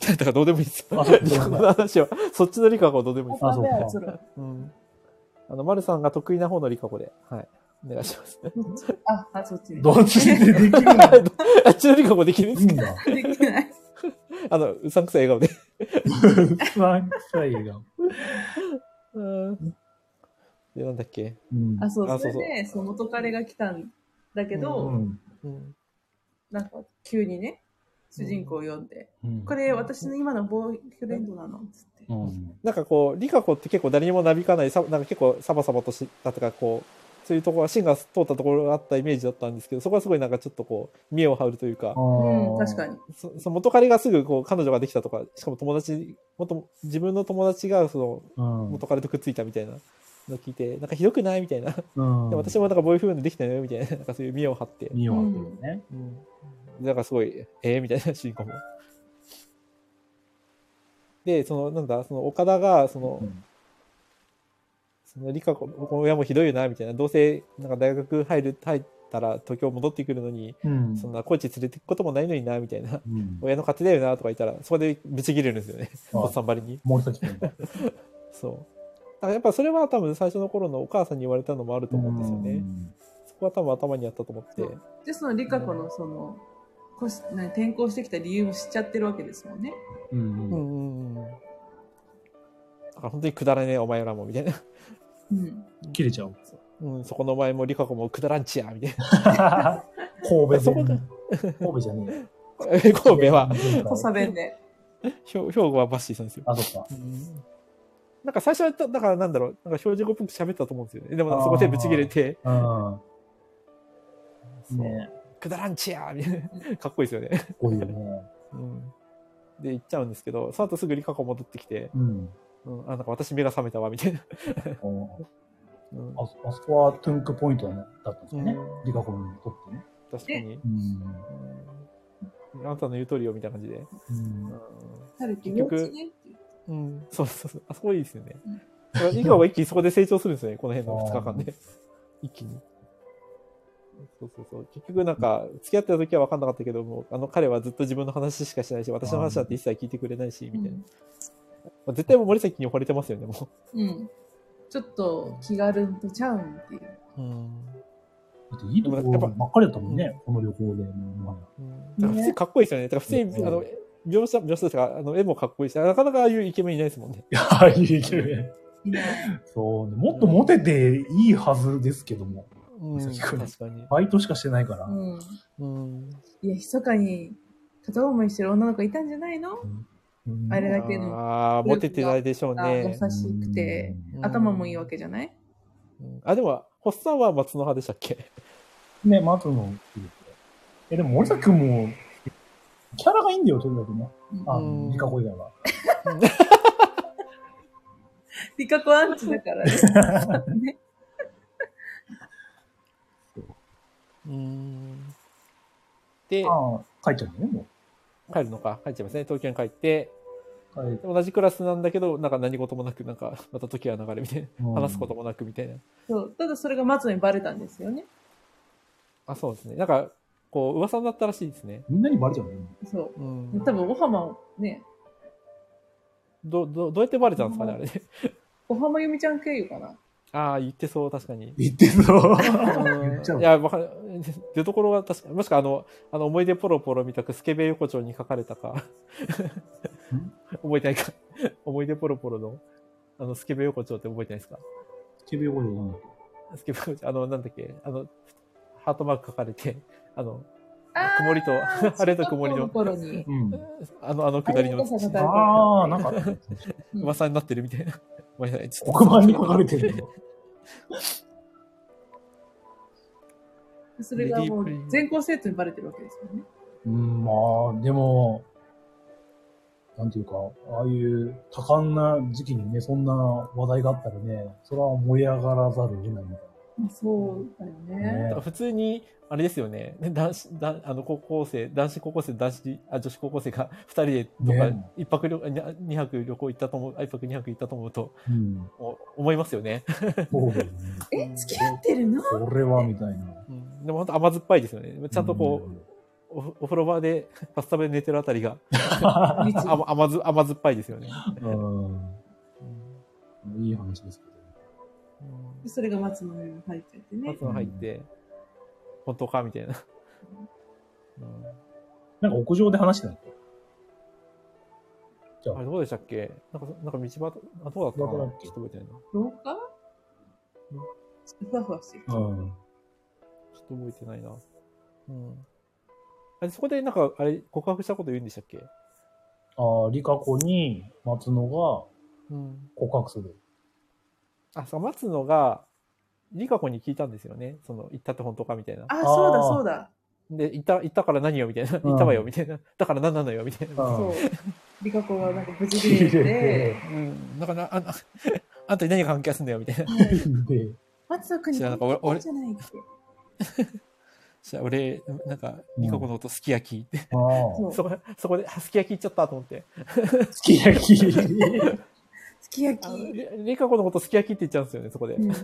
[SPEAKER 3] だからどうでもいいですよ。
[SPEAKER 1] あ
[SPEAKER 3] こ
[SPEAKER 1] そうなんだ
[SPEAKER 3] の話は、そっちの理香子はどうでもいいです。
[SPEAKER 1] あそうか
[SPEAKER 2] 渡辺篤郎
[SPEAKER 3] うん。あの、丸さんが得意な方の理香子で、はい。お願いします。
[SPEAKER 2] どっちあ、あ、そっちね。
[SPEAKER 1] どっちでできるの
[SPEAKER 3] あっちの理香子できるんで
[SPEAKER 1] いい
[SPEAKER 3] すか
[SPEAKER 1] んだ。
[SPEAKER 2] できない。
[SPEAKER 3] あの、うさんくさい笑顔で。
[SPEAKER 1] 不安臭いが。
[SPEAKER 3] で、なんだっけ。
[SPEAKER 1] うん
[SPEAKER 2] あ、そう、
[SPEAKER 3] あ
[SPEAKER 2] そ
[SPEAKER 3] そ
[SPEAKER 2] れ
[SPEAKER 3] うそう
[SPEAKER 2] で、そう、元彼が来たんだけ
[SPEAKER 1] う
[SPEAKER 2] ど、
[SPEAKER 1] ん。
[SPEAKER 3] うん。
[SPEAKER 2] なんか、急にね、主人公を呼んで、
[SPEAKER 1] うん
[SPEAKER 2] これ、私の今のボーイフレンドなの、つって
[SPEAKER 1] う。ん。
[SPEAKER 3] なんかこう、リカ子って結構誰にもなびかない、さなんか結構サバサバとしたとか、こう、そういうところは芯が通ったところがあったイメージだったんですけど、そこはすごいなんかちょっとこう、見栄を張るというか、
[SPEAKER 2] うん、確かに。
[SPEAKER 3] そその元彼がすぐこう、彼女ができたとか、しかも友達、元、自分の友達がその、
[SPEAKER 1] に
[SPEAKER 3] 元彼とくっついたみたいなのを聞いて、なんかひどくないみたいな。で
[SPEAKER 1] うん。
[SPEAKER 3] も私もなんかボーイフレンドできたよみたいな、なんかそういう見栄を張って。
[SPEAKER 1] 見ようっていうね。
[SPEAKER 3] うん。なんかすごい、ええみたいなシーンかも。で、その、なんだ、その岡田が、その、
[SPEAKER 1] うん
[SPEAKER 3] その、理香子、この親もひどいよな、みたいな。どうせ、なんか大学入る、入ったら東京戻ってくるのに、
[SPEAKER 1] うん
[SPEAKER 3] そんな高知連れてくこともないのにな、みたいな。
[SPEAKER 1] うん
[SPEAKER 3] 親の勝手だよな、とか言ったら、そこでぶち切れるんですよね。
[SPEAKER 1] あ
[SPEAKER 3] おっさんばりに。
[SPEAKER 1] 森崎君が。
[SPEAKER 3] そう。だからやっぱそれは多分最初の頃のお母さんに言われたのもあると思うんですよね。そこは多分頭にあったと思って。
[SPEAKER 2] で、その、リカ子の、その、こしな転校してきた理由も知っちゃってるわけですもんね。
[SPEAKER 1] うん。
[SPEAKER 3] う
[SPEAKER 1] うん
[SPEAKER 3] んうんうん。だから本当にくだらねえお前らもみ たいな。
[SPEAKER 2] うん。
[SPEAKER 1] 切れちゃう。
[SPEAKER 3] うん、そこのお前もリカ子もくだらんちやみたいな。
[SPEAKER 1] 神戸
[SPEAKER 3] そこが
[SPEAKER 1] 弁。神戸じゃね
[SPEAKER 3] 神
[SPEAKER 1] え。
[SPEAKER 3] 戸は、
[SPEAKER 2] 土佐弁で。
[SPEAKER 3] ひょ兵庫はバッシーさんですよ。
[SPEAKER 1] あ、そっか。
[SPEAKER 3] うんなんか最初はだ、だからなんだろう、なんか標準語っぽく喋ったと思うんですよね。でもなんかそこでぶち切れて、
[SPEAKER 1] うん。ね
[SPEAKER 3] くだらんちやみたいな。 かっこいいですよね。
[SPEAKER 1] え。こういうね。
[SPEAKER 3] うん。で、行っちゃうんですけど、その後すぐリカ子戻ってきて、
[SPEAKER 1] うん。
[SPEAKER 3] うん、あ、なんか私目が覚めたわ、みたいな。うん
[SPEAKER 1] あそあそこはトゥンクポイントだねだったんですよね
[SPEAKER 3] う。ん
[SPEAKER 1] リカコにとってね。
[SPEAKER 3] 確かに。
[SPEAKER 1] うん。
[SPEAKER 3] うんあなたの言う通りよ、みたいな感じで。
[SPEAKER 1] うん
[SPEAKER 2] 春樹、おうちねって言って。
[SPEAKER 3] うん、そうそうそう。あそこいいですよね
[SPEAKER 2] うん。
[SPEAKER 3] だから以降は一気にそこで成長するんですよね、この辺の2日間で。一気に。そうそうそう。結局なんか、付き合ってた時は分かんなかったけども、あの彼はずっと自分の話しかしないし、私の話だって一切聞いてくれないし、みたいな。まあ絶対もう森崎に惚れてますよね、も
[SPEAKER 2] うん。ちょっと気軽にとちゃうんっていう。
[SPEAKER 3] う。うん。
[SPEAKER 1] だっていいところばっかりだったもんね、この旅行で。もはや
[SPEAKER 3] だから普通にかっこいいですよね。だから普通
[SPEAKER 1] う
[SPEAKER 3] に、
[SPEAKER 1] ん
[SPEAKER 3] あの、描写、描写とか、あの、絵もかっこいいし、なかなかああいうイケメンいないですもんね。
[SPEAKER 1] ああいうイケメン。
[SPEAKER 2] いない。
[SPEAKER 1] そうね。もっとモテていいはずですけども。
[SPEAKER 3] うん、
[SPEAKER 1] 森崎
[SPEAKER 3] 確
[SPEAKER 1] 君
[SPEAKER 3] かに。
[SPEAKER 1] バイトしかしてないから。
[SPEAKER 2] うん。
[SPEAKER 3] うん。
[SPEAKER 2] いや、密かに片思いしてる女の子いたんじゃないの
[SPEAKER 1] うん
[SPEAKER 2] あれだけの
[SPEAKER 3] ああ、モテてないでしょう
[SPEAKER 2] あ優
[SPEAKER 3] ね。
[SPEAKER 2] しくて、
[SPEAKER 3] うん
[SPEAKER 2] 頭もいいわけじゃない
[SPEAKER 3] うんあ、でも、ホッサンは松の葉でしたっけ
[SPEAKER 1] ね、待つの。え、でも森崎くんも、キャラがいいんだよ、とにかくね。あ
[SPEAKER 3] う
[SPEAKER 1] の、
[SPEAKER 3] ん
[SPEAKER 1] リカコ以外は。
[SPEAKER 2] リカコアンチだからね。 ね
[SPEAKER 3] うん。で、
[SPEAKER 1] ああ、帰っちゃうんだね、も
[SPEAKER 3] 帰るのか。帰っちゃいますね。東京に帰って、
[SPEAKER 1] う。帰
[SPEAKER 3] で同じクラスなんだけど、なんか何事もなく、なんか、また時は流れみたい
[SPEAKER 1] うん
[SPEAKER 3] な。話すこともなくみたいな。
[SPEAKER 2] そう。ただそれが松にバレたんですよね。
[SPEAKER 3] あ、そうですね。なんか、こう、噂だったらしいですね。
[SPEAKER 1] みんなにバレちゃうんだね。
[SPEAKER 2] そうう。
[SPEAKER 3] ん。
[SPEAKER 2] 多分、お浜をね、
[SPEAKER 3] ど、ど、どうやってバレたんですかね、あれね。
[SPEAKER 2] お浜由美ちゃん経由かな。
[SPEAKER 3] ああ、言ってそう、確かに。
[SPEAKER 1] 言ってそう。言っちゃ
[SPEAKER 3] う
[SPEAKER 1] うん
[SPEAKER 3] いや、 わかる。出どころが確かもしくはあの、あの、思い出ポロポロ見たく、スケベ横丁に書かれたか。覚えてないか。思い出ポロポロの、あの、スケベ横丁って覚えてないですか
[SPEAKER 1] ケビオコジョなんだっ
[SPEAKER 3] スケベ横丁、あの、なんだっけ、あの、ハートマーク書かれて、あの、
[SPEAKER 2] あー
[SPEAKER 3] 曇りと、 晴れと曇り
[SPEAKER 2] 小
[SPEAKER 3] の
[SPEAKER 2] 学、校の頃に
[SPEAKER 1] け。うん。
[SPEAKER 3] あの、あの下り
[SPEAKER 2] あれ
[SPEAKER 3] の
[SPEAKER 2] こ、そが
[SPEAKER 1] ああ、なんか、
[SPEAKER 2] うん
[SPEAKER 3] 噂になってるみたいな。ごめんなさいちょっと
[SPEAKER 1] 黒板に書かれてるんだ。
[SPEAKER 2] それがもう全校生徒にバレてるわけですよね。
[SPEAKER 1] うん、まあ、でも、なんていうか、ああいう多感な時期にね、そんな話題があったらね、それは盛り上がらざるを得ないみたい
[SPEAKER 2] そうだよね。
[SPEAKER 1] なね。
[SPEAKER 3] 普通に、あれですよね。男子、だあの、高校生、男子高校生、男子、あ、女子高校生が 二人で、とか
[SPEAKER 1] ね、
[SPEAKER 3] 一泊旅、に二泊旅行行ったと思う、あ一泊二泊行ったと思うと、
[SPEAKER 1] うん。
[SPEAKER 3] もう思いますよね。
[SPEAKER 1] そうだよね。
[SPEAKER 2] え、付き合ってるの
[SPEAKER 1] これは、みたいな。
[SPEAKER 3] うんでも本当甘酸っぱいですよね。ちゃんとこ
[SPEAKER 1] ん
[SPEAKER 3] う、おお風呂場で、 パスタで寝てるあたりが、
[SPEAKER 2] 律
[SPEAKER 3] 甘甘ず甘酸っぱいですよね。
[SPEAKER 1] うん、いい話ですけど。
[SPEAKER 3] うん
[SPEAKER 2] それが松の実に入っちゃってね
[SPEAKER 3] 松。の入って、本当かみたいな。うん
[SPEAKER 1] なんか屋上で話してない
[SPEAKER 3] あれどうでしたっけなんか、なんか道端、あ、どうだったか
[SPEAKER 1] どうだ
[SPEAKER 3] な
[SPEAKER 1] ったっけ
[SPEAKER 3] ちょっと覚えてないな。
[SPEAKER 2] 廊下ふわふわしてる。
[SPEAKER 1] うん。
[SPEAKER 3] ちょっと覚えてないな。うん。あれ、そこでなんか、あれ、告白したこと言うんでしたっけ
[SPEAKER 1] ああ、リカ子に松野が
[SPEAKER 3] うん。
[SPEAKER 1] 告白する。
[SPEAKER 3] あ、そう、松野が、リカ子に聞いたんですよね。その、行ったって本当かみたいな。
[SPEAKER 2] あ、そうだそうだ。
[SPEAKER 3] で、行った、行ったから何よみたいな。行ったわよみたいな。だから何なのよみたいな。
[SPEAKER 2] そう
[SPEAKER 1] う。。
[SPEAKER 2] リカ子がなんか無事
[SPEAKER 1] 切
[SPEAKER 2] で
[SPEAKER 1] れ
[SPEAKER 2] いて
[SPEAKER 1] て、
[SPEAKER 3] うん。なんか な、あの、あんたに何が関係するんだよみたいな。
[SPEAKER 1] で、
[SPEAKER 2] 松野君に
[SPEAKER 3] 知らなかった
[SPEAKER 2] 俺じゃないって。
[SPEAKER 3] じゃあ俺、なんか、リカ子のこと好き焼きって。
[SPEAKER 1] ああ、
[SPEAKER 2] そう。
[SPEAKER 3] そこ、そこで、あ、すき焼き行っちゃったと思って。
[SPEAKER 1] すき焼き。
[SPEAKER 2] すき焼き
[SPEAKER 3] あ。のリリカ子のことすき焼きって言っちゃうんですよね、そこで。
[SPEAKER 2] うん。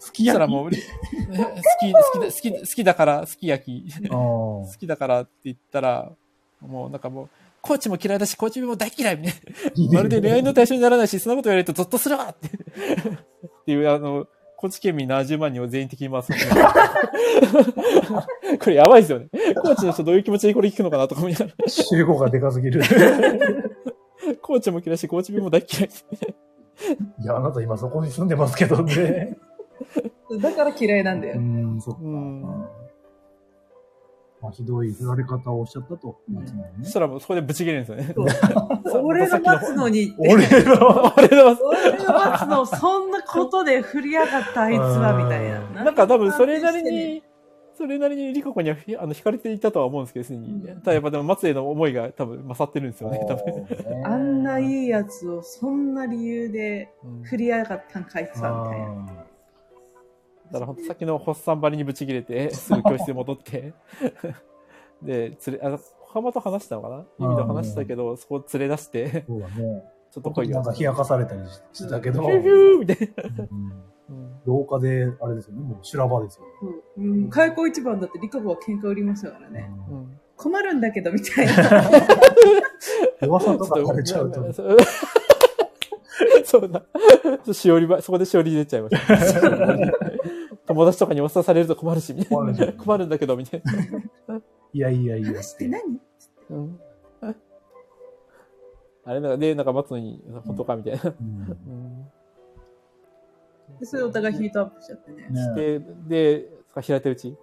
[SPEAKER 1] すき
[SPEAKER 3] そし
[SPEAKER 1] 焼
[SPEAKER 3] たら
[SPEAKER 1] き。
[SPEAKER 3] もう、好 き、好きだ、好き、好きだから、好き焼き。
[SPEAKER 1] あ
[SPEAKER 3] 好
[SPEAKER 1] あ
[SPEAKER 3] きだからって言ったら、もうなんかもう、コーチも嫌いだし、コーチも大嫌いみたいな。まるで恋愛の対象にならないし、そんなこと言われるとゾッとするわって。 っていう、あの、高知県民70万人を全員的に回す。これやばいですよね。コーチの人どういう気持ちでこれ聞くのかなとか思いながら。
[SPEAKER 1] 集合がでかすぎる。
[SPEAKER 3] コーチも嫌いだし、コーチも大嫌い。
[SPEAKER 1] いや、あなた今そこに住んでますけどね。
[SPEAKER 2] だから嫌いなんだ
[SPEAKER 1] う
[SPEAKER 2] よ。
[SPEAKER 1] ん、そっか。
[SPEAKER 3] うん
[SPEAKER 1] まあ、ひどい振られ方をおっしゃったと、松野は
[SPEAKER 3] そ
[SPEAKER 1] ね
[SPEAKER 3] し。たらもうそこでブチ切れるんですよね。
[SPEAKER 2] 俺の松野にって。
[SPEAKER 1] 俺の、
[SPEAKER 3] 俺の
[SPEAKER 2] 俺の松野をそんなことで振りやがったあいつはみたいな。
[SPEAKER 3] なんか多分それなりに、それなりにリカ子にはひあの惹かれていたとは思うんですけど、すでに。
[SPEAKER 2] うん
[SPEAKER 3] ただやっぱでも松江の思いが多分勝ってるんですよね、多分。
[SPEAKER 2] あんないいいやつをそんな理由で振りやがったんかいつはみたいな。
[SPEAKER 3] だから本当さっきのホッサンばりにブチ切れ て、すぐ教室に戻って。 で、連れ、あの、小浜と話したのかな意味と話したけど、そこを連れ出して、
[SPEAKER 1] そうだね。
[SPEAKER 3] ちょっと来い
[SPEAKER 1] な
[SPEAKER 3] よ。
[SPEAKER 1] んか冷やかされたりしてたけど
[SPEAKER 3] ヒ、ューヒューみたいな。
[SPEAKER 1] うん
[SPEAKER 3] うん
[SPEAKER 1] 廊下で、あれですよね、もう修羅場ですよ
[SPEAKER 2] そううん、開口一番だってリカ子は喧嘩売りましたから
[SPEAKER 1] ね
[SPEAKER 2] ね。。
[SPEAKER 3] う
[SPEAKER 1] うん
[SPEAKER 3] ん
[SPEAKER 2] 困るんだけどみたいな。
[SPEAKER 1] 噂と
[SPEAKER 3] ちょ
[SPEAKER 1] か
[SPEAKER 3] っ
[SPEAKER 1] されちゃうと、
[SPEAKER 3] そう そうだ。ちょっとしおりば、そこでしおり出ちゃいました。 友達とかにおっさんされると困るし、みたい
[SPEAKER 1] 困る
[SPEAKER 3] な。
[SPEAKER 1] し
[SPEAKER 3] 困るんだけど、みたいな。
[SPEAKER 1] いやいやいや。
[SPEAKER 2] 話って何
[SPEAKER 3] うんあれなんか、で、なんか松野に、本当かみたいな。
[SPEAKER 1] うん
[SPEAKER 2] でそれでお互いヒートアップしちゃってね。
[SPEAKER 1] ね
[SPEAKER 3] で、で、平手打ち。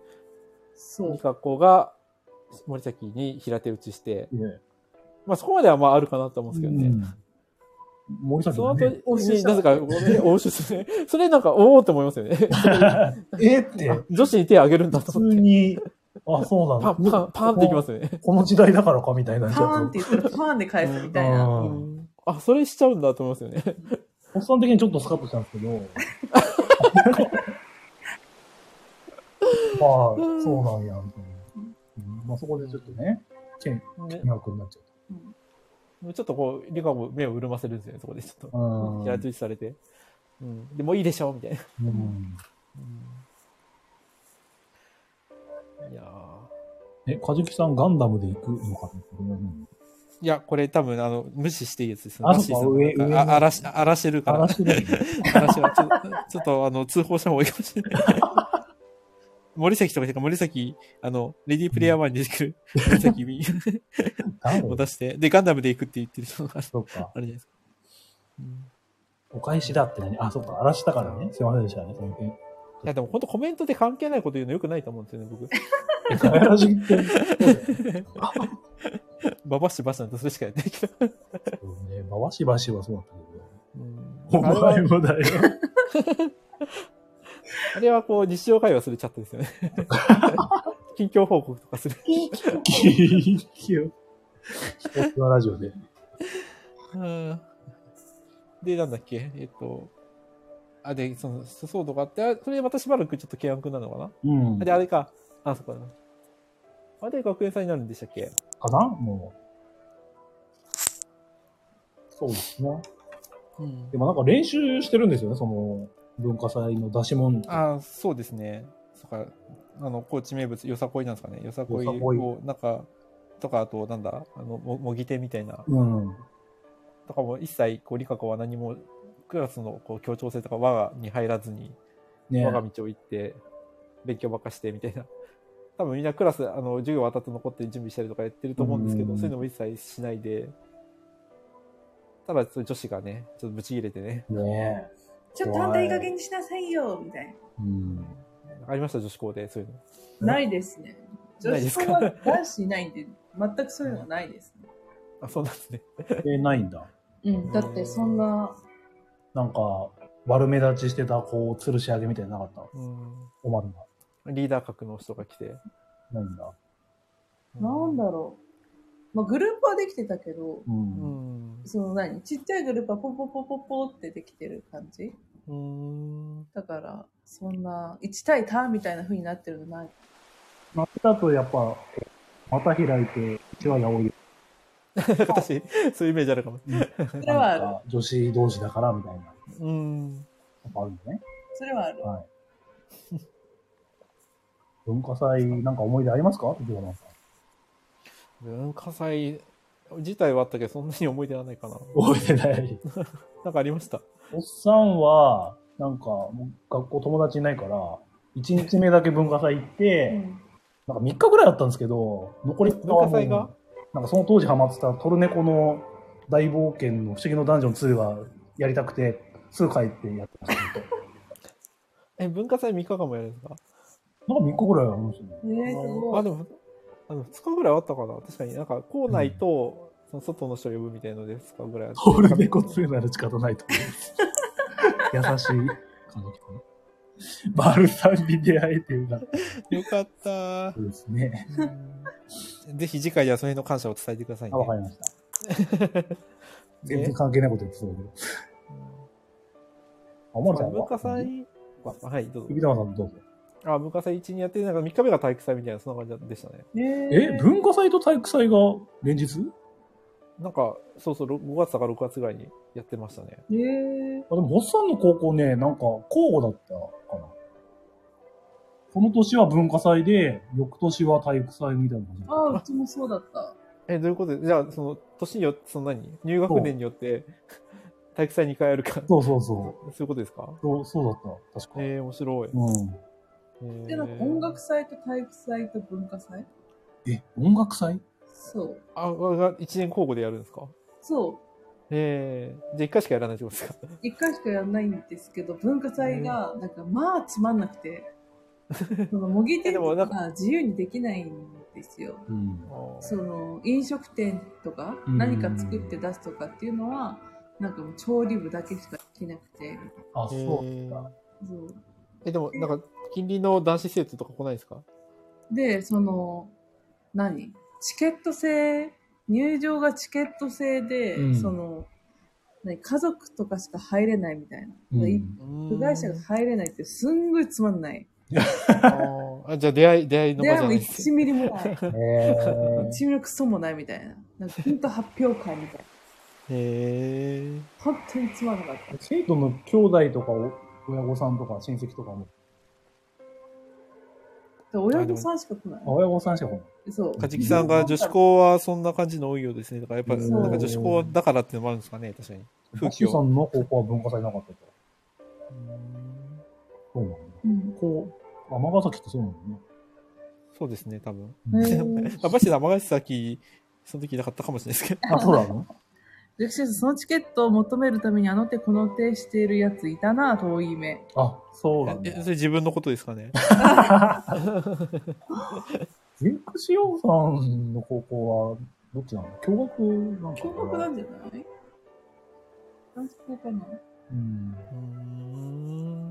[SPEAKER 2] そ
[SPEAKER 3] 美
[SPEAKER 2] う。
[SPEAKER 3] 香子が森崎に平手打ちして、
[SPEAKER 1] いや
[SPEAKER 3] まあそこまではまああるかなと思うんですけど
[SPEAKER 1] う
[SPEAKER 3] ね。
[SPEAKER 1] ん森崎
[SPEAKER 3] その
[SPEAKER 1] も
[SPEAKER 3] 後
[SPEAKER 1] ね、
[SPEAKER 2] 応酬し
[SPEAKER 3] に、
[SPEAKER 2] た
[SPEAKER 3] なぜか、こうね応酬するね。それなんか、おおって思いますよね。
[SPEAKER 1] えって、
[SPEAKER 3] 女子に手を挙げるんだ
[SPEAKER 1] 普
[SPEAKER 3] と
[SPEAKER 1] 通
[SPEAKER 3] 思って。
[SPEAKER 1] に、あ、そう
[SPEAKER 3] パ
[SPEAKER 1] な
[SPEAKER 3] ン、パン、
[SPEAKER 1] ん
[SPEAKER 3] パンっていきますよね。
[SPEAKER 1] この時代だからかみたいな。
[SPEAKER 2] パ
[SPEAKER 1] ち
[SPEAKER 2] ー
[SPEAKER 1] ょ
[SPEAKER 2] ンっ
[SPEAKER 1] って
[SPEAKER 2] 言ったらパーンで返すみ
[SPEAKER 1] と
[SPEAKER 2] たいな。
[SPEAKER 1] う
[SPEAKER 3] うんんあ、それしちゃうんだと思いますよね。
[SPEAKER 1] おっさん的にちょっとスカッとしたんですけど。 まあ、そうなんや、みたいな。うんまあ、そこでちょっとね、チェン、
[SPEAKER 3] ね
[SPEAKER 1] 迷惑になっちゃっ。
[SPEAKER 3] ちょっとこう、リカも目を潤ませるんですよね、そこでちょったと。
[SPEAKER 1] うん。
[SPEAKER 3] 平打ちされて。うん。でもういいでしょみたいな。
[SPEAKER 1] うん
[SPEAKER 3] いやー
[SPEAKER 1] え、カジキさんガンダムで行くのかなこれはね
[SPEAKER 3] いや、これ多分、あの、無視していいやつですね。
[SPEAKER 1] あ
[SPEAKER 3] 無視
[SPEAKER 1] そうか
[SPEAKER 3] す
[SPEAKER 1] 上
[SPEAKER 3] る
[SPEAKER 1] 上
[SPEAKER 3] あ荒らし、荒らしてる から。
[SPEAKER 1] 荒らしてる
[SPEAKER 3] 荒らしはちょちょっと、あの、通報した方がいいかもしれない。 森崎とか、てか森崎、あの、レディープレイヤー1に出てくる、森崎み
[SPEAKER 1] 誰
[SPEAKER 3] を出して、で、ガンダムで行くって言ってる人がある
[SPEAKER 1] そっか。
[SPEAKER 3] あれじゃないですか。うん
[SPEAKER 1] お返しだって何あ、そっか。荒らしたからね。すいませんでしたね。その件
[SPEAKER 3] いや、でも本当コメントで関係ないこと言うのよくないと思うんですよね、僕。
[SPEAKER 1] ガヤラジって。
[SPEAKER 3] ババシバシなんてそれしかやってないけど。
[SPEAKER 1] そうね。まあ、わしばしはそうだった
[SPEAKER 3] うん
[SPEAKER 1] けど。お前
[SPEAKER 3] あれは
[SPEAKER 1] もだよ。
[SPEAKER 3] あれはこう、日常会話するチャットです よね。近況報告とかする。
[SPEAKER 1] 緊急。一つのラジオで。
[SPEAKER 3] うんで、なんだっけ、えっと、あ、で、その、騒動があって、あそれでまたしばらくちょっと契約なのかな、
[SPEAKER 1] うん。
[SPEAKER 3] で、あれか、あ、そこだな。あれで学園祭になるんでしたっけ
[SPEAKER 1] かなもう。そうですね。
[SPEAKER 3] うん
[SPEAKER 1] でもなんか練習してるんですよね、その文化祭の出し物。
[SPEAKER 3] あ、そうですね。そっか、あの、高知名物、よさこいなんですかね。よさこい
[SPEAKER 1] よさこい
[SPEAKER 3] を、なんか、とか、あと、なんだ、あの、も模擬店みたいな、
[SPEAKER 1] うん。
[SPEAKER 3] とかも一切、こう、理香子は何も、クラスの、こう、協調性とか、我がに入らずに、
[SPEAKER 1] ね
[SPEAKER 3] 我が道を行って、勉強ばっかしてみたいな。 多分みんなクラス、あの、授業終わった後残って準備したりとかやってると思うんですけ
[SPEAKER 1] うんうんう
[SPEAKER 3] ど、
[SPEAKER 1] ん
[SPEAKER 3] そういうのも一切しないで、ただ、その女子がね、ちょっとブチ切れてね、
[SPEAKER 1] ね
[SPEAKER 2] ちょっとあんたいい加減にしなさいよ、みたい
[SPEAKER 1] うん。
[SPEAKER 3] ありました、女子校で、そういうの。
[SPEAKER 2] な。ないですね。
[SPEAKER 3] な
[SPEAKER 2] 女
[SPEAKER 3] いで
[SPEAKER 2] 子
[SPEAKER 3] すか
[SPEAKER 2] 校は男子いないんで、全くそういうのはないですね。
[SPEAKER 3] あ、そうなんですね。
[SPEAKER 1] え、ないんだ。
[SPEAKER 2] うん、だってそんな、
[SPEAKER 1] なんか、悪目立ちしてた子を吊るし上げみたいなのなかった。
[SPEAKER 3] う
[SPEAKER 1] おまるが。
[SPEAKER 3] ん。リーダー格の人が来て。
[SPEAKER 1] ないんだ。
[SPEAKER 3] う
[SPEAKER 2] なんだろう。まあ、グループはできてたけど、
[SPEAKER 1] う。
[SPEAKER 3] うんん。
[SPEAKER 2] その何ちっちゃいグループはポポポポポってできてる感じ
[SPEAKER 3] うん。
[SPEAKER 2] だから、そんな、1対ターンみたいな風になってるのない。
[SPEAKER 1] なったとやっぱ、また開いて、一話が多い。
[SPEAKER 3] 私、そういうイメージあるかも。
[SPEAKER 2] それはあ
[SPEAKER 1] なん
[SPEAKER 2] る。
[SPEAKER 1] か、女子同士だからみたいな。や
[SPEAKER 3] うん。
[SPEAKER 1] っぱあるんだね。
[SPEAKER 2] それはある。
[SPEAKER 1] はい。 文化祭、なんか思い出ありますか藤原さん。
[SPEAKER 3] 文化祭自体はあったけど、そんなに思い出はないかな。
[SPEAKER 1] 覚えてない。
[SPEAKER 3] なんかありました。
[SPEAKER 1] おっさんは、なんか、もう学校友達いないから、1日目だけ文化祭行って、
[SPEAKER 2] うん
[SPEAKER 1] なんか3日ぐらいだったんですけど、残り2日はも
[SPEAKER 3] 文化
[SPEAKER 1] う
[SPEAKER 3] 祭が
[SPEAKER 1] なんかその当時ハマってたトルネコの大冒険の不思議のダンジョン2がやりたくて、すぐ帰ってやってました。ずっ
[SPEAKER 3] え、文化祭3日間もやるんですか
[SPEAKER 1] となんか3日ぐらいありましたね。
[SPEAKER 2] えー、すご
[SPEAKER 3] あ、
[SPEAKER 2] い。
[SPEAKER 3] でも、あの2日ぐらいあったかな。確かになんか校内と、その外の人を呼ぶみたいので2日ぐらいあった。
[SPEAKER 1] トルネコ2なら仕方ないと思います。 優しい感じかな。バルさんに出会えてよかっ
[SPEAKER 3] よかっ
[SPEAKER 1] た。
[SPEAKER 3] た
[SPEAKER 1] ですね。
[SPEAKER 3] ぜひ次回ではその辺の感謝を伝えてください
[SPEAKER 1] あ、
[SPEAKER 3] ね。
[SPEAKER 1] わかりました。 全
[SPEAKER 3] ね
[SPEAKER 1] 然関係ないこと言ってそうだけど。あ、おまるさんは
[SPEAKER 3] 文化祭は、はい、どうぞ
[SPEAKER 1] ゆ。きたまさんどうぞ。
[SPEAKER 3] あ、文化祭1にやって、なんか3日目が体育祭みたいな、そんな感じでしたね。
[SPEAKER 1] え、
[SPEAKER 2] えー
[SPEAKER 1] 文化祭と体育祭が連日
[SPEAKER 3] なんか、そうそう、ろ5月だか6月ぐらいにやってましたね。
[SPEAKER 2] えー
[SPEAKER 1] あでも、ホッサンの高校ね、なんか、交互だったかな。この年は文化祭で、翌年は体育祭みたいな
[SPEAKER 2] ああ、
[SPEAKER 1] 感
[SPEAKER 2] うちもそうだった。
[SPEAKER 3] え、どういうことでじゃあ、その、年によって、その何入学年によって、 体育祭2回あるか、
[SPEAKER 1] じ。
[SPEAKER 3] そ
[SPEAKER 1] そうそうそう
[SPEAKER 3] いうことですか
[SPEAKER 1] う。そう、そうだった。確か。
[SPEAKER 3] えー、面白い。
[SPEAKER 1] うん。
[SPEAKER 3] え
[SPEAKER 2] で、なんか音楽祭と体育祭と文化祭
[SPEAKER 1] え、音楽祭
[SPEAKER 2] そう。
[SPEAKER 3] あ、わが一年交互でやるんですか
[SPEAKER 2] そ
[SPEAKER 3] ええじゃあ一回しかやらないってことですか
[SPEAKER 2] う。一回しかやらないんですけど、文化祭が、なんか、まあ、つまんなくて、その、模擬店
[SPEAKER 3] でもな
[SPEAKER 2] と
[SPEAKER 3] ん
[SPEAKER 2] か自由にできないんですよ。
[SPEAKER 1] うん。
[SPEAKER 2] その、飲食店とか、
[SPEAKER 1] うん
[SPEAKER 2] 何か作って出すとかっていうのは、なんかもう調理部だけしかできなくて、
[SPEAKER 1] あ、
[SPEAKER 3] え
[SPEAKER 1] そう。
[SPEAKER 3] ー
[SPEAKER 2] そう。
[SPEAKER 3] え、でも、なんか、近隣の男子生徒とか来ないですか
[SPEAKER 2] で、その、何チケット制、入場がチケット制で、
[SPEAKER 1] うん
[SPEAKER 2] その、何家族とかしか入れないみたいな。
[SPEAKER 1] う
[SPEAKER 2] い
[SPEAKER 1] ん、
[SPEAKER 2] 部外者が入れないってすんごいつまんない。
[SPEAKER 3] あーあじゃあ出会い、出会いの
[SPEAKER 2] 出会
[SPEAKER 3] 場
[SPEAKER 2] い
[SPEAKER 3] じゃ
[SPEAKER 2] も
[SPEAKER 3] ないです。
[SPEAKER 2] 1ミリもない。
[SPEAKER 1] えー
[SPEAKER 2] 1ミリもクソもないみたいな。なんか本当発表会みたいな。
[SPEAKER 3] へえ。
[SPEAKER 2] 本当につまんなかった。
[SPEAKER 1] 生徒の兄弟とかお親御さんとか親戚とかも、
[SPEAKER 2] で親御さんしか来な
[SPEAKER 1] あ親御さんしかほん
[SPEAKER 2] い。そう。
[SPEAKER 3] カジキさんが女子校はそんな感じの多いようですね。だからやっぱ、
[SPEAKER 1] そう
[SPEAKER 3] なんか女子校だからっていうのもあるんですかね、確かに。
[SPEAKER 1] マ
[SPEAKER 3] 風
[SPEAKER 1] ッ
[SPEAKER 3] 紀
[SPEAKER 1] シュさ
[SPEAKER 3] を。
[SPEAKER 1] んの高校は文化祭なかったから。そうなんだ。
[SPEAKER 2] うん
[SPEAKER 1] こう、尼崎ってそうなんだね。
[SPEAKER 3] そうですね、多分。
[SPEAKER 2] へ
[SPEAKER 1] うん
[SPEAKER 2] ー
[SPEAKER 3] あ、バシさん、甘がし先、その時いなかったかもしれないですけど。
[SPEAKER 1] あ、そうなの
[SPEAKER 2] 歴史さん、そのチケットを求めるためにあの手この手しているやついたな、遠い目。
[SPEAKER 1] あ、そうなんだ
[SPEAKER 3] え、。それ自分のことですかね。
[SPEAKER 1] ミンクシオさんの高校は、どっちなの共学なんか
[SPEAKER 2] 驚愕なんじゃない男性かな
[SPEAKER 1] うん。
[SPEAKER 3] うーん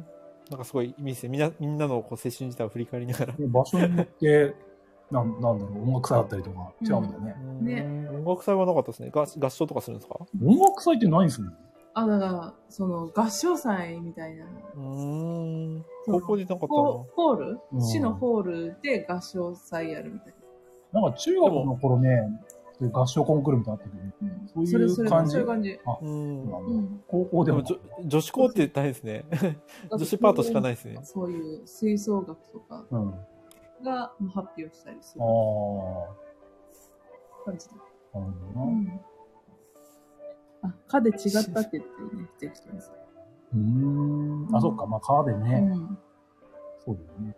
[SPEAKER 3] なんかすごい意味ですね。みんな、みんなのこう青春時代を振り返りながら。
[SPEAKER 1] で場所によって、なんなんだろう、音楽祭だったりとか、違うんだよね。
[SPEAKER 2] ね
[SPEAKER 3] うーん音楽祭はなかったですね。合合唱とかするんですか
[SPEAKER 1] 音楽祭って何するの
[SPEAKER 2] あ、だから、その、合唱祭みたいな。
[SPEAKER 3] うーん。高校でなかったな。
[SPEAKER 2] ホホール、
[SPEAKER 1] うん
[SPEAKER 2] 市のホールで合唱祭やるみたい
[SPEAKER 1] なんか中学の頃ね、そういう合唱コンクールみたいなのあったけど、
[SPEAKER 2] な。
[SPEAKER 1] そういう
[SPEAKER 2] れそれ
[SPEAKER 1] 感じ
[SPEAKER 2] そういう感じ。
[SPEAKER 3] う。
[SPEAKER 1] そうんなんだ
[SPEAKER 2] うん。
[SPEAKER 1] 高校
[SPEAKER 3] で
[SPEAKER 1] で
[SPEAKER 3] も
[SPEAKER 1] も。
[SPEAKER 3] じょ女子校って大変ですね。 女子パートしかないですね。
[SPEAKER 2] そういう吹奏楽とか
[SPEAKER 1] うん。あ
[SPEAKER 2] がまあ発表したりす
[SPEAKER 1] あ
[SPEAKER 2] る感じだ。
[SPEAKER 1] ー、なるほどな。
[SPEAKER 2] うん。あ、かで違ったって言ってね、できてます。
[SPEAKER 1] うーん。あ、そっか、まあ、川で
[SPEAKER 2] う
[SPEAKER 1] ね。
[SPEAKER 2] ん。
[SPEAKER 1] そうだよね。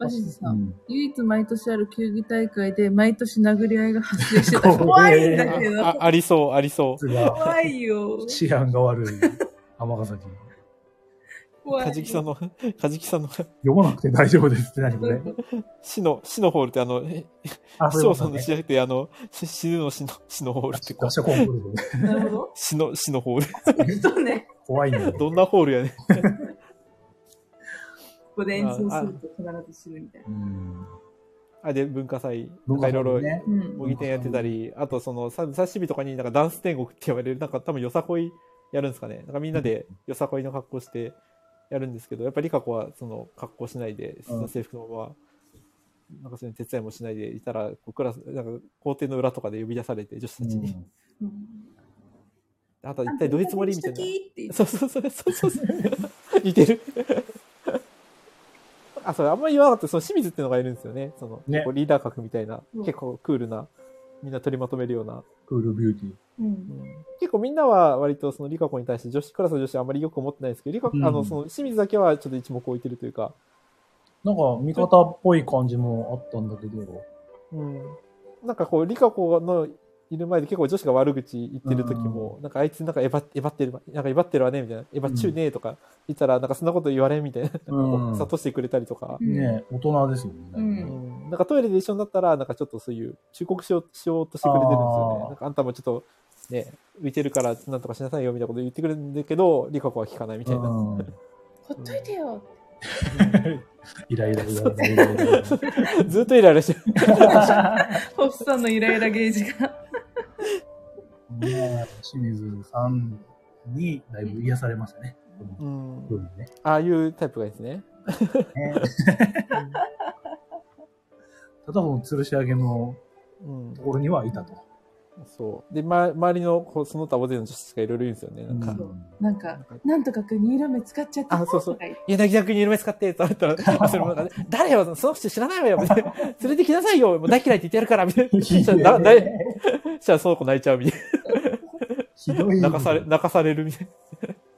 [SPEAKER 2] バシジさん、
[SPEAKER 1] うん
[SPEAKER 2] 唯一毎年ある球技大会で毎年殴り合いが発生してた。
[SPEAKER 1] 怖
[SPEAKER 2] 怖
[SPEAKER 1] い
[SPEAKER 2] いんだけ
[SPEAKER 3] あ
[SPEAKER 2] ど。
[SPEAKER 3] あありそう、ありそ
[SPEAKER 1] さすが、
[SPEAKER 2] 怖いよ。
[SPEAKER 1] 治安が悪 い、尼崎。
[SPEAKER 3] う。
[SPEAKER 2] 怖い。
[SPEAKER 3] カジキさんの、カジキさんの、
[SPEAKER 1] 読まなくて大丈夫ですって何こ
[SPEAKER 2] どうい
[SPEAKER 1] れ
[SPEAKER 2] う。こと
[SPEAKER 3] 死の、死のホールってあの、え
[SPEAKER 1] あ、
[SPEAKER 3] 市
[SPEAKER 1] そういうこ
[SPEAKER 3] 長さ
[SPEAKER 1] と
[SPEAKER 3] んの
[SPEAKER 1] ね。
[SPEAKER 3] 死じゃなくて、あの、し死ぬの死の、死のホールってこう
[SPEAKER 1] 合、唱コンクールでね。
[SPEAKER 2] なるほ
[SPEAKER 3] 死の、死のホール。
[SPEAKER 2] ど。そうね。
[SPEAKER 1] 怖いんだよ。
[SPEAKER 3] どんなホールやねん。
[SPEAKER 2] ここで演奏すると必ず死ぬみたいな。
[SPEAKER 1] うん。
[SPEAKER 3] あ、で、文化祭、な
[SPEAKER 1] 文
[SPEAKER 3] んか
[SPEAKER 1] 化
[SPEAKER 3] いろい
[SPEAKER 1] 祭
[SPEAKER 3] ろ
[SPEAKER 1] ね。
[SPEAKER 2] うん。
[SPEAKER 3] 模擬店やってたり、あとその、さ刺身とかになんかダンス天国って言われる、なんか多分よさこいやるんですかね。なんかみんなでよさこいの格好してやるんですけど、やっぱりリカ子はその格好しないで、その制服のまま、なんかそういう手伝いもしないでいたら、こうクラス、なんか校庭の裏とかで呼び出されて、女子たちに。あと一体どういうつもりみたいな。
[SPEAKER 2] な。
[SPEAKER 3] そうそうそうそうそうそう。似てる。あ、それあんまり言わなかった。その清水っていうのがいるんですよね。その、
[SPEAKER 1] ね
[SPEAKER 3] 結構リーダー格みたいな、
[SPEAKER 2] うん
[SPEAKER 3] 結構クールな、みんな取りまとめるような。
[SPEAKER 1] クールビューティー。
[SPEAKER 2] うん。
[SPEAKER 3] 結構みんなは割とそのリカ子に対して女子クラスの女子はあまりよく思ってないですけど、リカ、
[SPEAKER 1] うん
[SPEAKER 3] あの、その清水だけはちょっと一目置いてるというか、
[SPEAKER 1] なんか、味方っぽい感じもあったんだけど。
[SPEAKER 3] うん。なんかこう、リカ子のいる前で結構女子が悪口言ってる時も、なんかあいつなんかえば、えばってるわ、なんかえばってるわね、みたいな、えばっちゅうねとか言ったら、なんかそんなこと言われんみたいな、
[SPEAKER 1] うん
[SPEAKER 3] なんかこう諭してくれたりとか、
[SPEAKER 1] ねえ大人ですよね。
[SPEAKER 2] うん
[SPEAKER 3] うんなんかトイレで一緒になったら、なんかちょっとそういう忠告しようしようとしてくれてるんですよ
[SPEAKER 1] あ
[SPEAKER 3] ね。
[SPEAKER 1] ー
[SPEAKER 3] なんかあんたもちょっとね、浮いてるからなんとかしなさいよみたいなこと言ってくれるんだけど、リカ子は聞かないみたいな。
[SPEAKER 1] うん
[SPEAKER 2] ほっといてよ。
[SPEAKER 1] イライライライライライライラ。
[SPEAKER 3] ずっとイライラしてる。
[SPEAKER 2] ホッサンのイライラゲージが。
[SPEAKER 1] ねえ清水さんにだいぶ癒されましたね。この部分ね。
[SPEAKER 3] ああいうタイプがいいですね。
[SPEAKER 1] ねただその吊るし上げの
[SPEAKER 3] うん
[SPEAKER 1] と。ころにはいたと。
[SPEAKER 3] そう。で、ま、周りのこうその他大勢の女子がいろいろいるんですよね。なんか、
[SPEAKER 2] そうなん
[SPEAKER 3] な
[SPEAKER 2] か
[SPEAKER 3] ん、か
[SPEAKER 2] なんとかくん、色目使っちゃった。
[SPEAKER 3] あそうそう
[SPEAKER 2] とか言って。
[SPEAKER 3] いや、なぎなくに色目使って、って言われたら、それもなんかね、誰よ、その人知らないわよ、みたいな。連れてきなさいよ、もう大嫌いって言ってやるから、み たいな。そしたら、な、な、そしたらその子泣いちゃうみたい
[SPEAKER 1] ひどい。
[SPEAKER 3] な。泣かされ、泣かされるみたい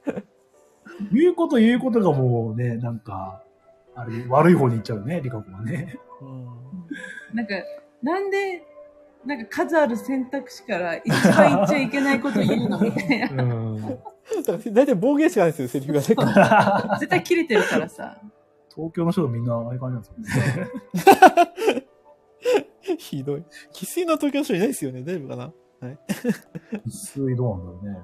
[SPEAKER 3] な。
[SPEAKER 1] 言うこと言うことがもうね、なんか、あれ、悪い方に行っちゃうね、リカ子はね。
[SPEAKER 3] うん
[SPEAKER 2] なんか、なんで、なんか数ある選択肢から一番言っちゃいけないこと言うのみ たいな。
[SPEAKER 1] うん。
[SPEAKER 3] だから大体暴言しかないんですよ、セリフがね。
[SPEAKER 2] 絶対切れてるからさ。
[SPEAKER 1] 東京の人みんなああいう感じなんですよね。
[SPEAKER 3] ひどい。生粋の東京の人いないですよね、大丈夫かな。
[SPEAKER 1] 薄いどうなんだろうね。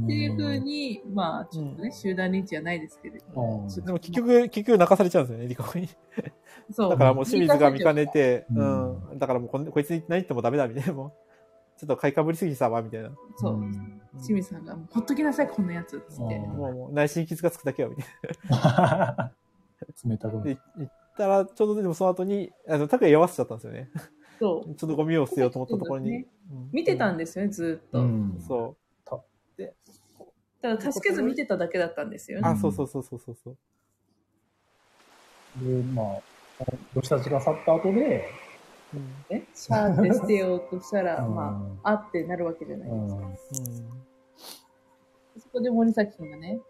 [SPEAKER 2] っていう風
[SPEAKER 1] ん
[SPEAKER 2] に、まあ、ちょっとね、集団認知じゃないですけれど。
[SPEAKER 1] うん
[SPEAKER 2] ちょっと
[SPEAKER 3] でも結局、結局泣かされちゃうんですよね、リカ子に。
[SPEAKER 2] そう。
[SPEAKER 3] だからもう清水が見かねて、
[SPEAKER 1] う
[SPEAKER 3] うんん。だからもうこんこいつに何言ってもダメだ、みたいな。もちょっと買いかぶりすぎたわ、みたいな。
[SPEAKER 2] そう。
[SPEAKER 1] ん
[SPEAKER 2] 清水さんが、もうほっときなさい、こんなやつ、つって
[SPEAKER 1] う。ん
[SPEAKER 3] もうもう内心傷がつくだけよ、みたい
[SPEAKER 1] 冷たくなる。
[SPEAKER 3] な。で、行ったら、ちょうどでもその後に、あの、拓也弱っちゃったんですよね。
[SPEAKER 2] そう。
[SPEAKER 3] ちょっとゴミを捨てようと思ったところに。うん
[SPEAKER 2] 見てたんですよね、ずーっと。
[SPEAKER 1] ん
[SPEAKER 3] そ
[SPEAKER 2] ただ、助けず見てただけだったんですよ
[SPEAKER 3] う。
[SPEAKER 2] ね。
[SPEAKER 3] あ、そうそうそうそうそうそう。
[SPEAKER 1] で、まあ、私たちが去った後で、
[SPEAKER 3] うん。
[SPEAKER 2] ねシャーって捨てようとしたら、
[SPEAKER 1] うん
[SPEAKER 2] まあ、あってなるわけじゃないですか。
[SPEAKER 1] うん
[SPEAKER 3] うん
[SPEAKER 2] そこで森崎君がね、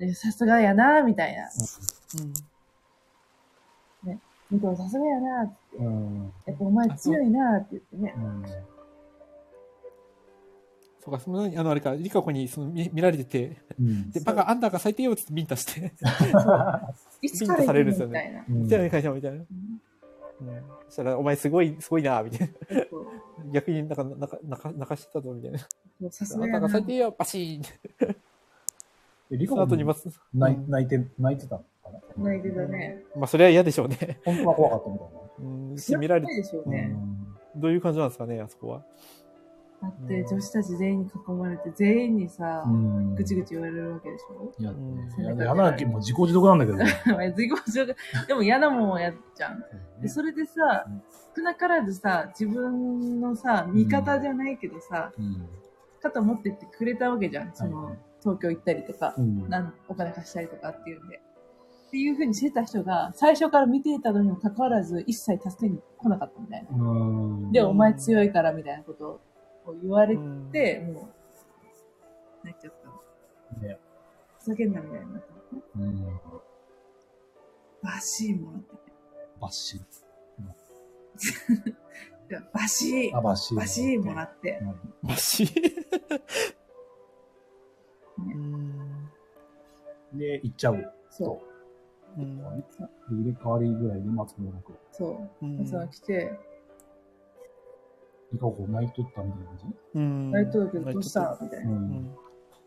[SPEAKER 2] ねさすがやな、みたいな。
[SPEAKER 3] うん
[SPEAKER 2] 向こうさすがやな、って
[SPEAKER 1] うん、
[SPEAKER 2] やっぱお前強いな、って言ってね
[SPEAKER 1] う。ん、
[SPEAKER 3] そうか、その、あの、あれか、リカ子にその見見られてて、
[SPEAKER 1] うん
[SPEAKER 3] で、バカ、あんたが最低よっつってビンタして、
[SPEAKER 2] いつから行くのみたいな。
[SPEAKER 1] うん
[SPEAKER 3] みたいな会社みたいな。
[SPEAKER 2] うん
[SPEAKER 3] うんそしたら、お前すごい、すごいな、みたいな。
[SPEAKER 2] 結構
[SPEAKER 3] 逆になんか、なんか、なんか、泣かしてたぞ、みたいな。
[SPEAKER 2] もうさす
[SPEAKER 3] あ
[SPEAKER 2] が
[SPEAKER 3] んた
[SPEAKER 2] や
[SPEAKER 3] が
[SPEAKER 2] な。
[SPEAKER 3] 最低よ、バシーンって。
[SPEAKER 1] でリ
[SPEAKER 3] そ
[SPEAKER 1] コ
[SPEAKER 3] の後に
[SPEAKER 1] も
[SPEAKER 3] まず、
[SPEAKER 1] 泣い
[SPEAKER 3] うん
[SPEAKER 1] 泣いて、泣いてたのかな
[SPEAKER 2] 泣いてたね。
[SPEAKER 3] まあ、それは嫌でしょうね。
[SPEAKER 1] 本当は怖かったみたいな。
[SPEAKER 3] うん、し見られ
[SPEAKER 2] ない
[SPEAKER 3] て、
[SPEAKER 2] でしょう
[SPEAKER 1] う
[SPEAKER 2] ね。
[SPEAKER 1] ん
[SPEAKER 3] どういう感じなんですかね、あそこは。
[SPEAKER 2] だって女子たち全員に囲まれて、全員にさ、
[SPEAKER 1] うん
[SPEAKER 2] ぐちぐち言われるわけでしょ。
[SPEAKER 1] いや、
[SPEAKER 3] うん
[SPEAKER 1] いやで、花木も自己自得なんだけどね。
[SPEAKER 2] 随分しょうがでも嫌なもんはやっちゃう。でそれでさ
[SPEAKER 1] うん、
[SPEAKER 2] 少なからずさ、自分のさ、味方じゃないけどさ、
[SPEAKER 1] うん
[SPEAKER 2] 肩持ってってくれたわけじゃん。そ
[SPEAKER 1] は
[SPEAKER 2] の
[SPEAKER 1] い、
[SPEAKER 2] 東京行ったりとか
[SPEAKER 1] う、ん
[SPEAKER 2] なんお金貸したりとかっていうんで。っていう風にしてた人が、最初から見ていたのにもかかわらず、一切助けに来なかったみたいな。
[SPEAKER 1] うん
[SPEAKER 2] で、
[SPEAKER 3] も
[SPEAKER 2] お前強いからみたいなことを言われ
[SPEAKER 3] うん
[SPEAKER 2] て、もう、泣いちゃった。
[SPEAKER 1] ね
[SPEAKER 2] ふざけんなみたいになった。
[SPEAKER 1] うん
[SPEAKER 2] バシーもらって
[SPEAKER 1] バッシー。
[SPEAKER 2] て。バシ
[SPEAKER 1] あ、
[SPEAKER 2] ー
[SPEAKER 1] バッシー。
[SPEAKER 2] バシーもらって。
[SPEAKER 3] バシー
[SPEAKER 2] ね
[SPEAKER 3] うん
[SPEAKER 1] で、行っちゃう。
[SPEAKER 2] そう。
[SPEAKER 3] うん
[SPEAKER 1] で入れ替わりぐらいで松村君。
[SPEAKER 2] そうう。朝
[SPEAKER 3] ん
[SPEAKER 2] 来て、
[SPEAKER 1] リカこう泣いとったみたいな感じ。
[SPEAKER 3] うん
[SPEAKER 2] 大統領どうしたみたいうな。
[SPEAKER 3] うんん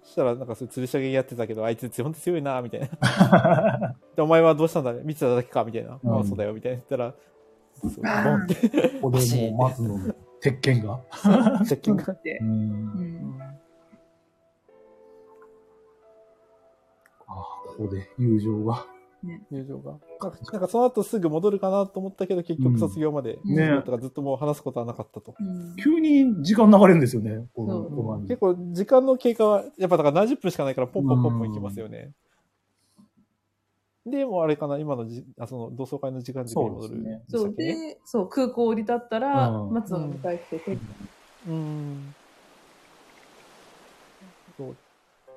[SPEAKER 3] そしたら、なんか、それ吊るし上げやってたけど、あいつ、本当強いな、みたいな。で、お前はどうしたんだ見てただけか、みたいな。
[SPEAKER 1] うん
[SPEAKER 3] ああ、そうだよ、みたいな。言ったら、そう
[SPEAKER 2] バ
[SPEAKER 3] ボ
[SPEAKER 2] ーン
[SPEAKER 3] ンって、
[SPEAKER 1] ここ
[SPEAKER 3] バシ
[SPEAKER 1] で
[SPEAKER 3] ー
[SPEAKER 1] もう松の鉄拳が。
[SPEAKER 3] 接
[SPEAKER 2] そ
[SPEAKER 3] 近
[SPEAKER 2] う
[SPEAKER 3] が。
[SPEAKER 2] なって
[SPEAKER 1] う。。
[SPEAKER 2] うんん。
[SPEAKER 1] ああ、ここで友情が。
[SPEAKER 3] 友情が。なんか、その後すぐ戻るかなと思ったけど、結
[SPEAKER 1] う
[SPEAKER 3] 局
[SPEAKER 1] ん
[SPEAKER 3] 卒業まで、
[SPEAKER 2] ね
[SPEAKER 3] だからずっともう話すことはなかったと。
[SPEAKER 2] うん
[SPEAKER 1] 急に時間流れるんですよね、この
[SPEAKER 2] そう
[SPEAKER 1] 後半に
[SPEAKER 3] 結構、時間の経過は、やっぱだから何十分しかないから、ポンポンポンポンいきますよね。で、もうあれかな、今のじあその同窓会の時間軸に戻る。
[SPEAKER 1] そうですね
[SPEAKER 2] そう。
[SPEAKER 3] でしたっ
[SPEAKER 2] で、そう、空港降り立ったら、
[SPEAKER 1] うん
[SPEAKER 2] 松野が迎え来てて、
[SPEAKER 3] けうん。そう。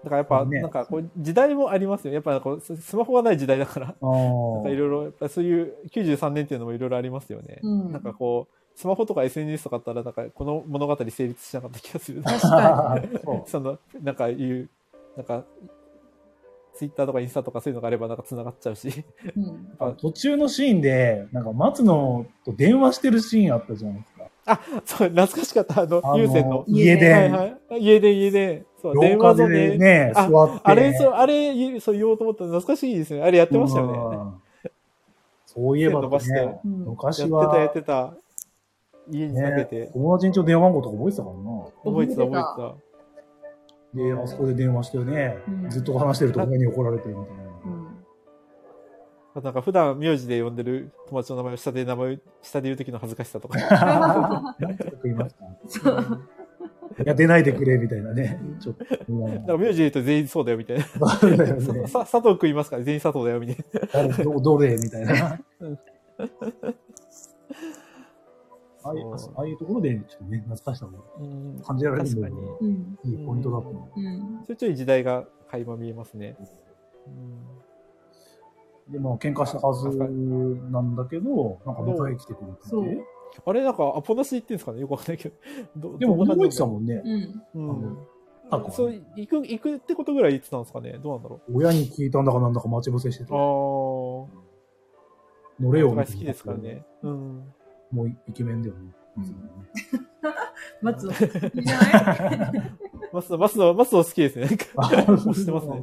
[SPEAKER 3] だからやっぱ、
[SPEAKER 1] ね
[SPEAKER 3] なんかこう、時代もありますよね。やっぱこう、ススマホがない時代だから。
[SPEAKER 1] あ
[SPEAKER 3] なんか
[SPEAKER 1] あ。
[SPEAKER 3] いろいろ、やっぱそういう93年っていうのもいろいろありますよね。
[SPEAKER 2] うん
[SPEAKER 3] なんかこう、スマホとか SNS とかあったら、なんかこの物語成立しなかった気がする。
[SPEAKER 2] 確か
[SPEAKER 1] そ
[SPEAKER 3] その、なんかいう、なんか、ツイッターとかインスタとかそういうのがあればなんか繋がっちゃうし。
[SPEAKER 2] に。うん。
[SPEAKER 1] う途中のシーンで、なんか松野と電話してるシーンあったじゃないですか。
[SPEAKER 3] そう、懐かしかった、あの、有線の。
[SPEAKER 1] 家
[SPEAKER 2] 家電
[SPEAKER 3] はい
[SPEAKER 1] で、
[SPEAKER 3] はい。家で家で。そう、電
[SPEAKER 1] 廊
[SPEAKER 3] 話
[SPEAKER 1] 下
[SPEAKER 3] の
[SPEAKER 1] で
[SPEAKER 3] ね。
[SPEAKER 1] ね、
[SPEAKER 3] あ
[SPEAKER 1] 座って。
[SPEAKER 3] あれ、そう、あれ、そう言おうと思ったら懐かしいですね。あれやってましたよね。
[SPEAKER 1] ね。そういえば
[SPEAKER 3] 手伸ばし
[SPEAKER 1] ね
[SPEAKER 2] う
[SPEAKER 3] て、
[SPEAKER 2] ん
[SPEAKER 1] 昔
[SPEAKER 3] やってた、や
[SPEAKER 1] は
[SPEAKER 3] っ、てた。家にかけて。
[SPEAKER 1] 友達んちの電話番号とか覚えてたからな。
[SPEAKER 3] 覚えて
[SPEAKER 2] 覚
[SPEAKER 3] た、
[SPEAKER 2] えてた
[SPEAKER 3] 覚
[SPEAKER 1] で、あそこで電話してね
[SPEAKER 2] うん、
[SPEAKER 1] ずっと話してると親に怒られてるみたい な。
[SPEAKER 2] うん。
[SPEAKER 3] えてた。なんか普段名字で呼んでる友達の名前を下で名前、下で言う時の恥ずかしさ とか。
[SPEAKER 1] 言いました。い
[SPEAKER 2] そう。
[SPEAKER 1] や、出ないでくれ、みたいなね。ちょっと。
[SPEAKER 3] なんか名字で言うと全員そうだよ、みたいな。
[SPEAKER 1] そうだよ
[SPEAKER 3] さ
[SPEAKER 1] ね
[SPEAKER 3] 佐藤食いますから全員佐藤だよ、みたいな。
[SPEAKER 1] 誰どどれみたいな。ああいう
[SPEAKER 3] そう
[SPEAKER 1] ああいうところで、ちょっとね、懐かしさを
[SPEAKER 3] うん
[SPEAKER 1] 感じられる
[SPEAKER 3] 確
[SPEAKER 1] の
[SPEAKER 3] かに。
[SPEAKER 1] も
[SPEAKER 2] うん。
[SPEAKER 1] いいポイントだったの。
[SPEAKER 2] うん。
[SPEAKER 3] ちょいちょい時代が垣間見えますね。うん
[SPEAKER 1] で、まあ、喧嘩したはずなんだけど、なんか迎えに来てくれてて。
[SPEAKER 2] そう
[SPEAKER 3] あれ、なんか、アポなしで言ってんですかねよくわかんないけど。ど
[SPEAKER 1] でも、覚えてた
[SPEAKER 3] ん。
[SPEAKER 1] もんね。
[SPEAKER 2] うん。
[SPEAKER 3] うん。
[SPEAKER 1] あの
[SPEAKER 3] そう、行く、行くってことぐらい言ってたんですかねどうなんだろ
[SPEAKER 1] 親に聞いたんだかなんだか待ち伏せしてて、
[SPEAKER 3] う。ああ。
[SPEAKER 1] 乗れよ。み
[SPEAKER 3] 僕が
[SPEAKER 1] た
[SPEAKER 3] 好
[SPEAKER 1] いな
[SPEAKER 3] きですからね。うん。
[SPEAKER 1] もうイケメンだよね。
[SPEAKER 2] うん
[SPEAKER 1] いつもね
[SPEAKER 2] 松野。いいじゃない
[SPEAKER 3] マスの、マスの、マスの好き ですね。なんか 知ってますね。い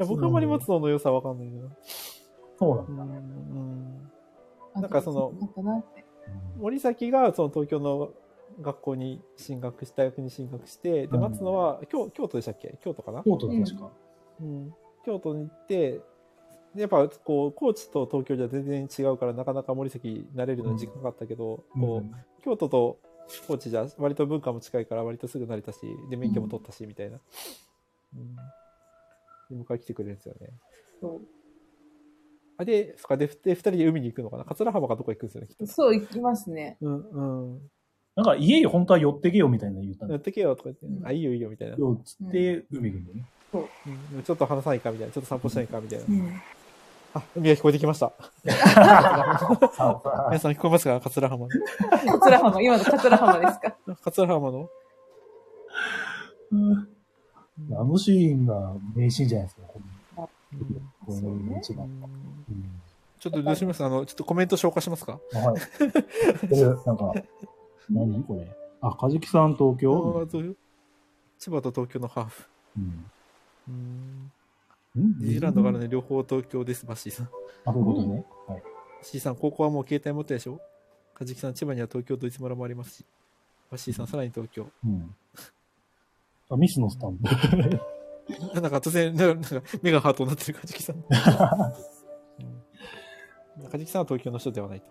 [SPEAKER 3] や僕あんまり松
[SPEAKER 1] 松
[SPEAKER 3] 野の良さわかんないな。
[SPEAKER 1] そうなんだ。
[SPEAKER 3] うん。
[SPEAKER 2] あ
[SPEAKER 3] なんかその
[SPEAKER 2] よかったなって
[SPEAKER 1] うん
[SPEAKER 3] 森崎がその東京の学校に進学し大学に進学して
[SPEAKER 1] う
[SPEAKER 3] で
[SPEAKER 1] ん
[SPEAKER 3] 松野は京京都でしたっけ京都かな、
[SPEAKER 1] 京都だ、確か。
[SPEAKER 3] うん、京都に行ってでやっぱこう高知と東京じゃ全然違うからなかなか森崎慣れるのに時間かかったけど、
[SPEAKER 1] う
[SPEAKER 3] こう
[SPEAKER 1] ん
[SPEAKER 3] 京都と高知じゃ割と文化も近いから割とすぐ慣れたしで免許も取ったしみたいな、うん、で迎え来てくれるんですよね
[SPEAKER 2] そう
[SPEAKER 3] あでそっかでふで2人で海に行くのかな桂浜かどこ行くんですよねきっと
[SPEAKER 2] そう、行きますね。
[SPEAKER 3] うんうん
[SPEAKER 1] なんか家に本当は寄ってけよみたいなの言ったん
[SPEAKER 3] や
[SPEAKER 1] だ
[SPEAKER 3] ってけよとか言って、
[SPEAKER 2] うん
[SPEAKER 3] あいいよいいよみたいな、
[SPEAKER 1] けど、つって海行くんだよね。
[SPEAKER 3] うんでもちょっと話さないかみたいなちょっと散歩しないかみたいな、
[SPEAKER 2] うん。
[SPEAKER 3] あ海が聞こえてきました
[SPEAKER 1] さあさあ
[SPEAKER 3] 皆さん聞こえますか桂浜の
[SPEAKER 2] 桂浜、今の桂浜ですか。
[SPEAKER 3] 桂浜の
[SPEAKER 1] あのシーンが名シーンじゃないですか、この
[SPEAKER 2] そうね
[SPEAKER 1] 一番。うん
[SPEAKER 3] ちょっとどうしますあの、ちょっとコメント消化しますか
[SPEAKER 1] あはい。 え、なんか、何これ。あ、カジキさん東
[SPEAKER 3] あ
[SPEAKER 1] 京
[SPEAKER 3] ーどういう千葉と東京のハーフ。
[SPEAKER 1] うん。
[SPEAKER 3] うん
[SPEAKER 1] うん
[SPEAKER 3] ニュージーランドからね、両方東京です、バッシーさん。
[SPEAKER 1] あ、そういうことね。はい。
[SPEAKER 3] C さん、高校はもう携帯持ったでしょカジキさん、千葉には東京ドイツ村もありますし。バッシーさん、さらに東京。
[SPEAKER 1] うん。あ、ミスのスタンプ。
[SPEAKER 3] なんか突然、 なんかなんか目がハートになってるカジキさん。うんカジキさんは東京の人ではないと。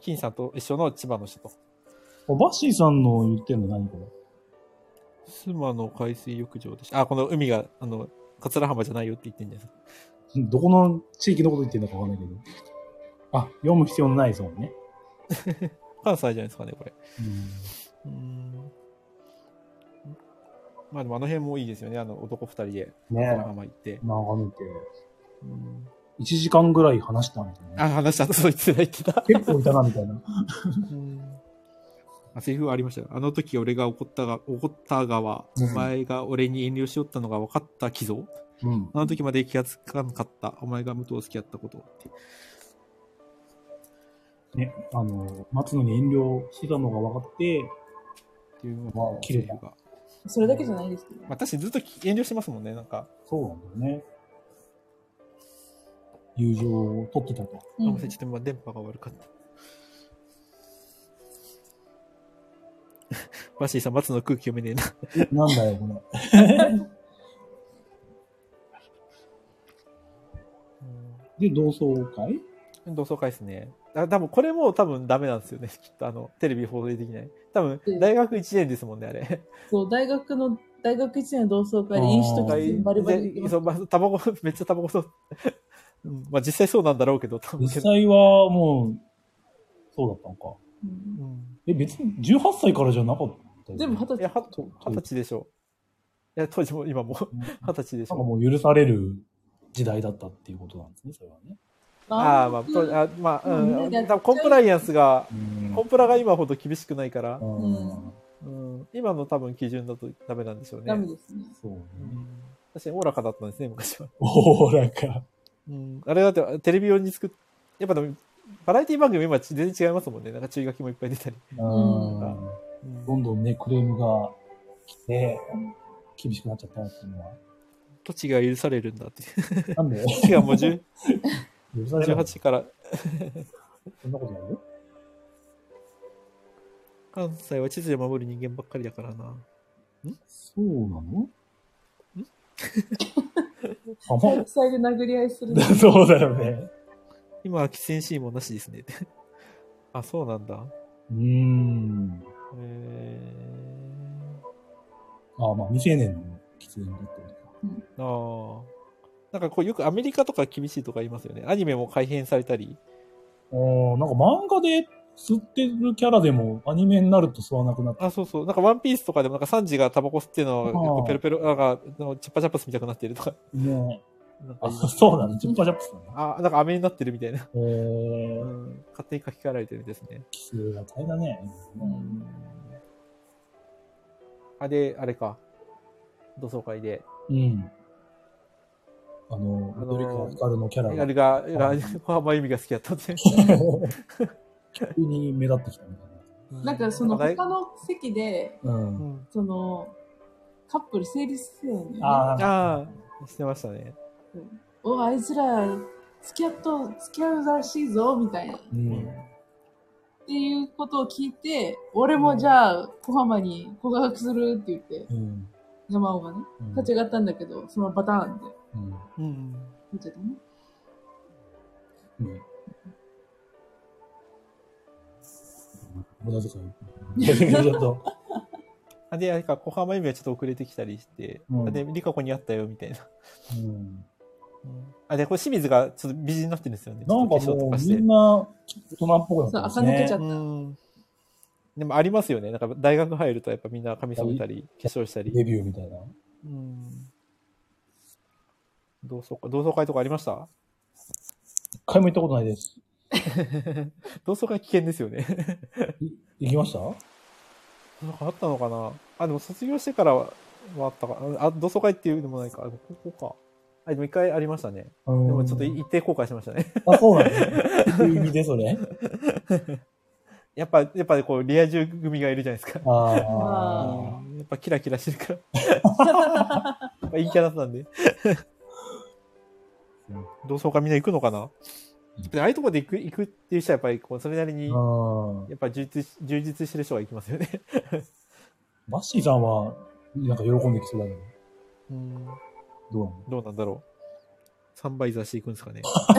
[SPEAKER 3] 金さんと一緒の千葉の人と。
[SPEAKER 1] おバッシーさんの言ってんの何これ。
[SPEAKER 3] 須磨の海水浴場でしあ、この海が、あの、桂浜じゃないよって言ってんじゃないですか。
[SPEAKER 1] どこの地域のこと言ってんだかわかんないけど。あ、読む必要のないゾーンね。
[SPEAKER 3] 関西じゃないですかね、これ。
[SPEAKER 1] うん
[SPEAKER 3] うーんまあでもあの辺もいいですよね、あの男二人で、
[SPEAKER 1] ね
[SPEAKER 3] ドラマ行って。
[SPEAKER 1] 眺めて、
[SPEAKER 3] うん
[SPEAKER 1] 1時間ぐらい話したみたいな。
[SPEAKER 3] あ、話した、そう言ってた、言ってた。
[SPEAKER 1] 結構いたな、みた いな。
[SPEAKER 3] あセリフありましたよ。あの時俺が怒ったが、怒ったがは、
[SPEAKER 1] うん
[SPEAKER 3] お前が俺に遠慮しよったのが分かった貴蔵。
[SPEAKER 1] うん。
[SPEAKER 3] あの時まで気がつかなかった。お前が武藤好きやったことって。
[SPEAKER 1] ね、あの、松野に遠慮してたのが分かって、
[SPEAKER 3] っていうの
[SPEAKER 1] わあ綺麗だ
[SPEAKER 3] セリフが
[SPEAKER 2] それだけじゃないですけどね。
[SPEAKER 3] まあ確かにずっと遠慮してますもんね、なんか。
[SPEAKER 1] そうなんだよね。友情を取ってたと。
[SPEAKER 3] あ
[SPEAKER 2] うん
[SPEAKER 3] ごめんなさいちょっと今電波が悪かった。 バッシーさん、松の空気読めねえな。
[SPEAKER 1] なんだよ、これ。で、同窓会
[SPEAKER 3] 同窓会ですね。あ多分これも多分ダメなんですよね。きっとあの、テレビ放映できない。多分
[SPEAKER 2] うん、
[SPEAKER 3] 大学1年ですもんね、あれ。
[SPEAKER 2] そう、大学の、大学一年の同窓会で飲酒とか
[SPEAKER 1] あー
[SPEAKER 2] バリバリ。
[SPEAKER 3] でそう、まあタバコ、 めっちゃタバコそう。うんまあ実際そうなんだろうけど、多分
[SPEAKER 1] 実
[SPEAKER 3] けど。
[SPEAKER 1] 際はもう、そうだったのか。
[SPEAKER 2] うん
[SPEAKER 3] うん
[SPEAKER 1] え、別に18歳からじゃなかったよね
[SPEAKER 2] 全部二十
[SPEAKER 3] いや、
[SPEAKER 2] 歳。
[SPEAKER 3] は二十歳でしょう。いや、当時も今も
[SPEAKER 1] な
[SPEAKER 3] 二十歳で
[SPEAKER 1] ん
[SPEAKER 3] し
[SPEAKER 1] か
[SPEAKER 3] ょ
[SPEAKER 1] もう許される時代だったっていうことなんですね、それはね。
[SPEAKER 3] う。ああ、まあ、当時あまあ、
[SPEAKER 2] う
[SPEAKER 3] うんん。
[SPEAKER 2] ね
[SPEAKER 3] 多分コンプライアンスが、
[SPEAKER 1] うん
[SPEAKER 3] コンプラが今ほど厳しくないから、
[SPEAKER 1] うん
[SPEAKER 3] うん、今の多分基準だとダメなんでしょうね。
[SPEAKER 2] ダメですね。
[SPEAKER 1] そうね。
[SPEAKER 3] 確かにおおらかだったんですね、昔は。
[SPEAKER 1] おおらか。
[SPEAKER 3] うん、あれだってテレビ用に作っやっぱでもバラエティ番組今全然違いますもんね。なんか注意書きもいっぱい出たり。
[SPEAKER 1] うんどんどんね、クレームが来て、厳しくなっちゃったっていうのは。
[SPEAKER 3] 土地が許されるんだって。
[SPEAKER 1] なん で
[SPEAKER 3] 土地がもう10
[SPEAKER 1] 許されなかった
[SPEAKER 3] 18から、
[SPEAKER 1] そんなことやる
[SPEAKER 3] 関西は秩序を守る人間ばっかりだからな。
[SPEAKER 1] そうなのあま
[SPEAKER 2] 国際で殴り合いする。
[SPEAKER 1] そうだよね。
[SPEAKER 3] 今は喫煙シーンもなしですね。 あ、そうなんだ。
[SPEAKER 1] うーん。
[SPEAKER 3] え
[SPEAKER 1] あ、まあ、未成年の喫煙だったりとか。
[SPEAKER 3] ー、ああ。なんかこうよくアメリカとか厳しいとか言いますよね。アニメも改編されたり。
[SPEAKER 1] あーなんか漫画で吸ってるキャラでもアニメになると吸わなくなった。
[SPEAKER 3] あ、そうそう。なんかワンピースとかでもなんかサンジがタバコ吸ってるの
[SPEAKER 1] あ
[SPEAKER 3] が
[SPEAKER 1] ー
[SPEAKER 3] ペロペロ、なんかあのチッパチャッパスみたくなってるとか。
[SPEAKER 1] ね
[SPEAKER 3] なんか
[SPEAKER 1] あ、
[SPEAKER 3] 言います
[SPEAKER 1] そうなの、ジッパージャップスなんだ。
[SPEAKER 3] あ、なんか飴になってるみたいな。
[SPEAKER 1] え
[SPEAKER 3] う
[SPEAKER 1] ー、
[SPEAKER 3] ん、勝手に書き換えられてるんですね。
[SPEAKER 1] キスが大変だね。
[SPEAKER 2] うん
[SPEAKER 3] あ、で、あれか。同窓会で。
[SPEAKER 1] うん。あの、
[SPEAKER 3] あ
[SPEAKER 1] ル
[SPEAKER 3] のー
[SPEAKER 1] ドリカ・ヒカルのキャラ
[SPEAKER 3] あ
[SPEAKER 1] が
[SPEAKER 3] れが、
[SPEAKER 1] は
[SPEAKER 3] が
[SPEAKER 1] い
[SPEAKER 3] 小浜由美が好きだったんで。
[SPEAKER 1] 急に目立ってきたみたい
[SPEAKER 2] なんかその
[SPEAKER 3] な
[SPEAKER 2] 他
[SPEAKER 3] んか
[SPEAKER 2] の席で、
[SPEAKER 1] な。う。
[SPEAKER 3] 大うんん。
[SPEAKER 2] その、カップル成立してるよね。
[SPEAKER 1] あー
[SPEAKER 3] ああ、してましたね。
[SPEAKER 2] おあいつら、付き合っと、付き合うらしいぞ、みたいな。
[SPEAKER 1] うん。
[SPEAKER 2] っていうことを聞いて、俺もじゃあ、小浜に告白するって言って、
[SPEAKER 1] うん。
[SPEAKER 2] 山尾がね、
[SPEAKER 1] うん
[SPEAKER 2] 立ち上がったんだけど、そのパターンで、
[SPEAKER 1] うん
[SPEAKER 3] うん。
[SPEAKER 2] 見ちゃったね。
[SPEAKER 1] うん。無駄遣い。いや、ちょっと。
[SPEAKER 3] あで、なんか、小浜指はちょっと遅れてきたりして、
[SPEAKER 1] うん
[SPEAKER 3] あで、リカ子に会ったよ、みたいな。
[SPEAKER 1] うん。
[SPEAKER 3] あ、で、これ清水がちょっと美人になってるんですよね。
[SPEAKER 1] なんか
[SPEAKER 3] ちょっと
[SPEAKER 1] も
[SPEAKER 3] 化粧とか
[SPEAKER 1] う、
[SPEAKER 3] して
[SPEAKER 1] みんな、大人っぽく
[SPEAKER 2] そ
[SPEAKER 1] な
[SPEAKER 2] う、
[SPEAKER 1] ってます
[SPEAKER 2] 垢
[SPEAKER 1] ね。
[SPEAKER 2] 抜けちゃっ
[SPEAKER 3] う
[SPEAKER 2] た。
[SPEAKER 3] ん。でもありますよね。なんか大学入るとやっぱみんな髪染めたり、化粧したり。
[SPEAKER 1] レビューみたいな。
[SPEAKER 3] うん。同窓会、同窓会とかありました
[SPEAKER 1] 一回も行ったことないです。
[SPEAKER 3] 同窓会危険ですよね。
[SPEAKER 1] い行きました
[SPEAKER 3] なんかあったのかなあ、でも卒業してからはあったかな。あ、同窓会っていうのもないか。あ、でも高校か。あ、でも一回ありましたね。
[SPEAKER 1] で
[SPEAKER 3] でもちょっと行って後悔しましたね。
[SPEAKER 1] あ、そうなんだ。どういう意味でそれ。
[SPEAKER 3] やっぱ、やっぱこう、リア充組がいるじゃないですか。
[SPEAKER 1] ああ。
[SPEAKER 3] やっぱキラキラしてるから。やっぱいいキャラなんで
[SPEAKER 1] うん。
[SPEAKER 3] 同窓会みんな行くのかな
[SPEAKER 1] うん
[SPEAKER 3] でああいうとこで行く行くっていう人はやっぱりこうそれなりに、や
[SPEAKER 1] うん
[SPEAKER 3] っぱ充実し充実してる人が行きますよね。
[SPEAKER 1] マッシーさんは、なんか喜んできそうだけど、
[SPEAKER 3] うん
[SPEAKER 1] どうなの
[SPEAKER 3] どうなんだろう。3倍座していくんですかね。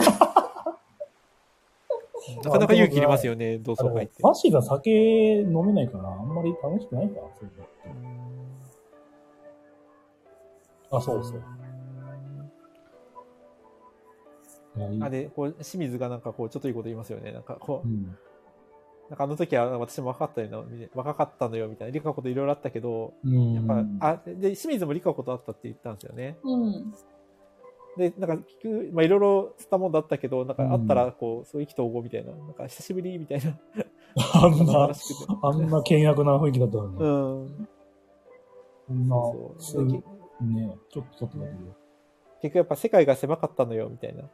[SPEAKER 3] なかなか勇気いりますよね、同
[SPEAKER 1] あ
[SPEAKER 3] 窓会っ
[SPEAKER 1] の
[SPEAKER 3] て。
[SPEAKER 1] マッシーが酒飲めないから、あんまり楽しくないかそういうのあ、そうそう。いやいい
[SPEAKER 3] あで、こう、清水がなんかこう、ちょっといいこと言いますよね。なんかこ
[SPEAKER 1] う
[SPEAKER 3] う、
[SPEAKER 1] ん。
[SPEAKER 3] なんかあの時は私も若かったよな、みたいな若かったのよ、みたいな。リカ子といろいろあったけど、
[SPEAKER 1] うん。
[SPEAKER 3] やっぱ、あ、で、清水もリカ子と会ったって言ったんですよね。
[SPEAKER 2] うん。
[SPEAKER 3] で、なんか、聞く、まあ、いろいろつったもんだったけど、なんか、会ったら、こう、そう、意気投合みたいな、なんか、久しぶりみたいな、
[SPEAKER 1] あんな
[SPEAKER 3] 話、しくて。
[SPEAKER 1] あんな険悪な雰囲気だったのに。
[SPEAKER 3] うん。
[SPEAKER 1] そんな、
[SPEAKER 3] そう
[SPEAKER 1] す
[SPEAKER 3] そうで
[SPEAKER 1] ね
[SPEAKER 3] け結
[SPEAKER 1] ちょっと撮ってたけ
[SPEAKER 3] 局、やっぱ、世界が狭かったのよ、みたいな。
[SPEAKER 1] ど。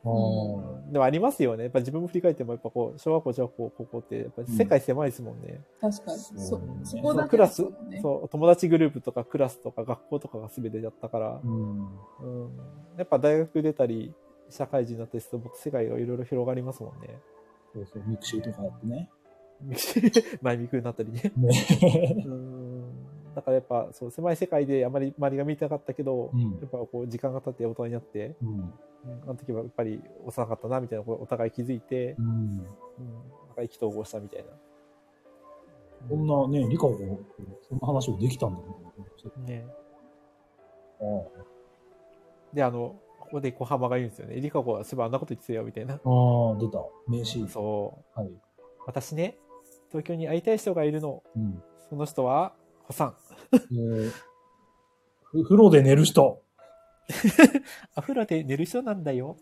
[SPEAKER 1] ああ。
[SPEAKER 3] でも、ありますよね。やっぱ、自分も振り返っても、やっぱ、こう、小学校、中学校、高校って、やっぱ、世界狭いですもんね。
[SPEAKER 2] 確かに。
[SPEAKER 1] そ
[SPEAKER 2] そうう。
[SPEAKER 1] ね
[SPEAKER 2] そこだ
[SPEAKER 3] ク
[SPEAKER 2] け
[SPEAKER 3] ラ
[SPEAKER 2] だ
[SPEAKER 3] ス
[SPEAKER 2] そうだ、ね。
[SPEAKER 3] そう、友達グループとか、クラスとか、学校とかが全てだったから
[SPEAKER 1] う、ん。
[SPEAKER 3] うん。やっぱ、大学出たり、社会人になったりすると、僕、世界がいろいろ広がりますもんね。
[SPEAKER 1] そうそう、ミクシーとかあってね。
[SPEAKER 3] 前見くになったりね。
[SPEAKER 1] ね
[SPEAKER 3] うんだからやっぱそう狭い世界であまり周りが見てなかったけど、
[SPEAKER 1] うん
[SPEAKER 3] やっぱこう時間が経って大人になって、
[SPEAKER 1] うん。
[SPEAKER 3] あの時はやっぱり幼かったなみたいなこうお互い気づいて
[SPEAKER 1] う、ん。
[SPEAKER 3] うんなんか意気投合したみたい
[SPEAKER 1] こんなね、理科を、その話をできたんだね。
[SPEAKER 3] な。ね、
[SPEAKER 1] ああ。
[SPEAKER 3] であのここで小浜が言うんですよね「リカ子はすばあんなこと言ってたよ」みたいな。
[SPEAKER 1] ああ、出た。名シーン。
[SPEAKER 3] そう
[SPEAKER 1] はい。
[SPEAKER 3] 私ね東京に会いたい人がいるの
[SPEAKER 1] うん。
[SPEAKER 3] その人は保さん
[SPEAKER 1] えーふ風呂で寝る人。
[SPEAKER 3] アフラで寝る人なんだよ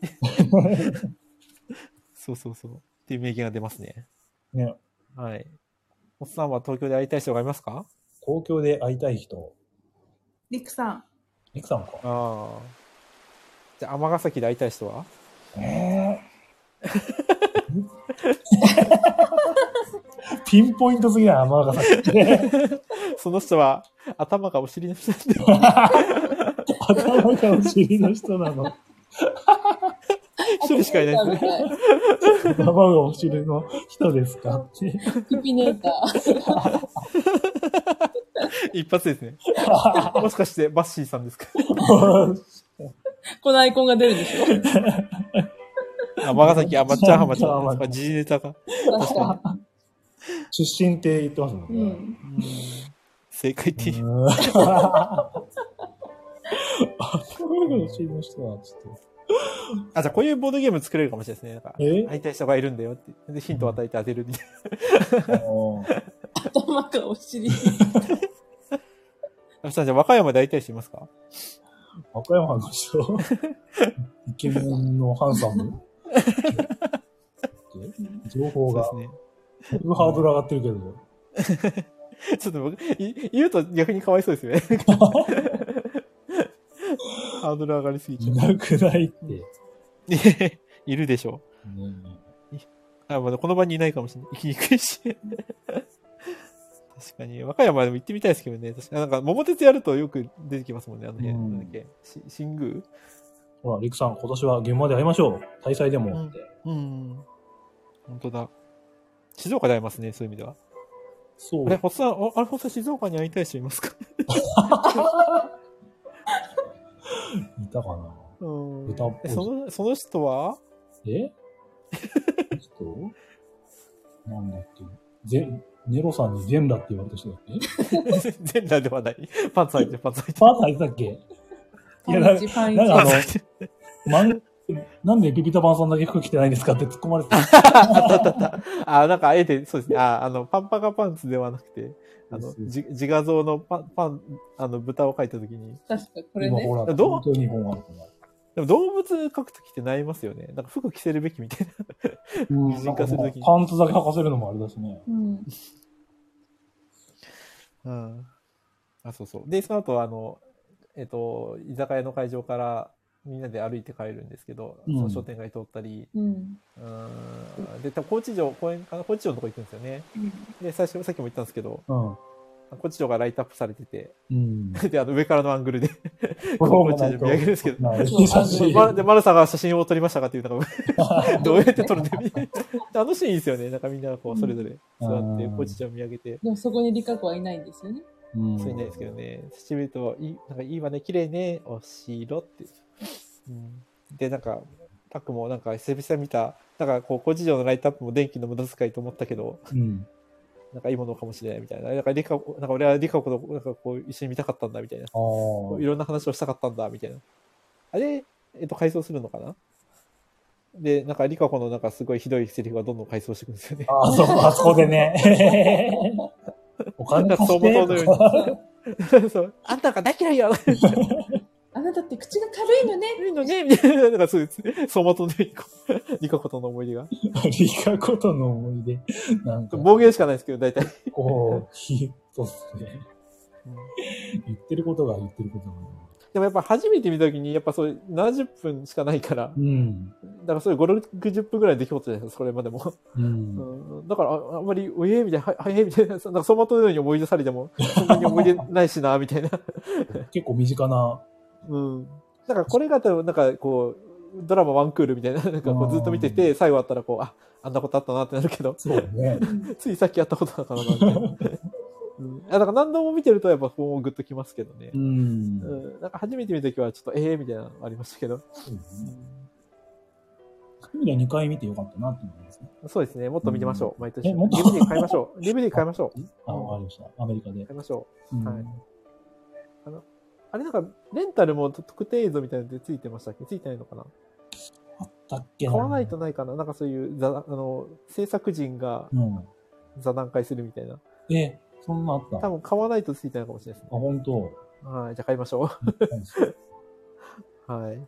[SPEAKER 3] そうそうそうっていう名言が出ますね。
[SPEAKER 1] ね。
[SPEAKER 3] はい。おっさんは東京で会いたい人がいますか
[SPEAKER 1] 東京で会いたい人。
[SPEAKER 2] リクさん。
[SPEAKER 1] リクさんか。
[SPEAKER 3] ああ。じゃあ、尼崎で会いたい人は
[SPEAKER 1] えーピンポイントすぎない、天 ヶ崎って。
[SPEAKER 3] その人は頭がお尻の下 で。
[SPEAKER 1] 頭がお尻の人なの。
[SPEAKER 3] 一人しかいないですね。
[SPEAKER 2] ね。
[SPEAKER 1] 頭がお尻の人ですかって。
[SPEAKER 2] ピピネーター。
[SPEAKER 3] 一発ですね。もしかしてバッシーさんですか
[SPEAKER 2] このアイコンが出るでしょ
[SPEAKER 3] 尼崎、あ、まっちゃん浜ちゃ
[SPEAKER 1] まっちゃん浜
[SPEAKER 3] ん。時事ネタか。
[SPEAKER 2] 確か
[SPEAKER 1] 出身って言ってますもん
[SPEAKER 2] に。う
[SPEAKER 1] ね。
[SPEAKER 2] ん。
[SPEAKER 3] 正解っていう。
[SPEAKER 1] うん頭がお尻の人は、ちょっ
[SPEAKER 3] あ、じゃあこういうボードゲーム作れるかもしれないですね。なんか
[SPEAKER 1] と。え
[SPEAKER 3] 会いたい人がいるんだよって。で、ヒントを与えて当てるみたい
[SPEAKER 1] あの
[SPEAKER 2] 頭がお尻。
[SPEAKER 3] な。あじゃあ、和歌山で会いたい人いますか
[SPEAKER 1] 和歌山の人イケメンのハンサム情報が、
[SPEAKER 3] そうですね。
[SPEAKER 1] だいぶハードル上がってるけど。
[SPEAKER 3] ちょっと僕、い言うと逆にかわいそうです よね。ハードル上がりすぎち
[SPEAKER 1] い
[SPEAKER 3] ゃう
[SPEAKER 1] なくないって。
[SPEAKER 3] いや いるでしょ
[SPEAKER 1] ね
[SPEAKER 3] あ、まだこの場にいないかもしれない。行きにくいし。 確かに。和歌山でも行ってみたいですけどね。確かになんか、桃鉄やるとよく出てきますもんね、あの辺。
[SPEAKER 1] うん
[SPEAKER 3] なんだっけ。し新宮
[SPEAKER 1] ほら、リクさん、今年は現場で会いましょう。大祭でも。
[SPEAKER 3] うん。うん。本当だ。静岡で会えますね、そういう意味では。
[SPEAKER 1] そ
[SPEAKER 3] あれ、
[SPEAKER 1] う。
[SPEAKER 3] ホッサン、ああれ、ホッサン静岡に会いたい人いますか
[SPEAKER 1] いたかな
[SPEAKER 3] うん。
[SPEAKER 1] 歌っぽ
[SPEAKER 3] え
[SPEAKER 1] い
[SPEAKER 3] その、その人は
[SPEAKER 1] えちょっとなんだっけぜネロさんに全裸って言われた人だっけ
[SPEAKER 3] 全裸ではない。パンツ履いてる、パンツ履いて
[SPEAKER 1] パーツ入ってたっけいや
[SPEAKER 2] パンチパンチ
[SPEAKER 1] なんかあの
[SPEAKER 3] る。パンツ履いてる
[SPEAKER 1] 漫画なんでピピタパンさんだけ服着てないんですかって突っ込まれてた。
[SPEAKER 3] あ、なんかあえて、そうですね。あ、あの、パンパカパンツではなくて、あの、じ自画像のパン、パン、あの、豚を描いたときに。
[SPEAKER 2] 確かこれ
[SPEAKER 1] 今
[SPEAKER 2] ね。
[SPEAKER 1] ほら、
[SPEAKER 3] どう
[SPEAKER 1] 本当に本があるから。
[SPEAKER 3] でも動物描くときって悩みますよね。なんか服着せるべきみたいな。
[SPEAKER 1] うん
[SPEAKER 3] 擬人化するときに
[SPEAKER 1] パンツだけ履かせるのもあれだしね。
[SPEAKER 2] うん。
[SPEAKER 3] うん。あ、そうそう。で、その後、あの、えっと、居酒屋の会場からみんなで歩いて帰るんですけど、
[SPEAKER 1] うん
[SPEAKER 3] その商店街通ったり、
[SPEAKER 2] うん。
[SPEAKER 3] うん。で、多分高知城、公園かな高知城のとこ行くんですよね。で、最初、さっきも言ったんですけど、
[SPEAKER 1] うん。
[SPEAKER 3] 高知城がライトアップされてて、
[SPEAKER 1] うん。
[SPEAKER 3] で、あの、上からのアングルで、
[SPEAKER 1] これ
[SPEAKER 3] 高知城見上げるんですけど、
[SPEAKER 1] ない 写真。
[SPEAKER 3] ま、で、マルサが写真を撮りましたかっていうのが、どうやって撮るんだみたいな。あのシーンいいですよね。なんかみんなこう、それぞれ座って、
[SPEAKER 1] うん
[SPEAKER 3] ポジちゃんを見上げて、
[SPEAKER 2] でもそこにリカ子はいないんですよね。
[SPEAKER 1] うん
[SPEAKER 3] そういないですけどね。七見ると、いい、なんかいいわね、綺麗ね、お城って。うん、で、なんか、パックもなんか久々見た、なんかこう、小事情のライトアップも電気の無駄遣いと思ったけど、
[SPEAKER 1] うん。
[SPEAKER 3] なんかいいものかもしれないみたいな。なんかリカ、なんか俺はリカ子となんかこう、一緒に見たかったんだみたいな。
[SPEAKER 1] あ
[SPEAKER 3] いろんな話をしたかったんだ、みたいな。あれ、えっと、回想するのかなで、なんか、リカ子のなんかすごいひどいセリフがどんどん回想していくんですよね。
[SPEAKER 1] あ。あそこ、あそこでね。お金貸して
[SPEAKER 3] なんか相馬灯のように。 そう。あんたが大嫌いや
[SPEAKER 2] あなたって口が軽いのね。
[SPEAKER 3] いいのねみたいな。なんかそうです。相馬灯のようにこう、リカ子との思い出が。
[SPEAKER 1] リカことの思い出。なんか、
[SPEAKER 3] 暴言しかないですけど、大体。
[SPEAKER 1] こう、きっとっすね。言ってることが言ってることが。
[SPEAKER 3] でもやっぱ初めて見た時に、やっぱそういう70分しかないから、
[SPEAKER 1] うん。
[SPEAKER 3] だからそういう5、60分ぐらいの出来事じゃないですか、それまでも。
[SPEAKER 1] うん。
[SPEAKER 3] うんだから、ああんまり、うえーみたいな、はい、はい、みたいな、そなんか、そばとのように思い出されても、そんなに思い出ないしな、みたいな。
[SPEAKER 1] 結構身近な。
[SPEAKER 3] うん。だから、これが多分、なんか、こう、ドラマワンクールみたいな、なんか、こ
[SPEAKER 1] あ
[SPEAKER 3] う、
[SPEAKER 1] ー
[SPEAKER 3] ずっと見てて、最後あったら、こう、あ、あんなことあったなってなるけど、
[SPEAKER 1] そうね。
[SPEAKER 3] ついさっきあったことだったな、みたいな。 うん、あだから何度も見てるとやっぱこうグッときますけどね
[SPEAKER 1] う、ん
[SPEAKER 3] う。んなんか初めて見た時はちょっとええー、みたいなのありましたけど、
[SPEAKER 1] そうねカメラ2回見てよかったなって思いますね。
[SPEAKER 3] そうですねもっと見てましょう、毎年
[SPEAKER 1] えもっと
[SPEAKER 3] DVD 買いましょう DVD 買いましょう
[SPEAKER 1] あ、わかりました。アメリカで。
[SPEAKER 3] 買いましょう
[SPEAKER 1] うん
[SPEAKER 3] はいあれなんか、レンタルも特定映像みたいなのでついてましたっけついてないのかな
[SPEAKER 1] あったっけ
[SPEAKER 3] 買わないと。ないかななんかそういう座、あの、制作人が
[SPEAKER 1] うん。
[SPEAKER 3] 座談会するみたいな。
[SPEAKER 1] え、そんなあった。
[SPEAKER 3] 多
[SPEAKER 1] あ、
[SPEAKER 3] 分買わないとついてないかもしれないですね。
[SPEAKER 1] 本 当。
[SPEAKER 3] はい、じゃあ買いましょう。はい。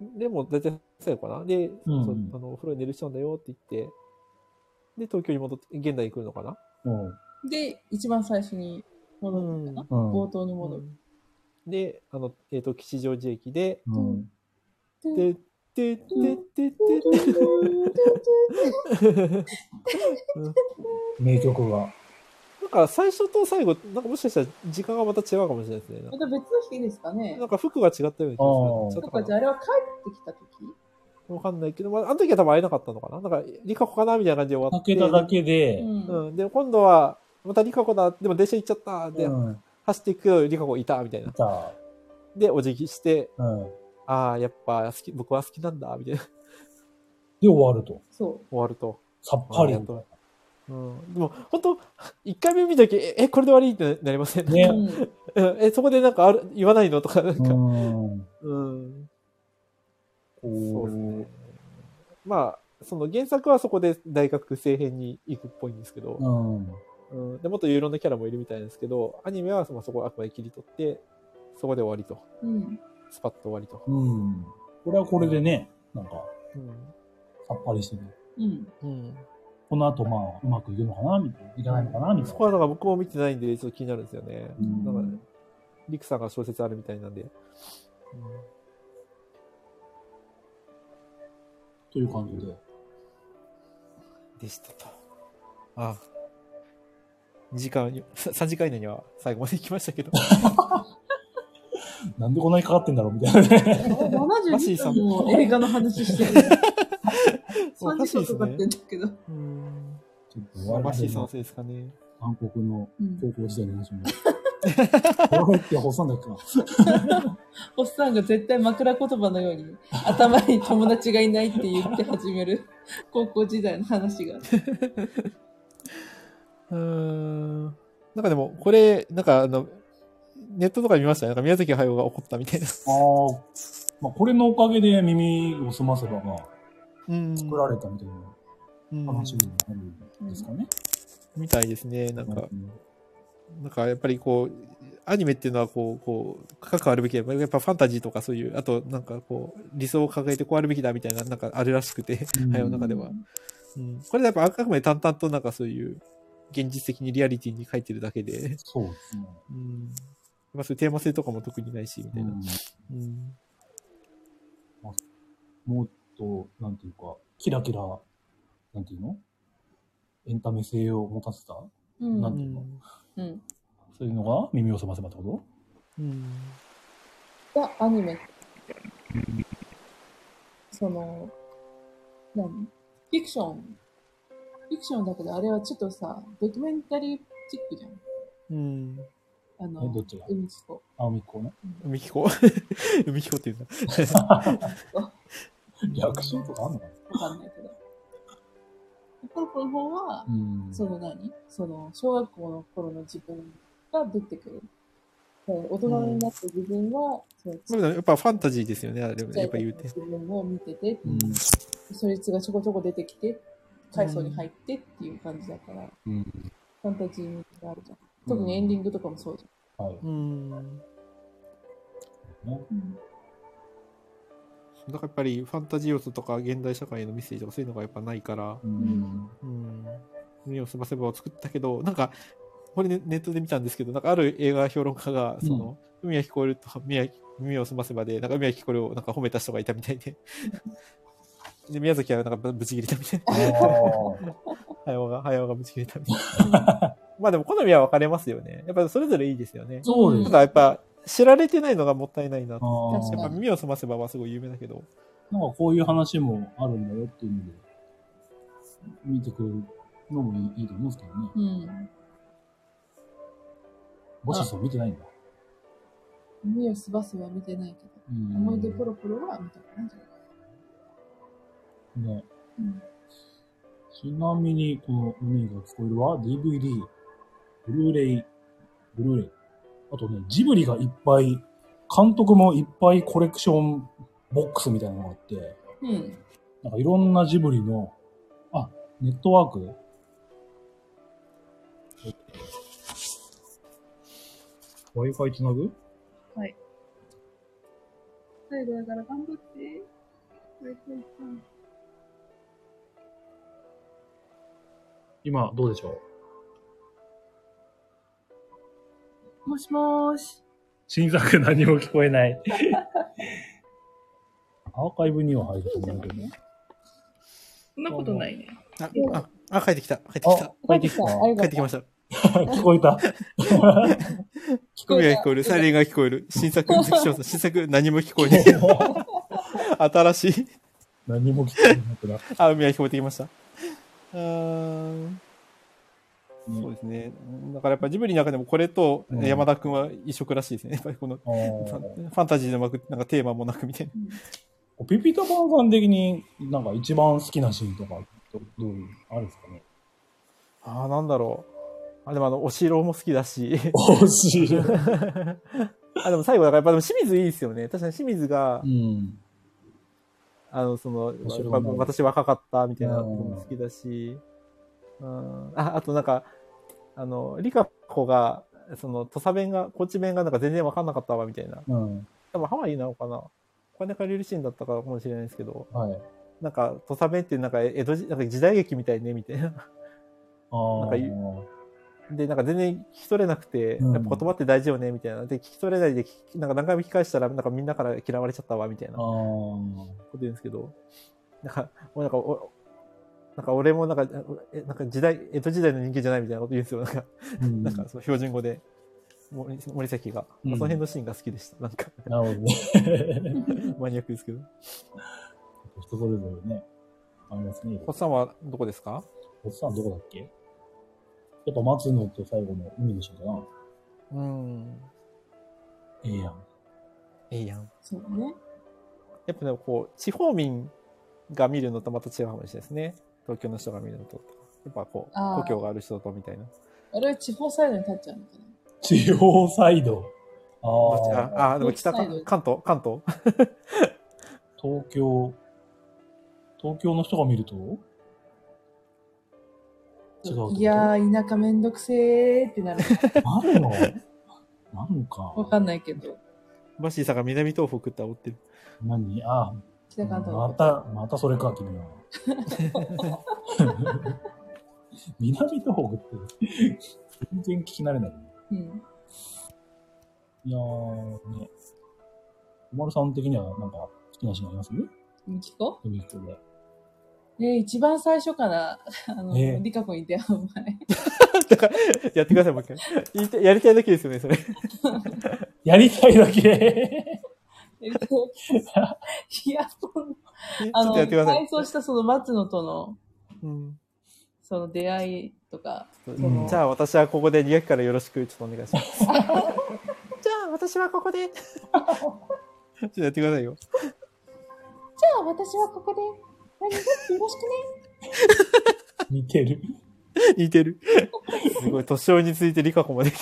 [SPEAKER 3] でも、大体そうやかなで、
[SPEAKER 1] うん
[SPEAKER 3] そうあの、お風呂に寝る人なんだよって言って、で、東京に戻って、現代に来るのかな
[SPEAKER 1] うん。
[SPEAKER 2] で、一番最初に戻るのかな。
[SPEAKER 1] うん
[SPEAKER 2] 冒頭に戻る。
[SPEAKER 3] で、あの、えっ、と、吉祥寺駅で、
[SPEAKER 1] うん。
[SPEAKER 3] で、で、で、で、で、で、
[SPEAKER 1] 名曲が。
[SPEAKER 3] なんか最初と最後、なんかもしかしたら時間がまた違うかもしれないですね。な ん
[SPEAKER 2] ま
[SPEAKER 3] か
[SPEAKER 2] た別の日ですかね
[SPEAKER 3] な。んか服が違ったような気がす
[SPEAKER 1] あ
[SPEAKER 3] る。
[SPEAKER 2] なん
[SPEAKER 3] ち
[SPEAKER 2] か
[SPEAKER 3] ょっ
[SPEAKER 2] じ
[SPEAKER 3] と
[SPEAKER 2] ゃああれは帰ってきた時
[SPEAKER 3] わかんないけど、まあ、あの時は多分会えなかったのかな。なんか、リカ子かなみたいな感じで終わっ
[SPEAKER 1] か
[SPEAKER 3] て。
[SPEAKER 1] けただけで、
[SPEAKER 2] うん。
[SPEAKER 3] うん。で、今度は、またリカ子だ。でも電車行っちゃった。で、
[SPEAKER 1] うん。
[SPEAKER 3] 走っていくけど、リカ子いた。みたいな。
[SPEAKER 1] さ
[SPEAKER 3] で、お辞儀して、
[SPEAKER 1] あ、うん。
[SPEAKER 3] ああ、やっぱ好き、僕は好きなんだ。みたいな。終
[SPEAKER 1] で、終わると。
[SPEAKER 2] そ
[SPEAKER 3] わると。
[SPEAKER 1] さっぱり
[SPEAKER 3] あ。りがとうん。でも、本当一回目見た時、え、えこれで終わりってなりません、
[SPEAKER 2] う。
[SPEAKER 1] ね
[SPEAKER 2] う。ん。
[SPEAKER 3] うんえ、そこでなんかある、言わないのとか、なん
[SPEAKER 1] う
[SPEAKER 3] か、
[SPEAKER 1] ん。
[SPEAKER 3] うん。そうです
[SPEAKER 1] こ
[SPEAKER 3] ね。まあ、その原作はそこで大学生編に行くっぽいんですけ
[SPEAKER 1] う。う
[SPEAKER 3] ど、
[SPEAKER 1] ん。
[SPEAKER 3] うんでもっといろんなキャラもいるみたいですけど、アニメはそのそこをあくまで切り取って、そこで終わりと。
[SPEAKER 2] うん。
[SPEAKER 3] スパッと終わりと。
[SPEAKER 1] うん。これはこれでね、なんか、
[SPEAKER 3] うん。
[SPEAKER 1] さっぱりしてて。
[SPEAKER 2] うん。
[SPEAKER 3] うん。
[SPEAKER 1] この後、まあ、うまくいくのかなみたいな。いかないのかなみた
[SPEAKER 3] そ
[SPEAKER 1] い
[SPEAKER 3] こ
[SPEAKER 1] な。
[SPEAKER 3] はなんか僕も見てないんで、ちょっと気になるんですよね。
[SPEAKER 1] うん
[SPEAKER 3] なんかね、リクさんが小説あるみたいなんで。
[SPEAKER 1] という感じで。
[SPEAKER 3] うん、でしたと。ああ。2時間に、3時間以内には最後まで行きましたけど。
[SPEAKER 1] なんでこん なにかかってんだろうみたいなね。
[SPEAKER 2] 72
[SPEAKER 3] マシーさん
[SPEAKER 2] 分も映画の話してる。
[SPEAKER 3] そう
[SPEAKER 2] 3時間かかってんだけど。
[SPEAKER 3] うん。
[SPEAKER 1] ちょっと
[SPEAKER 3] まあ
[SPEAKER 1] 我
[SPEAKER 3] バ
[SPEAKER 1] 々
[SPEAKER 3] ッシーさんの
[SPEAKER 1] の
[SPEAKER 3] せいですかね。
[SPEAKER 1] 韓国の
[SPEAKER 2] うん
[SPEAKER 1] 高校時代の話も。 これってホッサンだっけな。
[SPEAKER 2] おっさんが絶対枕言葉のように頭に友達がいないって言って始める高校時代の話が。
[SPEAKER 3] うーん。なんかでも、これ、なんかあの、ネットとか見ましたね。なんか宮崎駿が怒ったみたいな。
[SPEAKER 1] ああ。まあ、これのおかげで耳を澄ませば、まあ、
[SPEAKER 3] うん。
[SPEAKER 1] 作られたみたいな
[SPEAKER 3] うん
[SPEAKER 1] 話になるんですかね。
[SPEAKER 3] みたいですね。なんか
[SPEAKER 1] う、ん
[SPEAKER 3] なんかやっぱりこう、アニメっていうのはこう、こう、価格あるべきだ。やっぱファンタジーとかそういう、あとなんかこう、理想を掲げてこうあるべきだみたいな、なんかあるらしくて、
[SPEAKER 1] うん
[SPEAKER 3] 早の中では。うん。これやっぱあくまで淡々となんかそういう、現実的にリアリティに書いてるだけで、
[SPEAKER 1] そうですね。
[SPEAKER 3] うん。まあそういうテーマ性とかも特にないし、みたいな。うん。
[SPEAKER 1] うんもっと、なんていうか、キラキラ、なんていうのエンタメ性を持たせた
[SPEAKER 2] うん
[SPEAKER 1] なん
[SPEAKER 3] う
[SPEAKER 1] ていうの
[SPEAKER 3] ん。
[SPEAKER 2] うん。
[SPEAKER 1] そういうのが耳を澄ませばってこ
[SPEAKER 3] うん。
[SPEAKER 2] がアニメ。その、何フィクション。フィクションだけど、あれはちょっとさ、ドキュメンタリーチックじゃん。
[SPEAKER 3] うん。
[SPEAKER 2] あ
[SPEAKER 1] とえ、ど
[SPEAKER 2] の
[SPEAKER 1] っ、ちが
[SPEAKER 2] 海きこ。
[SPEAKER 1] 青みこね。
[SPEAKER 3] 海彦 海彦 っていうんだ。
[SPEAKER 1] 略称とかあんのかな
[SPEAKER 2] わかんないけど。ポロポロの方は、
[SPEAKER 1] うん
[SPEAKER 2] その何その、小学校の頃の自分が出てくる。で大人になって自分は、そのち
[SPEAKER 3] ま
[SPEAKER 2] っ
[SPEAKER 3] あやっぱファンタジーですよね、あれも
[SPEAKER 2] ちゃ
[SPEAKER 3] や
[SPEAKER 2] い
[SPEAKER 3] っぱ
[SPEAKER 2] 頃
[SPEAKER 3] 言
[SPEAKER 2] の
[SPEAKER 3] うて。
[SPEAKER 2] 自分を見てて、
[SPEAKER 1] うん
[SPEAKER 2] そいつがちょこちょこ出てきて、階層に入ってっていう感じだから、
[SPEAKER 1] うん
[SPEAKER 2] ファンタジーがあるじゃん。特にエンディングとかもそうじ
[SPEAKER 1] はい。
[SPEAKER 3] うん。
[SPEAKER 2] ゃん。
[SPEAKER 3] だからやっぱりファンタジー要素とか現代社会へのメッセージとかそういうのがやっぱないから、
[SPEAKER 1] うん
[SPEAKER 3] うん。耳をすませばを作ったけど、なんか、これねネットで見たんですけど、なんかある映画評論家が、その、海は聞こえると、耳は耳をすませばで、なんか海は聞こえるをなんか褒めた人がいたみたいで。 で、宮崎はなんかぶぶち切れたみたい な。
[SPEAKER 1] あー
[SPEAKER 3] 早尾が、早尾がぶち切れたみたいな。まあでも好みは分かれますよね。やっぱそれぞれいいですよね。
[SPEAKER 1] そうで
[SPEAKER 3] た
[SPEAKER 1] す。
[SPEAKER 3] だやっぱ知られてないのがもったいないな
[SPEAKER 1] あ
[SPEAKER 3] と。
[SPEAKER 1] ー
[SPEAKER 2] 確
[SPEAKER 3] やっ
[SPEAKER 2] か
[SPEAKER 3] ぱ
[SPEAKER 2] に
[SPEAKER 3] 耳を澄ませばはすごい有名だけど。
[SPEAKER 1] なんかこういう話もあるんだよっていうので、見てくれるのもいいいいと思うんですけどね。
[SPEAKER 2] うん。
[SPEAKER 1] もしそう見てないんだ。
[SPEAKER 2] 耳をすばすば見てないけど、
[SPEAKER 1] うん
[SPEAKER 2] 思い出ポロポロは見たくないんじゃない
[SPEAKER 1] ね。
[SPEAKER 2] うん
[SPEAKER 1] ちなみに、この海が聞こえるは DVD、ブルーレイ、ブルーレイ。あとね、ジブリがいっぱい、監督もいっぱいコレクションボックスみたいなのがあって、
[SPEAKER 2] うん。
[SPEAKER 1] なんかいろんなジブリの、あ、ネットワークえっと ?Wi-Fi つなぐ
[SPEAKER 2] 最後だから頑張って。はいはいはい
[SPEAKER 1] 今どうでしょう
[SPEAKER 2] もしもーし。
[SPEAKER 1] 新作 何も聞こえない。アーカイブには入ると思うけどね。
[SPEAKER 2] そんなことないね。
[SPEAKER 3] あ、あ、あ帰ってきた。帰ってき
[SPEAKER 1] あ
[SPEAKER 3] た。、
[SPEAKER 1] 帰ってきた。
[SPEAKER 2] あよ
[SPEAKER 3] 帰
[SPEAKER 2] か
[SPEAKER 3] ってきました。
[SPEAKER 1] 聞こえた。
[SPEAKER 3] 海が聞こえる、サイレンが聞こ える、新作の関所さん、新作何も聞こえ ない。 新しい。
[SPEAKER 1] 何も聞こえなくなっ
[SPEAKER 3] あ、海が聞こえてきました。うーん。そうですね。だからやっぱジブリの中でもこれと
[SPEAKER 1] うん
[SPEAKER 3] 山田くんは異色らしいですね。やっぱりこの、
[SPEAKER 1] あ
[SPEAKER 3] ファ
[SPEAKER 1] ー
[SPEAKER 3] ンファンタジーの枠、なんかテーマもなくみたいな。
[SPEAKER 1] ピピタパンさん的になんか一番好きなシーンとかどどういうあるんですかね
[SPEAKER 3] ああ、なんだろう。あ、でもあの、お城も好きだ し。
[SPEAKER 1] 惜しい。
[SPEAKER 3] あ、でも最後だからやっぱでも清水いいですよね。確かに清水が
[SPEAKER 1] う、ん。
[SPEAKER 3] あの、その、
[SPEAKER 1] 面白い
[SPEAKER 3] まあ
[SPEAKER 1] な
[SPEAKER 3] 私若かったみたいなのも好きだし、うん、あ、あとなんか、あの、リカ子が、その、土佐弁が、高知弁がなんか全然わかんなかったわ、みたいな。
[SPEAKER 1] うん。
[SPEAKER 3] 多分ハワイなのかなお金借りるシーンだったからかもしれないですけど、
[SPEAKER 1] はい。
[SPEAKER 3] なんか、土佐弁ってなんか、江戸時、なんか時代劇みたいね、みたいな。
[SPEAKER 1] ああ。
[SPEAKER 3] なんかいで、なんか全然聞き取れなくて、
[SPEAKER 1] うん
[SPEAKER 3] やっぱ言葉って大事よね、みたいな。で、聞き取れないで聞き、なんか何回も聞き返したら、なんかみんなから嫌われちゃったわ、みたいな
[SPEAKER 1] あ
[SPEAKER 3] こ
[SPEAKER 1] ー
[SPEAKER 3] と言うんですけど、なんか、もうなんか、おなんか俺もなんか、えなんか時代、江戸時代の人間じゃないみたいなこと言うんですよ。なんか、
[SPEAKER 1] うん。
[SPEAKER 3] なん
[SPEAKER 1] なる
[SPEAKER 3] かその標準語で、森森崎が。
[SPEAKER 1] うん
[SPEAKER 3] まあその辺のシーンが好きでした。なんか、
[SPEAKER 1] ほどね。
[SPEAKER 3] マニアックですけど。
[SPEAKER 1] 人それぞれね。ありますね。
[SPEAKER 3] おっさんはどこですか
[SPEAKER 1] おっさんどこだっけやっぱ松野と最後の海でしょうかな。
[SPEAKER 3] うん。
[SPEAKER 1] ええやん。
[SPEAKER 3] いいやん。
[SPEAKER 2] そうね。
[SPEAKER 3] やっぱでもこう、地方民が見るのとまた違うかもしれないですね。東京の人が見るのと。やっぱこう、
[SPEAKER 2] あー
[SPEAKER 3] 故郷がある人とみたいな。
[SPEAKER 2] あれは地方サイドに立っちゃうのかな。
[SPEAKER 1] 地方サイド。
[SPEAKER 3] ど
[SPEAKER 1] あ
[SPEAKER 3] っち
[SPEAKER 1] あ
[SPEAKER 3] か。あー、でも北か
[SPEAKER 2] 北海道
[SPEAKER 3] 関東関東
[SPEAKER 1] 東京、東京の人が見ると違うってこと
[SPEAKER 2] いやー、田舎めんどくせーってなる。
[SPEAKER 1] なるのなるのか。
[SPEAKER 2] わかんないけど。
[SPEAKER 3] バッシーさんが南東北って煽ってる。
[SPEAKER 1] 何あ
[SPEAKER 2] 北関東
[SPEAKER 1] また、またそれか、君は。 南東北って、全然聞き慣れないね。
[SPEAKER 2] うん。
[SPEAKER 1] いやーね。おまるさん的には、なんか、好きなシーンあります
[SPEAKER 2] みきこ
[SPEAKER 1] 海人で。
[SPEAKER 2] えー、一番最初から、あの、
[SPEAKER 1] ええ
[SPEAKER 2] リカ子に出会う前。
[SPEAKER 3] だから、 やってください、もう一回言いたい。やりたいだけですよね、それ。
[SPEAKER 1] やりたいだけ
[SPEAKER 2] えっ といや、そんな
[SPEAKER 3] ち
[SPEAKER 2] あ
[SPEAKER 3] ょっ
[SPEAKER 2] の、
[SPEAKER 3] とやってくださ
[SPEAKER 2] 改
[SPEAKER 3] い。
[SPEAKER 2] 装したその松野との、
[SPEAKER 3] うん
[SPEAKER 2] その出会いとか、
[SPEAKER 1] うん
[SPEAKER 3] じゃあ私はここで2学期からよろしくちょっとお願い します。じゃあ私はここで。ち ょっとやってくださいよ。
[SPEAKER 2] じゃあ私はここで、何々よろしくね。
[SPEAKER 1] 似てる。
[SPEAKER 3] 似てる。すごい、年老いについてリカ子まで来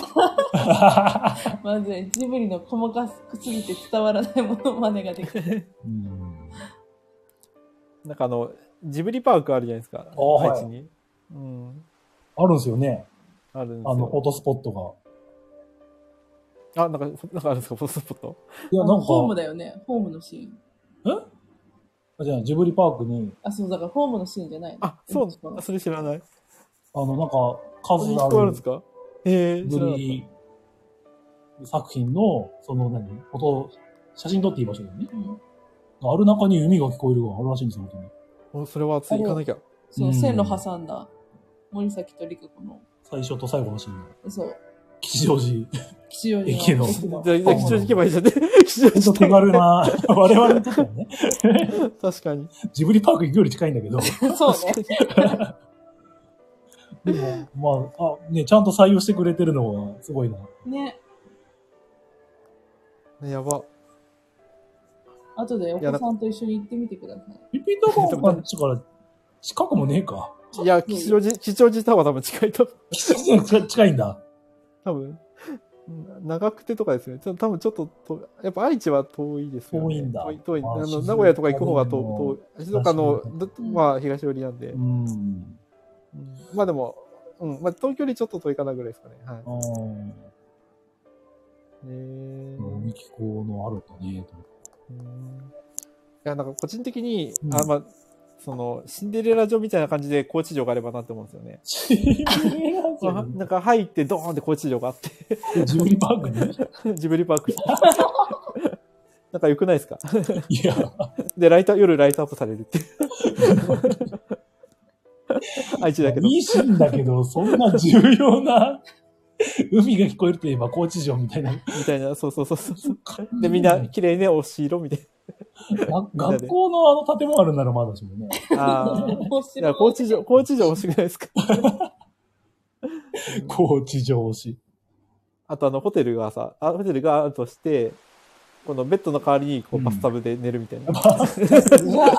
[SPEAKER 3] た。
[SPEAKER 2] まずい、ジブリの細かくすぎて伝わらないものまねができる。
[SPEAKER 1] うん。
[SPEAKER 3] なんかあの、ジブリパークあるじゃないですか。
[SPEAKER 1] はい
[SPEAKER 3] 愛知に。うん。
[SPEAKER 1] あるんですよね。
[SPEAKER 3] あるんです
[SPEAKER 1] あの、フォ
[SPEAKER 3] よ。
[SPEAKER 1] トスポットが。
[SPEAKER 3] あなんか、なんかあるんですか、フォトスポット。
[SPEAKER 1] いや、なんか、
[SPEAKER 2] ホームだよね。ホームのシーン。
[SPEAKER 1] あじゃあジブリパークに、
[SPEAKER 2] あ、そう、だからホームのシーンじゃない。
[SPEAKER 3] あ、そう、あそれ知らない。
[SPEAKER 1] あの、なんか、
[SPEAKER 3] そ
[SPEAKER 1] 数
[SPEAKER 3] れに
[SPEAKER 1] あ
[SPEAKER 3] 聞こえるん
[SPEAKER 1] る
[SPEAKER 3] ですかええー、
[SPEAKER 1] ジ
[SPEAKER 3] 知ら
[SPEAKER 1] ブ
[SPEAKER 3] なかっ
[SPEAKER 1] リ作品の、その何、フォト、写真撮っていい場所だよね。
[SPEAKER 2] うん
[SPEAKER 1] ある中に海が聞こえるがあるらしいんですよ、本当に。
[SPEAKER 3] た。おそれは次行かなきゃ。
[SPEAKER 2] そううん線路挟んだ、森崎とリカ子の、
[SPEAKER 1] 最初と最後のシーンが。
[SPEAKER 2] そう、
[SPEAKER 1] 吉祥寺。
[SPEAKER 2] 吉祥寺
[SPEAKER 1] 駅の
[SPEAKER 2] 駅の
[SPEAKER 3] じゃあ、じゃあ吉祥寺行けばいいじゃんね。 吉祥
[SPEAKER 1] ちょっと手
[SPEAKER 3] 寺
[SPEAKER 1] 軽な、 我々にとってはね、
[SPEAKER 3] 確かに。
[SPEAKER 1] ジブリパーク行くより近いんだけど、
[SPEAKER 2] そう
[SPEAKER 1] で
[SPEAKER 2] ね。
[SPEAKER 1] も、まあ、あ、ね、ちゃんと採用してくれてるのはすごいな。
[SPEAKER 2] ね。
[SPEAKER 3] やば。
[SPEAKER 2] 後でお子さんと一緒に行ってみてください。
[SPEAKER 1] ピピタパンは、ちから、近くもねえか。
[SPEAKER 3] いや、吉祥寺、吉祥寺タワー多分近いと思う。
[SPEAKER 1] 吉祥寺近いんだ。
[SPEAKER 3] 多分、うん長久手とかですね。ちょ多分ちょっとと、やっぱ愛知は遠いですよね。
[SPEAKER 1] 遠いんだ
[SPEAKER 3] 遠い、遠い。
[SPEAKER 1] まあ
[SPEAKER 3] あの、
[SPEAKER 1] 静岡
[SPEAKER 3] 名古屋とか行く方が遠
[SPEAKER 1] も
[SPEAKER 3] 遠い。静岡の
[SPEAKER 1] 確、
[SPEAKER 3] どまあ東寄りなんで。
[SPEAKER 1] うん。
[SPEAKER 3] うんまあでも、うん、まあ東京よりちょっと遠いかなぐらいですかね。はい。
[SPEAKER 1] あー
[SPEAKER 3] へー
[SPEAKER 1] 海気候のあるんだね、と思って
[SPEAKER 3] うんいや、なんか個人的に、
[SPEAKER 1] うん
[SPEAKER 3] あ、まあ、その、シンデレラ城みたいな感じで高知城があればなって思うんですよね。まあなんか入ってドーンって高知城があって、
[SPEAKER 1] ジブリパークに
[SPEAKER 3] ジブリパーク。なんか良くないですか
[SPEAKER 1] いや、
[SPEAKER 3] で、ライトア夜ライトアップされるっていう。 愛知だけど。
[SPEAKER 1] いいシーンだけど、そんな重要な、 海が聞こえるといえば高知城みたいな。
[SPEAKER 3] みたいな、そうそうそうそう。で、みんな、綺麗ね、お城みたい
[SPEAKER 1] が
[SPEAKER 3] なで
[SPEAKER 1] 学校のあの建物あるならまだしもね。
[SPEAKER 3] な。ああ。
[SPEAKER 2] 面
[SPEAKER 3] い
[SPEAKER 2] 白
[SPEAKER 3] や、
[SPEAKER 2] い。
[SPEAKER 3] 高知城、高知城欲しくないですか
[SPEAKER 1] 高知城推し。
[SPEAKER 3] あと、あの、ホテルがさ、あホテルがあるとして、このベッドの代わりに、こ
[SPEAKER 1] う
[SPEAKER 3] う、
[SPEAKER 1] ん
[SPEAKER 3] バスタブで寝るみたいな。
[SPEAKER 2] うわ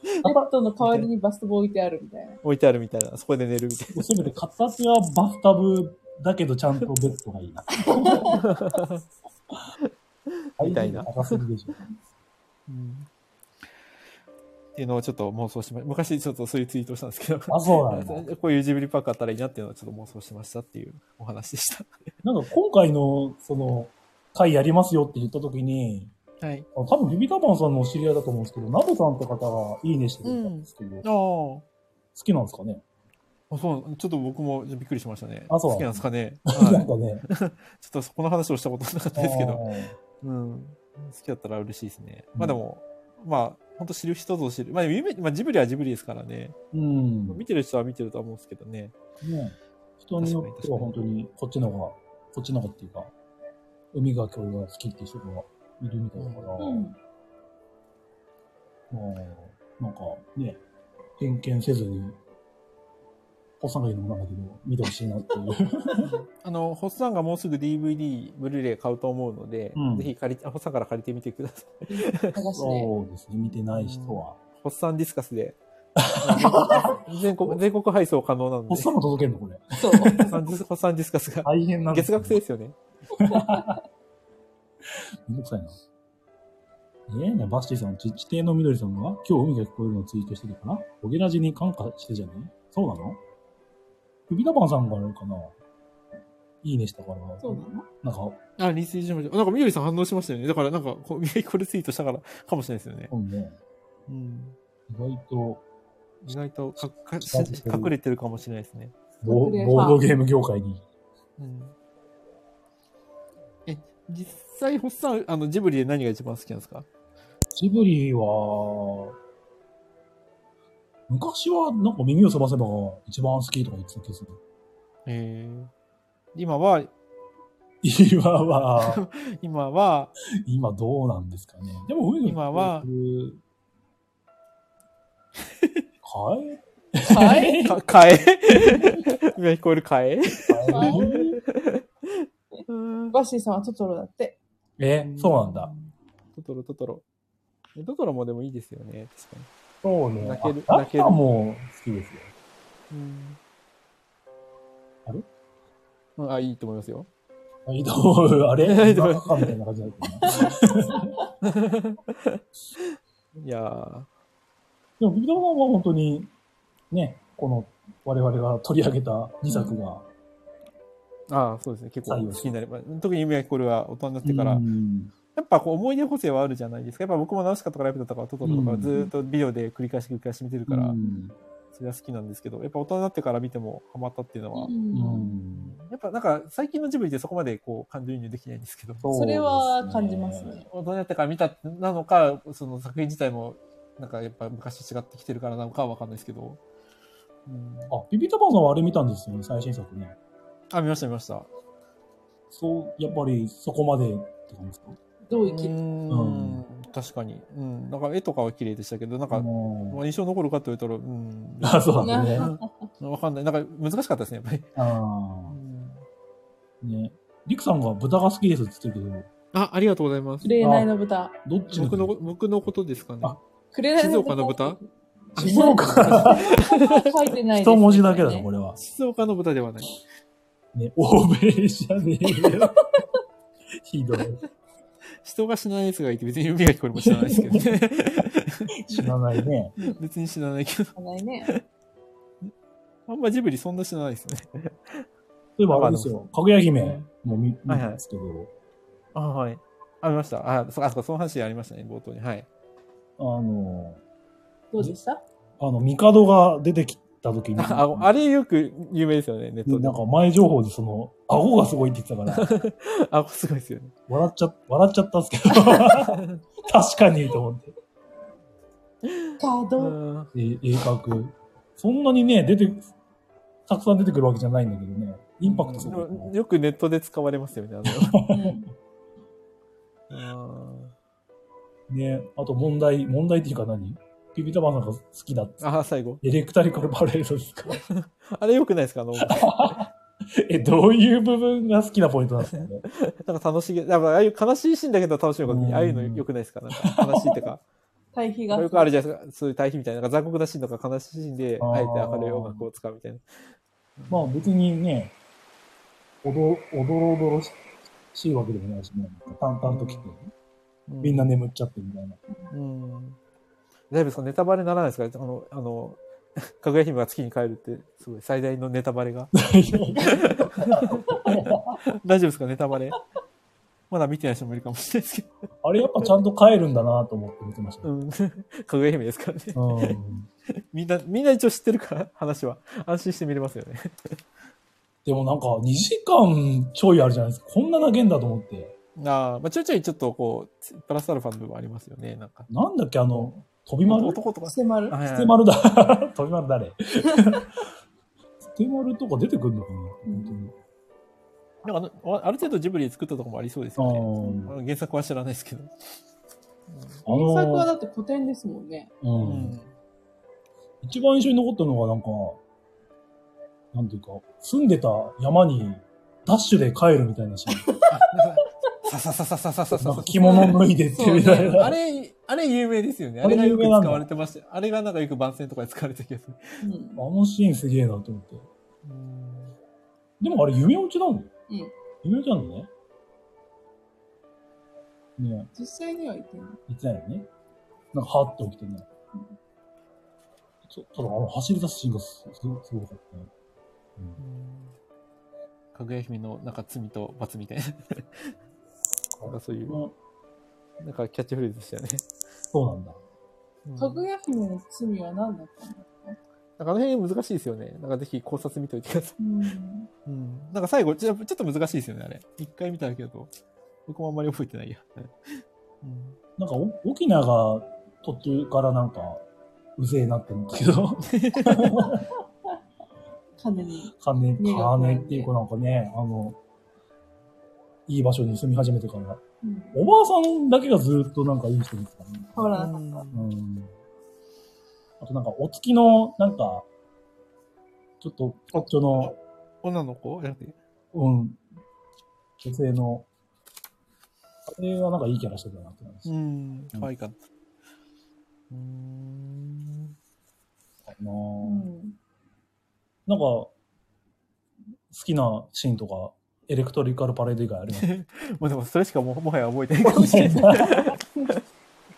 [SPEAKER 2] ベッドの代わりにバストボー置いてあるみたいな。
[SPEAKER 3] 置いてあるみたいな。そこで寝るみたい
[SPEAKER 1] せめて片手はバスタブだけどちゃんとベッドがいいな。
[SPEAKER 3] みたいな
[SPEAKER 1] 高すぎでしょ。
[SPEAKER 3] な。っていうのをちょっと妄想しま昔ちょっとそういうツイートをしたんですけど。
[SPEAKER 1] あ、そうなんだ。
[SPEAKER 3] こういうジブリパークあったらいいなっていうのはちょっと妄想してましたっていうお話でし
[SPEAKER 1] なんか今回の、その、会やりますよって言った時に、
[SPEAKER 3] た。はい。
[SPEAKER 1] あ多分ビビタパンさんのお知り合いだと思うんですけど、ナブさんって方がいいねしてくれたんですけど、好
[SPEAKER 3] ああ。
[SPEAKER 1] きなんですかね、
[SPEAKER 3] あそう、ちょっと僕もびっくりしましたね。
[SPEAKER 1] あそう
[SPEAKER 3] 好きなんですかね。
[SPEAKER 1] な
[SPEAKER 3] は
[SPEAKER 1] ん
[SPEAKER 3] い。
[SPEAKER 1] かね。
[SPEAKER 3] ちょっとこの話をしたことなかったですけど。
[SPEAKER 1] あー
[SPEAKER 3] うん。好きだったら嬉しいですね。
[SPEAKER 1] うん
[SPEAKER 3] まあでも、まあ、本当知る人ぞ知る。まあ、夢まあ、ジブリはジブリですからね。
[SPEAKER 1] うん。ね
[SPEAKER 3] 見てる人は見てるとは思うんですけどね。
[SPEAKER 1] 人によっては本当に、こっちの方が、こっちの方がっていうか、海が今日が好きっていう人がいるみたいだから、
[SPEAKER 2] うん。
[SPEAKER 1] まあなんかね、偏見せずに、おっさんが言うのもなんだけど、見てほしいなって いう。
[SPEAKER 3] あの、ホッサンがもうすぐ DVD、ブルーレイ買うと思うので、
[SPEAKER 1] うん
[SPEAKER 3] ぜひ借りて、ホッサンから借りてみてください。
[SPEAKER 2] 探しね。
[SPEAKER 1] そうですね、見てない人は。
[SPEAKER 3] ホッサンディスカス で。全国、全国配送可能なので。
[SPEAKER 1] おっさんも届けるのこれ。
[SPEAKER 2] そう。
[SPEAKER 3] ホッサンディスホッサンディスカスが。
[SPEAKER 1] 大変なんです
[SPEAKER 3] 月
[SPEAKER 1] よ
[SPEAKER 3] 額制ですよね。
[SPEAKER 1] めんどくさいな。ええね、バスティさん、ち地底の緑さんが、今日海が聞こえるのをツイートしてたかなオゲラジに感化してじゃねそうなの首ダバンさんがあるかないいねしたから、
[SPEAKER 2] そうなの
[SPEAKER 1] なんか、
[SPEAKER 3] あ、リツイートしました。なんか、みよりさん反応しましたよね。だから、なんか、こうみよりこれツイートしたから、かもしれないですよね。
[SPEAKER 1] 本ね、
[SPEAKER 3] うん。
[SPEAKER 1] 意外と
[SPEAKER 3] 意外とかかし隠れてるかもしれないですね。
[SPEAKER 1] ボ、
[SPEAKER 2] 隠れファン
[SPEAKER 1] ボードゲーム業界に。
[SPEAKER 3] うん。え、実際、ホッサン、あの、ジブリで何が一番好きなんですか
[SPEAKER 1] ジブリは、昔はなんか耳を澄ませば一番好きとか言ってたけど、
[SPEAKER 3] えー、今は、
[SPEAKER 1] 今 は、
[SPEAKER 3] 今は、
[SPEAKER 1] 今どうなんですかね。でも海が
[SPEAKER 3] 今は
[SPEAKER 1] 聞こえる、変え
[SPEAKER 2] はい。
[SPEAKER 3] か、かえ 今聞こえるかえ
[SPEAKER 2] バッシーさんはトトロだって。
[SPEAKER 1] え、そうなんだ。。
[SPEAKER 3] トトロ、トトロ。えトトロもでもいいですよね、確か
[SPEAKER 1] そうね
[SPEAKER 3] 泣ける
[SPEAKER 1] あラ
[SPEAKER 3] 泣
[SPEAKER 1] ピ
[SPEAKER 3] け
[SPEAKER 1] ュ
[SPEAKER 3] る
[SPEAKER 1] タも好きですよ。
[SPEAKER 3] に。うん。
[SPEAKER 1] あれ
[SPEAKER 3] うんあ、いいと思いますよ。
[SPEAKER 1] あいいと思うあれ
[SPEAKER 3] いいと思う
[SPEAKER 1] バカみたいな感じだったな。
[SPEAKER 3] いやー、
[SPEAKER 1] でも、ビビタマンは本当に、ね、この、我々が取り上げた2作が、
[SPEAKER 3] ああ、そうですね。結構
[SPEAKER 1] 最後
[SPEAKER 3] 好きになります。特に夢が聞こえるは大人になってから、
[SPEAKER 1] うん
[SPEAKER 3] やっぱこう思い出補正はあるじゃないですか。やっぱ僕もナウシカとかライブだとかトトロとか
[SPEAKER 1] うん
[SPEAKER 3] ずーっとビデオで繰り返し繰り返し見てるから、
[SPEAKER 1] うん
[SPEAKER 3] それは好きなんですけど、やっぱ大人になってから見てもハマったっていうのは、
[SPEAKER 1] うん
[SPEAKER 3] やっぱなんか最近のジブリでそこまでこう感情移入できないんですけど、
[SPEAKER 1] う
[SPEAKER 2] それは感じますね。
[SPEAKER 3] 大人になってから見たなのか、その作品自体もなんかやっぱ昔と違ってきてるからなのかはわかんないですけど、うん、
[SPEAKER 1] あ、ビビタマンさんはあれ見たんですよね、最新作ね。
[SPEAKER 3] あ、見ました見ました。
[SPEAKER 1] そう、やっぱりそこまでって感じですか
[SPEAKER 2] どう
[SPEAKER 3] う
[SPEAKER 2] 生きる
[SPEAKER 3] ん、確かに。うん、なんか絵とかは綺麗でしたけど、なんか、
[SPEAKER 1] うん
[SPEAKER 3] まあ、印象残るかと言ったら、うん、
[SPEAKER 1] あ、そうなんだね。
[SPEAKER 3] わかんない。なんか難しかったですね、やっぱり。
[SPEAKER 1] あーね。リクさんが豚が好きですって言ってる
[SPEAKER 3] あ、ありがとうございます。
[SPEAKER 2] 紅の豚。
[SPEAKER 1] けど、どっち
[SPEAKER 3] 僕の、 僕のことですかね。
[SPEAKER 1] あ
[SPEAKER 2] 紅
[SPEAKER 3] 静岡の豚
[SPEAKER 1] 静岡
[SPEAKER 2] 書いてないです
[SPEAKER 1] 一文字だけ だな、これは。
[SPEAKER 3] 静岡の豚ではない。
[SPEAKER 1] ね、欧米じゃねえよ。 ひどい。
[SPEAKER 3] 人が死なない奴がいて、別に海が聞こえるも知らないですけど ね。
[SPEAKER 1] 知らないね。
[SPEAKER 3] 別に死なないけど。
[SPEAKER 2] 書かないね。
[SPEAKER 3] あんまジブリそんな死なないですね。
[SPEAKER 1] 例えばあれですよ、かぐや姫も見見た
[SPEAKER 3] はいはい
[SPEAKER 1] んですけど、
[SPEAKER 3] あ、はい。ありました。あ、そうか、そうかその話ありましたね、冒頭に。はい。
[SPEAKER 1] あの、
[SPEAKER 2] どうでした
[SPEAKER 1] あの、帝が出てきた時に、
[SPEAKER 3] ああれよく有名ですよね、ネット
[SPEAKER 1] な
[SPEAKER 3] で
[SPEAKER 1] ん。か前情報でその、顎がすごいって言ってたから、
[SPEAKER 3] あ、すごいですよね。
[SPEAKER 1] 笑っちゃ、笑っちゃったん ですけど、確かにと思って。
[SPEAKER 2] か
[SPEAKER 3] う
[SPEAKER 2] どう。
[SPEAKER 3] ん
[SPEAKER 1] え鋭角。そんなにね、出て、たくさん出てくるわけじゃないんだけどね、インパクトすごい。
[SPEAKER 3] よくネットで使われますよ ね、
[SPEAKER 2] うん
[SPEAKER 3] あの。
[SPEAKER 1] ね、あと問題、問題っていうか何ピピタマンさんが好きだっつ
[SPEAKER 3] あ、最後。
[SPEAKER 1] エレクタリカルパレードですか
[SPEAKER 3] あれ良くないですかあの、
[SPEAKER 1] え、どういう部分が好きなポイントなんですか ね
[SPEAKER 3] なんか楽しげ、なんかああいう悲しいシーンだけど楽しいの
[SPEAKER 1] うん
[SPEAKER 3] か、ああいうの良くないですかなんか悲しいっ てか。
[SPEAKER 2] 対比が。
[SPEAKER 3] よくあるじゃないですか。そういう対比みたいな、なんか残酷なシーンとか悲しいシーンで、
[SPEAKER 1] あー
[SPEAKER 3] あえて明るい音楽を使うみたいな。
[SPEAKER 1] まあ別にね、おど、おどろおどろしいわけでもないしね、淡々と来て、みんな眠っちゃってみたいな。
[SPEAKER 3] うん。うん。大丈夫ですかネタバレならないですかあの、あの、 かぐや姫が月に帰るって、すごい最大のネタバレが。 大丈夫ですかネタバレ。まだ見てない人もいるかもしれないですけ
[SPEAKER 1] あれやっぱちゃんと帰るんだなと思って見てました
[SPEAKER 3] ど。
[SPEAKER 1] ね。
[SPEAKER 3] うん。かぐや姫ですからね。
[SPEAKER 1] うん。
[SPEAKER 3] みんな、みんな一応知ってるから、話は。安心して見れますよね。
[SPEAKER 1] でもなんか2時間ちょいあるじゃないですか。こんな投げんだと思って。
[SPEAKER 3] ああ、まあ、ちょいちょいちょっとこう、プラスアルファの部分ありますよね、なんか。
[SPEAKER 1] なんだっけ、あの、飛び丸
[SPEAKER 3] 男とか。
[SPEAKER 2] 迫る。
[SPEAKER 3] はい
[SPEAKER 1] ス
[SPEAKER 3] は
[SPEAKER 1] テ
[SPEAKER 3] い
[SPEAKER 1] マルだ。 飛び丸誰ステマルとか出てくるのかな本
[SPEAKER 3] なんかあのある程度ジブリで作ったとこもありそうです
[SPEAKER 1] 当
[SPEAKER 3] よ
[SPEAKER 1] に。
[SPEAKER 3] ね。
[SPEAKER 1] うん
[SPEAKER 3] あの原作は知らないですけど。
[SPEAKER 1] あの
[SPEAKER 2] 原作はだって古典ですもんね。
[SPEAKER 3] う
[SPEAKER 1] うん
[SPEAKER 3] ん。
[SPEAKER 1] 一番印象に残ったのがなんか、なんていうか、住んでた山にダッシュで帰るみたいなシーン。
[SPEAKER 3] あなんかさささささささ
[SPEAKER 1] なん
[SPEAKER 3] さ
[SPEAKER 1] か。着物脱いでっ
[SPEAKER 3] そ
[SPEAKER 1] て
[SPEAKER 3] う
[SPEAKER 1] み
[SPEAKER 3] ね
[SPEAKER 1] たいな。
[SPEAKER 3] あれ、あれ有名ですよね。
[SPEAKER 1] あ
[SPEAKER 3] あ
[SPEAKER 1] れ
[SPEAKER 3] れが
[SPEAKER 1] 有
[SPEAKER 3] よく
[SPEAKER 1] 名
[SPEAKER 3] 使
[SPEAKER 1] なんだ
[SPEAKER 3] われてました。あれがなんかよく番宣とかで使われてる気がする。
[SPEAKER 2] うん
[SPEAKER 1] あ。のシーンすげえなと思って。
[SPEAKER 3] うん
[SPEAKER 1] でもあれ弓落ちなのうん。
[SPEAKER 2] ん
[SPEAKER 1] 弓落ちなのね。ね
[SPEAKER 2] 実際には言ってない。
[SPEAKER 1] 言ってないよね。なんか、はーって起きてね。そうただ、あの、走り出すシーンがすすごすごかったね。
[SPEAKER 3] かぐや姫のなんか罪と罰みたいな。なんかそういう、
[SPEAKER 1] まあ
[SPEAKER 3] なんかキャッチフレーズでしたよね。
[SPEAKER 1] そうなんだ。
[SPEAKER 3] うん
[SPEAKER 2] かぐや姫の罪は何だったの
[SPEAKER 3] なんかあの辺難しいですよね。なんかぜひ考察見ておいてください。
[SPEAKER 2] うん。
[SPEAKER 3] うん。なんか最後、ちょちょっと難しいですよね、あれ。一回見ただけだと。僕もあんまり覚えてないや。うん
[SPEAKER 1] なんかお、沖縄が途中からなんか、うぜえなって思ったけど、
[SPEAKER 2] 金に。
[SPEAKER 1] 金、
[SPEAKER 2] 目が不安で
[SPEAKER 1] 金っていうかなんかね、あの、いい場所に住み始めてから、
[SPEAKER 2] うん。
[SPEAKER 1] おばあさんだけがずっとなんかいい人ですからね。
[SPEAKER 2] 変わらなかっ
[SPEAKER 3] う
[SPEAKER 1] うん。あとなんか、お月の、なんか、ちょっと、おっちょの、
[SPEAKER 3] 女の子じゃなくて。
[SPEAKER 1] うん、女性の、あれはなんかいいキャラしてたなって思います。
[SPEAKER 3] うん。可愛かった。うん。
[SPEAKER 1] あ
[SPEAKER 2] た。う
[SPEAKER 1] のー
[SPEAKER 2] ん。
[SPEAKER 1] なんか、好きなシーンとか、エレクトリカルパレード以外あります
[SPEAKER 3] まあでもそれしかももはや覚えてないかもし れない。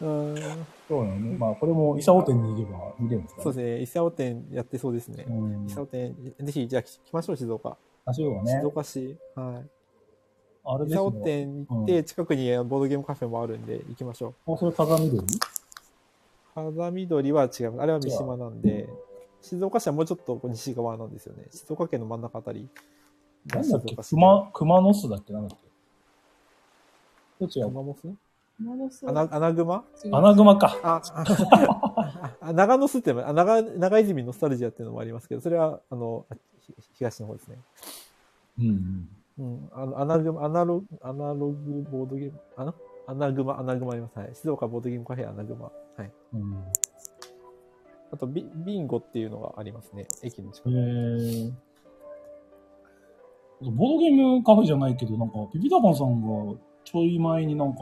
[SPEAKER 3] うん
[SPEAKER 1] そうなのね。まあ、これも、伊佐オ店に行けば見れるんですか、ね、
[SPEAKER 3] そうですね。伊勢尾店やってそうですね。
[SPEAKER 1] うん
[SPEAKER 3] 伊。勢尾店、ぜひじゃあ来来ましょう、静岡。
[SPEAKER 1] あ、そうだね
[SPEAKER 3] 静。岡市。はい。
[SPEAKER 1] あれ
[SPEAKER 3] 伊
[SPEAKER 1] で
[SPEAKER 3] 佐
[SPEAKER 1] す
[SPEAKER 3] 尾
[SPEAKER 1] ね。
[SPEAKER 3] 店行って、近くにあのボードゲームカフェもあるんで、行きましょ
[SPEAKER 1] あ、それ風見る
[SPEAKER 3] う。花緑は違う。あれは三島なんで、静岡市はもうちょっとこう西側なんですよね。静岡県の真ん中あたり。
[SPEAKER 1] なんだっけ
[SPEAKER 3] 静岡市で
[SPEAKER 1] 熊、熊の巣だっけなんだっけどっちが
[SPEAKER 3] 熊本
[SPEAKER 2] ものすごい。
[SPEAKER 3] 穴穴熊
[SPEAKER 2] 違う
[SPEAKER 1] アナグマか。
[SPEAKER 3] あ、あ長野巣ってのも、あ長長泉ノスタルジアっていうのもありますけど、それは、あの、ひ東の方ですね。
[SPEAKER 1] うんうん。
[SPEAKER 3] うん、あのアナグマ、アナログ、アナログボードゲーム、あなアナグマ、アナグマあります。はい。静岡ボードゲームカフェ、アナグマ。はい。
[SPEAKER 1] うん
[SPEAKER 3] あとビ、ビンゴっていうのがありますね。駅の近
[SPEAKER 1] へ
[SPEAKER 3] く。
[SPEAKER 1] ーボードゲームカフェじゃないけど、なんか、ピピタパンさんがちょい前になんか、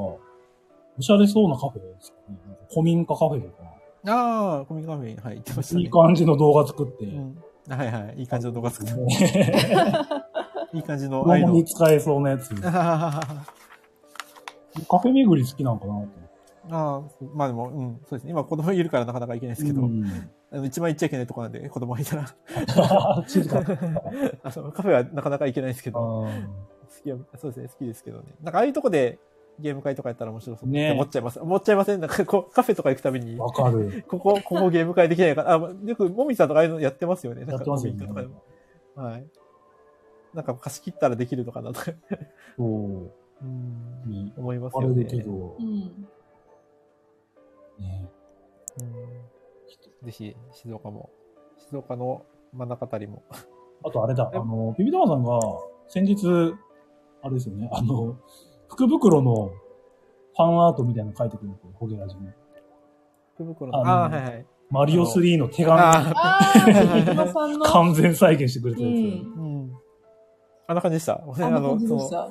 [SPEAKER 1] おしゃれそうなカフェですかね。なんか古民家カフェとか、
[SPEAKER 3] ああ、コミカフェに、はい、行ってましたね。
[SPEAKER 1] いい感じの動画作って、
[SPEAKER 3] うん。はいはい。いい感じの動画作って。 いい感じ
[SPEAKER 1] 子
[SPEAKER 3] の愛
[SPEAKER 1] 供
[SPEAKER 3] の
[SPEAKER 1] に。使えそうなやつ。
[SPEAKER 3] あはははは
[SPEAKER 1] カフェ巡り好きなんかなと思って。
[SPEAKER 3] ああ、そうまあでも、うん、そうですね。今子供いるからなかなか行けないですけど、あの一番行っちゃいけないとこなんで、子供がいた ら。
[SPEAKER 1] うん 静か。
[SPEAKER 3] あのカフェはなかなか行けないですけ
[SPEAKER 1] あー
[SPEAKER 3] ど、好きは、そうですね、好きですけどね。なんかああいうとこでゲーム会とかやったら面白そうって
[SPEAKER 1] ね
[SPEAKER 3] 思っちゃいます。思っちゃいませんなんかこう、カフェとか行くたびに、
[SPEAKER 1] わかる。
[SPEAKER 3] ここ、ここゲーム会できないかな。あ、よく、もみさんとかああいうのやってますよね。な
[SPEAKER 1] やっ
[SPEAKER 3] んか
[SPEAKER 1] てますよね
[SPEAKER 3] コミックとかでも。はい。なんか貸し切ったらできるのかなとか、
[SPEAKER 1] そう。
[SPEAKER 3] うん、
[SPEAKER 1] ね
[SPEAKER 3] 思います
[SPEAKER 1] あ
[SPEAKER 3] よ
[SPEAKER 1] れ
[SPEAKER 3] ね。
[SPEAKER 1] だけど
[SPEAKER 2] う、ん。
[SPEAKER 1] ね
[SPEAKER 3] うんぜひ、静岡も、静岡の真ん中あたりも。
[SPEAKER 1] あとあれだ、あの、ビビタマさんが、先日、あれですよね、あの、福袋のファンアートみたいなの書いてくるんですよ、ホゲラジに。
[SPEAKER 3] 福袋
[SPEAKER 1] あ
[SPEAKER 3] の、
[SPEAKER 1] の
[SPEAKER 3] ああー、はいはい。
[SPEAKER 1] マリオ3の手紙
[SPEAKER 3] ああ、
[SPEAKER 2] ああ、飯島さんの。
[SPEAKER 1] 完全再現してくれ
[SPEAKER 2] う
[SPEAKER 1] たやつ。
[SPEAKER 2] ん。
[SPEAKER 3] うん。あんな感じでした。俺
[SPEAKER 2] あんな感じでし
[SPEAKER 3] そ
[SPEAKER 2] た。
[SPEAKER 3] の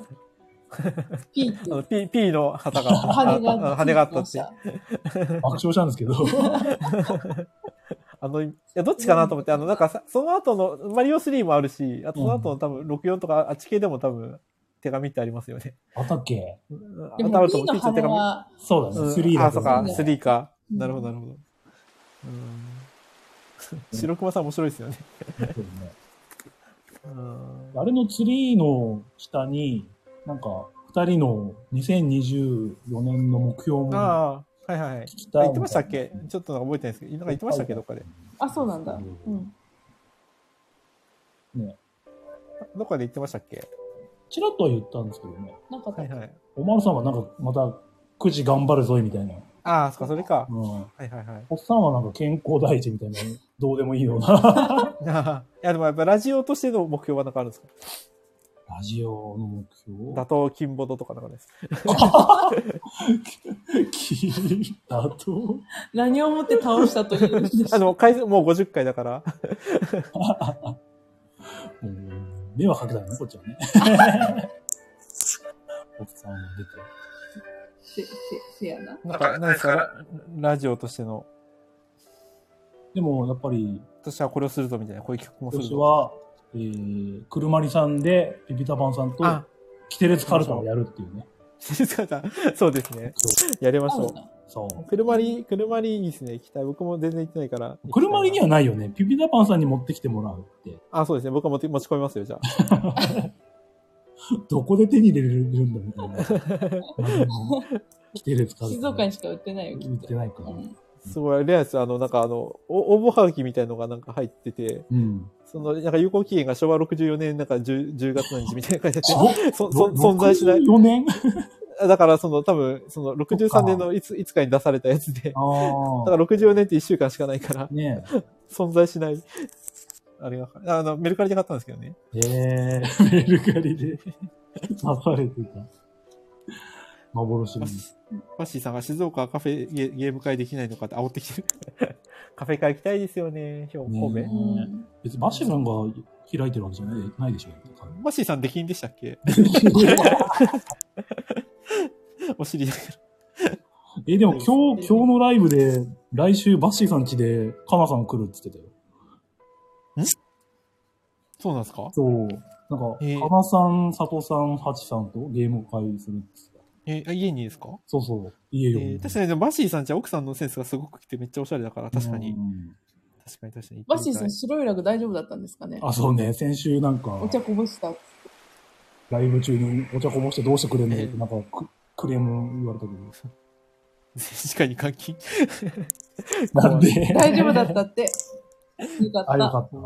[SPEAKER 2] ピーって
[SPEAKER 3] あ。 の、P、P の旗が、
[SPEAKER 2] 羽
[SPEAKER 3] あ
[SPEAKER 2] が。
[SPEAKER 3] 羽があったって。。
[SPEAKER 1] 爆笑したんですけど、
[SPEAKER 3] あの、いや、どっちかなと思って、あの、なんかさ、その後の、マリオ3もあるし、あとその後の多分、64とか、あっち系でも多分、手紙ってありますよね。
[SPEAKER 1] あったっけ
[SPEAKER 2] で
[SPEAKER 3] あとあ
[SPEAKER 2] も、
[SPEAKER 3] ると
[SPEAKER 2] ピー
[SPEAKER 3] 思う
[SPEAKER 2] の羽は、
[SPEAKER 1] そうだね、
[SPEAKER 3] 手紙。
[SPEAKER 1] 3
[SPEAKER 3] うん、あ、
[SPEAKER 1] だ
[SPEAKER 3] そ
[SPEAKER 1] と
[SPEAKER 3] う
[SPEAKER 1] 思
[SPEAKER 3] か
[SPEAKER 1] う、
[SPEAKER 3] 3か。
[SPEAKER 2] うん
[SPEAKER 3] なるほど、なるほど。うん。白熊さん面白いですよね。
[SPEAKER 1] そうだね
[SPEAKER 3] うん。
[SPEAKER 1] あれのツリーの下に、なんか、二人の2024年の目標も聞
[SPEAKER 3] ああ、はいはい。
[SPEAKER 1] き
[SPEAKER 3] あ
[SPEAKER 1] たい
[SPEAKER 3] 言ってましたっけちょっとなんか覚えてないですけど、なんか言ってましたっけどっかで。
[SPEAKER 2] あ、そうなんだ。うん。
[SPEAKER 3] どっかで言ってましたっけ
[SPEAKER 1] ちらっとは言ったんですけどね。
[SPEAKER 2] なんか、
[SPEAKER 3] はいはい。
[SPEAKER 1] おまるさんはなんか、また、9時頑張るぞいみたいな。
[SPEAKER 3] ああ、そっか、それか。
[SPEAKER 1] うん。
[SPEAKER 3] はいはいはい。
[SPEAKER 1] おっさんはなんか健康第一みたいな、どうでもいいような。
[SPEAKER 3] いや、でもやっぱラジオとしての目標はなんかあるんですか
[SPEAKER 1] ラジオの目標
[SPEAKER 3] 打倒金ボドとかなん かです。
[SPEAKER 1] 聞いたと
[SPEAKER 2] 何をもって倒したという
[SPEAKER 3] あの、回数、もう50回だから。
[SPEAKER 1] うん迷惑かけたよね、こっちはね。奥さんも出て。
[SPEAKER 2] せ、せ、せやな。
[SPEAKER 3] なんか、なんですかララジオとしての、
[SPEAKER 1] でも、やっぱり、
[SPEAKER 3] 私はこれをするぞみたいな、こういう企画もす
[SPEAKER 1] 今
[SPEAKER 3] る
[SPEAKER 1] 年
[SPEAKER 3] ぞ。
[SPEAKER 1] は、えー、くるまりさんで、ピピタパンさんと、
[SPEAKER 3] あ、
[SPEAKER 1] キテレツカルタをやるっていうね。
[SPEAKER 3] 静香さん、そうですね。やりまし
[SPEAKER 2] あ
[SPEAKER 3] ょ
[SPEAKER 2] る
[SPEAKER 3] う。
[SPEAKER 2] な。
[SPEAKER 1] そう。
[SPEAKER 3] 車に、車にいいですね。行きたい。僕も全然行ってないから。
[SPEAKER 1] 車には
[SPEAKER 3] は
[SPEAKER 1] ないよね。ピピタパンさんに持ってきてもらうって。
[SPEAKER 3] あ、そうですね。僕は持って持ち込みますよ、じゃあ。
[SPEAKER 1] どこで手に入れれるんだみたい な。キテレツカルタ。
[SPEAKER 2] 静岡にしか売ってないよ、き
[SPEAKER 1] 売っ
[SPEAKER 2] ってと。
[SPEAKER 1] ないから。
[SPEAKER 2] うん
[SPEAKER 3] すごい、レアです。あの、なんかあの、お応募はがきみたいのがなんか入ってて、
[SPEAKER 1] うん。
[SPEAKER 3] その、なんか有効期限が昭和64年、なんか 10, 10月何日みたいな感じで、 そそ
[SPEAKER 1] ろ
[SPEAKER 3] 存在しない。
[SPEAKER 1] 64年
[SPEAKER 3] だから、その、多分、その、
[SPEAKER 1] そっ
[SPEAKER 3] 63
[SPEAKER 1] か
[SPEAKER 3] 年のいつ、いつかに出されたやつで、だか
[SPEAKER 1] ああ。
[SPEAKER 3] ら64年って1週間しかないから、
[SPEAKER 1] ね
[SPEAKER 3] 存在しない。あれが、あの、メルカリで買ったんですけどね。
[SPEAKER 1] え。えー、メルカリで出されてた。幻の。
[SPEAKER 3] バッシーさんが静岡はカフェゲゲーム会できないのかって煽ってきてる。 カフェ会行きたいですよね、今日、神戸
[SPEAKER 1] ね。別にバッシーさんが開いてるわけじゃないないでしょ。
[SPEAKER 3] バッシーさん出禁でしたっけ お尻だけど。
[SPEAKER 1] え、でも今日、今日のライブで、来週バッシーさん家で、カナさん来るって言ってたよ。
[SPEAKER 3] そうなんですか
[SPEAKER 1] そう。なん
[SPEAKER 3] え
[SPEAKER 1] か、
[SPEAKER 3] ー
[SPEAKER 1] カナさん、佐藤さん、ハチさんとゲーム会するって言ってた。
[SPEAKER 3] えーあ家にですか、
[SPEAKER 1] そうそう。家
[SPEAKER 3] え
[SPEAKER 1] よ。
[SPEAKER 3] ー確かにでもバッシーさんじゃ奥さんのセンスがすごくきてめっちゃおしゃれだから、確か
[SPEAKER 1] う
[SPEAKER 3] に。
[SPEAKER 1] ん
[SPEAKER 3] 確かに確かに。
[SPEAKER 2] バッシーさん、
[SPEAKER 3] 行って
[SPEAKER 2] 白いラグ大丈夫だったんですかね
[SPEAKER 1] あ、そうね。先週なんか、
[SPEAKER 2] お茶こぼした。
[SPEAKER 1] ライブ中にお茶こぼしてどうしてくれんのって、なんかク、クレーム言われた け
[SPEAKER 3] みたい確かに監禁。
[SPEAKER 1] ど。なんで
[SPEAKER 2] 大丈夫だった って。よか
[SPEAKER 1] あ、
[SPEAKER 2] っ
[SPEAKER 1] よ
[SPEAKER 2] た。
[SPEAKER 1] かった。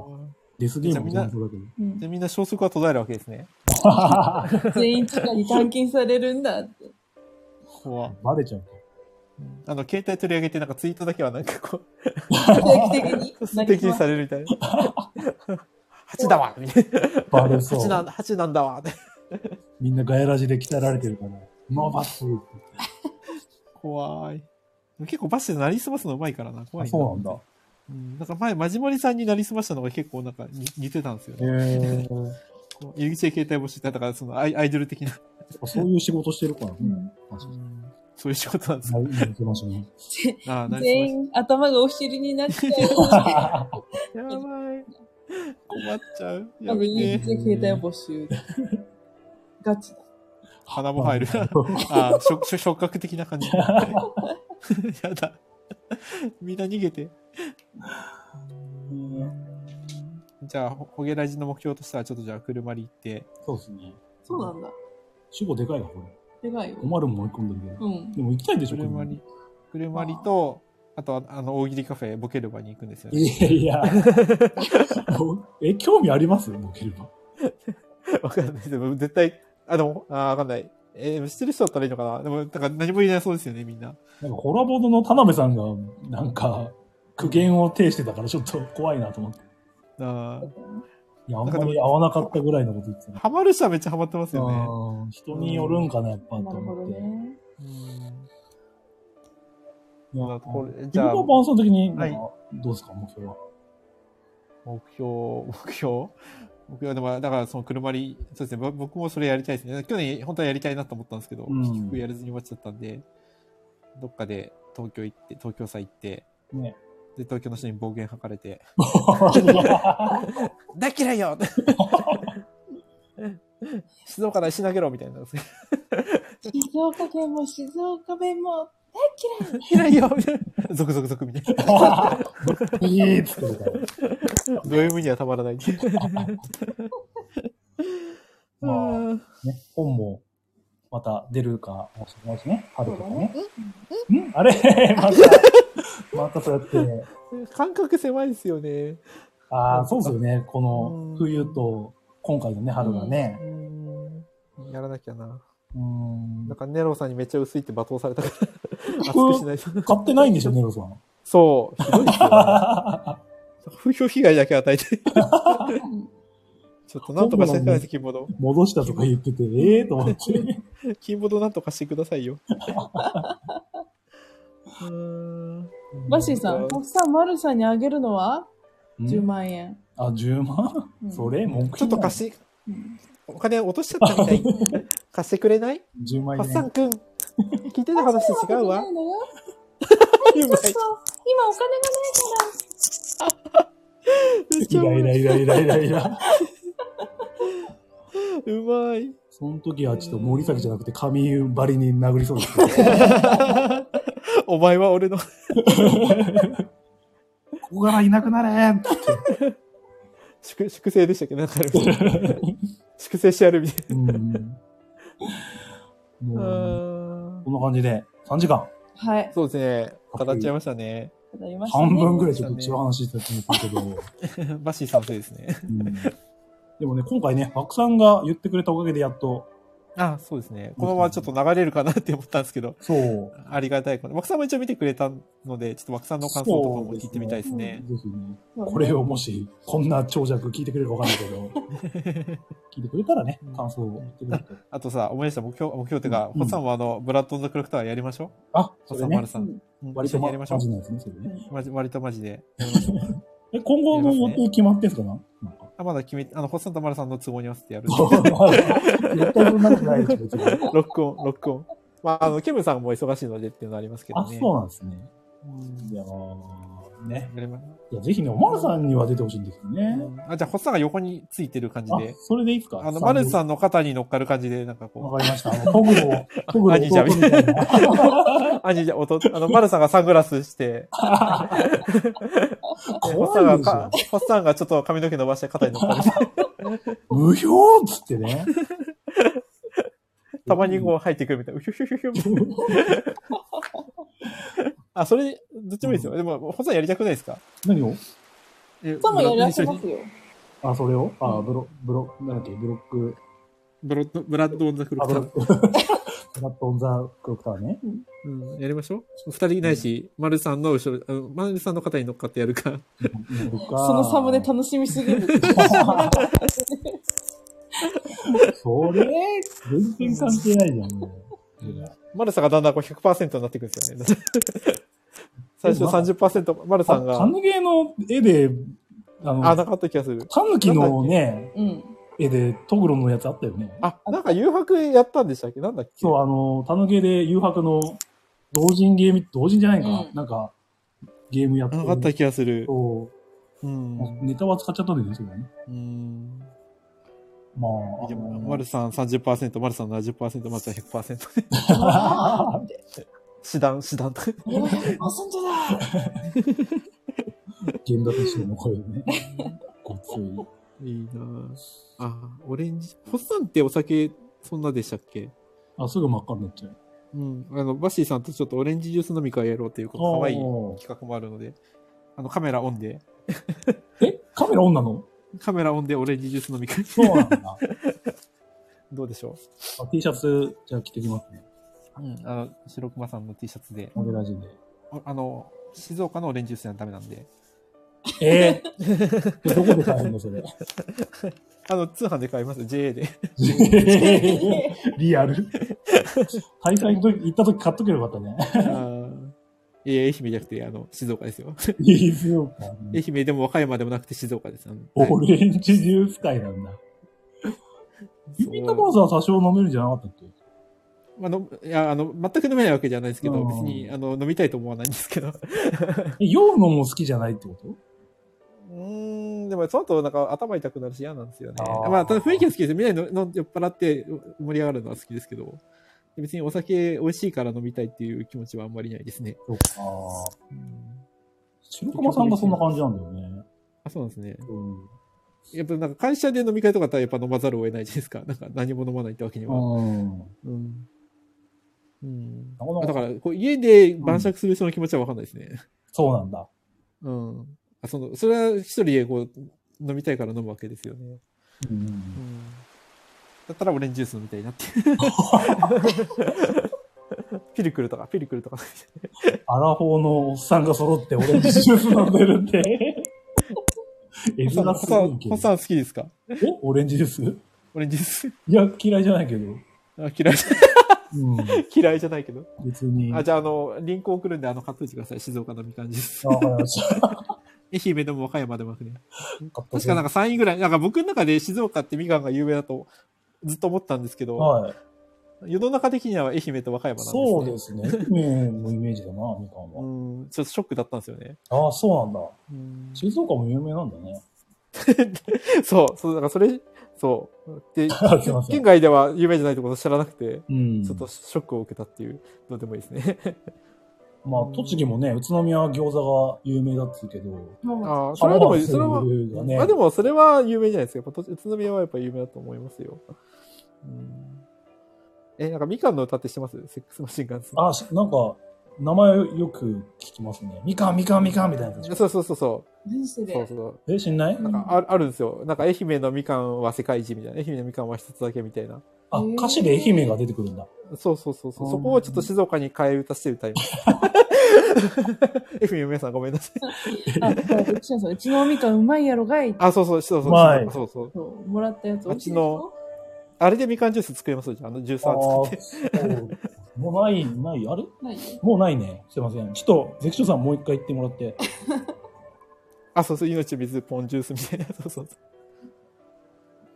[SPEAKER 1] デスゲームもそうだけど。
[SPEAKER 2] うん
[SPEAKER 3] で、みんな消息は途絶えるわけですね。
[SPEAKER 2] 全員地下に監禁されるん だって。
[SPEAKER 3] 怖っ
[SPEAKER 1] バレちゃうか。
[SPEAKER 3] うんあの、携帯取り上げてなんかツイートだけはなんかこ
[SPEAKER 2] 定期的に
[SPEAKER 3] う、。素敵にされるみたいな。8 だわみたいな。
[SPEAKER 1] バレそ
[SPEAKER 3] 8な
[SPEAKER 1] う。
[SPEAKER 3] ん八なんだわって
[SPEAKER 1] みんなガヤラジで鍛えられてるから、ノーバスって。
[SPEAKER 3] 怖い。結構バッシーさんなりすますの上手いからな、怖
[SPEAKER 1] あ
[SPEAKER 3] いな。
[SPEAKER 1] そうなんだ。
[SPEAKER 3] うん、なんか前、マジモリさんになりすましたのが結構なんかに似てたんですよね。
[SPEAKER 1] へー
[SPEAKER 3] こう入り口で携帯募集って、だからそのアイアイドル的な、
[SPEAKER 1] そういう仕事してるからね。
[SPEAKER 3] そういう仕事な んですか。
[SPEAKER 1] はい、今行きましょうね。
[SPEAKER 3] ああ、な
[SPEAKER 2] 全
[SPEAKER 3] り
[SPEAKER 2] 員頭がお尻になっ ちゃう。
[SPEAKER 3] すました。やばい。困っちゃう。や
[SPEAKER 2] 多
[SPEAKER 3] め
[SPEAKER 2] 分家
[SPEAKER 3] て。
[SPEAKER 2] で携帯募集。ガチだ。
[SPEAKER 3] 鼻も 入る。ああ、触触触覚的な感じ。 やだ。みんな逃げて。じゃあ、ほほげラジの目標としては、ちょっとじゃあ、車に行って。
[SPEAKER 1] そうですね。
[SPEAKER 2] そうなんだ。
[SPEAKER 1] 主語でかいわ、これ。
[SPEAKER 2] でかいよ。
[SPEAKER 1] 困るも追い込んでるけど。
[SPEAKER 2] うん。
[SPEAKER 1] でも行きたいでしょ、
[SPEAKER 3] 車に。車にと、あと、あの、大喜利カフェ、ボケルバに行くんですよね。
[SPEAKER 1] いやい や。え、興味ありますボケれば。
[SPEAKER 3] わかんないです。でも絶対、あ、でも、あ、わかんない。えー知ってる人だったらいいのかなでも、なんか何も言えないそうですよね、みんな。
[SPEAKER 1] なんかコラボの田辺さんが、なんか、苦言を呈してたからちょっと怖いなと思って。
[SPEAKER 3] あ
[SPEAKER 1] いや、あんまり合わなかったぐらいのこと言ってた
[SPEAKER 3] ー
[SPEAKER 1] ね。
[SPEAKER 3] ハマる人はめっちゃハマってますよね。
[SPEAKER 1] うん人によるんかな、やっぱ、と
[SPEAKER 2] なるほど
[SPEAKER 1] 思って。
[SPEAKER 2] ね。
[SPEAKER 1] いや
[SPEAKER 3] まあこれ
[SPEAKER 1] 自
[SPEAKER 3] じゃ
[SPEAKER 1] 分
[SPEAKER 3] あ
[SPEAKER 1] の伴奏的に、
[SPEAKER 3] はい
[SPEAKER 1] どうですか、目標は。
[SPEAKER 3] 目標、 目標目標でも、だからその車に、そうですね、ぼ僕もそれやりたいですね。去年本当はやりたいなと思ったんですけど、
[SPEAKER 1] うん
[SPEAKER 3] 結局やらずに終わっちゃったんで、どっかで東京行って、東京さ行って、
[SPEAKER 1] ね
[SPEAKER 3] で、東京の人に暴言吐かれて、
[SPEAKER 1] あ
[SPEAKER 3] 大嫌いよ 静岡だし投げろみたいな。
[SPEAKER 2] 静岡県も静岡弁も大嫌い。
[SPEAKER 3] 嫌いよみたいな。ゾクゾクゾクみたいな。
[SPEAKER 1] ーいいっつってたから。
[SPEAKER 3] ド M にはた まらない。
[SPEAKER 1] ま
[SPEAKER 3] うん
[SPEAKER 1] ね、本もまた出るかもしれないしね、春
[SPEAKER 2] そ
[SPEAKER 1] と
[SPEAKER 2] う
[SPEAKER 1] か
[SPEAKER 2] だ
[SPEAKER 1] ね
[SPEAKER 2] ね。。
[SPEAKER 1] んあれまた、またそうやって、
[SPEAKER 3] 感覚狭いですよね。
[SPEAKER 1] ああ、そうですよね、こ
[SPEAKER 3] う
[SPEAKER 1] の
[SPEAKER 3] ん
[SPEAKER 1] 冬と今回のね、春がね。
[SPEAKER 3] うんやらなきゃな。
[SPEAKER 1] うーん
[SPEAKER 3] なん。かネロさんにめっちゃ薄いって罵倒された から、熱くしないと。
[SPEAKER 1] 買ってないんでしょ、ネロさん。
[SPEAKER 3] そう、ひどいですよ、ね。風評被害だけ与えて。ちょっとなんとかしてくださいです、キーボード。
[SPEAKER 1] 戻したとか言ってて、ええと思って。
[SPEAKER 3] キーボードなんとかしてくださいよ。うーん。
[SPEAKER 2] バッシーさん、国産丸さんにあげるのは
[SPEAKER 1] うん
[SPEAKER 2] ?10 万円。
[SPEAKER 1] あ、10万、
[SPEAKER 2] うん
[SPEAKER 1] それ文句
[SPEAKER 3] ちょっと
[SPEAKER 1] か
[SPEAKER 3] 貸し、お金落としちゃったみたい。 貸してくれない
[SPEAKER 1] 10万
[SPEAKER 3] ハ
[SPEAKER 1] 円、
[SPEAKER 3] ッサン君、聞いてた話と違うわ
[SPEAKER 2] そ。んなこ
[SPEAKER 3] う
[SPEAKER 2] とない
[SPEAKER 3] まい
[SPEAKER 2] のよそう今お金がないから。
[SPEAKER 1] イライライライライライラ。
[SPEAKER 3] うま い。
[SPEAKER 1] その時はちょっと森崎じゃなくて上張りに殴りそうですけど。
[SPEAKER 3] お前は俺の。
[SPEAKER 5] ここからいなくなれって
[SPEAKER 3] 粛粛清でしたっけなんかある粛清してやるみたい
[SPEAKER 1] うん。
[SPEAKER 3] な。
[SPEAKER 1] もう、こんな感じで、3時間、
[SPEAKER 2] はい。
[SPEAKER 3] そうですね。語っちゃいましたね。
[SPEAKER 2] 語りましたね。
[SPEAKER 1] 半分ぐらいちょっと違う話してたんですけど、
[SPEAKER 3] バッシー賛成ですね。
[SPEAKER 1] うんでもね、今回ね、白さんが言ってくれたおかげでやっと、
[SPEAKER 3] あ、そうですね。このままちょっと流れるかなって思ったんですけど、
[SPEAKER 1] そう、
[SPEAKER 3] ありがたいこと。枠さんも一応見てくれたので、ちょっと枠さんの感想とかも聞いてみたいですね。
[SPEAKER 1] ぜひね、
[SPEAKER 2] そうね
[SPEAKER 1] これをもし、こんな長尺聞いてくれるかわかんないけど、聞いてくれたらね
[SPEAKER 3] うん、
[SPEAKER 1] 感想を言ってくれると。
[SPEAKER 3] あとさ、思い出した目標、目標っていうか、
[SPEAKER 1] うん
[SPEAKER 3] ホッサンもあの、ブラッドオンザクラクターやりましょう。
[SPEAKER 1] あ、
[SPEAKER 3] ホ
[SPEAKER 1] それ
[SPEAKER 3] ッサン、マ
[SPEAKER 1] ね
[SPEAKER 3] ル、さん。うん
[SPEAKER 1] 割
[SPEAKER 3] 一
[SPEAKER 1] と
[SPEAKER 3] 緒に
[SPEAKER 1] ま
[SPEAKER 3] やりましょ
[SPEAKER 1] マ
[SPEAKER 3] う
[SPEAKER 1] ジ。なやつね、それね。
[SPEAKER 3] マジ割とマジで。
[SPEAKER 1] え、今後の予定決まってんすかななんか
[SPEAKER 3] あまだ決め、あの、ホッサンとマルさんの都合に合わせてや る。
[SPEAKER 1] 絶対そんなことないでしょ、別に。
[SPEAKER 3] ロックオン、ロックオン。まあ、あの、ケムさんも忙しいのでっていうのはありますけ ど
[SPEAKER 1] あ、
[SPEAKER 3] ね。
[SPEAKER 1] そうなんですね。
[SPEAKER 3] うん
[SPEAKER 1] いやーね。
[SPEAKER 3] やりま
[SPEAKER 1] いや、ぜひね、おまるさんには出てほしいんですよね。
[SPEAKER 3] あ、じゃあ、ホッサンが横についてる感じ
[SPEAKER 1] あ
[SPEAKER 3] で、。
[SPEAKER 1] それでいいですか
[SPEAKER 3] あの、マルさ
[SPEAKER 1] ん。
[SPEAKER 3] んの肩に乗っかる感じで、なんかこ
[SPEAKER 1] わかりました。あの、トグ の、トグの
[SPEAKER 3] 兄ちゃん
[SPEAKER 1] 弟みたいな。
[SPEAKER 3] う、あ、じゃあ、おと、あの、マルさんがサングラスして、でホッサン
[SPEAKER 1] 怖い
[SPEAKER 3] が
[SPEAKER 1] でしょ
[SPEAKER 3] か、。ホッサンがちょっと髪の毛伸ばして肩に乗っかる。
[SPEAKER 1] 無表っつってね。
[SPEAKER 3] たまにこう入ってくるみたいな。うひゅひゅひゅひゅみたいな。あ、それ、どっちもいいですよ。でも、ホッサンやりたくないですか
[SPEAKER 1] 何を
[SPEAKER 3] え
[SPEAKER 2] 多分やりだせ
[SPEAKER 3] 一
[SPEAKER 2] ま
[SPEAKER 3] 緒に
[SPEAKER 2] すよ。
[SPEAKER 1] あ、それをあ、ブロ、ブロ、なんだっけ、ブロック、
[SPEAKER 3] ブロッド、ブラッドオンザクロ
[SPEAKER 1] あ、
[SPEAKER 3] ック
[SPEAKER 1] ブ
[SPEAKER 3] タ
[SPEAKER 1] ロ
[SPEAKER 3] ー
[SPEAKER 1] ッ ク、ブラッドオンザクロックターね。
[SPEAKER 3] うん、やりましょう。二人いないし、丸さんの後ろ、あの丸さんの肩に乗っかってやるか。
[SPEAKER 1] そ
[SPEAKER 2] そのサムで楽しみ すぎる。
[SPEAKER 1] それ、全然関係ないじゃん、もう。いや
[SPEAKER 3] 丸さんがだんだんこう100%になっていくんです よね。最初30%、丸さん
[SPEAKER 1] タ
[SPEAKER 3] が、
[SPEAKER 1] ヌゲの絵で、あ
[SPEAKER 3] あ、
[SPEAKER 1] の、
[SPEAKER 3] なかった気がする。
[SPEAKER 1] タヌキのね、
[SPEAKER 2] うん。
[SPEAKER 1] 絵で、トグロのやつあったよね。
[SPEAKER 3] あ、なんか誘惑やったんでしたっけなんだっけ
[SPEAKER 1] そう、あの、タヌゲで誘白の同人ゲーム、同人じゃないか、
[SPEAKER 2] うん
[SPEAKER 1] なんか、ゲームやって
[SPEAKER 3] なかった気がする。。
[SPEAKER 1] そううんネタは使っちゃったんだよね、それはね。
[SPEAKER 3] うん。
[SPEAKER 1] まあ、
[SPEAKER 3] でも丸さん30%、丸さん70%、丸さん100%。
[SPEAKER 2] あ
[SPEAKER 3] 死弾、死弾と。
[SPEAKER 2] 遊んじゃだ
[SPEAKER 1] 現場としての声でね。ごつ い。
[SPEAKER 3] いいなぁあ、オレンジ。ホッサンってお酒、そんなでしたっけ
[SPEAKER 1] あ、すぐ真っ赤になっちゃう。
[SPEAKER 3] うん。あの、バッシーさんとちょっとオレンジジュース飲み会やろうっていう、かわいい企画もあるので、あの、カメラオンで、
[SPEAKER 1] えカメラオンなの
[SPEAKER 3] カメラオンでオレンジジュース飲み会。
[SPEAKER 1] そうなんだ。あ
[SPEAKER 3] どうでしょ
[SPEAKER 1] T シャツ、じゃあ着てきますね。
[SPEAKER 3] ううん。あの、白熊さんの T シャツで、
[SPEAKER 1] モデラジで。
[SPEAKER 3] おあの、静岡のオレンジジュースじゃダメなんで、
[SPEAKER 1] ええどこで買えるのそ れ。
[SPEAKER 3] あの、通販で買います、JA で。
[SPEAKER 1] リアル。大会の時、行った時買っとけばよかったね。
[SPEAKER 3] あーいや、愛媛じゃなくて、あの、静岡ですよ。
[SPEAKER 1] いいよか。
[SPEAKER 3] 愛媛でも和歌山でもなくて静岡です。あの
[SPEAKER 1] オレンジジュース会なんだ。ビビットコースは多少飲めるんじゃなかったっけ
[SPEAKER 3] あの、いや、あの、全く飲めないわけじゃないですけど、
[SPEAKER 1] うん
[SPEAKER 3] 別に、あの、飲みたいと思わないんですけど。う
[SPEAKER 1] え酔うのも好きじゃないってこと
[SPEAKER 3] ーん、でも、その後、なんか、頭痛くなるし嫌なんですよね。
[SPEAKER 1] あー
[SPEAKER 3] まあ、ただ雰囲気は好きですよ。みんなにのの酔っ払って盛り上がるのは好きですけど、別にお酒美味しいから飲みたいっていう気持ちはあんまりないですね。
[SPEAKER 1] そうか。白駒さんがそんな感じなんだよね。
[SPEAKER 3] あ、そうなんですね。
[SPEAKER 1] うん。
[SPEAKER 3] やっぱ、なんか、会社で飲み会とかだったら、やっぱ飲まざるを得ないじゃないですか。なんか、何も飲まないってわけには。
[SPEAKER 1] うん。
[SPEAKER 3] うん。うん。
[SPEAKER 1] なかな
[SPEAKER 3] あ
[SPEAKER 1] か
[SPEAKER 3] だから、こう家で晩酌する人の気持ちはわかんないですね。
[SPEAKER 1] そうなんだ。
[SPEAKER 3] うん。あ、その、それは一人でこう、飲みたいから飲むわけですよね。
[SPEAKER 1] うん
[SPEAKER 3] うん。だったらオレンジジュース飲みたい なって。ピルクルとか、ピルクルとか。
[SPEAKER 1] アラフォーのおっさんが揃ってオレンジジュース飲んでるって。絵
[SPEAKER 3] ホさん、
[SPEAKER 1] 面
[SPEAKER 3] ホ
[SPEAKER 1] す
[SPEAKER 3] さ
[SPEAKER 1] ご
[SPEAKER 3] ん
[SPEAKER 1] いけ
[SPEAKER 3] ホ
[SPEAKER 1] ど。
[SPEAKER 3] さん好きですか
[SPEAKER 1] えオレンジですい
[SPEAKER 3] 俺実
[SPEAKER 1] や、嫌いじゃないけど。
[SPEAKER 3] あ嫌いじ
[SPEAKER 1] うん。
[SPEAKER 3] ゃ、嫌いじゃないけど。
[SPEAKER 1] 別に。
[SPEAKER 3] あ、
[SPEAKER 1] あ、
[SPEAKER 3] じゃあ、あの、リンク送るんで、あの、買っといてください。静岡のみかんです。
[SPEAKER 1] わかりました。
[SPEAKER 3] 愛媛でも和歌山でもなくね。 確
[SPEAKER 1] 確
[SPEAKER 3] かなんか3位ぐらい、なんか僕の中で静岡ってみかんが有名だとずっと思ったんですけど、
[SPEAKER 1] はい。
[SPEAKER 3] 世の中的には愛媛と和歌山なんです、
[SPEAKER 1] そう
[SPEAKER 3] ね。
[SPEAKER 1] ですね。麺のイメージだな、みかん
[SPEAKER 3] う
[SPEAKER 1] は。
[SPEAKER 3] ん、ちょっとショックだったんですよね。
[SPEAKER 1] ああ、そうなんだ。
[SPEAKER 3] うん
[SPEAKER 1] 静岡も有名なんだね。
[SPEAKER 3] そう、そう、だからそれ、そう。 で、
[SPEAKER 1] あすいません
[SPEAKER 3] 県外では有名じゃないってこと知らなくて、
[SPEAKER 1] うん。
[SPEAKER 3] ちょっとショックを受けたっていうのでもいいです ね。
[SPEAKER 1] まあ、栃木もね、宇都宮は餃子が有名だっつうけど、
[SPEAKER 2] も、
[SPEAKER 3] ああ、それはでも、それ
[SPEAKER 1] そういうのが
[SPEAKER 3] は、
[SPEAKER 1] ね
[SPEAKER 3] まあでもそれは有名じゃないですか。やっぱ宇都宮はやっぱ有名だと思いますよ。うんえ、なんかみかんの歌ってしてますセックスマシンガンズ。
[SPEAKER 1] あ、しなんか、名前よく聞きますね。みかん、みかん、みかんみたいな感じ。
[SPEAKER 3] そうそうそうそう
[SPEAKER 2] 何そ
[SPEAKER 3] う。そう
[SPEAKER 2] れ
[SPEAKER 3] そう。
[SPEAKER 1] え、知んない
[SPEAKER 3] なんかあるあるんですよ。なんか愛媛のみかんは世界一みたいな。愛媛のみかんは一つだけみたいな。
[SPEAKER 1] あ、歌詞で愛媛が出てくるんだ。
[SPEAKER 3] そうそうそうそう。
[SPEAKER 1] うん
[SPEAKER 3] そこをちょっと静岡に替え歌 して歌います。愛媛の皆さんごめんなさい。
[SPEAKER 2] あ、そう、うちのさんうちのみかんうまいやろがい。
[SPEAKER 3] あ、そうそう、そうそう。
[SPEAKER 1] うまい
[SPEAKER 3] そうそう。
[SPEAKER 2] そう、もらったやつ美味しいでしょ
[SPEAKER 3] あれでみかんジュース作れますよ。じゃあ、あのジュー
[SPEAKER 1] ああ
[SPEAKER 3] サー作って。
[SPEAKER 1] ー、そうもうない、ない、あれ
[SPEAKER 2] ない
[SPEAKER 1] もうないね。すいません。ちょっと、ゼクションさんもう一回言ってもらって。
[SPEAKER 3] あ、そうそう、命水ポンジュースみたいな。 そうそう。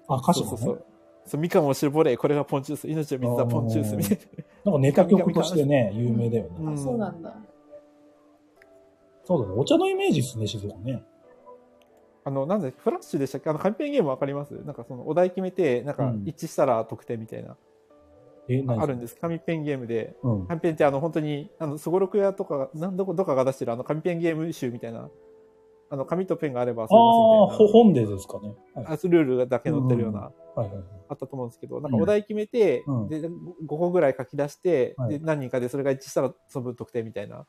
[SPEAKER 1] あ、歌詞
[SPEAKER 3] そう
[SPEAKER 1] も
[SPEAKER 3] そ
[SPEAKER 1] ね
[SPEAKER 3] う。そう、みかんを絞れ、これがポンジュース、命を水だ、ポンジュースみたい
[SPEAKER 1] なんかネタ曲としてね、有名だよ
[SPEAKER 3] な。
[SPEAKER 1] ね。
[SPEAKER 3] ん
[SPEAKER 2] そうなんだ。
[SPEAKER 1] そうだね。お茶のイメージですね、静岡ね。
[SPEAKER 3] あの、なんだっけフラッシュでしたっけあの、紙ペンゲームわかりますなんかその、お題決めて、なん
[SPEAKER 1] う
[SPEAKER 3] か
[SPEAKER 1] ん、
[SPEAKER 3] 一致したら得点みたいな、
[SPEAKER 1] え、何
[SPEAKER 3] あるんです。紙ペンゲームで、
[SPEAKER 1] うん。
[SPEAKER 3] 紙ペンってあの、本当に、あの、すごろく屋とか、なんどこ、どかが出してるあの、紙ペンゲーム集みたいな、あの、紙とペンがあれば遊
[SPEAKER 1] あ
[SPEAKER 3] べ
[SPEAKER 1] あ、
[SPEAKER 3] ま
[SPEAKER 1] ほ
[SPEAKER 3] すみたい
[SPEAKER 1] 本でですかね。はい
[SPEAKER 3] な。あ、ルールだけ載ってるような、
[SPEAKER 1] はいはいはい。
[SPEAKER 3] あったと思うんですけど、なんかお題決めて、
[SPEAKER 1] うん
[SPEAKER 3] で、5個ぐらい書き出して、
[SPEAKER 1] はい
[SPEAKER 3] で、何人かでそれが一致したら、その分得点みたいな。
[SPEAKER 1] あ、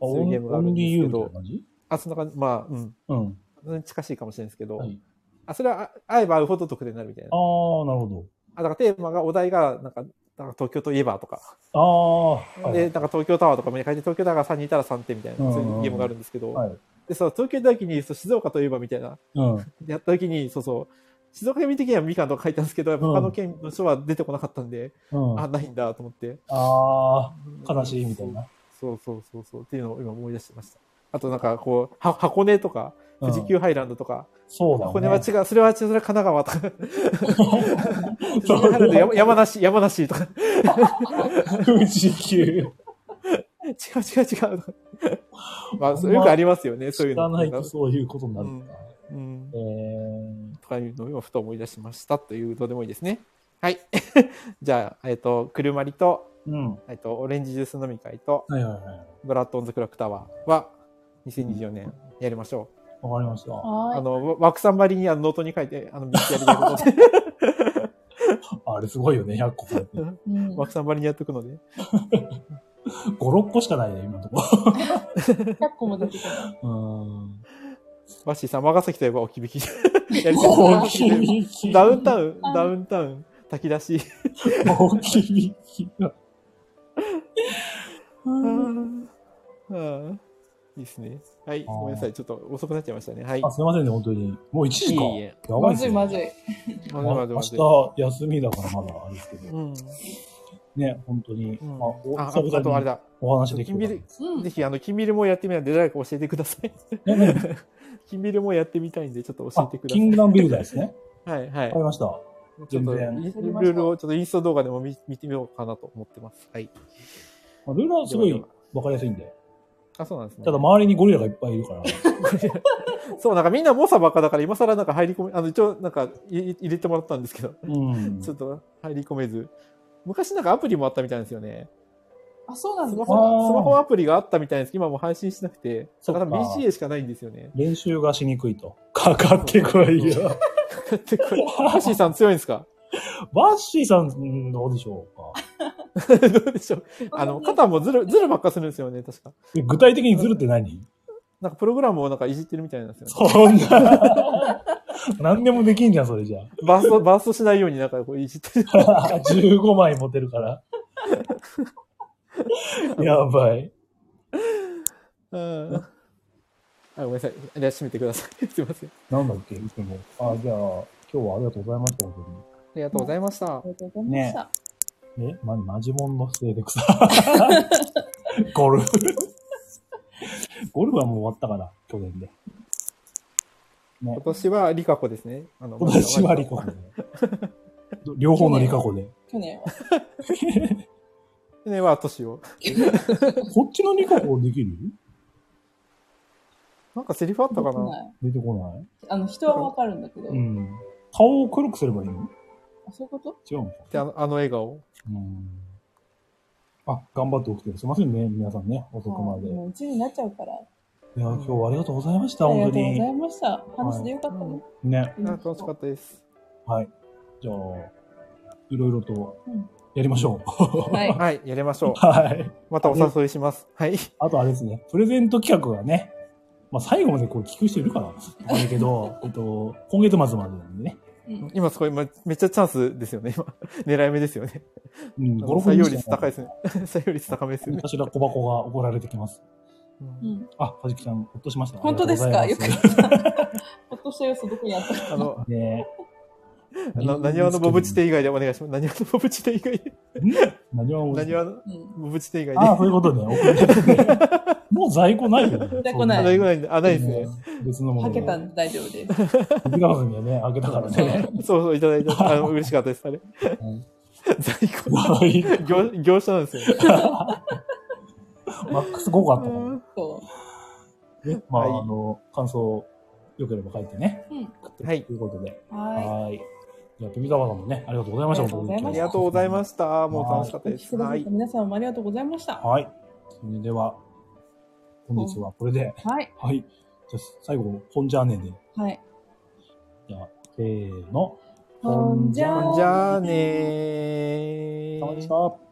[SPEAKER 3] そういうゲームが
[SPEAKER 1] オ
[SPEAKER 3] ある
[SPEAKER 1] ン
[SPEAKER 3] んで
[SPEAKER 1] リー
[SPEAKER 3] す
[SPEAKER 1] ユ
[SPEAKER 3] け
[SPEAKER 1] ーみ
[SPEAKER 3] ど
[SPEAKER 1] たいな感じ
[SPEAKER 3] あ、そんな感じ、まあ、うん。
[SPEAKER 1] うん。
[SPEAKER 3] うん近しいかもしれないですけど、
[SPEAKER 1] はい。
[SPEAKER 3] あそれはあ会えば会うほど得点になるみたいな。
[SPEAKER 1] ああ
[SPEAKER 3] あ、
[SPEAKER 1] なるほ
[SPEAKER 3] だからテーマが、お題が、なんか、なんか東京といえばとか、
[SPEAKER 1] ど。ああー、は
[SPEAKER 3] で、
[SPEAKER 1] い。
[SPEAKER 3] なんか東京タワーとかも書いて、東京タワーが3人いたら3点みたいな、
[SPEAKER 1] うん
[SPEAKER 3] そういうゲームがあるんですけど、
[SPEAKER 1] はい。
[SPEAKER 3] で、そう、東京行った時に、そう静岡といえばみたいな、
[SPEAKER 1] うん。
[SPEAKER 3] でやった時に、そうそう、静岡県民的にはみかんとか書いたんですけど、やっぱ他の県の人は出てこなかったんで、
[SPEAKER 1] うん。
[SPEAKER 3] あ、
[SPEAKER 1] あ
[SPEAKER 3] ないんだと思って。
[SPEAKER 1] あー、悲しいみたいな。
[SPEAKER 3] そうそうそうそう、っていうのを今思い出してました。あとなんか、こう、は箱根とか、
[SPEAKER 1] うん
[SPEAKER 3] 富士急ハイランドとか、
[SPEAKER 1] そうだね。
[SPEAKER 3] 箱根は違う、それは違う、それは神奈 川とか。
[SPEAKER 1] そう
[SPEAKER 3] 富士急ハイランド山山梨、山梨とか。
[SPEAKER 1] 富士急。
[SPEAKER 3] 違う違う違 う。まあ、そうよくありますよね、そういう
[SPEAKER 1] 知
[SPEAKER 3] の。
[SPEAKER 1] らないとそういうことになるんだ。
[SPEAKER 3] うん。
[SPEAKER 1] えー、
[SPEAKER 3] とかいうのを今ふと思い出しましたというどうでもいいですね。はい。 じゃあ、えっ、と、くるまりと、
[SPEAKER 1] うん。
[SPEAKER 3] えっ、と、オレンジジュース飲み会と、
[SPEAKER 1] はいはいはい。
[SPEAKER 3] ブラッドオンズクラックタワーは、2024年やりましょう。
[SPEAKER 1] わかりました。
[SPEAKER 3] あ
[SPEAKER 2] は
[SPEAKER 3] の、わ枠さんばりにあのノートに書いて、あの、道やりたいことで、
[SPEAKER 1] あれすごいよね、100個。5、
[SPEAKER 2] い。うん
[SPEAKER 3] 枠さんばりにやっとくので。
[SPEAKER 1] 6個しかないね、今のとこ
[SPEAKER 2] 100個も出てこない。
[SPEAKER 1] ろ。うん。
[SPEAKER 3] バッシーさん、長崎といえば置き引き。やり
[SPEAKER 1] 大
[SPEAKER 3] た
[SPEAKER 1] き
[SPEAKER 3] いこと。
[SPEAKER 1] い
[SPEAKER 3] ダウンタウン、ダウンタウン、炊き出し。
[SPEAKER 1] 大きいが。
[SPEAKER 3] うん うんいいですね。はい、ごめんなさい。ちょっと遅くなっちゃいましたね。はい。
[SPEAKER 1] あ、すいませんね、本当に。もう1時か。
[SPEAKER 3] いえいえ
[SPEAKER 1] やばい
[SPEAKER 2] ま
[SPEAKER 1] っす
[SPEAKER 2] ずい
[SPEAKER 1] ね
[SPEAKER 2] まずい。
[SPEAKER 3] ま
[SPEAKER 1] まあ明
[SPEAKER 3] ず
[SPEAKER 1] 日休みだからまだあれですけど。
[SPEAKER 3] うん。
[SPEAKER 1] ね、本当に。
[SPEAKER 3] うん
[SPEAKER 1] まあ、お
[SPEAKER 3] あ、あ
[SPEAKER 1] 久々に
[SPEAKER 3] あとあれだ。
[SPEAKER 1] お話でき
[SPEAKER 3] 金ビ
[SPEAKER 1] る
[SPEAKER 3] ル。
[SPEAKER 2] うん
[SPEAKER 3] ぜ。ひ、あの、金ビルもやってみたいんで、誰か教えてください。 金ビルもやってみたいんで、ちょっと教
[SPEAKER 1] あ
[SPEAKER 3] えて、くだ
[SPEAKER 1] キングダムビルダーですね。
[SPEAKER 3] さい。は
[SPEAKER 1] わ
[SPEAKER 3] い、はい
[SPEAKER 1] か。りました。
[SPEAKER 3] ちょっと、
[SPEAKER 1] 全然
[SPEAKER 3] ルールを、ちょっとインスト動画でも見見てみようかなと思ってます。はい。
[SPEAKER 1] まあルールはすご
[SPEAKER 3] ではいでは
[SPEAKER 1] わかりやすいんで。
[SPEAKER 3] あ、そうなんですね。
[SPEAKER 1] ただ周りにゴリラがいっぱいいるから。
[SPEAKER 3] そう、なんかみんなモサばっかだから、今更なんか入り込め、あの、一応なんかい入れてもらったんですけど、
[SPEAKER 1] うん。
[SPEAKER 3] ちょっと入り込めず。昔なんかアプリもあったみたいなんですよね。
[SPEAKER 2] あ、そうなん
[SPEAKER 3] ス
[SPEAKER 2] だ
[SPEAKER 3] マ。
[SPEAKER 1] あ
[SPEAKER 3] ホ、
[SPEAKER 1] ー
[SPEAKER 3] スマホアプリがあったみたいですけど、今もう配信しなくて、
[SPEAKER 1] そ
[SPEAKER 3] だ
[SPEAKER 1] っか
[SPEAKER 3] から BCA しかないんですよね。
[SPEAKER 1] 練習がしにくいと。かかってこいよ。
[SPEAKER 3] でこれハッシーさん強いんですか
[SPEAKER 1] バッシーさんうん、どうでしょうか。
[SPEAKER 3] どうでしょうあの、肩もずる、ずるばっかするんですよね、確か。
[SPEAKER 1] え具体的にズルって何
[SPEAKER 3] なんかプログラムをなんかいじってるみたいなんですよね。
[SPEAKER 1] そん な。何でもできんじゃん、それじゃ
[SPEAKER 3] バースト、バーストしないようになんかこういじってる。
[SPEAKER 1] あ。15枚 持てる から。やばい。
[SPEAKER 3] うんあ、ごめんなさい。 じゃあ閉めてください。すいません。あ
[SPEAKER 1] なんだっけいつも。あ、じゃあ、今日はありがとうございました、本
[SPEAKER 3] りがとうございました。
[SPEAKER 2] りがとうございました。
[SPEAKER 1] 当に。え、ま、マジモンのせいでくさ。 ゴルフ。 ゴルフはもう終わったから、去年で。
[SPEAKER 3] 今年はリカ子ですね。あの
[SPEAKER 1] 今年はリカ。 コで。両方のリカコで。
[SPEAKER 2] 去年は。
[SPEAKER 3] 去年は年を。
[SPEAKER 1] こっちのリカコできる
[SPEAKER 3] なんかセリフあったかな
[SPEAKER 2] ない
[SPEAKER 1] 出てこ
[SPEAKER 2] あの、人はわかるんだけど、
[SPEAKER 1] ないうん。顔を黒くすればいいの
[SPEAKER 2] あそういうこと
[SPEAKER 1] 違うのか。
[SPEAKER 3] であの、あの笑顔。
[SPEAKER 1] うん。あ、頑張って起きてる。すいませんね、皆さんね、遅くまで。い
[SPEAKER 2] もううちになっちゃうから。あ
[SPEAKER 1] や、今日はありがとうございました、
[SPEAKER 2] りが
[SPEAKER 1] 本当
[SPEAKER 2] とうござい
[SPEAKER 1] に。
[SPEAKER 2] ました。話でよかったね。
[SPEAKER 1] ね。
[SPEAKER 3] あ楽しかったです。
[SPEAKER 1] はい。じゃあ、いろいろと
[SPEAKER 2] うん
[SPEAKER 1] やりましょう。
[SPEAKER 2] はい。
[SPEAKER 3] はい、やりましょう。
[SPEAKER 1] はい。
[SPEAKER 3] またお誘いします。はい。
[SPEAKER 1] あとあれですね、プレゼント企画がね、まあ最後までこう聞く人いるかなわかんないけ ど、えっと、今月末までなんでね。
[SPEAKER 2] うん
[SPEAKER 3] 今すごい、まめっちゃチャンスですよね、今。狙い目ですよね。
[SPEAKER 1] うん、
[SPEAKER 3] あの採用率高いですね。 採用率高めですよね。
[SPEAKER 1] 私ら小箱が送られてきます。
[SPEAKER 2] うん
[SPEAKER 1] あ、はじきさん、ほっとしました。
[SPEAKER 2] 本当ですか
[SPEAKER 1] あり
[SPEAKER 2] よ
[SPEAKER 1] が
[SPEAKER 2] か
[SPEAKER 1] とうございま
[SPEAKER 2] った。ほっとした様子どこにあったか
[SPEAKER 3] あの、
[SPEAKER 1] ね
[SPEAKER 3] あの、何話のボブチテ以外でお願いします。何話のボブチテ以外 で。
[SPEAKER 1] 何は
[SPEAKER 3] 何話の
[SPEAKER 2] うん。
[SPEAKER 3] ボブチテ以外で。
[SPEAKER 1] ああ、そういうことね。送られてきてもう在庫ないよね。
[SPEAKER 2] 在庫ない
[SPEAKER 3] あ
[SPEAKER 1] そ
[SPEAKER 3] ない
[SPEAKER 1] ん
[SPEAKER 3] ぐらいで、あ、ないですね。。
[SPEAKER 1] 別のもの
[SPEAKER 2] は
[SPEAKER 1] で。
[SPEAKER 2] けたんで大丈夫です。
[SPEAKER 1] ビラフにはね、開けたからね。
[SPEAKER 3] そうそう、いただいた。あの、嬉しかったです、あれ。在庫。
[SPEAKER 1] はい
[SPEAKER 3] 業業者なんですよ。
[SPEAKER 1] マックス5個あったからね。
[SPEAKER 2] そ
[SPEAKER 1] ま
[SPEAKER 3] は
[SPEAKER 1] あ、
[SPEAKER 3] い
[SPEAKER 1] あの、感想、よければ書いてね。
[SPEAKER 2] うん
[SPEAKER 3] はい
[SPEAKER 1] ということで。
[SPEAKER 2] う。は
[SPEAKER 1] はーい。じゃあ、富澤さんもね、ありがとうございました。
[SPEAKER 2] ありがとうございま
[SPEAKER 3] あり
[SPEAKER 2] した
[SPEAKER 3] がとうございました。もう楽しかっ
[SPEAKER 2] い。
[SPEAKER 3] た
[SPEAKER 2] お
[SPEAKER 3] で
[SPEAKER 2] 聞き
[SPEAKER 3] す。
[SPEAKER 2] くださ
[SPEAKER 3] は
[SPEAKER 2] っ
[SPEAKER 3] い
[SPEAKER 2] た。皆さんもありがとうございました。
[SPEAKER 1] はい。それでは、本日はこれで、
[SPEAKER 2] はい。
[SPEAKER 1] はい。じゃあ、最後、本ジャーネで。
[SPEAKER 2] はい。
[SPEAKER 1] じゃあ、せーの。
[SPEAKER 2] ほんじゃ
[SPEAKER 3] じゃあねー。
[SPEAKER 1] たまでした。